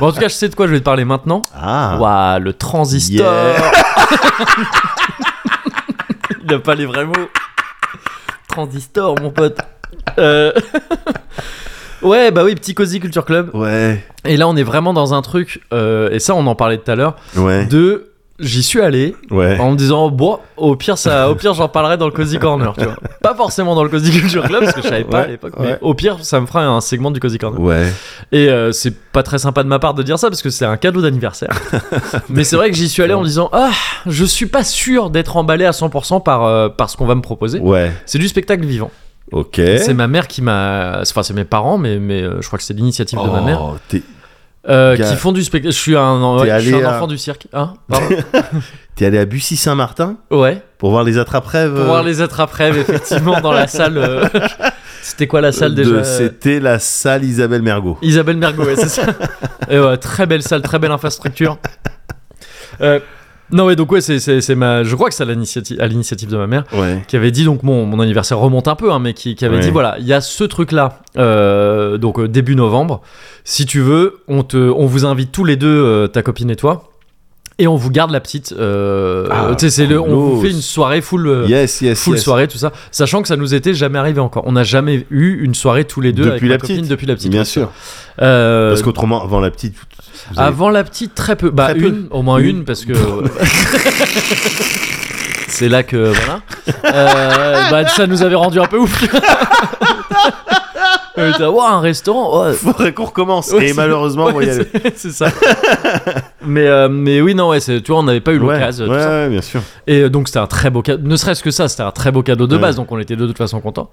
Speaker 1: Bon, en tout cas, je sais de quoi je vais te parler maintenant.
Speaker 2: Ah.
Speaker 1: Waouh, le transistor.
Speaker 2: Yeah.
Speaker 1: <laughs> Il n'a pas les vrais mots. Transistor, mon pote. Euh, <laughs> ouais, bah oui, petit Cozy Culture Club.
Speaker 2: Ouais.
Speaker 1: Et là, on est vraiment dans un truc, euh, et ça, on en parlait tout à l'heure,
Speaker 2: Ouais.
Speaker 1: de j'y suis allé
Speaker 2: Ouais.
Speaker 1: en me disant, bon, au pire, ça, au pire j'en parlerai dans le Cozy Corner, tu
Speaker 2: <laughs>
Speaker 1: vois. Pas forcément dans le Cozy Culture Club, parce que je savais pas
Speaker 2: Ouais,
Speaker 1: à l'époque, mais
Speaker 2: ouais.
Speaker 1: au pire, ça me fera un segment du Cozy Corner.
Speaker 2: Ouais.
Speaker 1: Et euh, c'est pas très sympa de ma part de dire ça parce que c'est un cadeau
Speaker 2: <laughs>
Speaker 1: d'anniversaire. Mais c'est vrai que j'y suis allé en me disant Ah, je suis pas sûr d'être emballé à 100% par, euh, par ce qu'on va me proposer.
Speaker 2: Ouais.
Speaker 1: C'est du spectacle vivant.
Speaker 2: Ok.
Speaker 1: C'est ma mère qui m'a. Enfin, c'est mes parents, mais, mais euh, je crois que c'est l'initiative de ma
Speaker 2: Oh,
Speaker 1: mère.
Speaker 2: t'es-
Speaker 1: euh,
Speaker 2: gars,
Speaker 1: qui font du spectacle. Je suis un,
Speaker 2: t'es
Speaker 1: ouais, je suis
Speaker 2: allé
Speaker 1: un
Speaker 2: à-
Speaker 1: enfant du cirque.
Speaker 2: <laughs>
Speaker 1: Hein Pardon
Speaker 2: T'es allé à Bussy-Saint-Martin
Speaker 1: ouais.
Speaker 2: pour voir les attrape-rêves
Speaker 1: Pour
Speaker 2: euh,
Speaker 1: voir les attrape-rêves, effectivement, dans la salle.
Speaker 2: <laughs>
Speaker 1: euh, C'était quoi la salle
Speaker 2: euh, de-
Speaker 1: déjà
Speaker 2: C'était la salle Isabelle Mergot.
Speaker 1: Isabelle Mergo, ouais, c'est
Speaker 2: <laughs>
Speaker 1: ça. Et ouais, très belle salle, très belle infrastructure. Euh, non, ouais, donc ouais, c'est, c'est, c'est ma. Je crois que c'est à l'initiative, à l'initiative de ma mère
Speaker 2: Ouais.
Speaker 1: qui avait dit donc mon, mon anniversaire remonte un peu, hein, mais qui, qui avait
Speaker 2: Ouais.
Speaker 1: dit voilà, il y a ce truc là, donc euh, début novembre. Si tu veux, on te, on vous invite tous les deux, euh, ta copine et toi. Et on vous garde la petite. euh,
Speaker 2: Ah,
Speaker 1: tu sais, c'est le, on vous
Speaker 2: cool.
Speaker 1: fait une soirée full, euh,
Speaker 2: Yes, yes,
Speaker 1: full
Speaker 2: yes.
Speaker 1: soirée, tout ça. Sachant que ça nous était jamais arrivé encore. On n'a jamais eu une soirée tous les deux avec
Speaker 2: Depuis
Speaker 1: ma
Speaker 2: la petite.
Speaker 1: copine depuis la petite.
Speaker 2: Bien sûr.
Speaker 1: Euh,
Speaker 2: Parce qu'autrement, avant la petite. vous avez-
Speaker 1: avant la petite, très peu. Bah,
Speaker 2: Très peu.
Speaker 1: une, au moins une,
Speaker 2: Une.
Speaker 1: parce que. <laughs> C'est là que. Voilà. Euh, bah, ça nous avait rendu un peu ouf. <laughs> Euh, t'as, Ouah, un restaurant. ouais.
Speaker 2: <laughs> Faudrait qu'on recommence.
Speaker 1: Ouais,
Speaker 2: Et
Speaker 1: c'est-
Speaker 2: malheureusement,
Speaker 1: Ouais,
Speaker 2: on va
Speaker 1: <laughs>
Speaker 2: y aller.
Speaker 1: c'est- c'est ça. mais, euh, mais oui, non, ouais, c'est- tu vois, on n'avait pas eu
Speaker 2: Ouais,
Speaker 1: l'occasion.
Speaker 2: ouais,
Speaker 1: tout ça.
Speaker 2: ouais, bien sûr. <laughs>
Speaker 1: Et euh, donc c'était un très beau cadeau, ne serait-ce que ça, c'était un très beau cadeau de
Speaker 2: Ouais.
Speaker 1: base, donc on était de toute façon contents.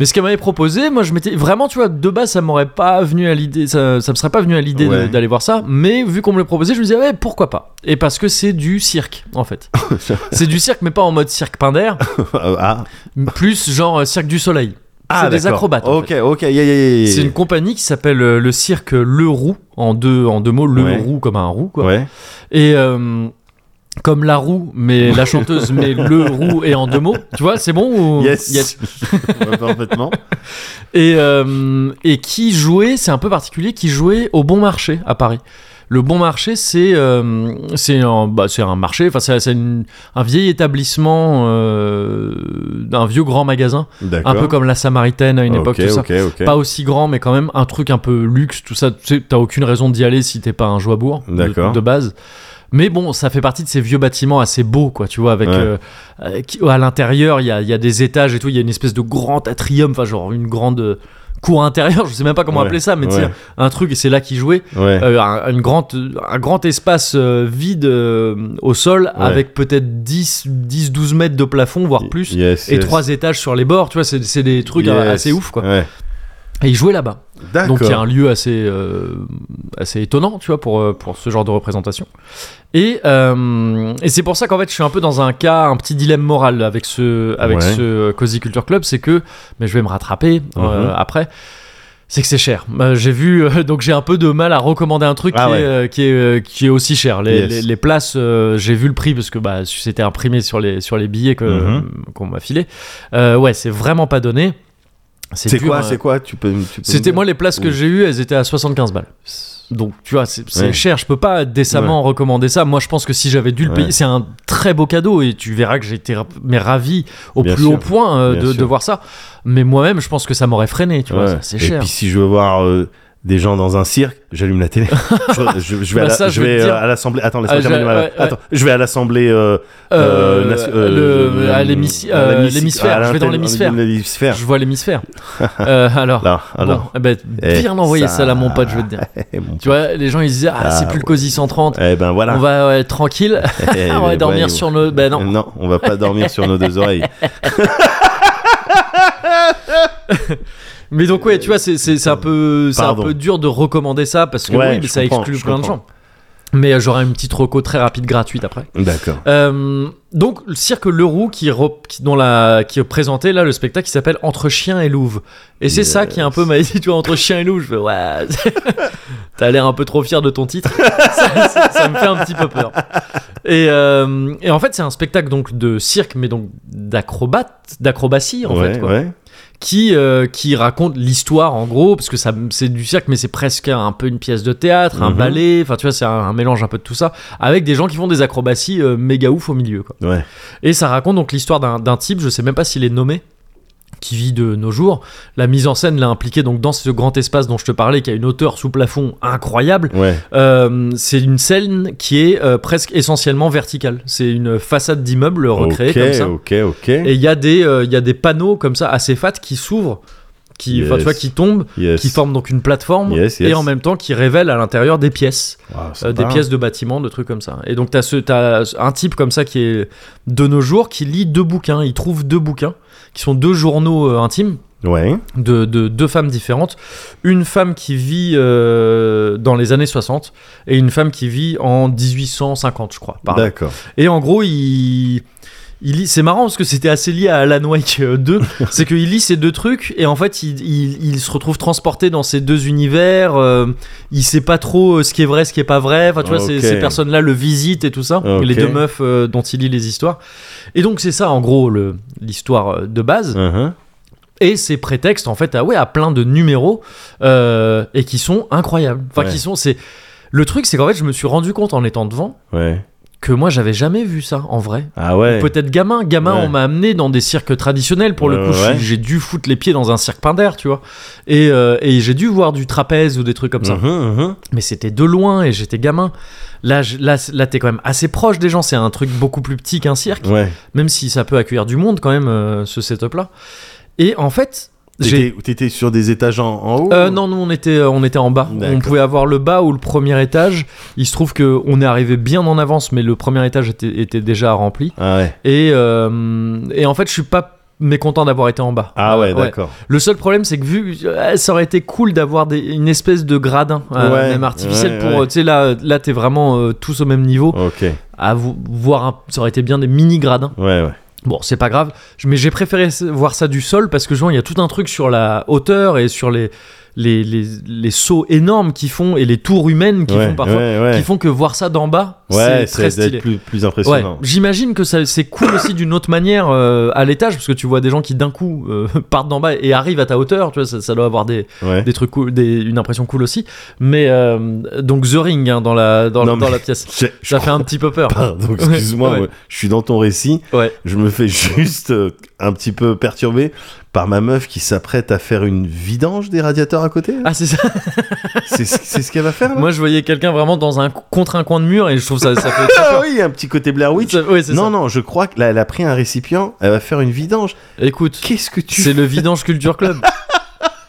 Speaker 1: Mais ce qu'elle m'avait proposé, moi je m'étais vraiment, tu vois, de base ça m'aurait pas venu à l'idée, ça, ça me serait pas venu à l'idée de-
Speaker 2: Ouais.
Speaker 1: d'aller voir ça, mais vu qu'on me le proposait, je me disais, ouais, pourquoi pas Et parce que c'est du cirque, en
Speaker 2: <laughs>
Speaker 1: fait. c'est du cirque, mais pas en mode cirque pain d'air,
Speaker 2: ah,
Speaker 1: plus genre euh, cirque du soleil.
Speaker 2: Ah,
Speaker 1: c'est des
Speaker 2: d'accord.
Speaker 1: acrobates. en
Speaker 2: Ok, ok, yeah, yeah, yeah, yeah.
Speaker 1: fait. C'est une compagnie qui s'appelle euh, le cirque Le Roux, en deux, en deux mots, Le
Speaker 2: Ouais.
Speaker 1: Roux comme un roux, quoi.
Speaker 2: Ouais.
Speaker 1: Et, euh, Comme la roue, mais la chanteuse, mais le roux et en deux mots. Tu vois, c'est bon ou...
Speaker 2: Yes, <laughs> Ouais,
Speaker 1: <laughs>
Speaker 2: Parfaitement.
Speaker 1: Et, euh, et qui jouait, c'est un peu particulier, qui jouait au bon marché à Paris. Le bon marché, c'est euh, c'est un, bah, c'est un marché, enfin c'est c'est une- un vieil établissement, euh, un vieux grand magasin,
Speaker 2: D'accord.
Speaker 1: un peu comme la Samaritaine à une époque,
Speaker 2: Ok,
Speaker 1: tout ça.
Speaker 2: ok, ok.
Speaker 1: Pas aussi grand, mais quand même un truc un peu luxe, tout ça. Tu sais, t'as aucune raison d'y aller si t'es pas un joibourg de,
Speaker 2: D'accord.
Speaker 1: de base. Mais bon, ça fait partie de ces vieux bâtiments assez beaux, quoi, tu vois, avec
Speaker 2: Ouais.
Speaker 1: euh, euh, qui- à l'intérieur, il y a, il y a des étages et tout, il y a une espèce de grand atrium, enfin genre une grande euh, cour intérieure, <laughs> je sais même pas comment
Speaker 2: Ouais,
Speaker 1: appeler ça, mais tu sais,
Speaker 2: ouais.
Speaker 1: un truc, et c'est là qu'ils jouaient,
Speaker 2: Ouais.
Speaker 1: euh, un, une grande, un grand espace euh, vide euh, au sol,
Speaker 2: Ouais.
Speaker 1: avec peut-être 10, 10, 12 mètres de plafond, voire plus,
Speaker 2: Yes,
Speaker 1: et
Speaker 2: yes.
Speaker 1: trois étages sur les bords, tu vois, c'est c'est des trucs euh,
Speaker 2: Yes.
Speaker 1: assez ouf, quoi.
Speaker 2: Ouais.
Speaker 1: Et ils jouaient là-bas.
Speaker 2: D'accord.
Speaker 1: Donc il y a un lieu assez, euh, assez étonnant, tu vois, pour, euh, pour ce genre de représentation. Et, euh, et c'est pour ça qu'en fait, je suis un peu dans un cas, un petit dilemme moral avec ce, avec
Speaker 2: Ouais.
Speaker 1: ce euh, Cozy Culture Club, c'est que, mais je vais me rattraper euh,
Speaker 2: Mhm.
Speaker 1: après. C'est que c'est cher. Euh, j'ai vu, euh, donc j'ai un peu de mal à recommander un truc
Speaker 2: Ah
Speaker 1: qui,
Speaker 2: ouais.
Speaker 1: est, euh, qui, est, euh, qui est aussi cher. Les,
Speaker 2: Yes.
Speaker 1: les- les places, euh, j'ai vu le prix parce que bah, c'était imprimé sur les, sur les billets que,
Speaker 2: Mhm.
Speaker 1: qu'on m'a filé. Euh, ouais, c'est vraiment pas donné.
Speaker 2: C'est
Speaker 1: dur,
Speaker 2: quoi,
Speaker 1: hein.
Speaker 2: c'est quoi Tu peux. tu peux me
Speaker 1: C'était
Speaker 2: dire
Speaker 1: moi les places que
Speaker 2: Ou-
Speaker 1: j'ai eues, elles étaient à 75 balles. Donc tu vois, c'est c'est
Speaker 2: Ouais.
Speaker 1: cher, je peux pas décemment recommander ça. Moi je pense que si j'avais dû le
Speaker 2: Ouais.
Speaker 1: payer, c'est un très beau cadeau et tu verras que j'ai été ra- mais ravi au
Speaker 2: Bien
Speaker 1: plus
Speaker 2: sûr.
Speaker 1: haut point euh,
Speaker 2: Bien
Speaker 1: de,
Speaker 2: sûr.
Speaker 1: de voir ça. Mais moi-même je pense que ça m'aurait freiné, tu vois,
Speaker 2: Ouais.
Speaker 1: ça, c'est
Speaker 2: Et
Speaker 1: cher.
Speaker 2: puis si je veux voir euh, des gens dans un cirque, j'allume
Speaker 1: <laughs>
Speaker 2: la télé. je, je- je vais, à,
Speaker 1: Bah
Speaker 2: la-
Speaker 1: ça, je
Speaker 2: je
Speaker 1: vais
Speaker 2: vais
Speaker 1: te dire.
Speaker 2: euh, à l'assemblée. Attends,
Speaker 1: Ah,
Speaker 2: laisse-moi
Speaker 1: je-
Speaker 2: terminer ma-
Speaker 1: ouais, ouais.
Speaker 2: Attends, je vais à l'assemblée. euh, euh,
Speaker 1: Euh,
Speaker 2: nation-
Speaker 1: le-
Speaker 2: euh,
Speaker 1: à l'hémici-
Speaker 2: à
Speaker 1: euh,
Speaker 2: l'hémici-
Speaker 1: l'hémisphère,
Speaker 2: à
Speaker 1: je vais dans
Speaker 2: l'antenne-
Speaker 1: l'hémisphère.
Speaker 2: l'hémisphère.
Speaker 1: Je vois l'hémisphère. Euh, alors,
Speaker 2: Là, alors.
Speaker 1: bon, eh ben,
Speaker 2: Eh,
Speaker 1: bien envoyé
Speaker 2: ça-
Speaker 1: ça là mon pote, je veux te dire.
Speaker 2: Eh, mon-
Speaker 1: Tu vois, les gens ils disaient, ah,
Speaker 2: Ah,
Speaker 1: c'est plus le COSI 130,
Speaker 2: Eh ben voilà.
Speaker 1: on va ouais, être tranquille, <laughs>
Speaker 2: Eh,
Speaker 1: on va
Speaker 2: ouais,
Speaker 1: dormir
Speaker 2: ouais.
Speaker 1: sur nos... Ben non.
Speaker 2: Non, on va pas dormir sur nos deux
Speaker 1: <laughs>
Speaker 2: oreilles.
Speaker 1: Mais donc ouais, tu vois, c'est, c'est, c'est un peu c'est un
Speaker 2: Pardon.
Speaker 1: peu dur de recommander ça parce que
Speaker 2: Ouais,
Speaker 1: oui, mais
Speaker 2: je
Speaker 1: ça
Speaker 2: comprends,
Speaker 1: exclut
Speaker 2: je
Speaker 1: plein de gens.
Speaker 2: comprends.
Speaker 1: Mais euh, j'aurai une petite reco très rapide gratuite après.
Speaker 2: D'accord.
Speaker 1: Euh, donc le cirque Leroux qui, rep- qui- dont la qui présentait là le spectacle qui s'appelle Entre chien et louve. Et c'est ça qui est un peu m'a dit tu vois entre chien et louve, je fais ouais. <laughs> T'as l'air un peu trop fier de ton titre. <laughs> ça, ça- ça me fait un petit peu peur. Et, euh, et en fait, c'est un spectacle donc de cirque mais donc d'acrobates, d'acrobatie en
Speaker 2: ouais,
Speaker 1: fait quoi
Speaker 2: ouais.
Speaker 1: qui, euh, qui raconte l'histoire en gros, parce que ça, c'est du cirque, mais c'est presque un peu une pièce de théâtre, un
Speaker 2: Mhm.
Speaker 1: ballet, enfin tu vois, c'est un, un mélange un peu de tout ça, avec des gens qui font des acrobaties euh, méga ouf au milieu. Quoi.
Speaker 2: Ouais.
Speaker 1: Et ça raconte donc l'histoire d'un, d'un type, je sais même pas s'il est nommé, qui vit de nos jours. La mise en scène l'a impliqué donc dans ce grand espace dont je te parlais, qui a une hauteur sous plafond incroyable.
Speaker 2: Ouais.
Speaker 1: Euh, c'est une scène qui est euh, presque essentiellement verticale. C'est une façade d'immeuble recréée
Speaker 2: ok,
Speaker 1: comme ça.
Speaker 2: ok, ok.
Speaker 1: Et il y, a des, euh, il y a des panneaux comme ça assez fat qui s'ouvrent, qui, enfin,
Speaker 2: Yes.
Speaker 1: tu vois, qui tombent,
Speaker 2: Yes.
Speaker 1: qui forment donc une plateforme
Speaker 2: Yes, yes.
Speaker 1: et en même temps qui révèlent à l'intérieur des pièces,
Speaker 2: Wow,
Speaker 1: euh, des
Speaker 2: sympa.
Speaker 1: pièces de bâtiments, de trucs comme ça. Et donc tu as un type comme ça qui est de nos jours qui lit deux bouquins, il trouve deux bouquins qui sont deux journaux euh, intimes
Speaker 2: Ouais.
Speaker 1: de, de deux femmes différentes, une femme qui vit euh, dans les années 60 et une femme qui vit en 1850 je crois. par là.
Speaker 2: D'accord.
Speaker 1: Et en gros, il. il lit- c'est marrant parce que c'était assez lié à Alan Wake euh,
Speaker 2: <laughs>
Speaker 1: 2. c'est qu'il lit ces deux trucs et en fait, il, il- il se retrouve transporté dans ces deux univers. euh, il sait pas trop euh, ce qui est vrai, ce qui est pas vrai. Enfin, tu vois, ces,
Speaker 2: Ok.
Speaker 1: ces personnes-là le visitent et tout ça.
Speaker 2: Ok.
Speaker 1: Les deux meufs euh, dont il lit les histoires. Et donc, c'est ça, en gros, le- l'histoire euh, de base.
Speaker 2: Mhm.
Speaker 1: Et c'est prétexte, en fait, à, ouais, à plein de numéros euh, et qui sont incroyables. Enfin,
Speaker 2: Ouais.
Speaker 1: qui sont. c'est- Le truc, c'est qu'en fait, je me suis rendu compte en étant devant
Speaker 2: Ouais.
Speaker 1: que moi, j'avais jamais vu ça en vrai.
Speaker 2: Ah ouais.
Speaker 1: Peut-être gamin, gamin,
Speaker 2: Ouais.
Speaker 1: on m'a amené dans des cirques traditionnels pour le
Speaker 2: Ouais,
Speaker 1: coup.
Speaker 2: ouais,
Speaker 1: je-
Speaker 2: ouais.
Speaker 1: J'ai dû foutre les pieds dans un cirque pain d'air, tu vois. Et, euh, et j'ai dû voir du trapèze ou des trucs comme ça.
Speaker 2: Mhm, mhm.
Speaker 1: Mais c'était de loin et j'étais gamin. Là, je- là, c- là t'es quand même assez proche des gens. C'est un truc beaucoup plus petit qu'un cirque,
Speaker 2: uh-huh. Ouais.
Speaker 1: même si ça peut accueillir du monde quand même, euh, ce setup-là. Et en fait, j'ai.
Speaker 2: T'étais, t'étais sur des étages en, en haut
Speaker 1: Euh, non, nous on était, euh, on était en bas. On
Speaker 2: D'accord.
Speaker 1: pouvait avoir le bas ou le premier étage. Il se trouve que on est arrivé bien en avance, mais le premier étage était, était déjà rempli.
Speaker 2: Ah ouais.
Speaker 1: Et, euh, et en fait, je suis pas mécontent d'avoir été en bas.
Speaker 2: Ah ouais,
Speaker 1: Euh,
Speaker 2: d'accord.
Speaker 1: Le seul problème, c'est que vu, euh, ça aurait été cool d'avoir des- une espèce de gradin, euh,
Speaker 2: Ouais,
Speaker 1: même artificiel,
Speaker 2: ouais,
Speaker 1: pour,
Speaker 2: ouais.
Speaker 1: euh, tu sais, là, là t'es vraiment euh, tous au même niveau.
Speaker 2: Ok. Ouais,
Speaker 1: À vo- voir un- ça aurait été bien des mini gradins.
Speaker 2: ouais.
Speaker 1: Bon, c'est pas grave, Je- mais j'ai préféré s- voir ça du sol parce que, genre, il y a tout un truc sur la hauteur et sur les, les, les, les sauts énormes qu'ils font et les tours humaines qu'ils
Speaker 2: Ouais,
Speaker 1: font parfois,
Speaker 2: ouais, ouais.
Speaker 1: qui font que voir ça d'en bas, c'est très
Speaker 2: Ouais, ça doit
Speaker 1: stylé.
Speaker 2: être plus, plus
Speaker 1: Ouais,
Speaker 2: impressionnant.
Speaker 1: j'imagine que ça- c'est cool aussi d'une autre manière euh, à l'étage parce que tu vois des gens qui d'un coup euh, <laughs> partent d'en bas et arrivent à ta hauteur, tu vois, ça, ça doit avoir des,
Speaker 2: Ouais.
Speaker 1: des trucs cool, des- une impression cool aussi. Mais euh, donc The Ring hein, dans la dans,
Speaker 2: Non,
Speaker 1: dans
Speaker 2: mais-
Speaker 1: la pièce,
Speaker 2: Je- je
Speaker 1: ça fait un
Speaker 2: crois-
Speaker 1: petit peu peur.
Speaker 2: Pardon, excuse-moi,
Speaker 1: Ouais.
Speaker 2: moi, je suis dans ton récit.
Speaker 1: Ouais.
Speaker 2: Je me fais <laughs> juste euh, un petit peu perturber par ma meuf qui s'apprête à faire une vidange des radiateurs à
Speaker 1: <laughs>
Speaker 2: côté. là.
Speaker 1: Ah c'est ça.
Speaker 2: C'est ce c'est ce qu'elle va faire là
Speaker 1: Moi je voyais quelqu'un vraiment dans un contre un coin de mur et je trouve ça ça fait très
Speaker 2: Ah
Speaker 1: peur.
Speaker 2: <laughs> oui, il y a un petit côté Blair Witch.
Speaker 1: Ça- ouais, c'est
Speaker 2: Non,
Speaker 1: ça.
Speaker 2: non, je crois que là, elle a pris un récipient, elle va faire une vidange.
Speaker 1: Écoute,
Speaker 2: Qu'est-ce que tu
Speaker 1: c'est le vidange culture
Speaker 2: <laughs>
Speaker 1: club.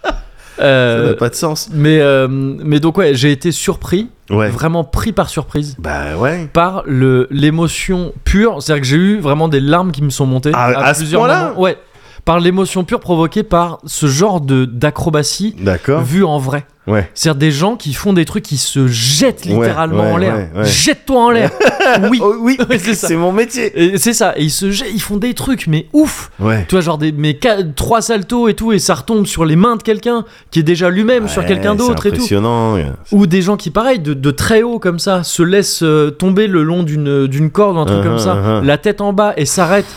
Speaker 2: Ça
Speaker 1: Euh,
Speaker 2: n'a pas de sens.
Speaker 1: mais euh, mais donc ouais, j'ai été surpris,
Speaker 2: Ouais.
Speaker 1: vraiment pris par surprise.
Speaker 2: Bah ouais.
Speaker 1: par le l'émotion pure. C'est-à-dire que j'ai eu vraiment des larmes qui me sont montées
Speaker 2: Ah, à ce
Speaker 1: plusieurs
Speaker 2: point-là
Speaker 1: moments. Ouais, par l'émotion pure provoquée par ce genre de d'acrobatie
Speaker 2: D'accord.
Speaker 1: vue en vrai.
Speaker 2: Ouais.
Speaker 1: C'est-à-dire des gens qui font des trucs qui se jettent
Speaker 2: Ouais,
Speaker 1: littéralement
Speaker 2: ouais,
Speaker 1: en l'air.
Speaker 2: ouais, ouais.
Speaker 1: Jette-toi en
Speaker 2: <laughs>
Speaker 1: l'air. <laughs> oui.
Speaker 2: Oh oui,
Speaker 1: Ouais, c'est ça.
Speaker 2: c'est mon métier.
Speaker 1: Et C'est ça. Et ils se jettent, ils font des trucs mais ouf.
Speaker 2: Ouais.
Speaker 1: Tu vois genre des mais qua- trois saltos et tout et ça retombe sur les mains de quelqu'un qui est déjà lui-même sur
Speaker 2: Ouais,
Speaker 1: quelqu'un d'autre
Speaker 2: C'est
Speaker 1: et tout.
Speaker 2: impressionnant.
Speaker 1: Ou des gens qui, pareil, de, de très haut comme ça, se laissent euh, tomber le long d'une d'une corde, un truc
Speaker 2: Uh-huh,
Speaker 1: comme ça,
Speaker 2: uh-huh.
Speaker 1: la tête en bas et s'arrête,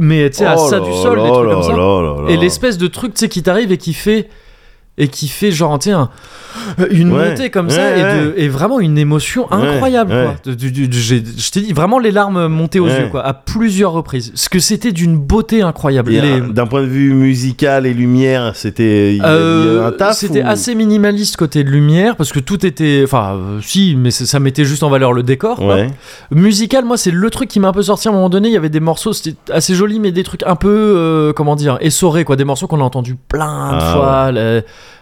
Speaker 1: mais tu sais, à
Speaker 2: Oh
Speaker 1: ça
Speaker 2: là
Speaker 1: du sol, des
Speaker 2: là
Speaker 1: trucs
Speaker 2: là
Speaker 1: comme ça.
Speaker 2: là là là.
Speaker 1: Et l'espèce de truc, tu sais, qui t'arrive et qui fait. Et qui fait genre, tu sais, un- une
Speaker 2: Ouais,
Speaker 1: montée comme
Speaker 2: ouais,
Speaker 1: ça et, de- et vraiment une émotion
Speaker 2: Ouais,
Speaker 1: incroyable, quoi.
Speaker 2: ouais.
Speaker 1: De- du- du- du- j'ai- Je t'ai dit, vraiment les larmes montées aux
Speaker 2: Ouais.
Speaker 1: yeux, quoi, à plusieurs reprises. Parce que c'était d'une beauté incroyable.
Speaker 2: Et,
Speaker 1: Les-
Speaker 2: euh, D'un point de vue musical et lumière, c'était il y a- il y a
Speaker 1: euh,
Speaker 2: un taf
Speaker 1: C'était
Speaker 2: ou-
Speaker 1: assez minimaliste côté lumière parce que tout était, enfin, euh, si, mais c'est- ça mettait juste en valeur le décor. quoi.
Speaker 2: Ouais.
Speaker 1: Musical, moi, c'est le truc qui m'a un peu sorti à un moment donné. Il y avait des morceaux, c'était assez joli, mais des trucs un peu, euh, comment dire, essorés, quoi, des morceaux qu'on a entendus plein de
Speaker 2: Ah,
Speaker 1: fois. La,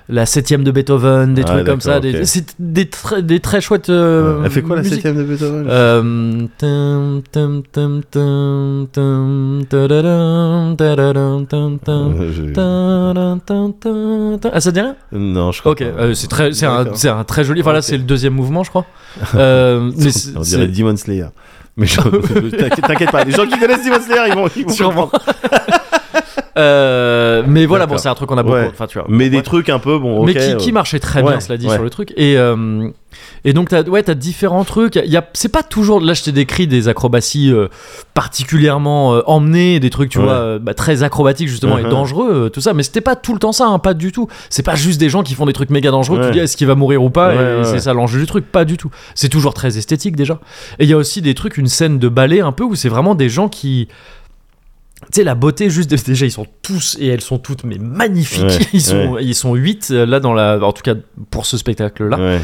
Speaker 1: la septième de Beethoven, des
Speaker 2: Ah,
Speaker 1: trucs comme ça.
Speaker 2: d'accord,
Speaker 1: des-
Speaker 2: ok.
Speaker 1: C'est des, très- des très chouettes. euh,
Speaker 2: Elle fait quoi la
Speaker 1: musiques.
Speaker 2: septième de Beethoven
Speaker 1: Euh, tum, tum, tum, tum, tum, tadadam, tadadam, tum, tum.
Speaker 2: Euh, je-
Speaker 1: Tin, tin, tin, tin. Ah ça te dit rien
Speaker 2: Non, je crois
Speaker 1: Ok,
Speaker 2: pas.
Speaker 1: euh, c'est très, c'est un,
Speaker 2: D'accord.
Speaker 1: c'est un très joli. Enfin là,
Speaker 2: Ok.
Speaker 1: c'est le deuxième mouvement, je
Speaker 2: <laughs>
Speaker 1: crois. Euh, mais c'est-
Speaker 2: On dirait
Speaker 1: c'est-
Speaker 2: Demon Slayer. Mais
Speaker 1: <laughs>
Speaker 2: je- t'inquiète t'inquiète pas, les gens qui connaissent Demon Slayer, ils vont, ils vont
Speaker 1: Sûrement.
Speaker 2: comprendre.
Speaker 1: euh, mais voilà,
Speaker 2: D'accord.
Speaker 1: bon, c'est un truc qu'on a beaucoup.
Speaker 2: Ouais.
Speaker 1: Enfin, tu vois.
Speaker 2: Mais
Speaker 1: Ouais.
Speaker 2: des trucs un peu bon.
Speaker 1: mais
Speaker 2: ok,
Speaker 1: qui,
Speaker 2: ouais.
Speaker 1: qui marchait très
Speaker 2: Ouais,
Speaker 1: bien, cela dit,
Speaker 2: ouais.
Speaker 1: sur le truc. Et euh, et donc t'as, ouais, t'as différents trucs. Il y a, c'est pas toujours. Là, je t'ai décrit des acrobaties euh, particulièrement euh, emmenées, des trucs, tu
Speaker 2: Ouais.
Speaker 1: vois, euh, bah, très acrobatiques justement et
Speaker 2: Uh-huh.
Speaker 1: dangereux, euh, tout ça. Mais c'était pas tout le temps ça, hein, pas du tout. C'est pas juste des gens qui font des trucs méga dangereux. Tu
Speaker 2: Ouais.
Speaker 1: dis, est-ce qu'il va mourir ou pas
Speaker 2: Ouais,
Speaker 1: Et
Speaker 2: ouais,
Speaker 1: c'est
Speaker 2: ouais.
Speaker 1: ça l'enjeu du truc, pas du tout. C'est toujours très esthétique déjà. Et il y a aussi des trucs, une scène de ballet un peu où c'est vraiment des gens qui tu sais, la beauté, juste de- déjà, ils sont tous et elles sont toutes, mais magnifiques.
Speaker 2: Ouais,
Speaker 1: <laughs> ils, sont, ils sont 8 là, dans la, en tout cas pour ce spectacle-là.
Speaker 2: Ouais.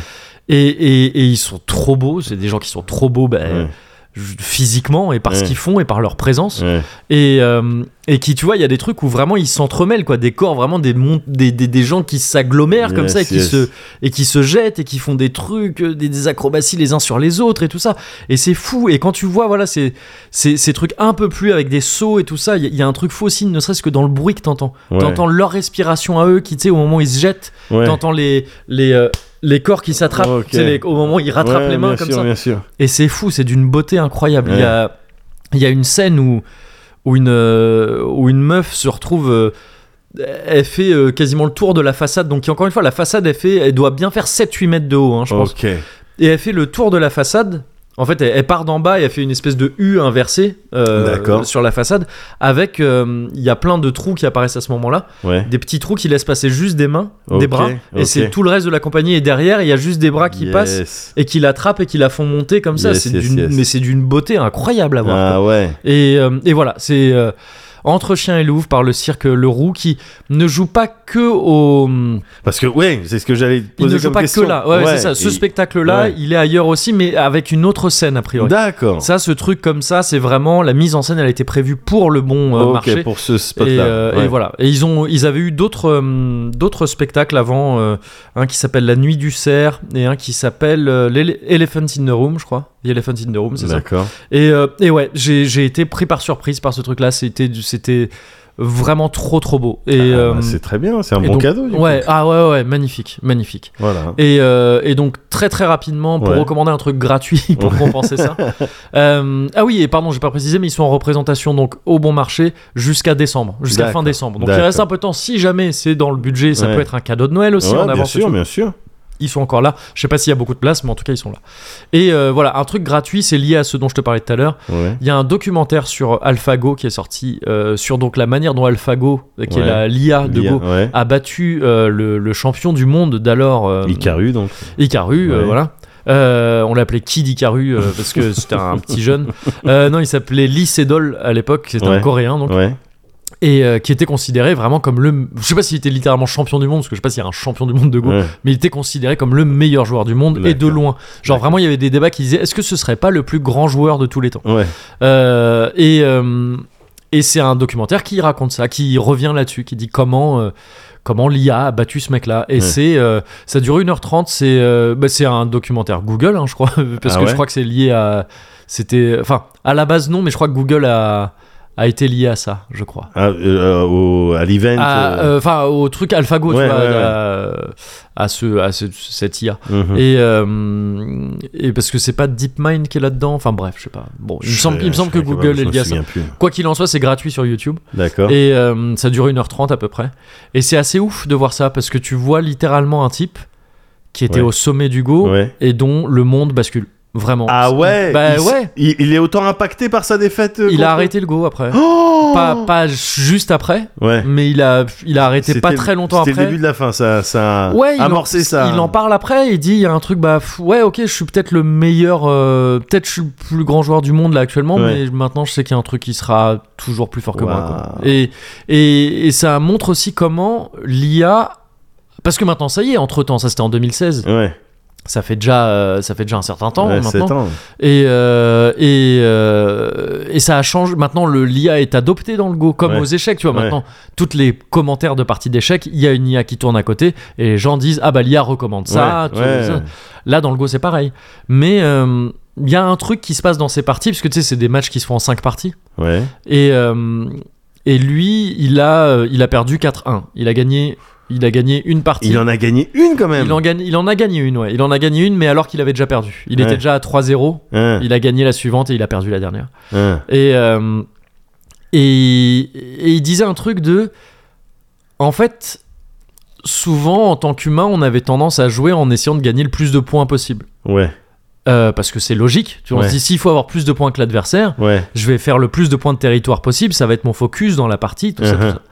Speaker 1: Et, et- et ils sont trop beaux. C'est des gens qui sont trop beaux bah,
Speaker 2: Ouais.
Speaker 1: ju- physiquement et par ce
Speaker 2: Ouais.
Speaker 1: qu'ils font et par leur présence.
Speaker 2: ouais.
Speaker 1: Et, euh, et qui, tu vois, il y a des trucs où vraiment ils s'entremêlent, quoi. Des corps, vraiment des, mon- des, des, des gens qui s'agglomèrent comme
Speaker 2: Yes,
Speaker 1: ça et qui,
Speaker 2: yes.
Speaker 1: se, et qui se jettent et qui font des trucs, euh, des, des acrobaties les uns sur les autres et tout ça. Et c'est fou. Et quand tu vois, voilà, ces, ces, ces trucs un peu plus avec des sauts et tout ça, il y, a- il y a un truc faux aussi, ne serait-ce que dans le bruit que t'entends.
Speaker 2: Ouais.
Speaker 1: T'entends leur respiration à eux qui, tu sais, au moment où ils se jettent,
Speaker 2: Ouais.
Speaker 1: t'entends les. les euh, les corps qui s'attrapent,
Speaker 2: Ok.
Speaker 1: tu sais, les- au moment où ils rattrapent
Speaker 2: Ouais,
Speaker 1: les mains
Speaker 2: bien
Speaker 1: comme
Speaker 2: sûr,
Speaker 1: ça.
Speaker 2: Bien sûr.
Speaker 1: Et c'est fou, c'est d'une beauté incroyable. Il, y a, il y a une scène où, où, une, euh, où une meuf se retrouve. euh, elle fait euh, quasiment le tour de la façade. Donc, encore une fois, la façade, elle, fait, elle doit bien faire 7-8 mètres de haut, hein, je pense.
Speaker 2: Ok.
Speaker 1: Et elle fait le tour de la façade. En fait, elle, elle part d'en bas et elle fait une espèce de U inversée euh,
Speaker 2: D'accord.
Speaker 1: sur la façade. Avec, euh, il y a plein de trous qui apparaissent à ce moment-là.
Speaker 2: Ouais.
Speaker 1: Des petits trous qui laissent passer juste des mains,
Speaker 2: Ok,
Speaker 1: des bras. Et
Speaker 2: ok.
Speaker 1: c'est tout le reste de la compagnie est derrière. et Il y a juste des bras qui
Speaker 2: Yes.
Speaker 1: passent et qui l'attrapent et qui la font monter comme ça.
Speaker 2: Yes,
Speaker 1: c'est
Speaker 2: yes,
Speaker 1: d'une,
Speaker 2: yes.
Speaker 1: Mais c'est d'une beauté incroyable à voir. quoi.
Speaker 2: Ah ouais.
Speaker 1: Et, euh, et voilà, c'est euh, Entre Chien et Louvre par le cirque Leroux qui ne joue pas que au. hum,
Speaker 2: Parce que ouais, c'est ce que j'allais te
Speaker 1: Il
Speaker 2: poser
Speaker 1: ne joue
Speaker 2: comme
Speaker 1: pas
Speaker 2: question.
Speaker 1: que là. Ouais, ouais, c'est ça. Ce
Speaker 2: et-
Speaker 1: spectacle-là,
Speaker 2: ouais.
Speaker 1: il est ailleurs aussi, mais avec une autre scène a priori.
Speaker 2: D'accord.
Speaker 1: Ça, ce truc comme ça, c'est vraiment la mise en scène. Elle a été prévue pour le bon euh,
Speaker 2: ok
Speaker 1: marché.
Speaker 2: pour ce
Speaker 1: Et,
Speaker 2: spot-là.
Speaker 1: euh,
Speaker 2: Ouais.
Speaker 1: et voilà. Et ils ont, ils avaient eu d'autres, euh, d'autres spectacles avant, euh, un qui s'appelle La Nuit du Cerf et un qui s'appelle euh, l'Ele- Elephant in the Room, je crois. The Elephant in the Room, c'est ça.
Speaker 2: D'accord.
Speaker 1: Et, euh, et ouais, j'ai, j'ai été pris par surprise par ce truc-là. C'était, du- c'était vraiment trop trop beau. Et,
Speaker 2: Ah, bah,
Speaker 1: euh,
Speaker 2: c'est très bien, c'est un
Speaker 1: et
Speaker 2: bon
Speaker 1: donc-
Speaker 2: cadeau. du coup.
Speaker 1: Ouais, ah ouais, ouais, magnifique, magnifique.
Speaker 2: Voilà.
Speaker 1: Et, euh, et donc très très rapidement pour
Speaker 2: Ouais.
Speaker 1: recommander un truc gratuit <laughs> pour compenser
Speaker 2: <laughs>
Speaker 1: ça. Euh, ah oui et pardon j'ai pas précisé mais ils sont en représentation donc au bon marché jusqu'à décembre, jusqu'à fin
Speaker 2: D'accord.
Speaker 1: décembre. Donc il
Speaker 2: D'accord.
Speaker 1: reste un peu de temps si jamais c'est dans le budget ça
Speaker 2: Ouais.
Speaker 1: peut être un cadeau de Noël aussi hein,
Speaker 2: Ouais,
Speaker 1: en
Speaker 2: bien
Speaker 1: avance. et
Speaker 2: sûr,
Speaker 1: tout.
Speaker 2: bien sûr.
Speaker 1: Ils sont encore là. Je sais pas s'il y a beaucoup de place mais en tout cas ils sont là. Et euh, voilà un truc gratuit c'est lié à ce dont je te parlais tout à l'heure.
Speaker 2: Ouais.
Speaker 1: Il y a un documentaire sur AlphaGo qui est sorti euh, sur donc la manière dont AlphaGo qui est
Speaker 2: Ouais.
Speaker 1: la l'IA Ah, de
Speaker 2: Bien,
Speaker 1: Go
Speaker 2: ouais.
Speaker 1: a battu euh, le, le champion du monde d'alors euh,
Speaker 2: Icaru, donc.
Speaker 1: Icaru, euh,
Speaker 2: Ouais.
Speaker 1: voilà. Euh, on l'appelait Kid Icaru
Speaker 2: <laughs>
Speaker 1: euh, parce que c'était un petit jeune. Euh, non, il s'appelait Lee Sedol à l'époque, c'était un
Speaker 2: Ouais.
Speaker 1: coréen donc,
Speaker 2: Ouais.
Speaker 1: et euh, qui était considéré vraiment comme le. Je sais pas s'il était littéralement champion du monde parce que je sais pas s'il y a un champion du monde de Go,
Speaker 2: Ouais.
Speaker 1: mais il était considéré comme le meilleur joueur du monde et de
Speaker 2: D'accord.
Speaker 1: loin. Genre vraiment, il y avait des débats qui disaient est-ce que ce serait pas le plus grand joueur de tous les temps
Speaker 2: Ouais.
Speaker 1: euh, et euh, et c'est un documentaire qui raconte ça, qui revient là-dessus, qui dit comment euh, comment l'IA a battu ce mec-là. Et
Speaker 2: Ouais.
Speaker 1: c'est euh, ça dure 1h30, c'est euh, bah, c'est un documentaire Google, hein, je crois, <laughs> parce que
Speaker 2: Ah
Speaker 1: je
Speaker 2: ouais
Speaker 1: crois que c'est lié à c'était enfin à la base non, mais je crois que Google a a été lié à ça, je crois.
Speaker 2: Ah, euh, au- à l'event.
Speaker 1: À,
Speaker 2: euh,
Speaker 1: euh, Enfin, au truc AlphaGo, tu
Speaker 2: Ouais,
Speaker 1: vois,
Speaker 2: ouais, ouais.
Speaker 1: à, à ce, à ce- cette IA.
Speaker 2: mhm.
Speaker 1: Et, euh, et parce que c'est pas DeepMind qui est là-dedans. Enfin bref, je sais pas. Bon, il me
Speaker 2: Je
Speaker 1: semble, il me
Speaker 2: sais-
Speaker 1: semble
Speaker 2: je
Speaker 1: que
Speaker 2: sais pas,
Speaker 1: Google
Speaker 2: je
Speaker 1: est
Speaker 2: me
Speaker 1: lié à ça.
Speaker 2: souviens plus.
Speaker 1: Quoi qu'il en soit, c'est gratuit sur YouTube.
Speaker 2: D'accord.
Speaker 1: Et euh, ça dure 1h30 à peu près. Et c'est assez ouf de voir ça parce que tu vois littéralement un type qui était
Speaker 2: Ouais.
Speaker 1: au sommet du go
Speaker 2: Ouais.
Speaker 1: et dont le monde bascule. Vraiment.
Speaker 2: Ah ouais,
Speaker 1: Bah
Speaker 2: il, s-
Speaker 1: ouais.
Speaker 2: il, il est autant impacté par sa défaite. euh,
Speaker 1: Il a
Speaker 2: contre-
Speaker 1: arrêté le go après.
Speaker 2: Oh
Speaker 1: Pas, pas juste après,
Speaker 2: Ouais.
Speaker 1: mais il a, il a arrêté
Speaker 2: C'était
Speaker 1: pas
Speaker 2: le-
Speaker 1: très longtemps après.
Speaker 2: C'était le début de la fin, ça, ça a
Speaker 1: Ouais, il en-
Speaker 2: amorcé Ah. ça.
Speaker 1: Il en parle après, il dit il y a un truc, bah pff, ouais, ok, je suis peut-être le meilleur, euh, peut-être je suis le plus grand joueur du monde là actuellement,
Speaker 2: Ouais.
Speaker 1: mais maintenant je sais qu'il y a un truc qui sera toujours plus fort que moi. quoi.
Speaker 2: Waouh.
Speaker 1: Et, et, et ça montre aussi comment l'IA. Parce que maintenant, ça y est, entre temps, ça c'était en 2016,
Speaker 2: Ouais,
Speaker 1: ça fait déjà, euh, ça fait déjà un certain temps
Speaker 2: ouais,
Speaker 1: maintenant.
Speaker 2: sept ans.
Speaker 1: Et, euh, et, euh, et ça a changé. Maintenant, le l'IA est adopté dans le Go, comme
Speaker 2: Ouais.
Speaker 1: aux échecs. Tu vois,
Speaker 2: Ouais.
Speaker 1: maintenant, toutes les commentaires de parties d'échecs, il y a une IA qui tourne à côté et les gens disent Ah bah l'IA recommande ça. tout
Speaker 2: Ouais, ouais.
Speaker 1: ça. Là, dans le Go, c'est pareil. Mais euh, il y a un truc qui se passe dans ces parties, parce que tu sais, c'est des matchs qui se font en 5 parties.
Speaker 2: Ouais,
Speaker 1: Et, euh, et lui, il a, euh, il a perdu 4-1. Il a gagné. Il a gagné une partie.
Speaker 2: il en a gagné une quand même.
Speaker 1: Il en gagne- il en a gagné une, ouais. Il en a gagné une, mais alors qu'il avait déjà perdu. Il était
Speaker 2: Ouais.
Speaker 1: déjà à 3-0
Speaker 2: Hein,
Speaker 1: il a gagné la suivante et il a perdu la dernière.
Speaker 2: hein.
Speaker 1: Et, euh, et, et il disait un truc de. En fait, souvent en tant qu'humain, on avait tendance à jouer en essayant de gagner le plus de points possible.
Speaker 2: Ouais,
Speaker 1: Euh, parce que c'est logique. Tu vois, On
Speaker 2: Ouais.
Speaker 1: se dit s'il faut avoir plus de points que l'adversaire,
Speaker 2: ouais.
Speaker 1: je vais faire le plus de points de territoire possible, ça va être mon focus dans la partie, tout ça, tout
Speaker 2: Uh-huh.
Speaker 1: ça.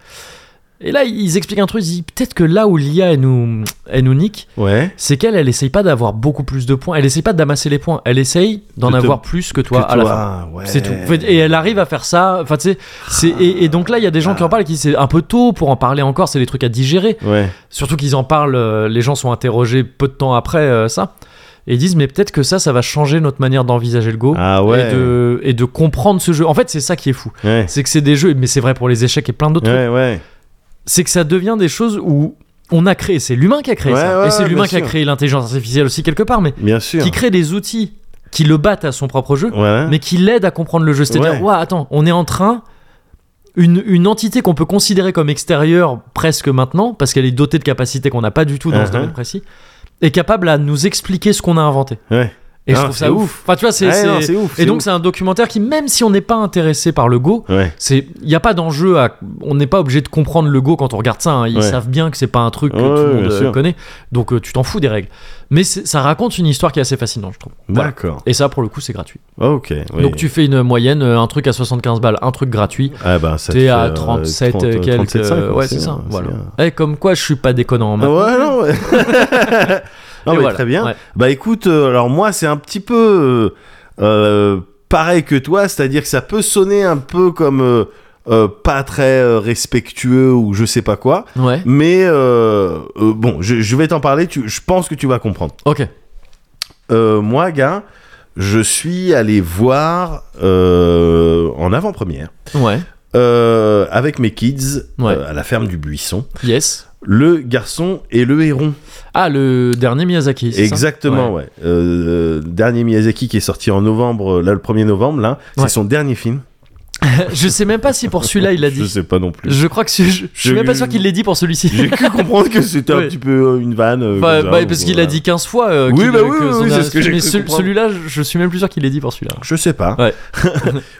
Speaker 1: Et là, ils expliquent un truc, ils disent peut-être que là où l'IA elle nous, elle nous nique,
Speaker 2: Ouais.
Speaker 1: c'est qu'elle, elle essaye pas d'avoir beaucoup plus de points, elle essaye pas d'amasser les points, elle essaye d'en
Speaker 2: De te-
Speaker 1: avoir plus que toi
Speaker 2: Que
Speaker 1: à la
Speaker 2: toi,
Speaker 1: fin.
Speaker 2: ouais.
Speaker 1: C'est tout. Et elle arrive à faire ça. Enfin, tu sais, c'est et, et donc là, il y a des gens qui
Speaker 2: Ah.
Speaker 1: en parlent et qui disent, c'est un peu tôt pour en parler encore. C'est des trucs à digérer.
Speaker 2: Ouais,
Speaker 1: Surtout qu'ils en parlent. euh, les gens sont interrogés peu de temps après euh, ça et ils disent mais peut-être que ça, ça va changer notre manière d'envisager le go
Speaker 2: Ah
Speaker 1: Oh,
Speaker 2: ouais.
Speaker 1: et de et de comprendre ce jeu. En fait, c'est ça qui est fou.
Speaker 2: ouais,
Speaker 1: C'est que c'est des jeux, mais c'est vrai pour les échecs et plein d'autres. trucs.
Speaker 2: ouais, ouais.
Speaker 1: C'est que ça devient des choses où on a créé. C'est l'humain qui a créé
Speaker 2: Ouais,
Speaker 1: ça.
Speaker 2: ouais,
Speaker 1: et c'est
Speaker 2: ouais,
Speaker 1: l'humain
Speaker 2: bien
Speaker 1: qui a
Speaker 2: sûr.
Speaker 1: créé l'intelligence artificielle aussi quelque part, mais
Speaker 2: Bien sûr.
Speaker 1: qui crée des outils qui le battent à son propre jeu
Speaker 2: Voilà.
Speaker 1: mais qui l'aide à comprendre le jeu. C'est-à-dire,
Speaker 2: Hein. Ouais.
Speaker 1: Ouah, attends, on est en train. Une, une entité qu'on peut considérer comme extérieure presque maintenant, parce qu'elle est dotée de capacités qu'on n'a pas du tout dans ce
Speaker 2: Uh-huh.
Speaker 1: domaine précis, est capable à nous expliquer ce qu'on a inventé.
Speaker 2: Ouais.
Speaker 1: Et je
Speaker 2: Ah,
Speaker 1: trouve
Speaker 2: c'est
Speaker 1: ça ouf.
Speaker 2: ouf.
Speaker 1: Enfin, tu vois, c'est.
Speaker 2: Ouais,
Speaker 1: c'est-
Speaker 2: non, c'est ouf.
Speaker 1: Et
Speaker 2: c'est
Speaker 1: donc,
Speaker 2: ouf.
Speaker 1: c'est un documentaire qui, même si on n'est pas intéressé par le Go,
Speaker 2: Ouais.
Speaker 1: c'est il n'y a pas d'enjeu à on n'est pas obligé de comprendre le go quand on regarde ça hein. ils
Speaker 2: Ouais.
Speaker 1: savent bien que c'est pas un truc que
Speaker 2: Ouais,
Speaker 1: tout le monde
Speaker 2: bien
Speaker 1: euh,
Speaker 2: sûr.
Speaker 1: connaît donc euh, tu t'en fous des règles mais c'est- ça raconte une histoire qui est assez fascinante je trouve Voilà.
Speaker 2: D'accord.
Speaker 1: et ça pour le coup c'est gratuit
Speaker 2: Ok. oui.
Speaker 1: donc tu fais une moyenne, euh, un truc à 75 balles, un truc gratuit,
Speaker 2: Ah bah ça. te
Speaker 1: t'es
Speaker 2: fait,
Speaker 1: à
Speaker 2: euh,
Speaker 1: 37
Speaker 2: 30,
Speaker 1: euh, quelques...
Speaker 2: 37,5,
Speaker 1: euh, ouais, c'est ça,
Speaker 2: bien,
Speaker 1: voilà.
Speaker 2: bien.
Speaker 1: Eh, comme quoi, je suis pas déconnant en maths.
Speaker 2: Ah ouais, non.
Speaker 1: <laughs>
Speaker 2: ouais. non,
Speaker 1: Et
Speaker 2: mais
Speaker 1: voilà,
Speaker 2: ah très bien.
Speaker 1: ouais.
Speaker 2: Bah écoute, euh, alors moi, c'est un petit peu euh, euh, pareil que toi, c'est-à-dire que ça peut sonner un peu comme euh, euh, pas très euh, respectueux ou je sais pas quoi.
Speaker 1: Ouais,
Speaker 2: Mais euh, euh, bon, je, je vais t'en parler, tu- je pense que tu vas comprendre.
Speaker 1: ok.
Speaker 2: Euh, moi, gars, je suis allé voir euh, en avant-première
Speaker 1: Ouais,
Speaker 2: euh, avec mes kids
Speaker 1: Ouais.
Speaker 2: euh, à la ferme du Buisson,
Speaker 1: yes.
Speaker 2: le garçon et le héron.
Speaker 1: Ah, le dernier Miyazaki, c'est ça
Speaker 2: Exactement,
Speaker 1: Ouais.
Speaker 2: ouais. Euh, euh, dernier Miyazaki qui est sorti en novembre, euh, là, le 1er novembre, là.
Speaker 1: Ouais.
Speaker 2: C'est son dernier film.
Speaker 1: <laughs> je sais même pas si pour celui-là il l'a
Speaker 2: Je
Speaker 1: dit.
Speaker 2: sais pas non plus.
Speaker 1: Je crois que c'est- je, je suis
Speaker 2: Je-
Speaker 1: même pas sûr qu'il l'ait dit pour celui-ci.
Speaker 2: J'ai cru comprendre que c'était un
Speaker 1: Ouais.
Speaker 2: petit peu euh, une vanne. euh,
Speaker 1: <laughs> Enfin,
Speaker 2: comme ça,
Speaker 1: bah,
Speaker 2: donc
Speaker 1: parce qu'il
Speaker 2: voilà.
Speaker 1: a dit 15 fois. euh,
Speaker 2: Oui,
Speaker 1: qu'il-
Speaker 2: bah oui,
Speaker 1: que
Speaker 2: oui,
Speaker 1: son
Speaker 2: oui, c'est
Speaker 1: dernier
Speaker 2: ce que
Speaker 1: film,
Speaker 2: j'ai
Speaker 1: mais
Speaker 2: cru
Speaker 1: ce-
Speaker 2: comprendre.
Speaker 1: Celui-là, je, je suis même plus sûr qu'il l'ait dit pour celui-là.
Speaker 2: Je sais pas.
Speaker 1: Ouais.
Speaker 2: <laughs>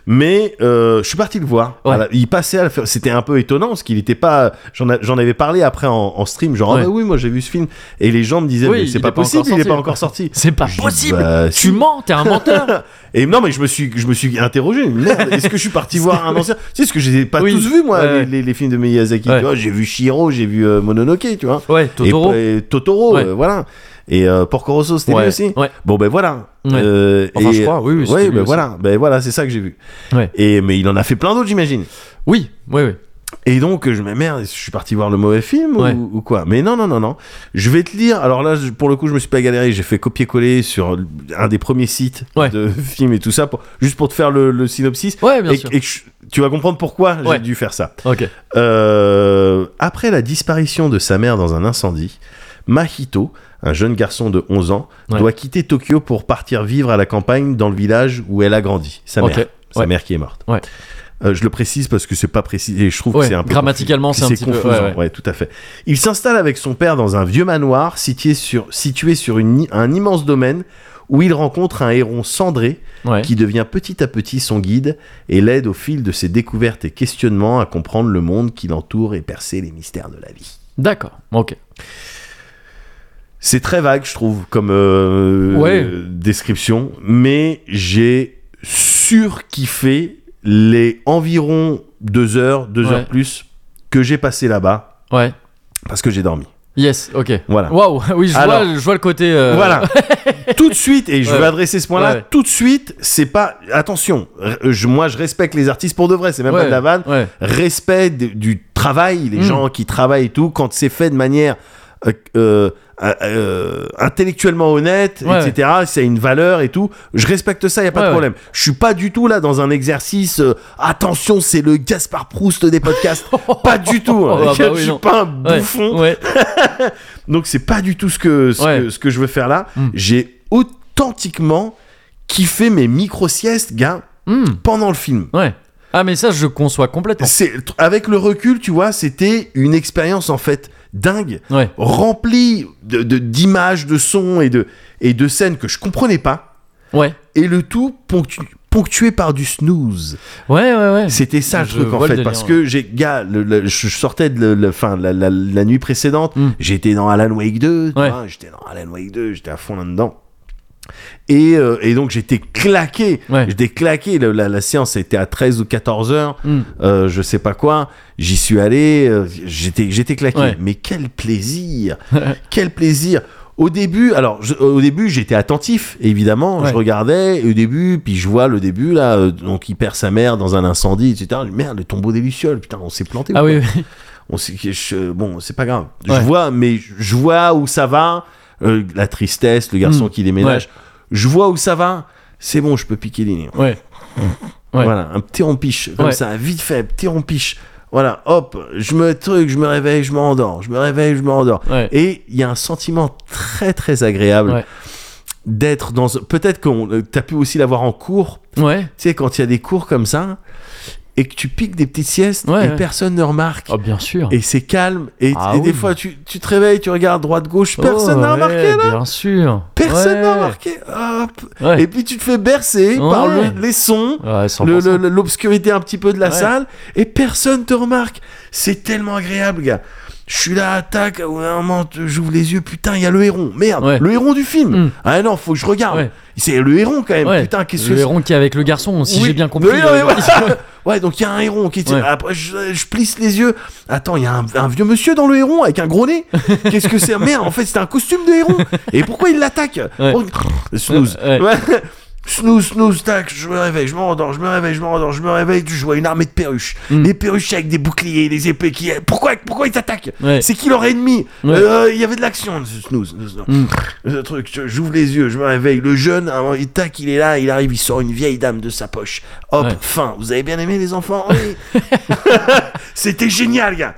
Speaker 2: Mais euh, je suis parti le voir.
Speaker 1: Ouais.
Speaker 2: À la- il passait à la fa- C'était un peu étonnant parce qu'il était pas. J'en a- j'en avais parlé après en, en stream. Genre,
Speaker 1: Ouais.
Speaker 2: ah bah oui, moi j'ai vu ce film. Et les gens me disaient,
Speaker 1: Oui,
Speaker 2: mais c'est
Speaker 1: il
Speaker 2: pas
Speaker 1: est pas
Speaker 2: possible,
Speaker 1: encore
Speaker 2: il est
Speaker 1: sorti.
Speaker 2: pas <laughs> encore sorti.
Speaker 1: C'est pas
Speaker 2: Je dis,
Speaker 1: possible.
Speaker 2: bah,
Speaker 1: tu
Speaker 2: si.
Speaker 1: mens, t'es un menteur.
Speaker 2: <laughs> Et non, mais je me suis, je me suis interrogé. Merde, est-ce que je
Speaker 1: <laughs>
Speaker 2: suis parti voir un ancien Tu sais, ce que j'ai pas
Speaker 1: Oui.
Speaker 2: tous vu, moi,
Speaker 1: Ouais.
Speaker 2: les, les- les films de Miyazaki.
Speaker 1: Ouais.
Speaker 2: Tu vois, j'ai vu Shiro, j'ai vu euh, Mononoke, tu vois.
Speaker 1: Ouais, Totoro.
Speaker 2: Et, et Totoro,
Speaker 1: Ouais.
Speaker 2: euh, voilà. Et euh, Porco Rosso, c'était lui
Speaker 1: ouais.
Speaker 2: aussi.
Speaker 1: ouais.
Speaker 2: Bon ben voilà.
Speaker 1: Ouais.
Speaker 2: Euh,
Speaker 1: Enfin,
Speaker 2: et-
Speaker 1: je crois, oui, oui, c'était
Speaker 2: Ouais,
Speaker 1: lui
Speaker 2: ben
Speaker 1: aussi.
Speaker 2: voilà, ben voilà, c'est ça que j'ai vu.
Speaker 1: Ouais.
Speaker 2: Et mais il en a fait plein d'autres, j'imagine.
Speaker 1: Oui, oui, oui.
Speaker 2: Et donc je me dis, merde, je suis parti voir le mauvais film
Speaker 1: Ouais.
Speaker 2: ou, ou quoi Mais non, non, non, non. Je vais te lire. Alors là, je- pour le coup, je me suis pas galéré. J'ai fait copier-coller sur un des premiers sites
Speaker 1: Ouais.
Speaker 2: de <laughs> films et tout ça, pour, juste pour te faire le, le synopsis.
Speaker 1: Ouais, bien
Speaker 2: et,
Speaker 1: sûr.
Speaker 2: et que je- tu vas comprendre pourquoi j'ai
Speaker 1: Ouais.
Speaker 2: dû faire ça.
Speaker 1: Ok.
Speaker 2: Euh, après la disparition de sa mère dans un incendie, Mahito, un jeune garçon de 11 ans,
Speaker 1: Ouais.
Speaker 2: doit quitter Tokyo pour partir vivre à la campagne dans le village où elle a grandi, sa
Speaker 1: Ok,
Speaker 2: mère, sa
Speaker 1: ouais.
Speaker 2: mère qui est morte.
Speaker 1: Ouais.
Speaker 2: Euh, je le précise parce que c'est pas précis et je trouve
Speaker 1: Ouais,
Speaker 2: que c'est un peu
Speaker 1: grammaticalement,
Speaker 2: confus-
Speaker 1: c'est un petit peu-
Speaker 2: confusant.
Speaker 1: ouais, ouais.
Speaker 2: tout à fait. Il s'installe avec son père dans un vieux manoir situé sur situé sur une- un immense domaine où il rencontre un héron cendré
Speaker 1: Ouais.
Speaker 2: qui devient petit à petit son guide et l'aide au fil de ses découvertes et questionnements à comprendre le monde qui l'entoure et percer les mystères de la vie.
Speaker 1: D'accord. Ok.
Speaker 2: C'est très vague, je trouve, comme euh,
Speaker 1: Ouais.
Speaker 2: euh, description, mais j'ai surkiffé les environ deux heures, deux
Speaker 1: Ouais.
Speaker 2: heures plus que j'ai passé là-bas
Speaker 1: Ouais.
Speaker 2: parce que j'ai dormi.
Speaker 1: Yes. Ok.
Speaker 2: Voilà.
Speaker 1: Waouh. Oui, je vois,
Speaker 2: Alors.
Speaker 1: je vois le côté. euh,
Speaker 2: Voilà. <laughs> tout de suite, et je
Speaker 1: Ouais.
Speaker 2: vais adresser ce point-là,
Speaker 1: Ouais.
Speaker 2: tout de suite, c'est pas. Attention, r- je- moi je respecte les artistes pour de vrai, c'est même
Speaker 1: ouais,
Speaker 2: pas de la vanne.
Speaker 1: Ouais.
Speaker 2: respect de- du travail, les
Speaker 1: Mm.
Speaker 2: gens qui travaillent et tout, quand c'est fait de manière euh, euh, euh, intellectuellement honnête,
Speaker 1: Ouais.
Speaker 2: etc., c'est une valeur et tout, je respecte ça, il a pas
Speaker 1: Ouais,
Speaker 2: de
Speaker 1: ouais.
Speaker 2: problème. Je suis pas du tout là dans un exercice, euh, attention, c'est le Gaspard Proust
Speaker 1: <laughs>
Speaker 2: des podcasts. pas du tout. hein.
Speaker 1: Ah bah
Speaker 2: je
Speaker 1: oui,
Speaker 2: suis
Speaker 1: non.
Speaker 2: pas un
Speaker 1: Ouais.
Speaker 2: bouffon.
Speaker 1: Ouais.
Speaker 2: Donc c'est pas du tout ce que ce,
Speaker 1: Ouais.
Speaker 2: que, ce que je veux faire là.
Speaker 1: Mm.
Speaker 2: J'ai authentiquement kiffé mes micro-siestes, gars,
Speaker 1: Hmm.
Speaker 2: pendant le film.
Speaker 1: Ouais. Ah, mais ça, je conçois complètement.
Speaker 2: C'est avec le recul, tu vois, c'était une expérience en fait dingue,
Speaker 1: Ouais.
Speaker 2: remplie de de- d'images, de, sons et de et de scènes que je comprenais pas,
Speaker 1: Ouais.
Speaker 2: et le tout ponctu- ponctué par du snooze.
Speaker 1: Ouais, ouais, ouais.
Speaker 2: C'était ça le
Speaker 1: Je
Speaker 2: truc en
Speaker 1: vois
Speaker 2: fait,
Speaker 1: le délire,
Speaker 2: parce que j'ai gars, le- le- je sortais de le- le- fin, la, la- la nuit précédente,
Speaker 1: Mm.
Speaker 2: j'étais dans Alan Wake 2, tu
Speaker 1: Ouais.
Speaker 2: vois, j'étais dans Alan Wake 2, j'étais à fond là dedans. Et, euh, et donc j'étais claqué,
Speaker 1: Ouais.
Speaker 2: j'étais claqué. Le- La, la séance était à 13 ou 14 heures. <laughs>
Speaker 1: Hmm.
Speaker 2: Euh, je sais pas quoi, j'y suis allé, euh, j'étais, j'étais claqué.
Speaker 1: Ouais.
Speaker 2: Mais quel plaisir, quel plaisir. Au début, alors je- au début j'étais attentif évidemment,
Speaker 1: Ouais.
Speaker 2: je regardais et au début, puis je vois le début là, euh, donc il perd sa mère dans un incendie, etc. Je dis, Merde, le tombeau des lucioles, putain, on s'est planté. ou
Speaker 1: Ah
Speaker 2: quoi
Speaker 1: oui, oui.
Speaker 2: on sait que je- bon, c'est pas grave.
Speaker 1: Ouais.
Speaker 2: Je vois, mais je- je vois où ça va. Euh, la tristesse, le garçon
Speaker 1: Mm.
Speaker 2: qui déménage. Je vois où ça va. C'est bon, je peux piquer les liens.
Speaker 1: Ouais. Ouais.
Speaker 2: Voilà, un petit rompiche comme
Speaker 1: Ouais.
Speaker 2: ça, vite fait, petit rompiche. Voilà, hop, je me truc, je me réveille, je me rendors, je me réveille, je me rendors.
Speaker 1: Ouais.
Speaker 2: Et il y a un sentiment très très agréable
Speaker 1: Ouais.
Speaker 2: d'être dans. ce- Peut-être que t'as pu aussi l'avoir en cours.
Speaker 1: Ouais.
Speaker 2: Tu sais, quand il y a des cours comme ça et que tu piques des petites siestes
Speaker 1: Ouais,
Speaker 2: et
Speaker 1: ouais.
Speaker 2: personne ne remarque.
Speaker 1: Oh, bien sûr.
Speaker 2: Et c'est calme. Et,
Speaker 1: Ah
Speaker 2: et
Speaker 1: oui.
Speaker 2: des fois, tu, tu te réveilles, tu regardes droite-gauche, personne
Speaker 1: Oh,
Speaker 2: n'a
Speaker 1: ouais,
Speaker 2: remarqué là.
Speaker 1: Bien sûr.
Speaker 2: Personne
Speaker 1: Ouais.
Speaker 2: n'a remarqué. Hop.
Speaker 1: Ouais.
Speaker 2: Et puis tu te fais bercer par
Speaker 1: Ouais.
Speaker 2: le- les sons,
Speaker 1: Ouais, 100%.
Speaker 2: le- le- le- l'obscurité un petit peu de la
Speaker 1: Ouais.
Speaker 2: salle, et personne te remarque. C'est tellement agréable, gars. Je suis là, tac, au bout d'un moment, tu- j'ouvre les yeux, putain, il y a le héron. Merde,
Speaker 1: Ouais.
Speaker 2: le héron du film.
Speaker 1: Mm.
Speaker 2: Ah non, faut que je regarde.
Speaker 1: Ouais.
Speaker 2: C'est le héron quand même.
Speaker 1: Ouais.
Speaker 2: Putain, qu'est-ce
Speaker 1: Le
Speaker 2: que c'est
Speaker 1: héron qui est avec le garçon, si
Speaker 2: Oui.
Speaker 1: j'ai bien compris.
Speaker 2: Oui,
Speaker 1: le-
Speaker 2: oui, oui. <laughs> ouais, donc il y a un héron qui.
Speaker 1: Ouais.
Speaker 2: Après, je, je plisse les yeux. Attends, il y a un, un vieux monsieur dans le héron avec un
Speaker 1: <laughs>
Speaker 2: gros nez. Qu'est-ce que c'est Merde, en fait, c'est un costume de héron. Et pourquoi il l'attaque
Speaker 1: Ouais.
Speaker 2: Oh, Snooze.
Speaker 1: Ouais.
Speaker 2: Ouais. Snooze, snooze, tac, je me réveille, je me rendors, je me réveille, je me rendors, je me réveille, je vois une armée de perruches.
Speaker 1: Mm.
Speaker 2: Des perruches avec des boucliers, des épées qui. Pourquoi, pourquoi ils t'attaquent
Speaker 1: Ouais.
Speaker 2: C'est qui leur ennemi
Speaker 1: Ouais.
Speaker 2: Euh, Il y avait de l'action, snooze. snooze.
Speaker 1: Mm.
Speaker 2: Le truc, je- j'ouvre les yeux, je me réveille. Le jeune, à un moment, il tac, il est là, il arrive, il sort une vieille dame de sa poche. Hop,
Speaker 1: Ouais.
Speaker 2: fin. Vous avez bien aimé les enfants
Speaker 1: <laughs>
Speaker 2: Oui. C'était génial, gars.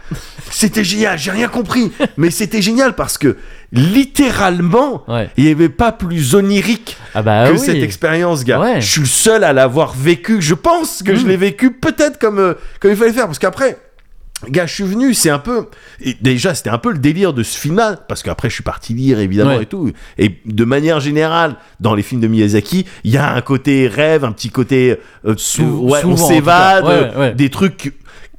Speaker 2: C'était génial. J'ai rien compris, mais c'était génial parce que littéralement,
Speaker 1: Ouais.
Speaker 2: il n'y avait pas plus onirique
Speaker 1: <laughs> Ah bah
Speaker 2: que
Speaker 1: oui.
Speaker 2: cette expérience, gars.
Speaker 1: Ouais.
Speaker 2: Je suis le seul à l'avoir vécu. Je pense que je
Speaker 1: Mm.
Speaker 2: l'ai vécu peut-être comme, euh, comme il fallait faire. Parce qu'après, gars, je suis venu, c'est un peu. et déjà, c'était un peu le délire de ce film-là. Parce qu'après, je suis parti lire, évidemment,
Speaker 1: Ouais.
Speaker 2: et tout. Et de manière générale, dans les films de Miyazaki, il y a un côté rêve, un petit côté. euh,
Speaker 1: Sou-
Speaker 2: ouais,
Speaker 1: souvent, en tout
Speaker 2: on
Speaker 1: cas.
Speaker 2: s'évade,
Speaker 1: Ouais,
Speaker 2: euh,
Speaker 1: ouais.
Speaker 2: des trucs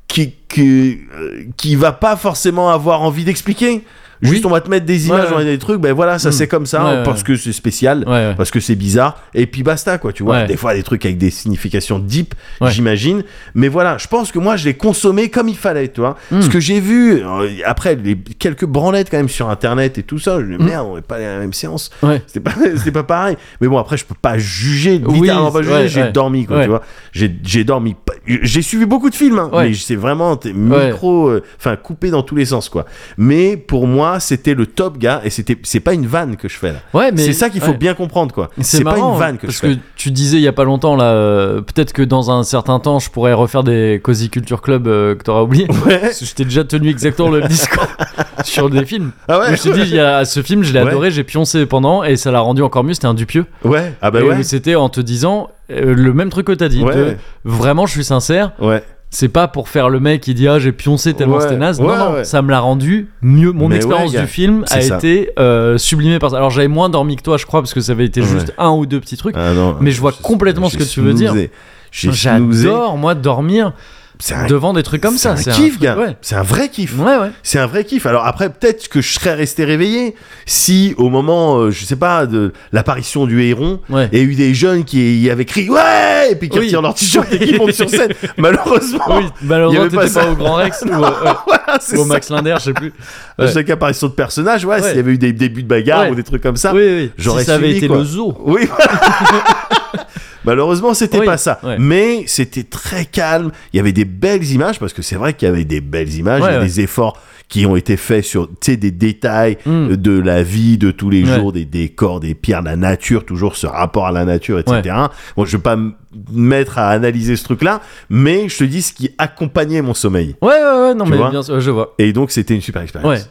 Speaker 2: qui, qui, euh, qui va pas forcément avoir envie d'expliquer. Juste, on va te mettre des
Speaker 1: Ouais,
Speaker 2: images, on va
Speaker 1: ouais.
Speaker 2: te mettre des trucs, ben voilà, ça
Speaker 1: Mm.
Speaker 2: c'est comme ça,
Speaker 1: Ouais, ouais.
Speaker 2: parce que c'est spécial
Speaker 1: Ouais, ouais.
Speaker 2: parce que c'est bizarre et puis basta quoi tu vois
Speaker 1: Ouais.
Speaker 2: des fois des trucs avec des significations deep
Speaker 1: Ouais.
Speaker 2: j'imagine mais voilà je pense que moi je l'ai consommé comme il fallait tu vois
Speaker 1: Hmm.
Speaker 2: ce que j'ai vu euh, après les quelques branlettes quand même sur internet et tout ça je me
Speaker 1: Hmm.
Speaker 2: dis merde on n'est pas à la même séance
Speaker 1: Ouais.
Speaker 2: c'était pas <laughs> c'était pas pareil mais bon après je peux pas juger
Speaker 1: Oui,
Speaker 2: littéralement pas juger
Speaker 1: ouais,
Speaker 2: j'ai
Speaker 1: ouais.
Speaker 2: dormi quoi
Speaker 1: Ouais.
Speaker 2: tu vois j'ai j'ai dormi pas- j'ai suivi beaucoup de films hein,
Speaker 1: Ouais.
Speaker 2: mais c'est vraiment t'es
Speaker 1: Ouais.
Speaker 2: micro euh, enfin coupé dans tous les sens quoi mais pour moi c'était le top gars et c'était c'est pas une vanne que je fais là
Speaker 1: Ouais, mais
Speaker 2: c'est ça qu'il faut
Speaker 1: ouais.
Speaker 2: bien comprendre, quoi. C'est pas
Speaker 1: marrant, hein,
Speaker 2: une vanne que
Speaker 1: parce
Speaker 2: je fais.
Speaker 1: que tu disais il y a pas longtemps là, euh, peut-être que dans un certain temps, je pourrais refaire des Cozy Culture Club euh, que t'auras oublié.
Speaker 2: Ouais.
Speaker 1: <laughs> Parce que je t'ai déjà tenu exactement le même discours <laughs> sur des films.
Speaker 2: Ah ouais.
Speaker 1: Où je t'ai dit, il y a ce film, je l'ai
Speaker 2: Ouais.
Speaker 1: adoré, j'ai pioncé pendant et ça l'a rendu encore mieux. C'était un Dupieux.
Speaker 2: <laughs> Ouais. Ah bah
Speaker 1: Et
Speaker 2: ouais.
Speaker 1: où C'était en te disant euh, le même truc que t'as dit.
Speaker 2: Ouais.
Speaker 1: de, vraiment, je suis sincère.
Speaker 2: Ouais.
Speaker 1: C'est pas pour faire le mec qui dit ah j'ai pioncé tellement
Speaker 2: Ouais,
Speaker 1: c'était naze.
Speaker 2: ouais,
Speaker 1: non non,
Speaker 2: ouais.
Speaker 1: ça me l'a rendu mieux. Mon
Speaker 2: Mais
Speaker 1: expérience
Speaker 2: ouais, gars,
Speaker 1: du film a
Speaker 2: c'est ça.
Speaker 1: été euh, sublimée par ça. Alors j'avais moins dormi que toi je crois parce que ça avait été juste
Speaker 2: Ouais.
Speaker 1: un ou deux petits trucs.
Speaker 2: Ah non,
Speaker 1: Mais je vois
Speaker 2: j'ai-
Speaker 1: complètement ce
Speaker 2: j'ai
Speaker 1: que tu veux dire.
Speaker 2: snoozé. J'ai snoozé.
Speaker 1: J'adore moi dormir
Speaker 2: C'est un-
Speaker 1: devant des trucs comme ça.
Speaker 2: C'est
Speaker 1: C'est
Speaker 2: un kiff,
Speaker 1: truc-
Speaker 2: gars.
Speaker 1: Ouais.
Speaker 2: C'est un vrai kiff.
Speaker 1: Ouais ouais.
Speaker 2: C'est un vrai kiff. Alors après, peut-être que je serais resté réveillé si, au moment, euh, je sais pas, de l'apparition du héron,
Speaker 1: Ouais.
Speaker 2: il y a eu des jeunes qui y avaient crié ouais et puis qui
Speaker 1: Oui.
Speaker 2: retirent leur t-shirt et qui
Speaker 1: <laughs>
Speaker 2: montent sur scène. Malheureusement,
Speaker 1: Oui, malheureusement,
Speaker 2: Oh. avait
Speaker 1: t'étais
Speaker 2: pas
Speaker 1: pas,
Speaker 2: ça.
Speaker 1: au Grand Rex ou, au- euh,
Speaker 2: voilà, <laughs> c'est
Speaker 1: ou au
Speaker 2: ça.
Speaker 1: Max Linder, je sais plus.
Speaker 2: À
Speaker 1: Ouais.
Speaker 2: chaque apparition de personnage, ouais,
Speaker 1: Ouais.
Speaker 2: s'il y avait eu des débuts de bagarre
Speaker 1: Ouais.
Speaker 2: ou des trucs comme ça,
Speaker 1: Oui, oui.
Speaker 2: J'aurais
Speaker 1: si ça avait
Speaker 2: suivi,
Speaker 1: été
Speaker 2: quoi.
Speaker 1: le zoo.
Speaker 2: Oui. <laughs> Malheureusement, c'était
Speaker 1: Oui,
Speaker 2: pas ça.
Speaker 1: ouais.
Speaker 2: Mais c'était très calme. Il y avait des belles images parce que c'est vrai qu'il y avait des belles images,
Speaker 1: Ouais,
Speaker 2: il y a
Speaker 1: ouais.
Speaker 2: des efforts qui ont été faits sur tu sais, des détails
Speaker 1: Mm.
Speaker 2: de la vie de tous les
Speaker 1: Ouais.
Speaker 2: jours, des décors, des pierres, la nature, toujours ce rapport à la nature, etc. Bon, je vais pas me mettre à analyser ce truc-là, mais je te dis ce qui accompagnait mon sommeil.
Speaker 1: Ouais, ouais, ouais, non,
Speaker 2: Tu
Speaker 1: mais
Speaker 2: vois
Speaker 1: bien sûr, je vois.
Speaker 2: Et donc, c'était une super expérience.
Speaker 1: Ouais.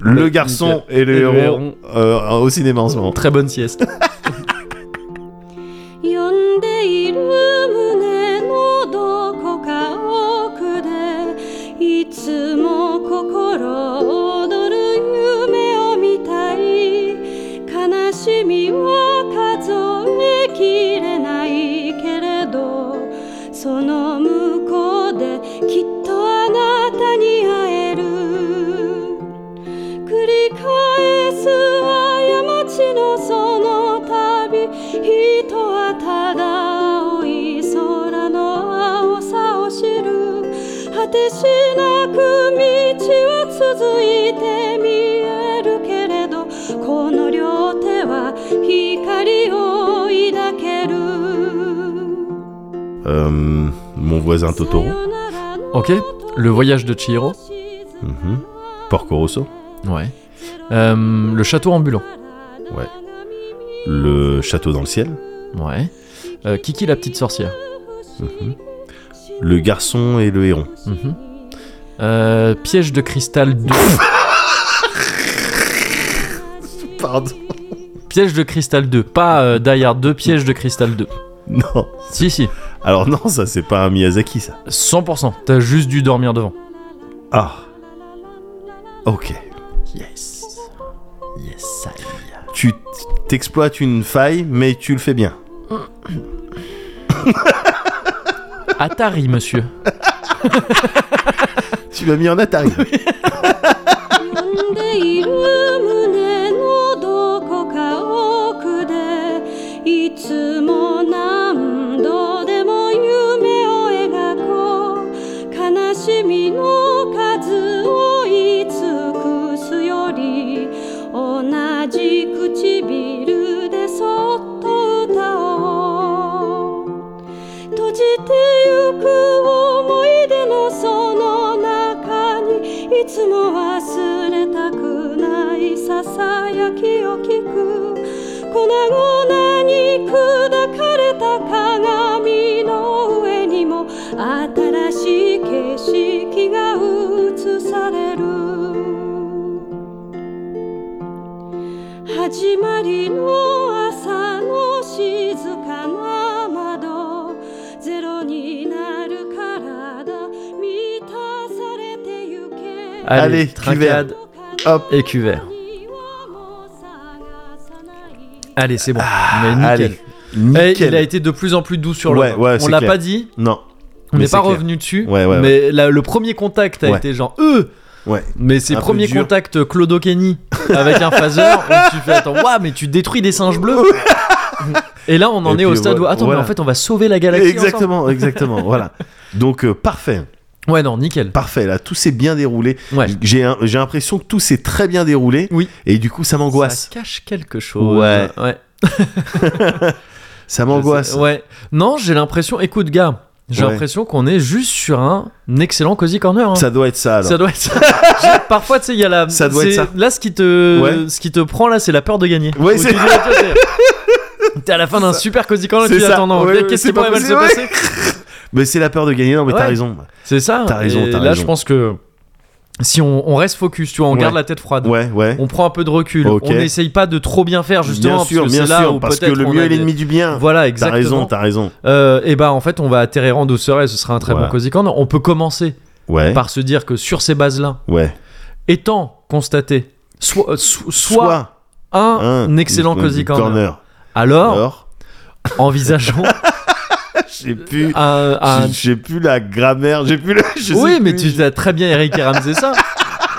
Speaker 2: Le
Speaker 1: Ouais,
Speaker 2: garçon et le,
Speaker 1: Et le
Speaker 2: héros,
Speaker 1: héron.
Speaker 2: euh, au cinéma en ce moment.
Speaker 1: Très bonne sieste.
Speaker 3: 呼んでいる胸のどこか奥でいつも心躍る夢を見たい悲しみは数えきれないけれどその向こうできっとあなたに会える繰り返す過ちのその旅人はただ青い空の青さを知る果てしなく道は続いて見えるけれどこの両手は光を抱ける
Speaker 2: Euh, mon voisin Totoro.
Speaker 1: <laughs> Ok, le voyage de Chihiro.
Speaker 2: Mhm. Porco Rosso.
Speaker 1: Ouais. Euh, le château ambulant.
Speaker 2: Ouais. Le château dans le ciel.
Speaker 1: Ouais. Euh, Kiki la petite sorcière.
Speaker 2: Le garçon et le héron.
Speaker 1: Mhm. Euh, piège de cristal
Speaker 2: <laughs>
Speaker 1: 2.
Speaker 2: Pardon.
Speaker 1: piège de cristal 2. Pas euh, Die Hard 2, piège de cristal 2.
Speaker 2: <laughs> Non.
Speaker 1: Si, si.
Speaker 2: Alors non, ça c'est pas un Miyazaki ça.
Speaker 1: 100%. T'as juste dû dormir devant.
Speaker 2: Ah. Ok.
Speaker 1: Yes. Yes, ça y est.
Speaker 2: Tu t- t'exploites une faille, mais tu le fais bien.
Speaker 1: Atari, monsieur.
Speaker 2: Tu l'as mis en <laughs> Atari.
Speaker 1: Eh,
Speaker 3: 呼んでいる胸のどこか奥でいつも何度でも夢を描こう悲しみの数をいつくすより同じ唇でそっと歌おう閉じてゆく思い出のその中にいつも忘れたくないささやきを聞く粉々に砕かれた鏡の上にも新しい景色が映される
Speaker 10: 始まりの朝の静かな窓ゼロになる体満たされてゆけ
Speaker 2: Allez, cuvère.
Speaker 1: trincade
Speaker 2: Hop.
Speaker 1: et cuvert. Allez, c'est bon. Mais nickel.
Speaker 2: Allez,
Speaker 1: Eh,
Speaker 2: nickel.
Speaker 1: il a été de plus en plus doux sur le.
Speaker 2: Ouais, ouais,
Speaker 1: on
Speaker 2: c'est
Speaker 1: l'a
Speaker 2: clair.
Speaker 1: pas dit,
Speaker 2: Non.
Speaker 1: on
Speaker 2: Mais
Speaker 1: n'est
Speaker 2: c'est
Speaker 1: pas
Speaker 2: clair.
Speaker 1: revenu dessus.
Speaker 2: Ouais, ouais,
Speaker 1: mais la- le premier contact a
Speaker 2: Ouais.
Speaker 1: été genre eux.
Speaker 2: Ouais.
Speaker 1: Mais ses
Speaker 2: Un peu
Speaker 1: premiers
Speaker 2: dur.
Speaker 1: contacts Clodo Kenny avec un phaser, où tu fais attends, waouh, mais tu détruis des singes bleus. Et là, on en
Speaker 2: Et
Speaker 1: est
Speaker 2: puis,
Speaker 1: au stade où attends,
Speaker 2: voilà.
Speaker 1: mais en fait, on va sauver la galaxie. ensemble.
Speaker 2: Exactement, exactement. voilà. Donc euh, parfait,
Speaker 1: Ouais, non, nickel.
Speaker 2: parfait. Là, tout s'est bien déroulé.
Speaker 1: Ouais.
Speaker 2: J'ai un- j'ai l'impression que tout s'est très bien déroulé.
Speaker 1: Oui.
Speaker 2: Et du coup, ça m'angoisse.
Speaker 1: Ça cache quelque chose.
Speaker 2: Ouais. Ça, m'angoisse.
Speaker 1: Ouais. Non, j'ai l'impression. Écoute, gars, j'ai
Speaker 2: Ouais.
Speaker 1: l'impression qu'on est juste sur un excellent cozy corner. hein.
Speaker 2: Ça doit être ça. Alors.
Speaker 1: Ça doit être ça. Parfois, tu sais, il y a la.
Speaker 2: Ça doit
Speaker 1: c'est-
Speaker 2: être ça.
Speaker 1: Là, ce qui te,
Speaker 2: Ouais.
Speaker 1: ce qui te prend là, c'est la peur de gagner.
Speaker 2: Ouais,
Speaker 1: Où tu
Speaker 2: c'est-
Speaker 1: dis, ah, tiens, c'est- T'es à la fin d'un super cozy corner,
Speaker 2: C'est
Speaker 1: tu dis
Speaker 2: ça.
Speaker 1: attends, non,
Speaker 2: Ouais,
Speaker 1: qu'est-
Speaker 2: ouais,
Speaker 1: qu'est-ce
Speaker 2: c'est
Speaker 1: qui
Speaker 2: pas
Speaker 1: pourrait mal se
Speaker 2: possible,
Speaker 1: passer
Speaker 2: Mais c'est la peur de gagner. Non, mais
Speaker 1: Ouais.
Speaker 2: t'as raison.
Speaker 1: C'est ça.
Speaker 2: T'as raison,
Speaker 1: Et
Speaker 2: t'as
Speaker 1: là,
Speaker 2: raison.
Speaker 1: je pense que si on, on reste focus, tu vois, on
Speaker 2: Ouais.
Speaker 1: garde la tête froide.
Speaker 2: Ouais, ouais.
Speaker 1: On prend un peu de recul.
Speaker 2: Ok.
Speaker 1: On n'essaye pas de trop bien faire, justement.
Speaker 2: bien sûr,
Speaker 1: parce que
Speaker 2: bien
Speaker 1: c'est là
Speaker 2: sûr,
Speaker 1: où
Speaker 2: parce que
Speaker 1: peut-être
Speaker 2: le
Speaker 1: on
Speaker 2: mieux
Speaker 1: a
Speaker 2: est
Speaker 1: des-
Speaker 2: l'ennemi du bien.
Speaker 1: Voilà,
Speaker 2: T'as
Speaker 1: exactement.
Speaker 2: raison, t'as raison.
Speaker 1: et ben, en fait, on va atterrir en douceur et ce sera un très
Speaker 2: Voilà.
Speaker 1: bon cozy corner. On peut commencer
Speaker 2: Ouais,
Speaker 1: par se dire que sur ces bases-là,
Speaker 2: ouais.
Speaker 1: étant constaté soit, euh, so- soit
Speaker 2: Soit
Speaker 1: un, excellent
Speaker 2: une-
Speaker 1: cozy
Speaker 2: une
Speaker 1: corner,
Speaker 2: corner.
Speaker 1: alors
Speaker 2: Alors, <laughs>
Speaker 1: envisageons
Speaker 2: j'ai plus,
Speaker 1: un, un-
Speaker 2: j'ai- j'ai plus la grammaire, j'ai plus le. je sais
Speaker 1: euh, oui mais
Speaker 2: plus.
Speaker 1: tu as très bien Eric et Ramsey
Speaker 2: <laughs>
Speaker 1: ça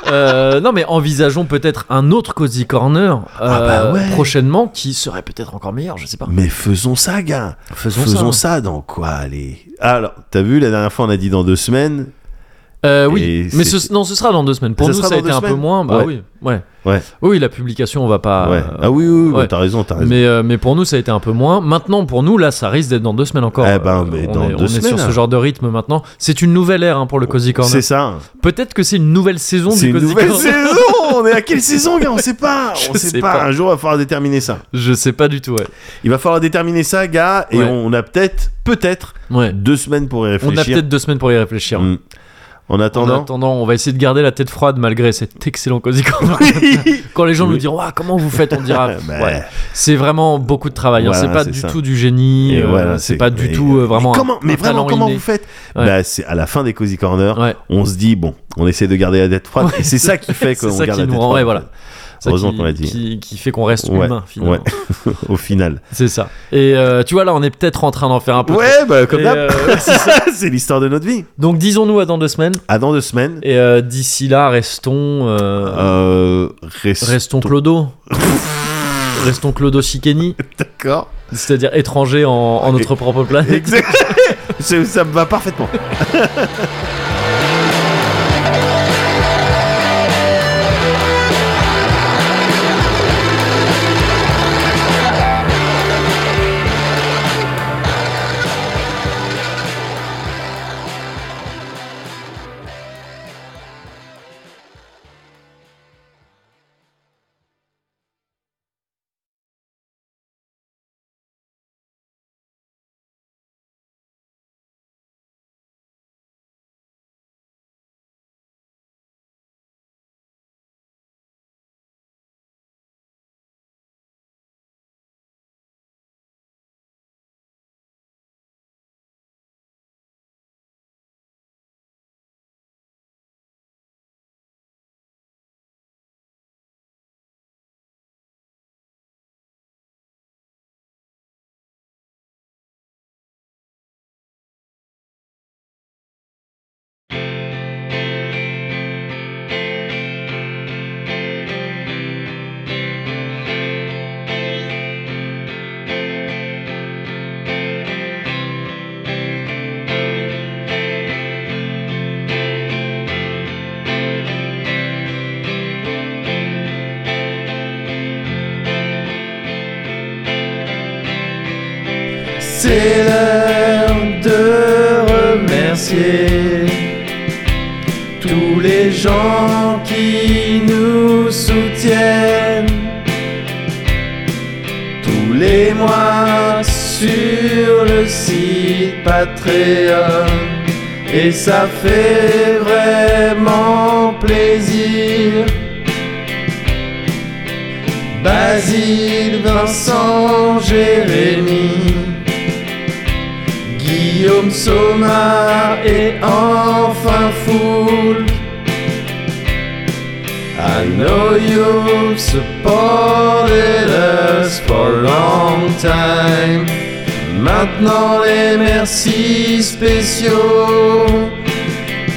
Speaker 1: Euh, non mais envisageons peut-être un autre cozy corner
Speaker 2: Ah bah
Speaker 1: euh,
Speaker 2: ouais.
Speaker 1: prochainement qui serait peut-être encore meilleur je sais pas
Speaker 2: Mais faisons ça, gars.
Speaker 1: faisons, ça, hein.
Speaker 2: ça. dans quoi Allez. Alors, t'as vu, la dernière fois, on a dit dans deux semaines.
Speaker 1: Euh,
Speaker 2: Et
Speaker 1: oui mais
Speaker 2: c'est-
Speaker 1: ce, non ce sera dans deux semaines pour
Speaker 2: Ça
Speaker 1: nous
Speaker 2: sera
Speaker 1: ça a
Speaker 2: dans
Speaker 1: été
Speaker 2: deux
Speaker 1: un peu
Speaker 2: semaines
Speaker 1: moins bah
Speaker 2: Ouais.
Speaker 1: oui ouais
Speaker 2: Ouais.
Speaker 1: oui la publication on va pas
Speaker 2: ouais.
Speaker 1: euh,
Speaker 2: ah oui, oui, oui,
Speaker 1: ouais.
Speaker 2: t'as raison, t'as raison.
Speaker 1: Mais, euh, mais pour nous, ça a été un peu moins. Maintenant, pour nous, là, ça risque d'être dans deux semaines encore.
Speaker 2: Eh ben,
Speaker 1: Euh,
Speaker 2: mais
Speaker 1: on
Speaker 2: dans
Speaker 1: est,
Speaker 2: deux
Speaker 1: on est
Speaker 2: semaines,
Speaker 1: sur ce
Speaker 2: là.
Speaker 1: genre de rythme maintenant. C'est une nouvelle ère hein, pour le Cozy Corner.
Speaker 2: C'est ça. hein.
Speaker 1: Peut-être que c'est une nouvelle saison du
Speaker 2: C'est une
Speaker 1: Cozy
Speaker 2: nouvelle
Speaker 1: Corner.
Speaker 2: saison. On est à quelle saison, gars On sait pas.
Speaker 1: <laughs>
Speaker 2: On
Speaker 1: Je
Speaker 2: sait,
Speaker 1: sais
Speaker 2: pas.
Speaker 1: pas.
Speaker 2: Un jour, il va falloir déterminer ça.
Speaker 1: Je sais pas du tout, ouais.
Speaker 2: Il va falloir déterminer ça, gars. Et
Speaker 1: Ouais.
Speaker 2: on a peut-être, peut-être,
Speaker 1: Ouais.
Speaker 2: deux semaines pour y réfléchir.
Speaker 1: On a peut-être deux semaines pour y réfléchir.
Speaker 2: Mm. En
Speaker 1: en
Speaker 2: attendant.
Speaker 1: attendant, on va essayer de garder la tête froide malgré cet excellent Cozy Corner. <laughs> Quand les gens
Speaker 2: Oui.
Speaker 1: nous diront Ouah, comment vous faites, on
Speaker 2: <laughs>
Speaker 1: dira
Speaker 2: Bah,
Speaker 1: Ouais. C'est vraiment beaucoup de travail. hein.
Speaker 2: Voilà,
Speaker 1: c'est pas
Speaker 2: c'est
Speaker 1: du
Speaker 2: ça.
Speaker 1: tout du génie.
Speaker 2: Et
Speaker 1: euh,
Speaker 2: voilà,
Speaker 1: c'est pas du
Speaker 2: mais-
Speaker 1: tout euh, vraiment.
Speaker 2: Mais
Speaker 1: un-
Speaker 2: comment, mais
Speaker 1: un
Speaker 2: vraiment,
Speaker 1: talent
Speaker 2: comment
Speaker 1: inné.
Speaker 2: vous hein. faites
Speaker 1: Ouais.
Speaker 2: Bah, c'est à la fin des Cozy Corner.
Speaker 1: Ouais.
Speaker 2: on se dit bon, on essaie de garder la tête froide.
Speaker 1: Ouais,
Speaker 2: et c'est ça qui
Speaker 1: <laughs>
Speaker 2: fait
Speaker 1: c'est
Speaker 2: qu'on
Speaker 1: ça
Speaker 2: garde
Speaker 1: qui
Speaker 2: la tête
Speaker 1: nous rend-
Speaker 2: froide.
Speaker 1: ouais, voilà. Ça
Speaker 2: Heureusement
Speaker 1: qui-
Speaker 2: qu'on l'a dit.
Speaker 1: Qui, qui fait qu'on reste
Speaker 2: Ouais,
Speaker 1: humain finalement.
Speaker 2: ouais. <laughs>
Speaker 1: <laughs>
Speaker 2: Au final.
Speaker 1: C'est ça. Et euh, tu vois, là, on est peut-être en train d'en faire un peu. trop.
Speaker 2: Ouais, bah comme
Speaker 1: Et,
Speaker 2: d'hab.
Speaker 1: euh, ouais, c'est ça.
Speaker 2: <laughs> c'est l'histoire de notre vie.
Speaker 1: <laughs> Donc, disons-nous à dans deux semaines.
Speaker 2: À dans deux semaines.
Speaker 1: Et euh, d'ici là, restons. euh,
Speaker 2: Euh, restons
Speaker 1: restons Clodo. restons Clodo Chikeni.
Speaker 2: d'accord. <laughs>
Speaker 1: C'est-à-dire étranger en, en notre propre planète.
Speaker 2: Exact. <laughs> C'est- ça me va parfaitement.
Speaker 1: C'est l'heure de remercier tous les gens qui nous soutiennent tous les mois sur le site Patreon et ça fait vraiment plaisir.
Speaker 2: Basile, Vincent, Jérémy, Guillaume Soma e et enfin Foul. I know you've supported us for a long time. Maintenant les merci spéciaux.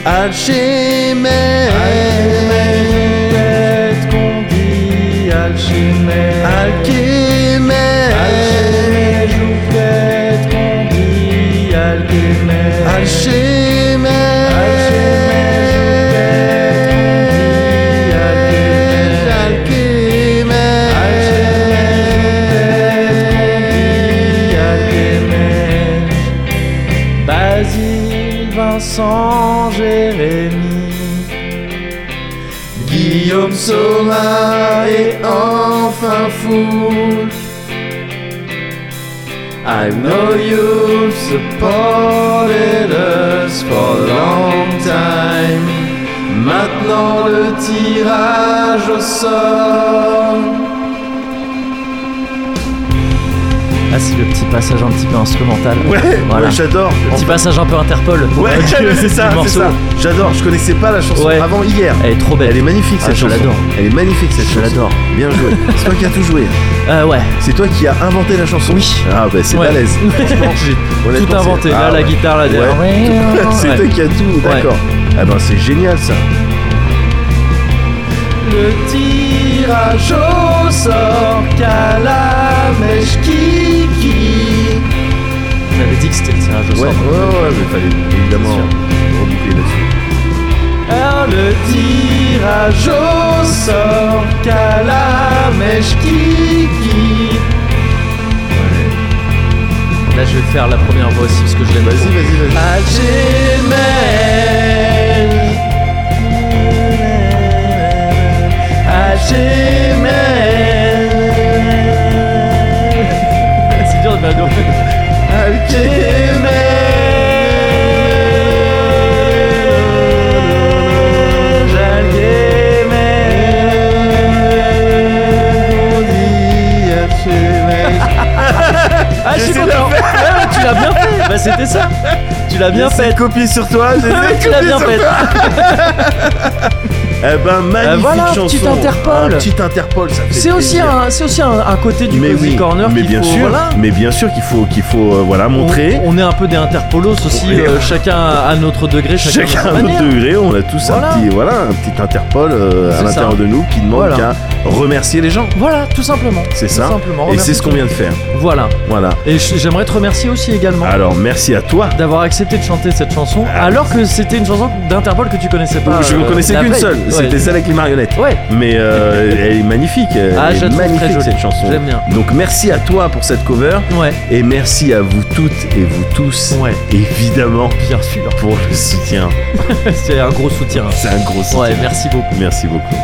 Speaker 2: Alchimède, Alchimède qu'on dit Alchimède, Alchimède, Alchimède Joufflette qu'on dit Alchimède, Alchimède, Alchimède, Alchimède, Alchimède, Basile, Vincent, Jérémy, Guillaume Soma et enfin Foul. I know you've supported us for a long time. Maintenant le tirage au sort.
Speaker 1: Ah, si le petit passage un petit peu instrumental.
Speaker 2: Ouais,
Speaker 1: Voilà.
Speaker 2: ouais, j'adore.
Speaker 1: Le petit passage un peu Interpol. Euh,
Speaker 2: Ouais,
Speaker 1: Du-
Speaker 2: <laughs> c'est ça,
Speaker 1: du
Speaker 2: c'est
Speaker 1: morceau.
Speaker 2: ça. J'adore, je connaissais pas la chanson
Speaker 1: Ouais.
Speaker 2: avant hier.
Speaker 1: Elle est trop belle.
Speaker 2: Elle est magnifique
Speaker 1: Ah,
Speaker 2: cette
Speaker 1: je
Speaker 2: chanson.
Speaker 1: l'adore.
Speaker 2: Elle est magnifique cette
Speaker 1: Je
Speaker 2: chanson.
Speaker 1: l'adore.
Speaker 2: Bien joué.
Speaker 1: <laughs>
Speaker 2: C'est toi qui as tout joué.
Speaker 1: Euh, ouais.
Speaker 2: C'est toi qui as inventé la chanson. Oui. Ah bah c'est
Speaker 1: <laughs> Ouais.
Speaker 2: balèze. Franchement, j'ai- honnêtement,
Speaker 1: Tout
Speaker 2: c'est-
Speaker 1: inventé. Là,
Speaker 2: Ah,
Speaker 1: la
Speaker 2: ouais.
Speaker 1: guitare, là, derrière.
Speaker 2: Ouais. C'est
Speaker 1: Ouais.
Speaker 2: toi qui as tout,
Speaker 1: Ouais.
Speaker 2: d'accord. Ah ben c'est génial ça. Le tirage au sort qu'à la mèche kiki.
Speaker 1: J'avais dit que c'était le tirage au
Speaker 2: Ouais, ouais,
Speaker 1: sort.
Speaker 2: ouais, mais fallait évidemment reboucler là-dessus. le tirage au sort qu'à la mèche kiki.
Speaker 1: Là, je vais faire la première voix aussi parce que je l'aime
Speaker 2: Vas-y,
Speaker 1: trop.
Speaker 2: vas-y, vas-y.
Speaker 1: <laughs> C'est dur de m'adorer. Ah, je suis
Speaker 2: J'essaie de
Speaker 1: content. Ouais, ouais, tu l'as bien fait. Bah, c'était ça. Tu l'as bien fait.
Speaker 2: copié sur toi,
Speaker 1: <laughs>
Speaker 2: j'ai essayé de
Speaker 1: Tu l'as
Speaker 2: copier
Speaker 1: bien
Speaker 2: sur
Speaker 1: fait.
Speaker 2: Eh ben magnifique
Speaker 1: Euh, voilà,
Speaker 2: chanson.
Speaker 1: petite Interpol.
Speaker 2: Un petit Interpol, ça fait
Speaker 1: C'est aussi
Speaker 2: plaisir.
Speaker 1: un, c'est aussi un, un côté du
Speaker 2: mais
Speaker 1: Cozy
Speaker 2: oui,
Speaker 1: corner
Speaker 2: mais
Speaker 1: qu'il
Speaker 2: bien
Speaker 1: faut,
Speaker 2: sûr,
Speaker 1: voilà.
Speaker 2: mais bien sûr qu'il faut qu'il faut euh, voilà montrer.
Speaker 1: On, on est un peu des interpolos aussi,
Speaker 2: On est-
Speaker 1: euh, chacun à notre degré, chacun,
Speaker 2: Chacun
Speaker 1: à
Speaker 2: à
Speaker 1: notre
Speaker 2: notre
Speaker 1: manière.
Speaker 2: degré, on a tous
Speaker 1: Voilà.
Speaker 2: un petit voilà un petit Interpol euh, à
Speaker 1: C'est
Speaker 2: l'intérieur
Speaker 1: ça.
Speaker 2: de nous qui demande
Speaker 1: Voilà.
Speaker 2: qu'à remercier les gens.
Speaker 1: Voilà, tout simplement.
Speaker 2: C'est
Speaker 1: Tout
Speaker 2: ça.
Speaker 1: simplement,
Speaker 2: Et
Speaker 1: remercie
Speaker 2: c'est ce
Speaker 1: tout
Speaker 2: qu'on
Speaker 1: le
Speaker 2: vient de faire.
Speaker 1: monde. Voilà.
Speaker 2: Voilà.
Speaker 1: Et je- j'aimerais te remercier aussi également
Speaker 2: Alors merci à toi.
Speaker 1: d'avoir accepté de chanter cette chanson, alors que c'était une chanson d'Interpol que tu connaissais pas.
Speaker 2: Ah je ne
Speaker 1: euh,
Speaker 2: connaissais
Speaker 1: la
Speaker 2: qu'une
Speaker 1: veille.
Speaker 2: seule,
Speaker 1: Ouais.
Speaker 2: c'était celle avec les marionnettes.
Speaker 1: Ouais.
Speaker 2: Mais euh, elle est magnifique, elle
Speaker 1: Ah, je la
Speaker 2: est
Speaker 1: trouve très
Speaker 2: magnifique
Speaker 1: jolie.
Speaker 2: cette chanson.
Speaker 1: J'aime bien.
Speaker 2: Donc merci à toi pour cette cover
Speaker 1: Ouais.
Speaker 2: et merci à vous toutes et vous tous
Speaker 1: Ouais.
Speaker 2: évidemment
Speaker 1: Bien sûr.
Speaker 2: pour le soutien.
Speaker 1: <laughs> C'est un gros soutien.
Speaker 2: C'est un gros soutien.
Speaker 1: Ouais, merci beaucoup.
Speaker 2: Merci beaucoup.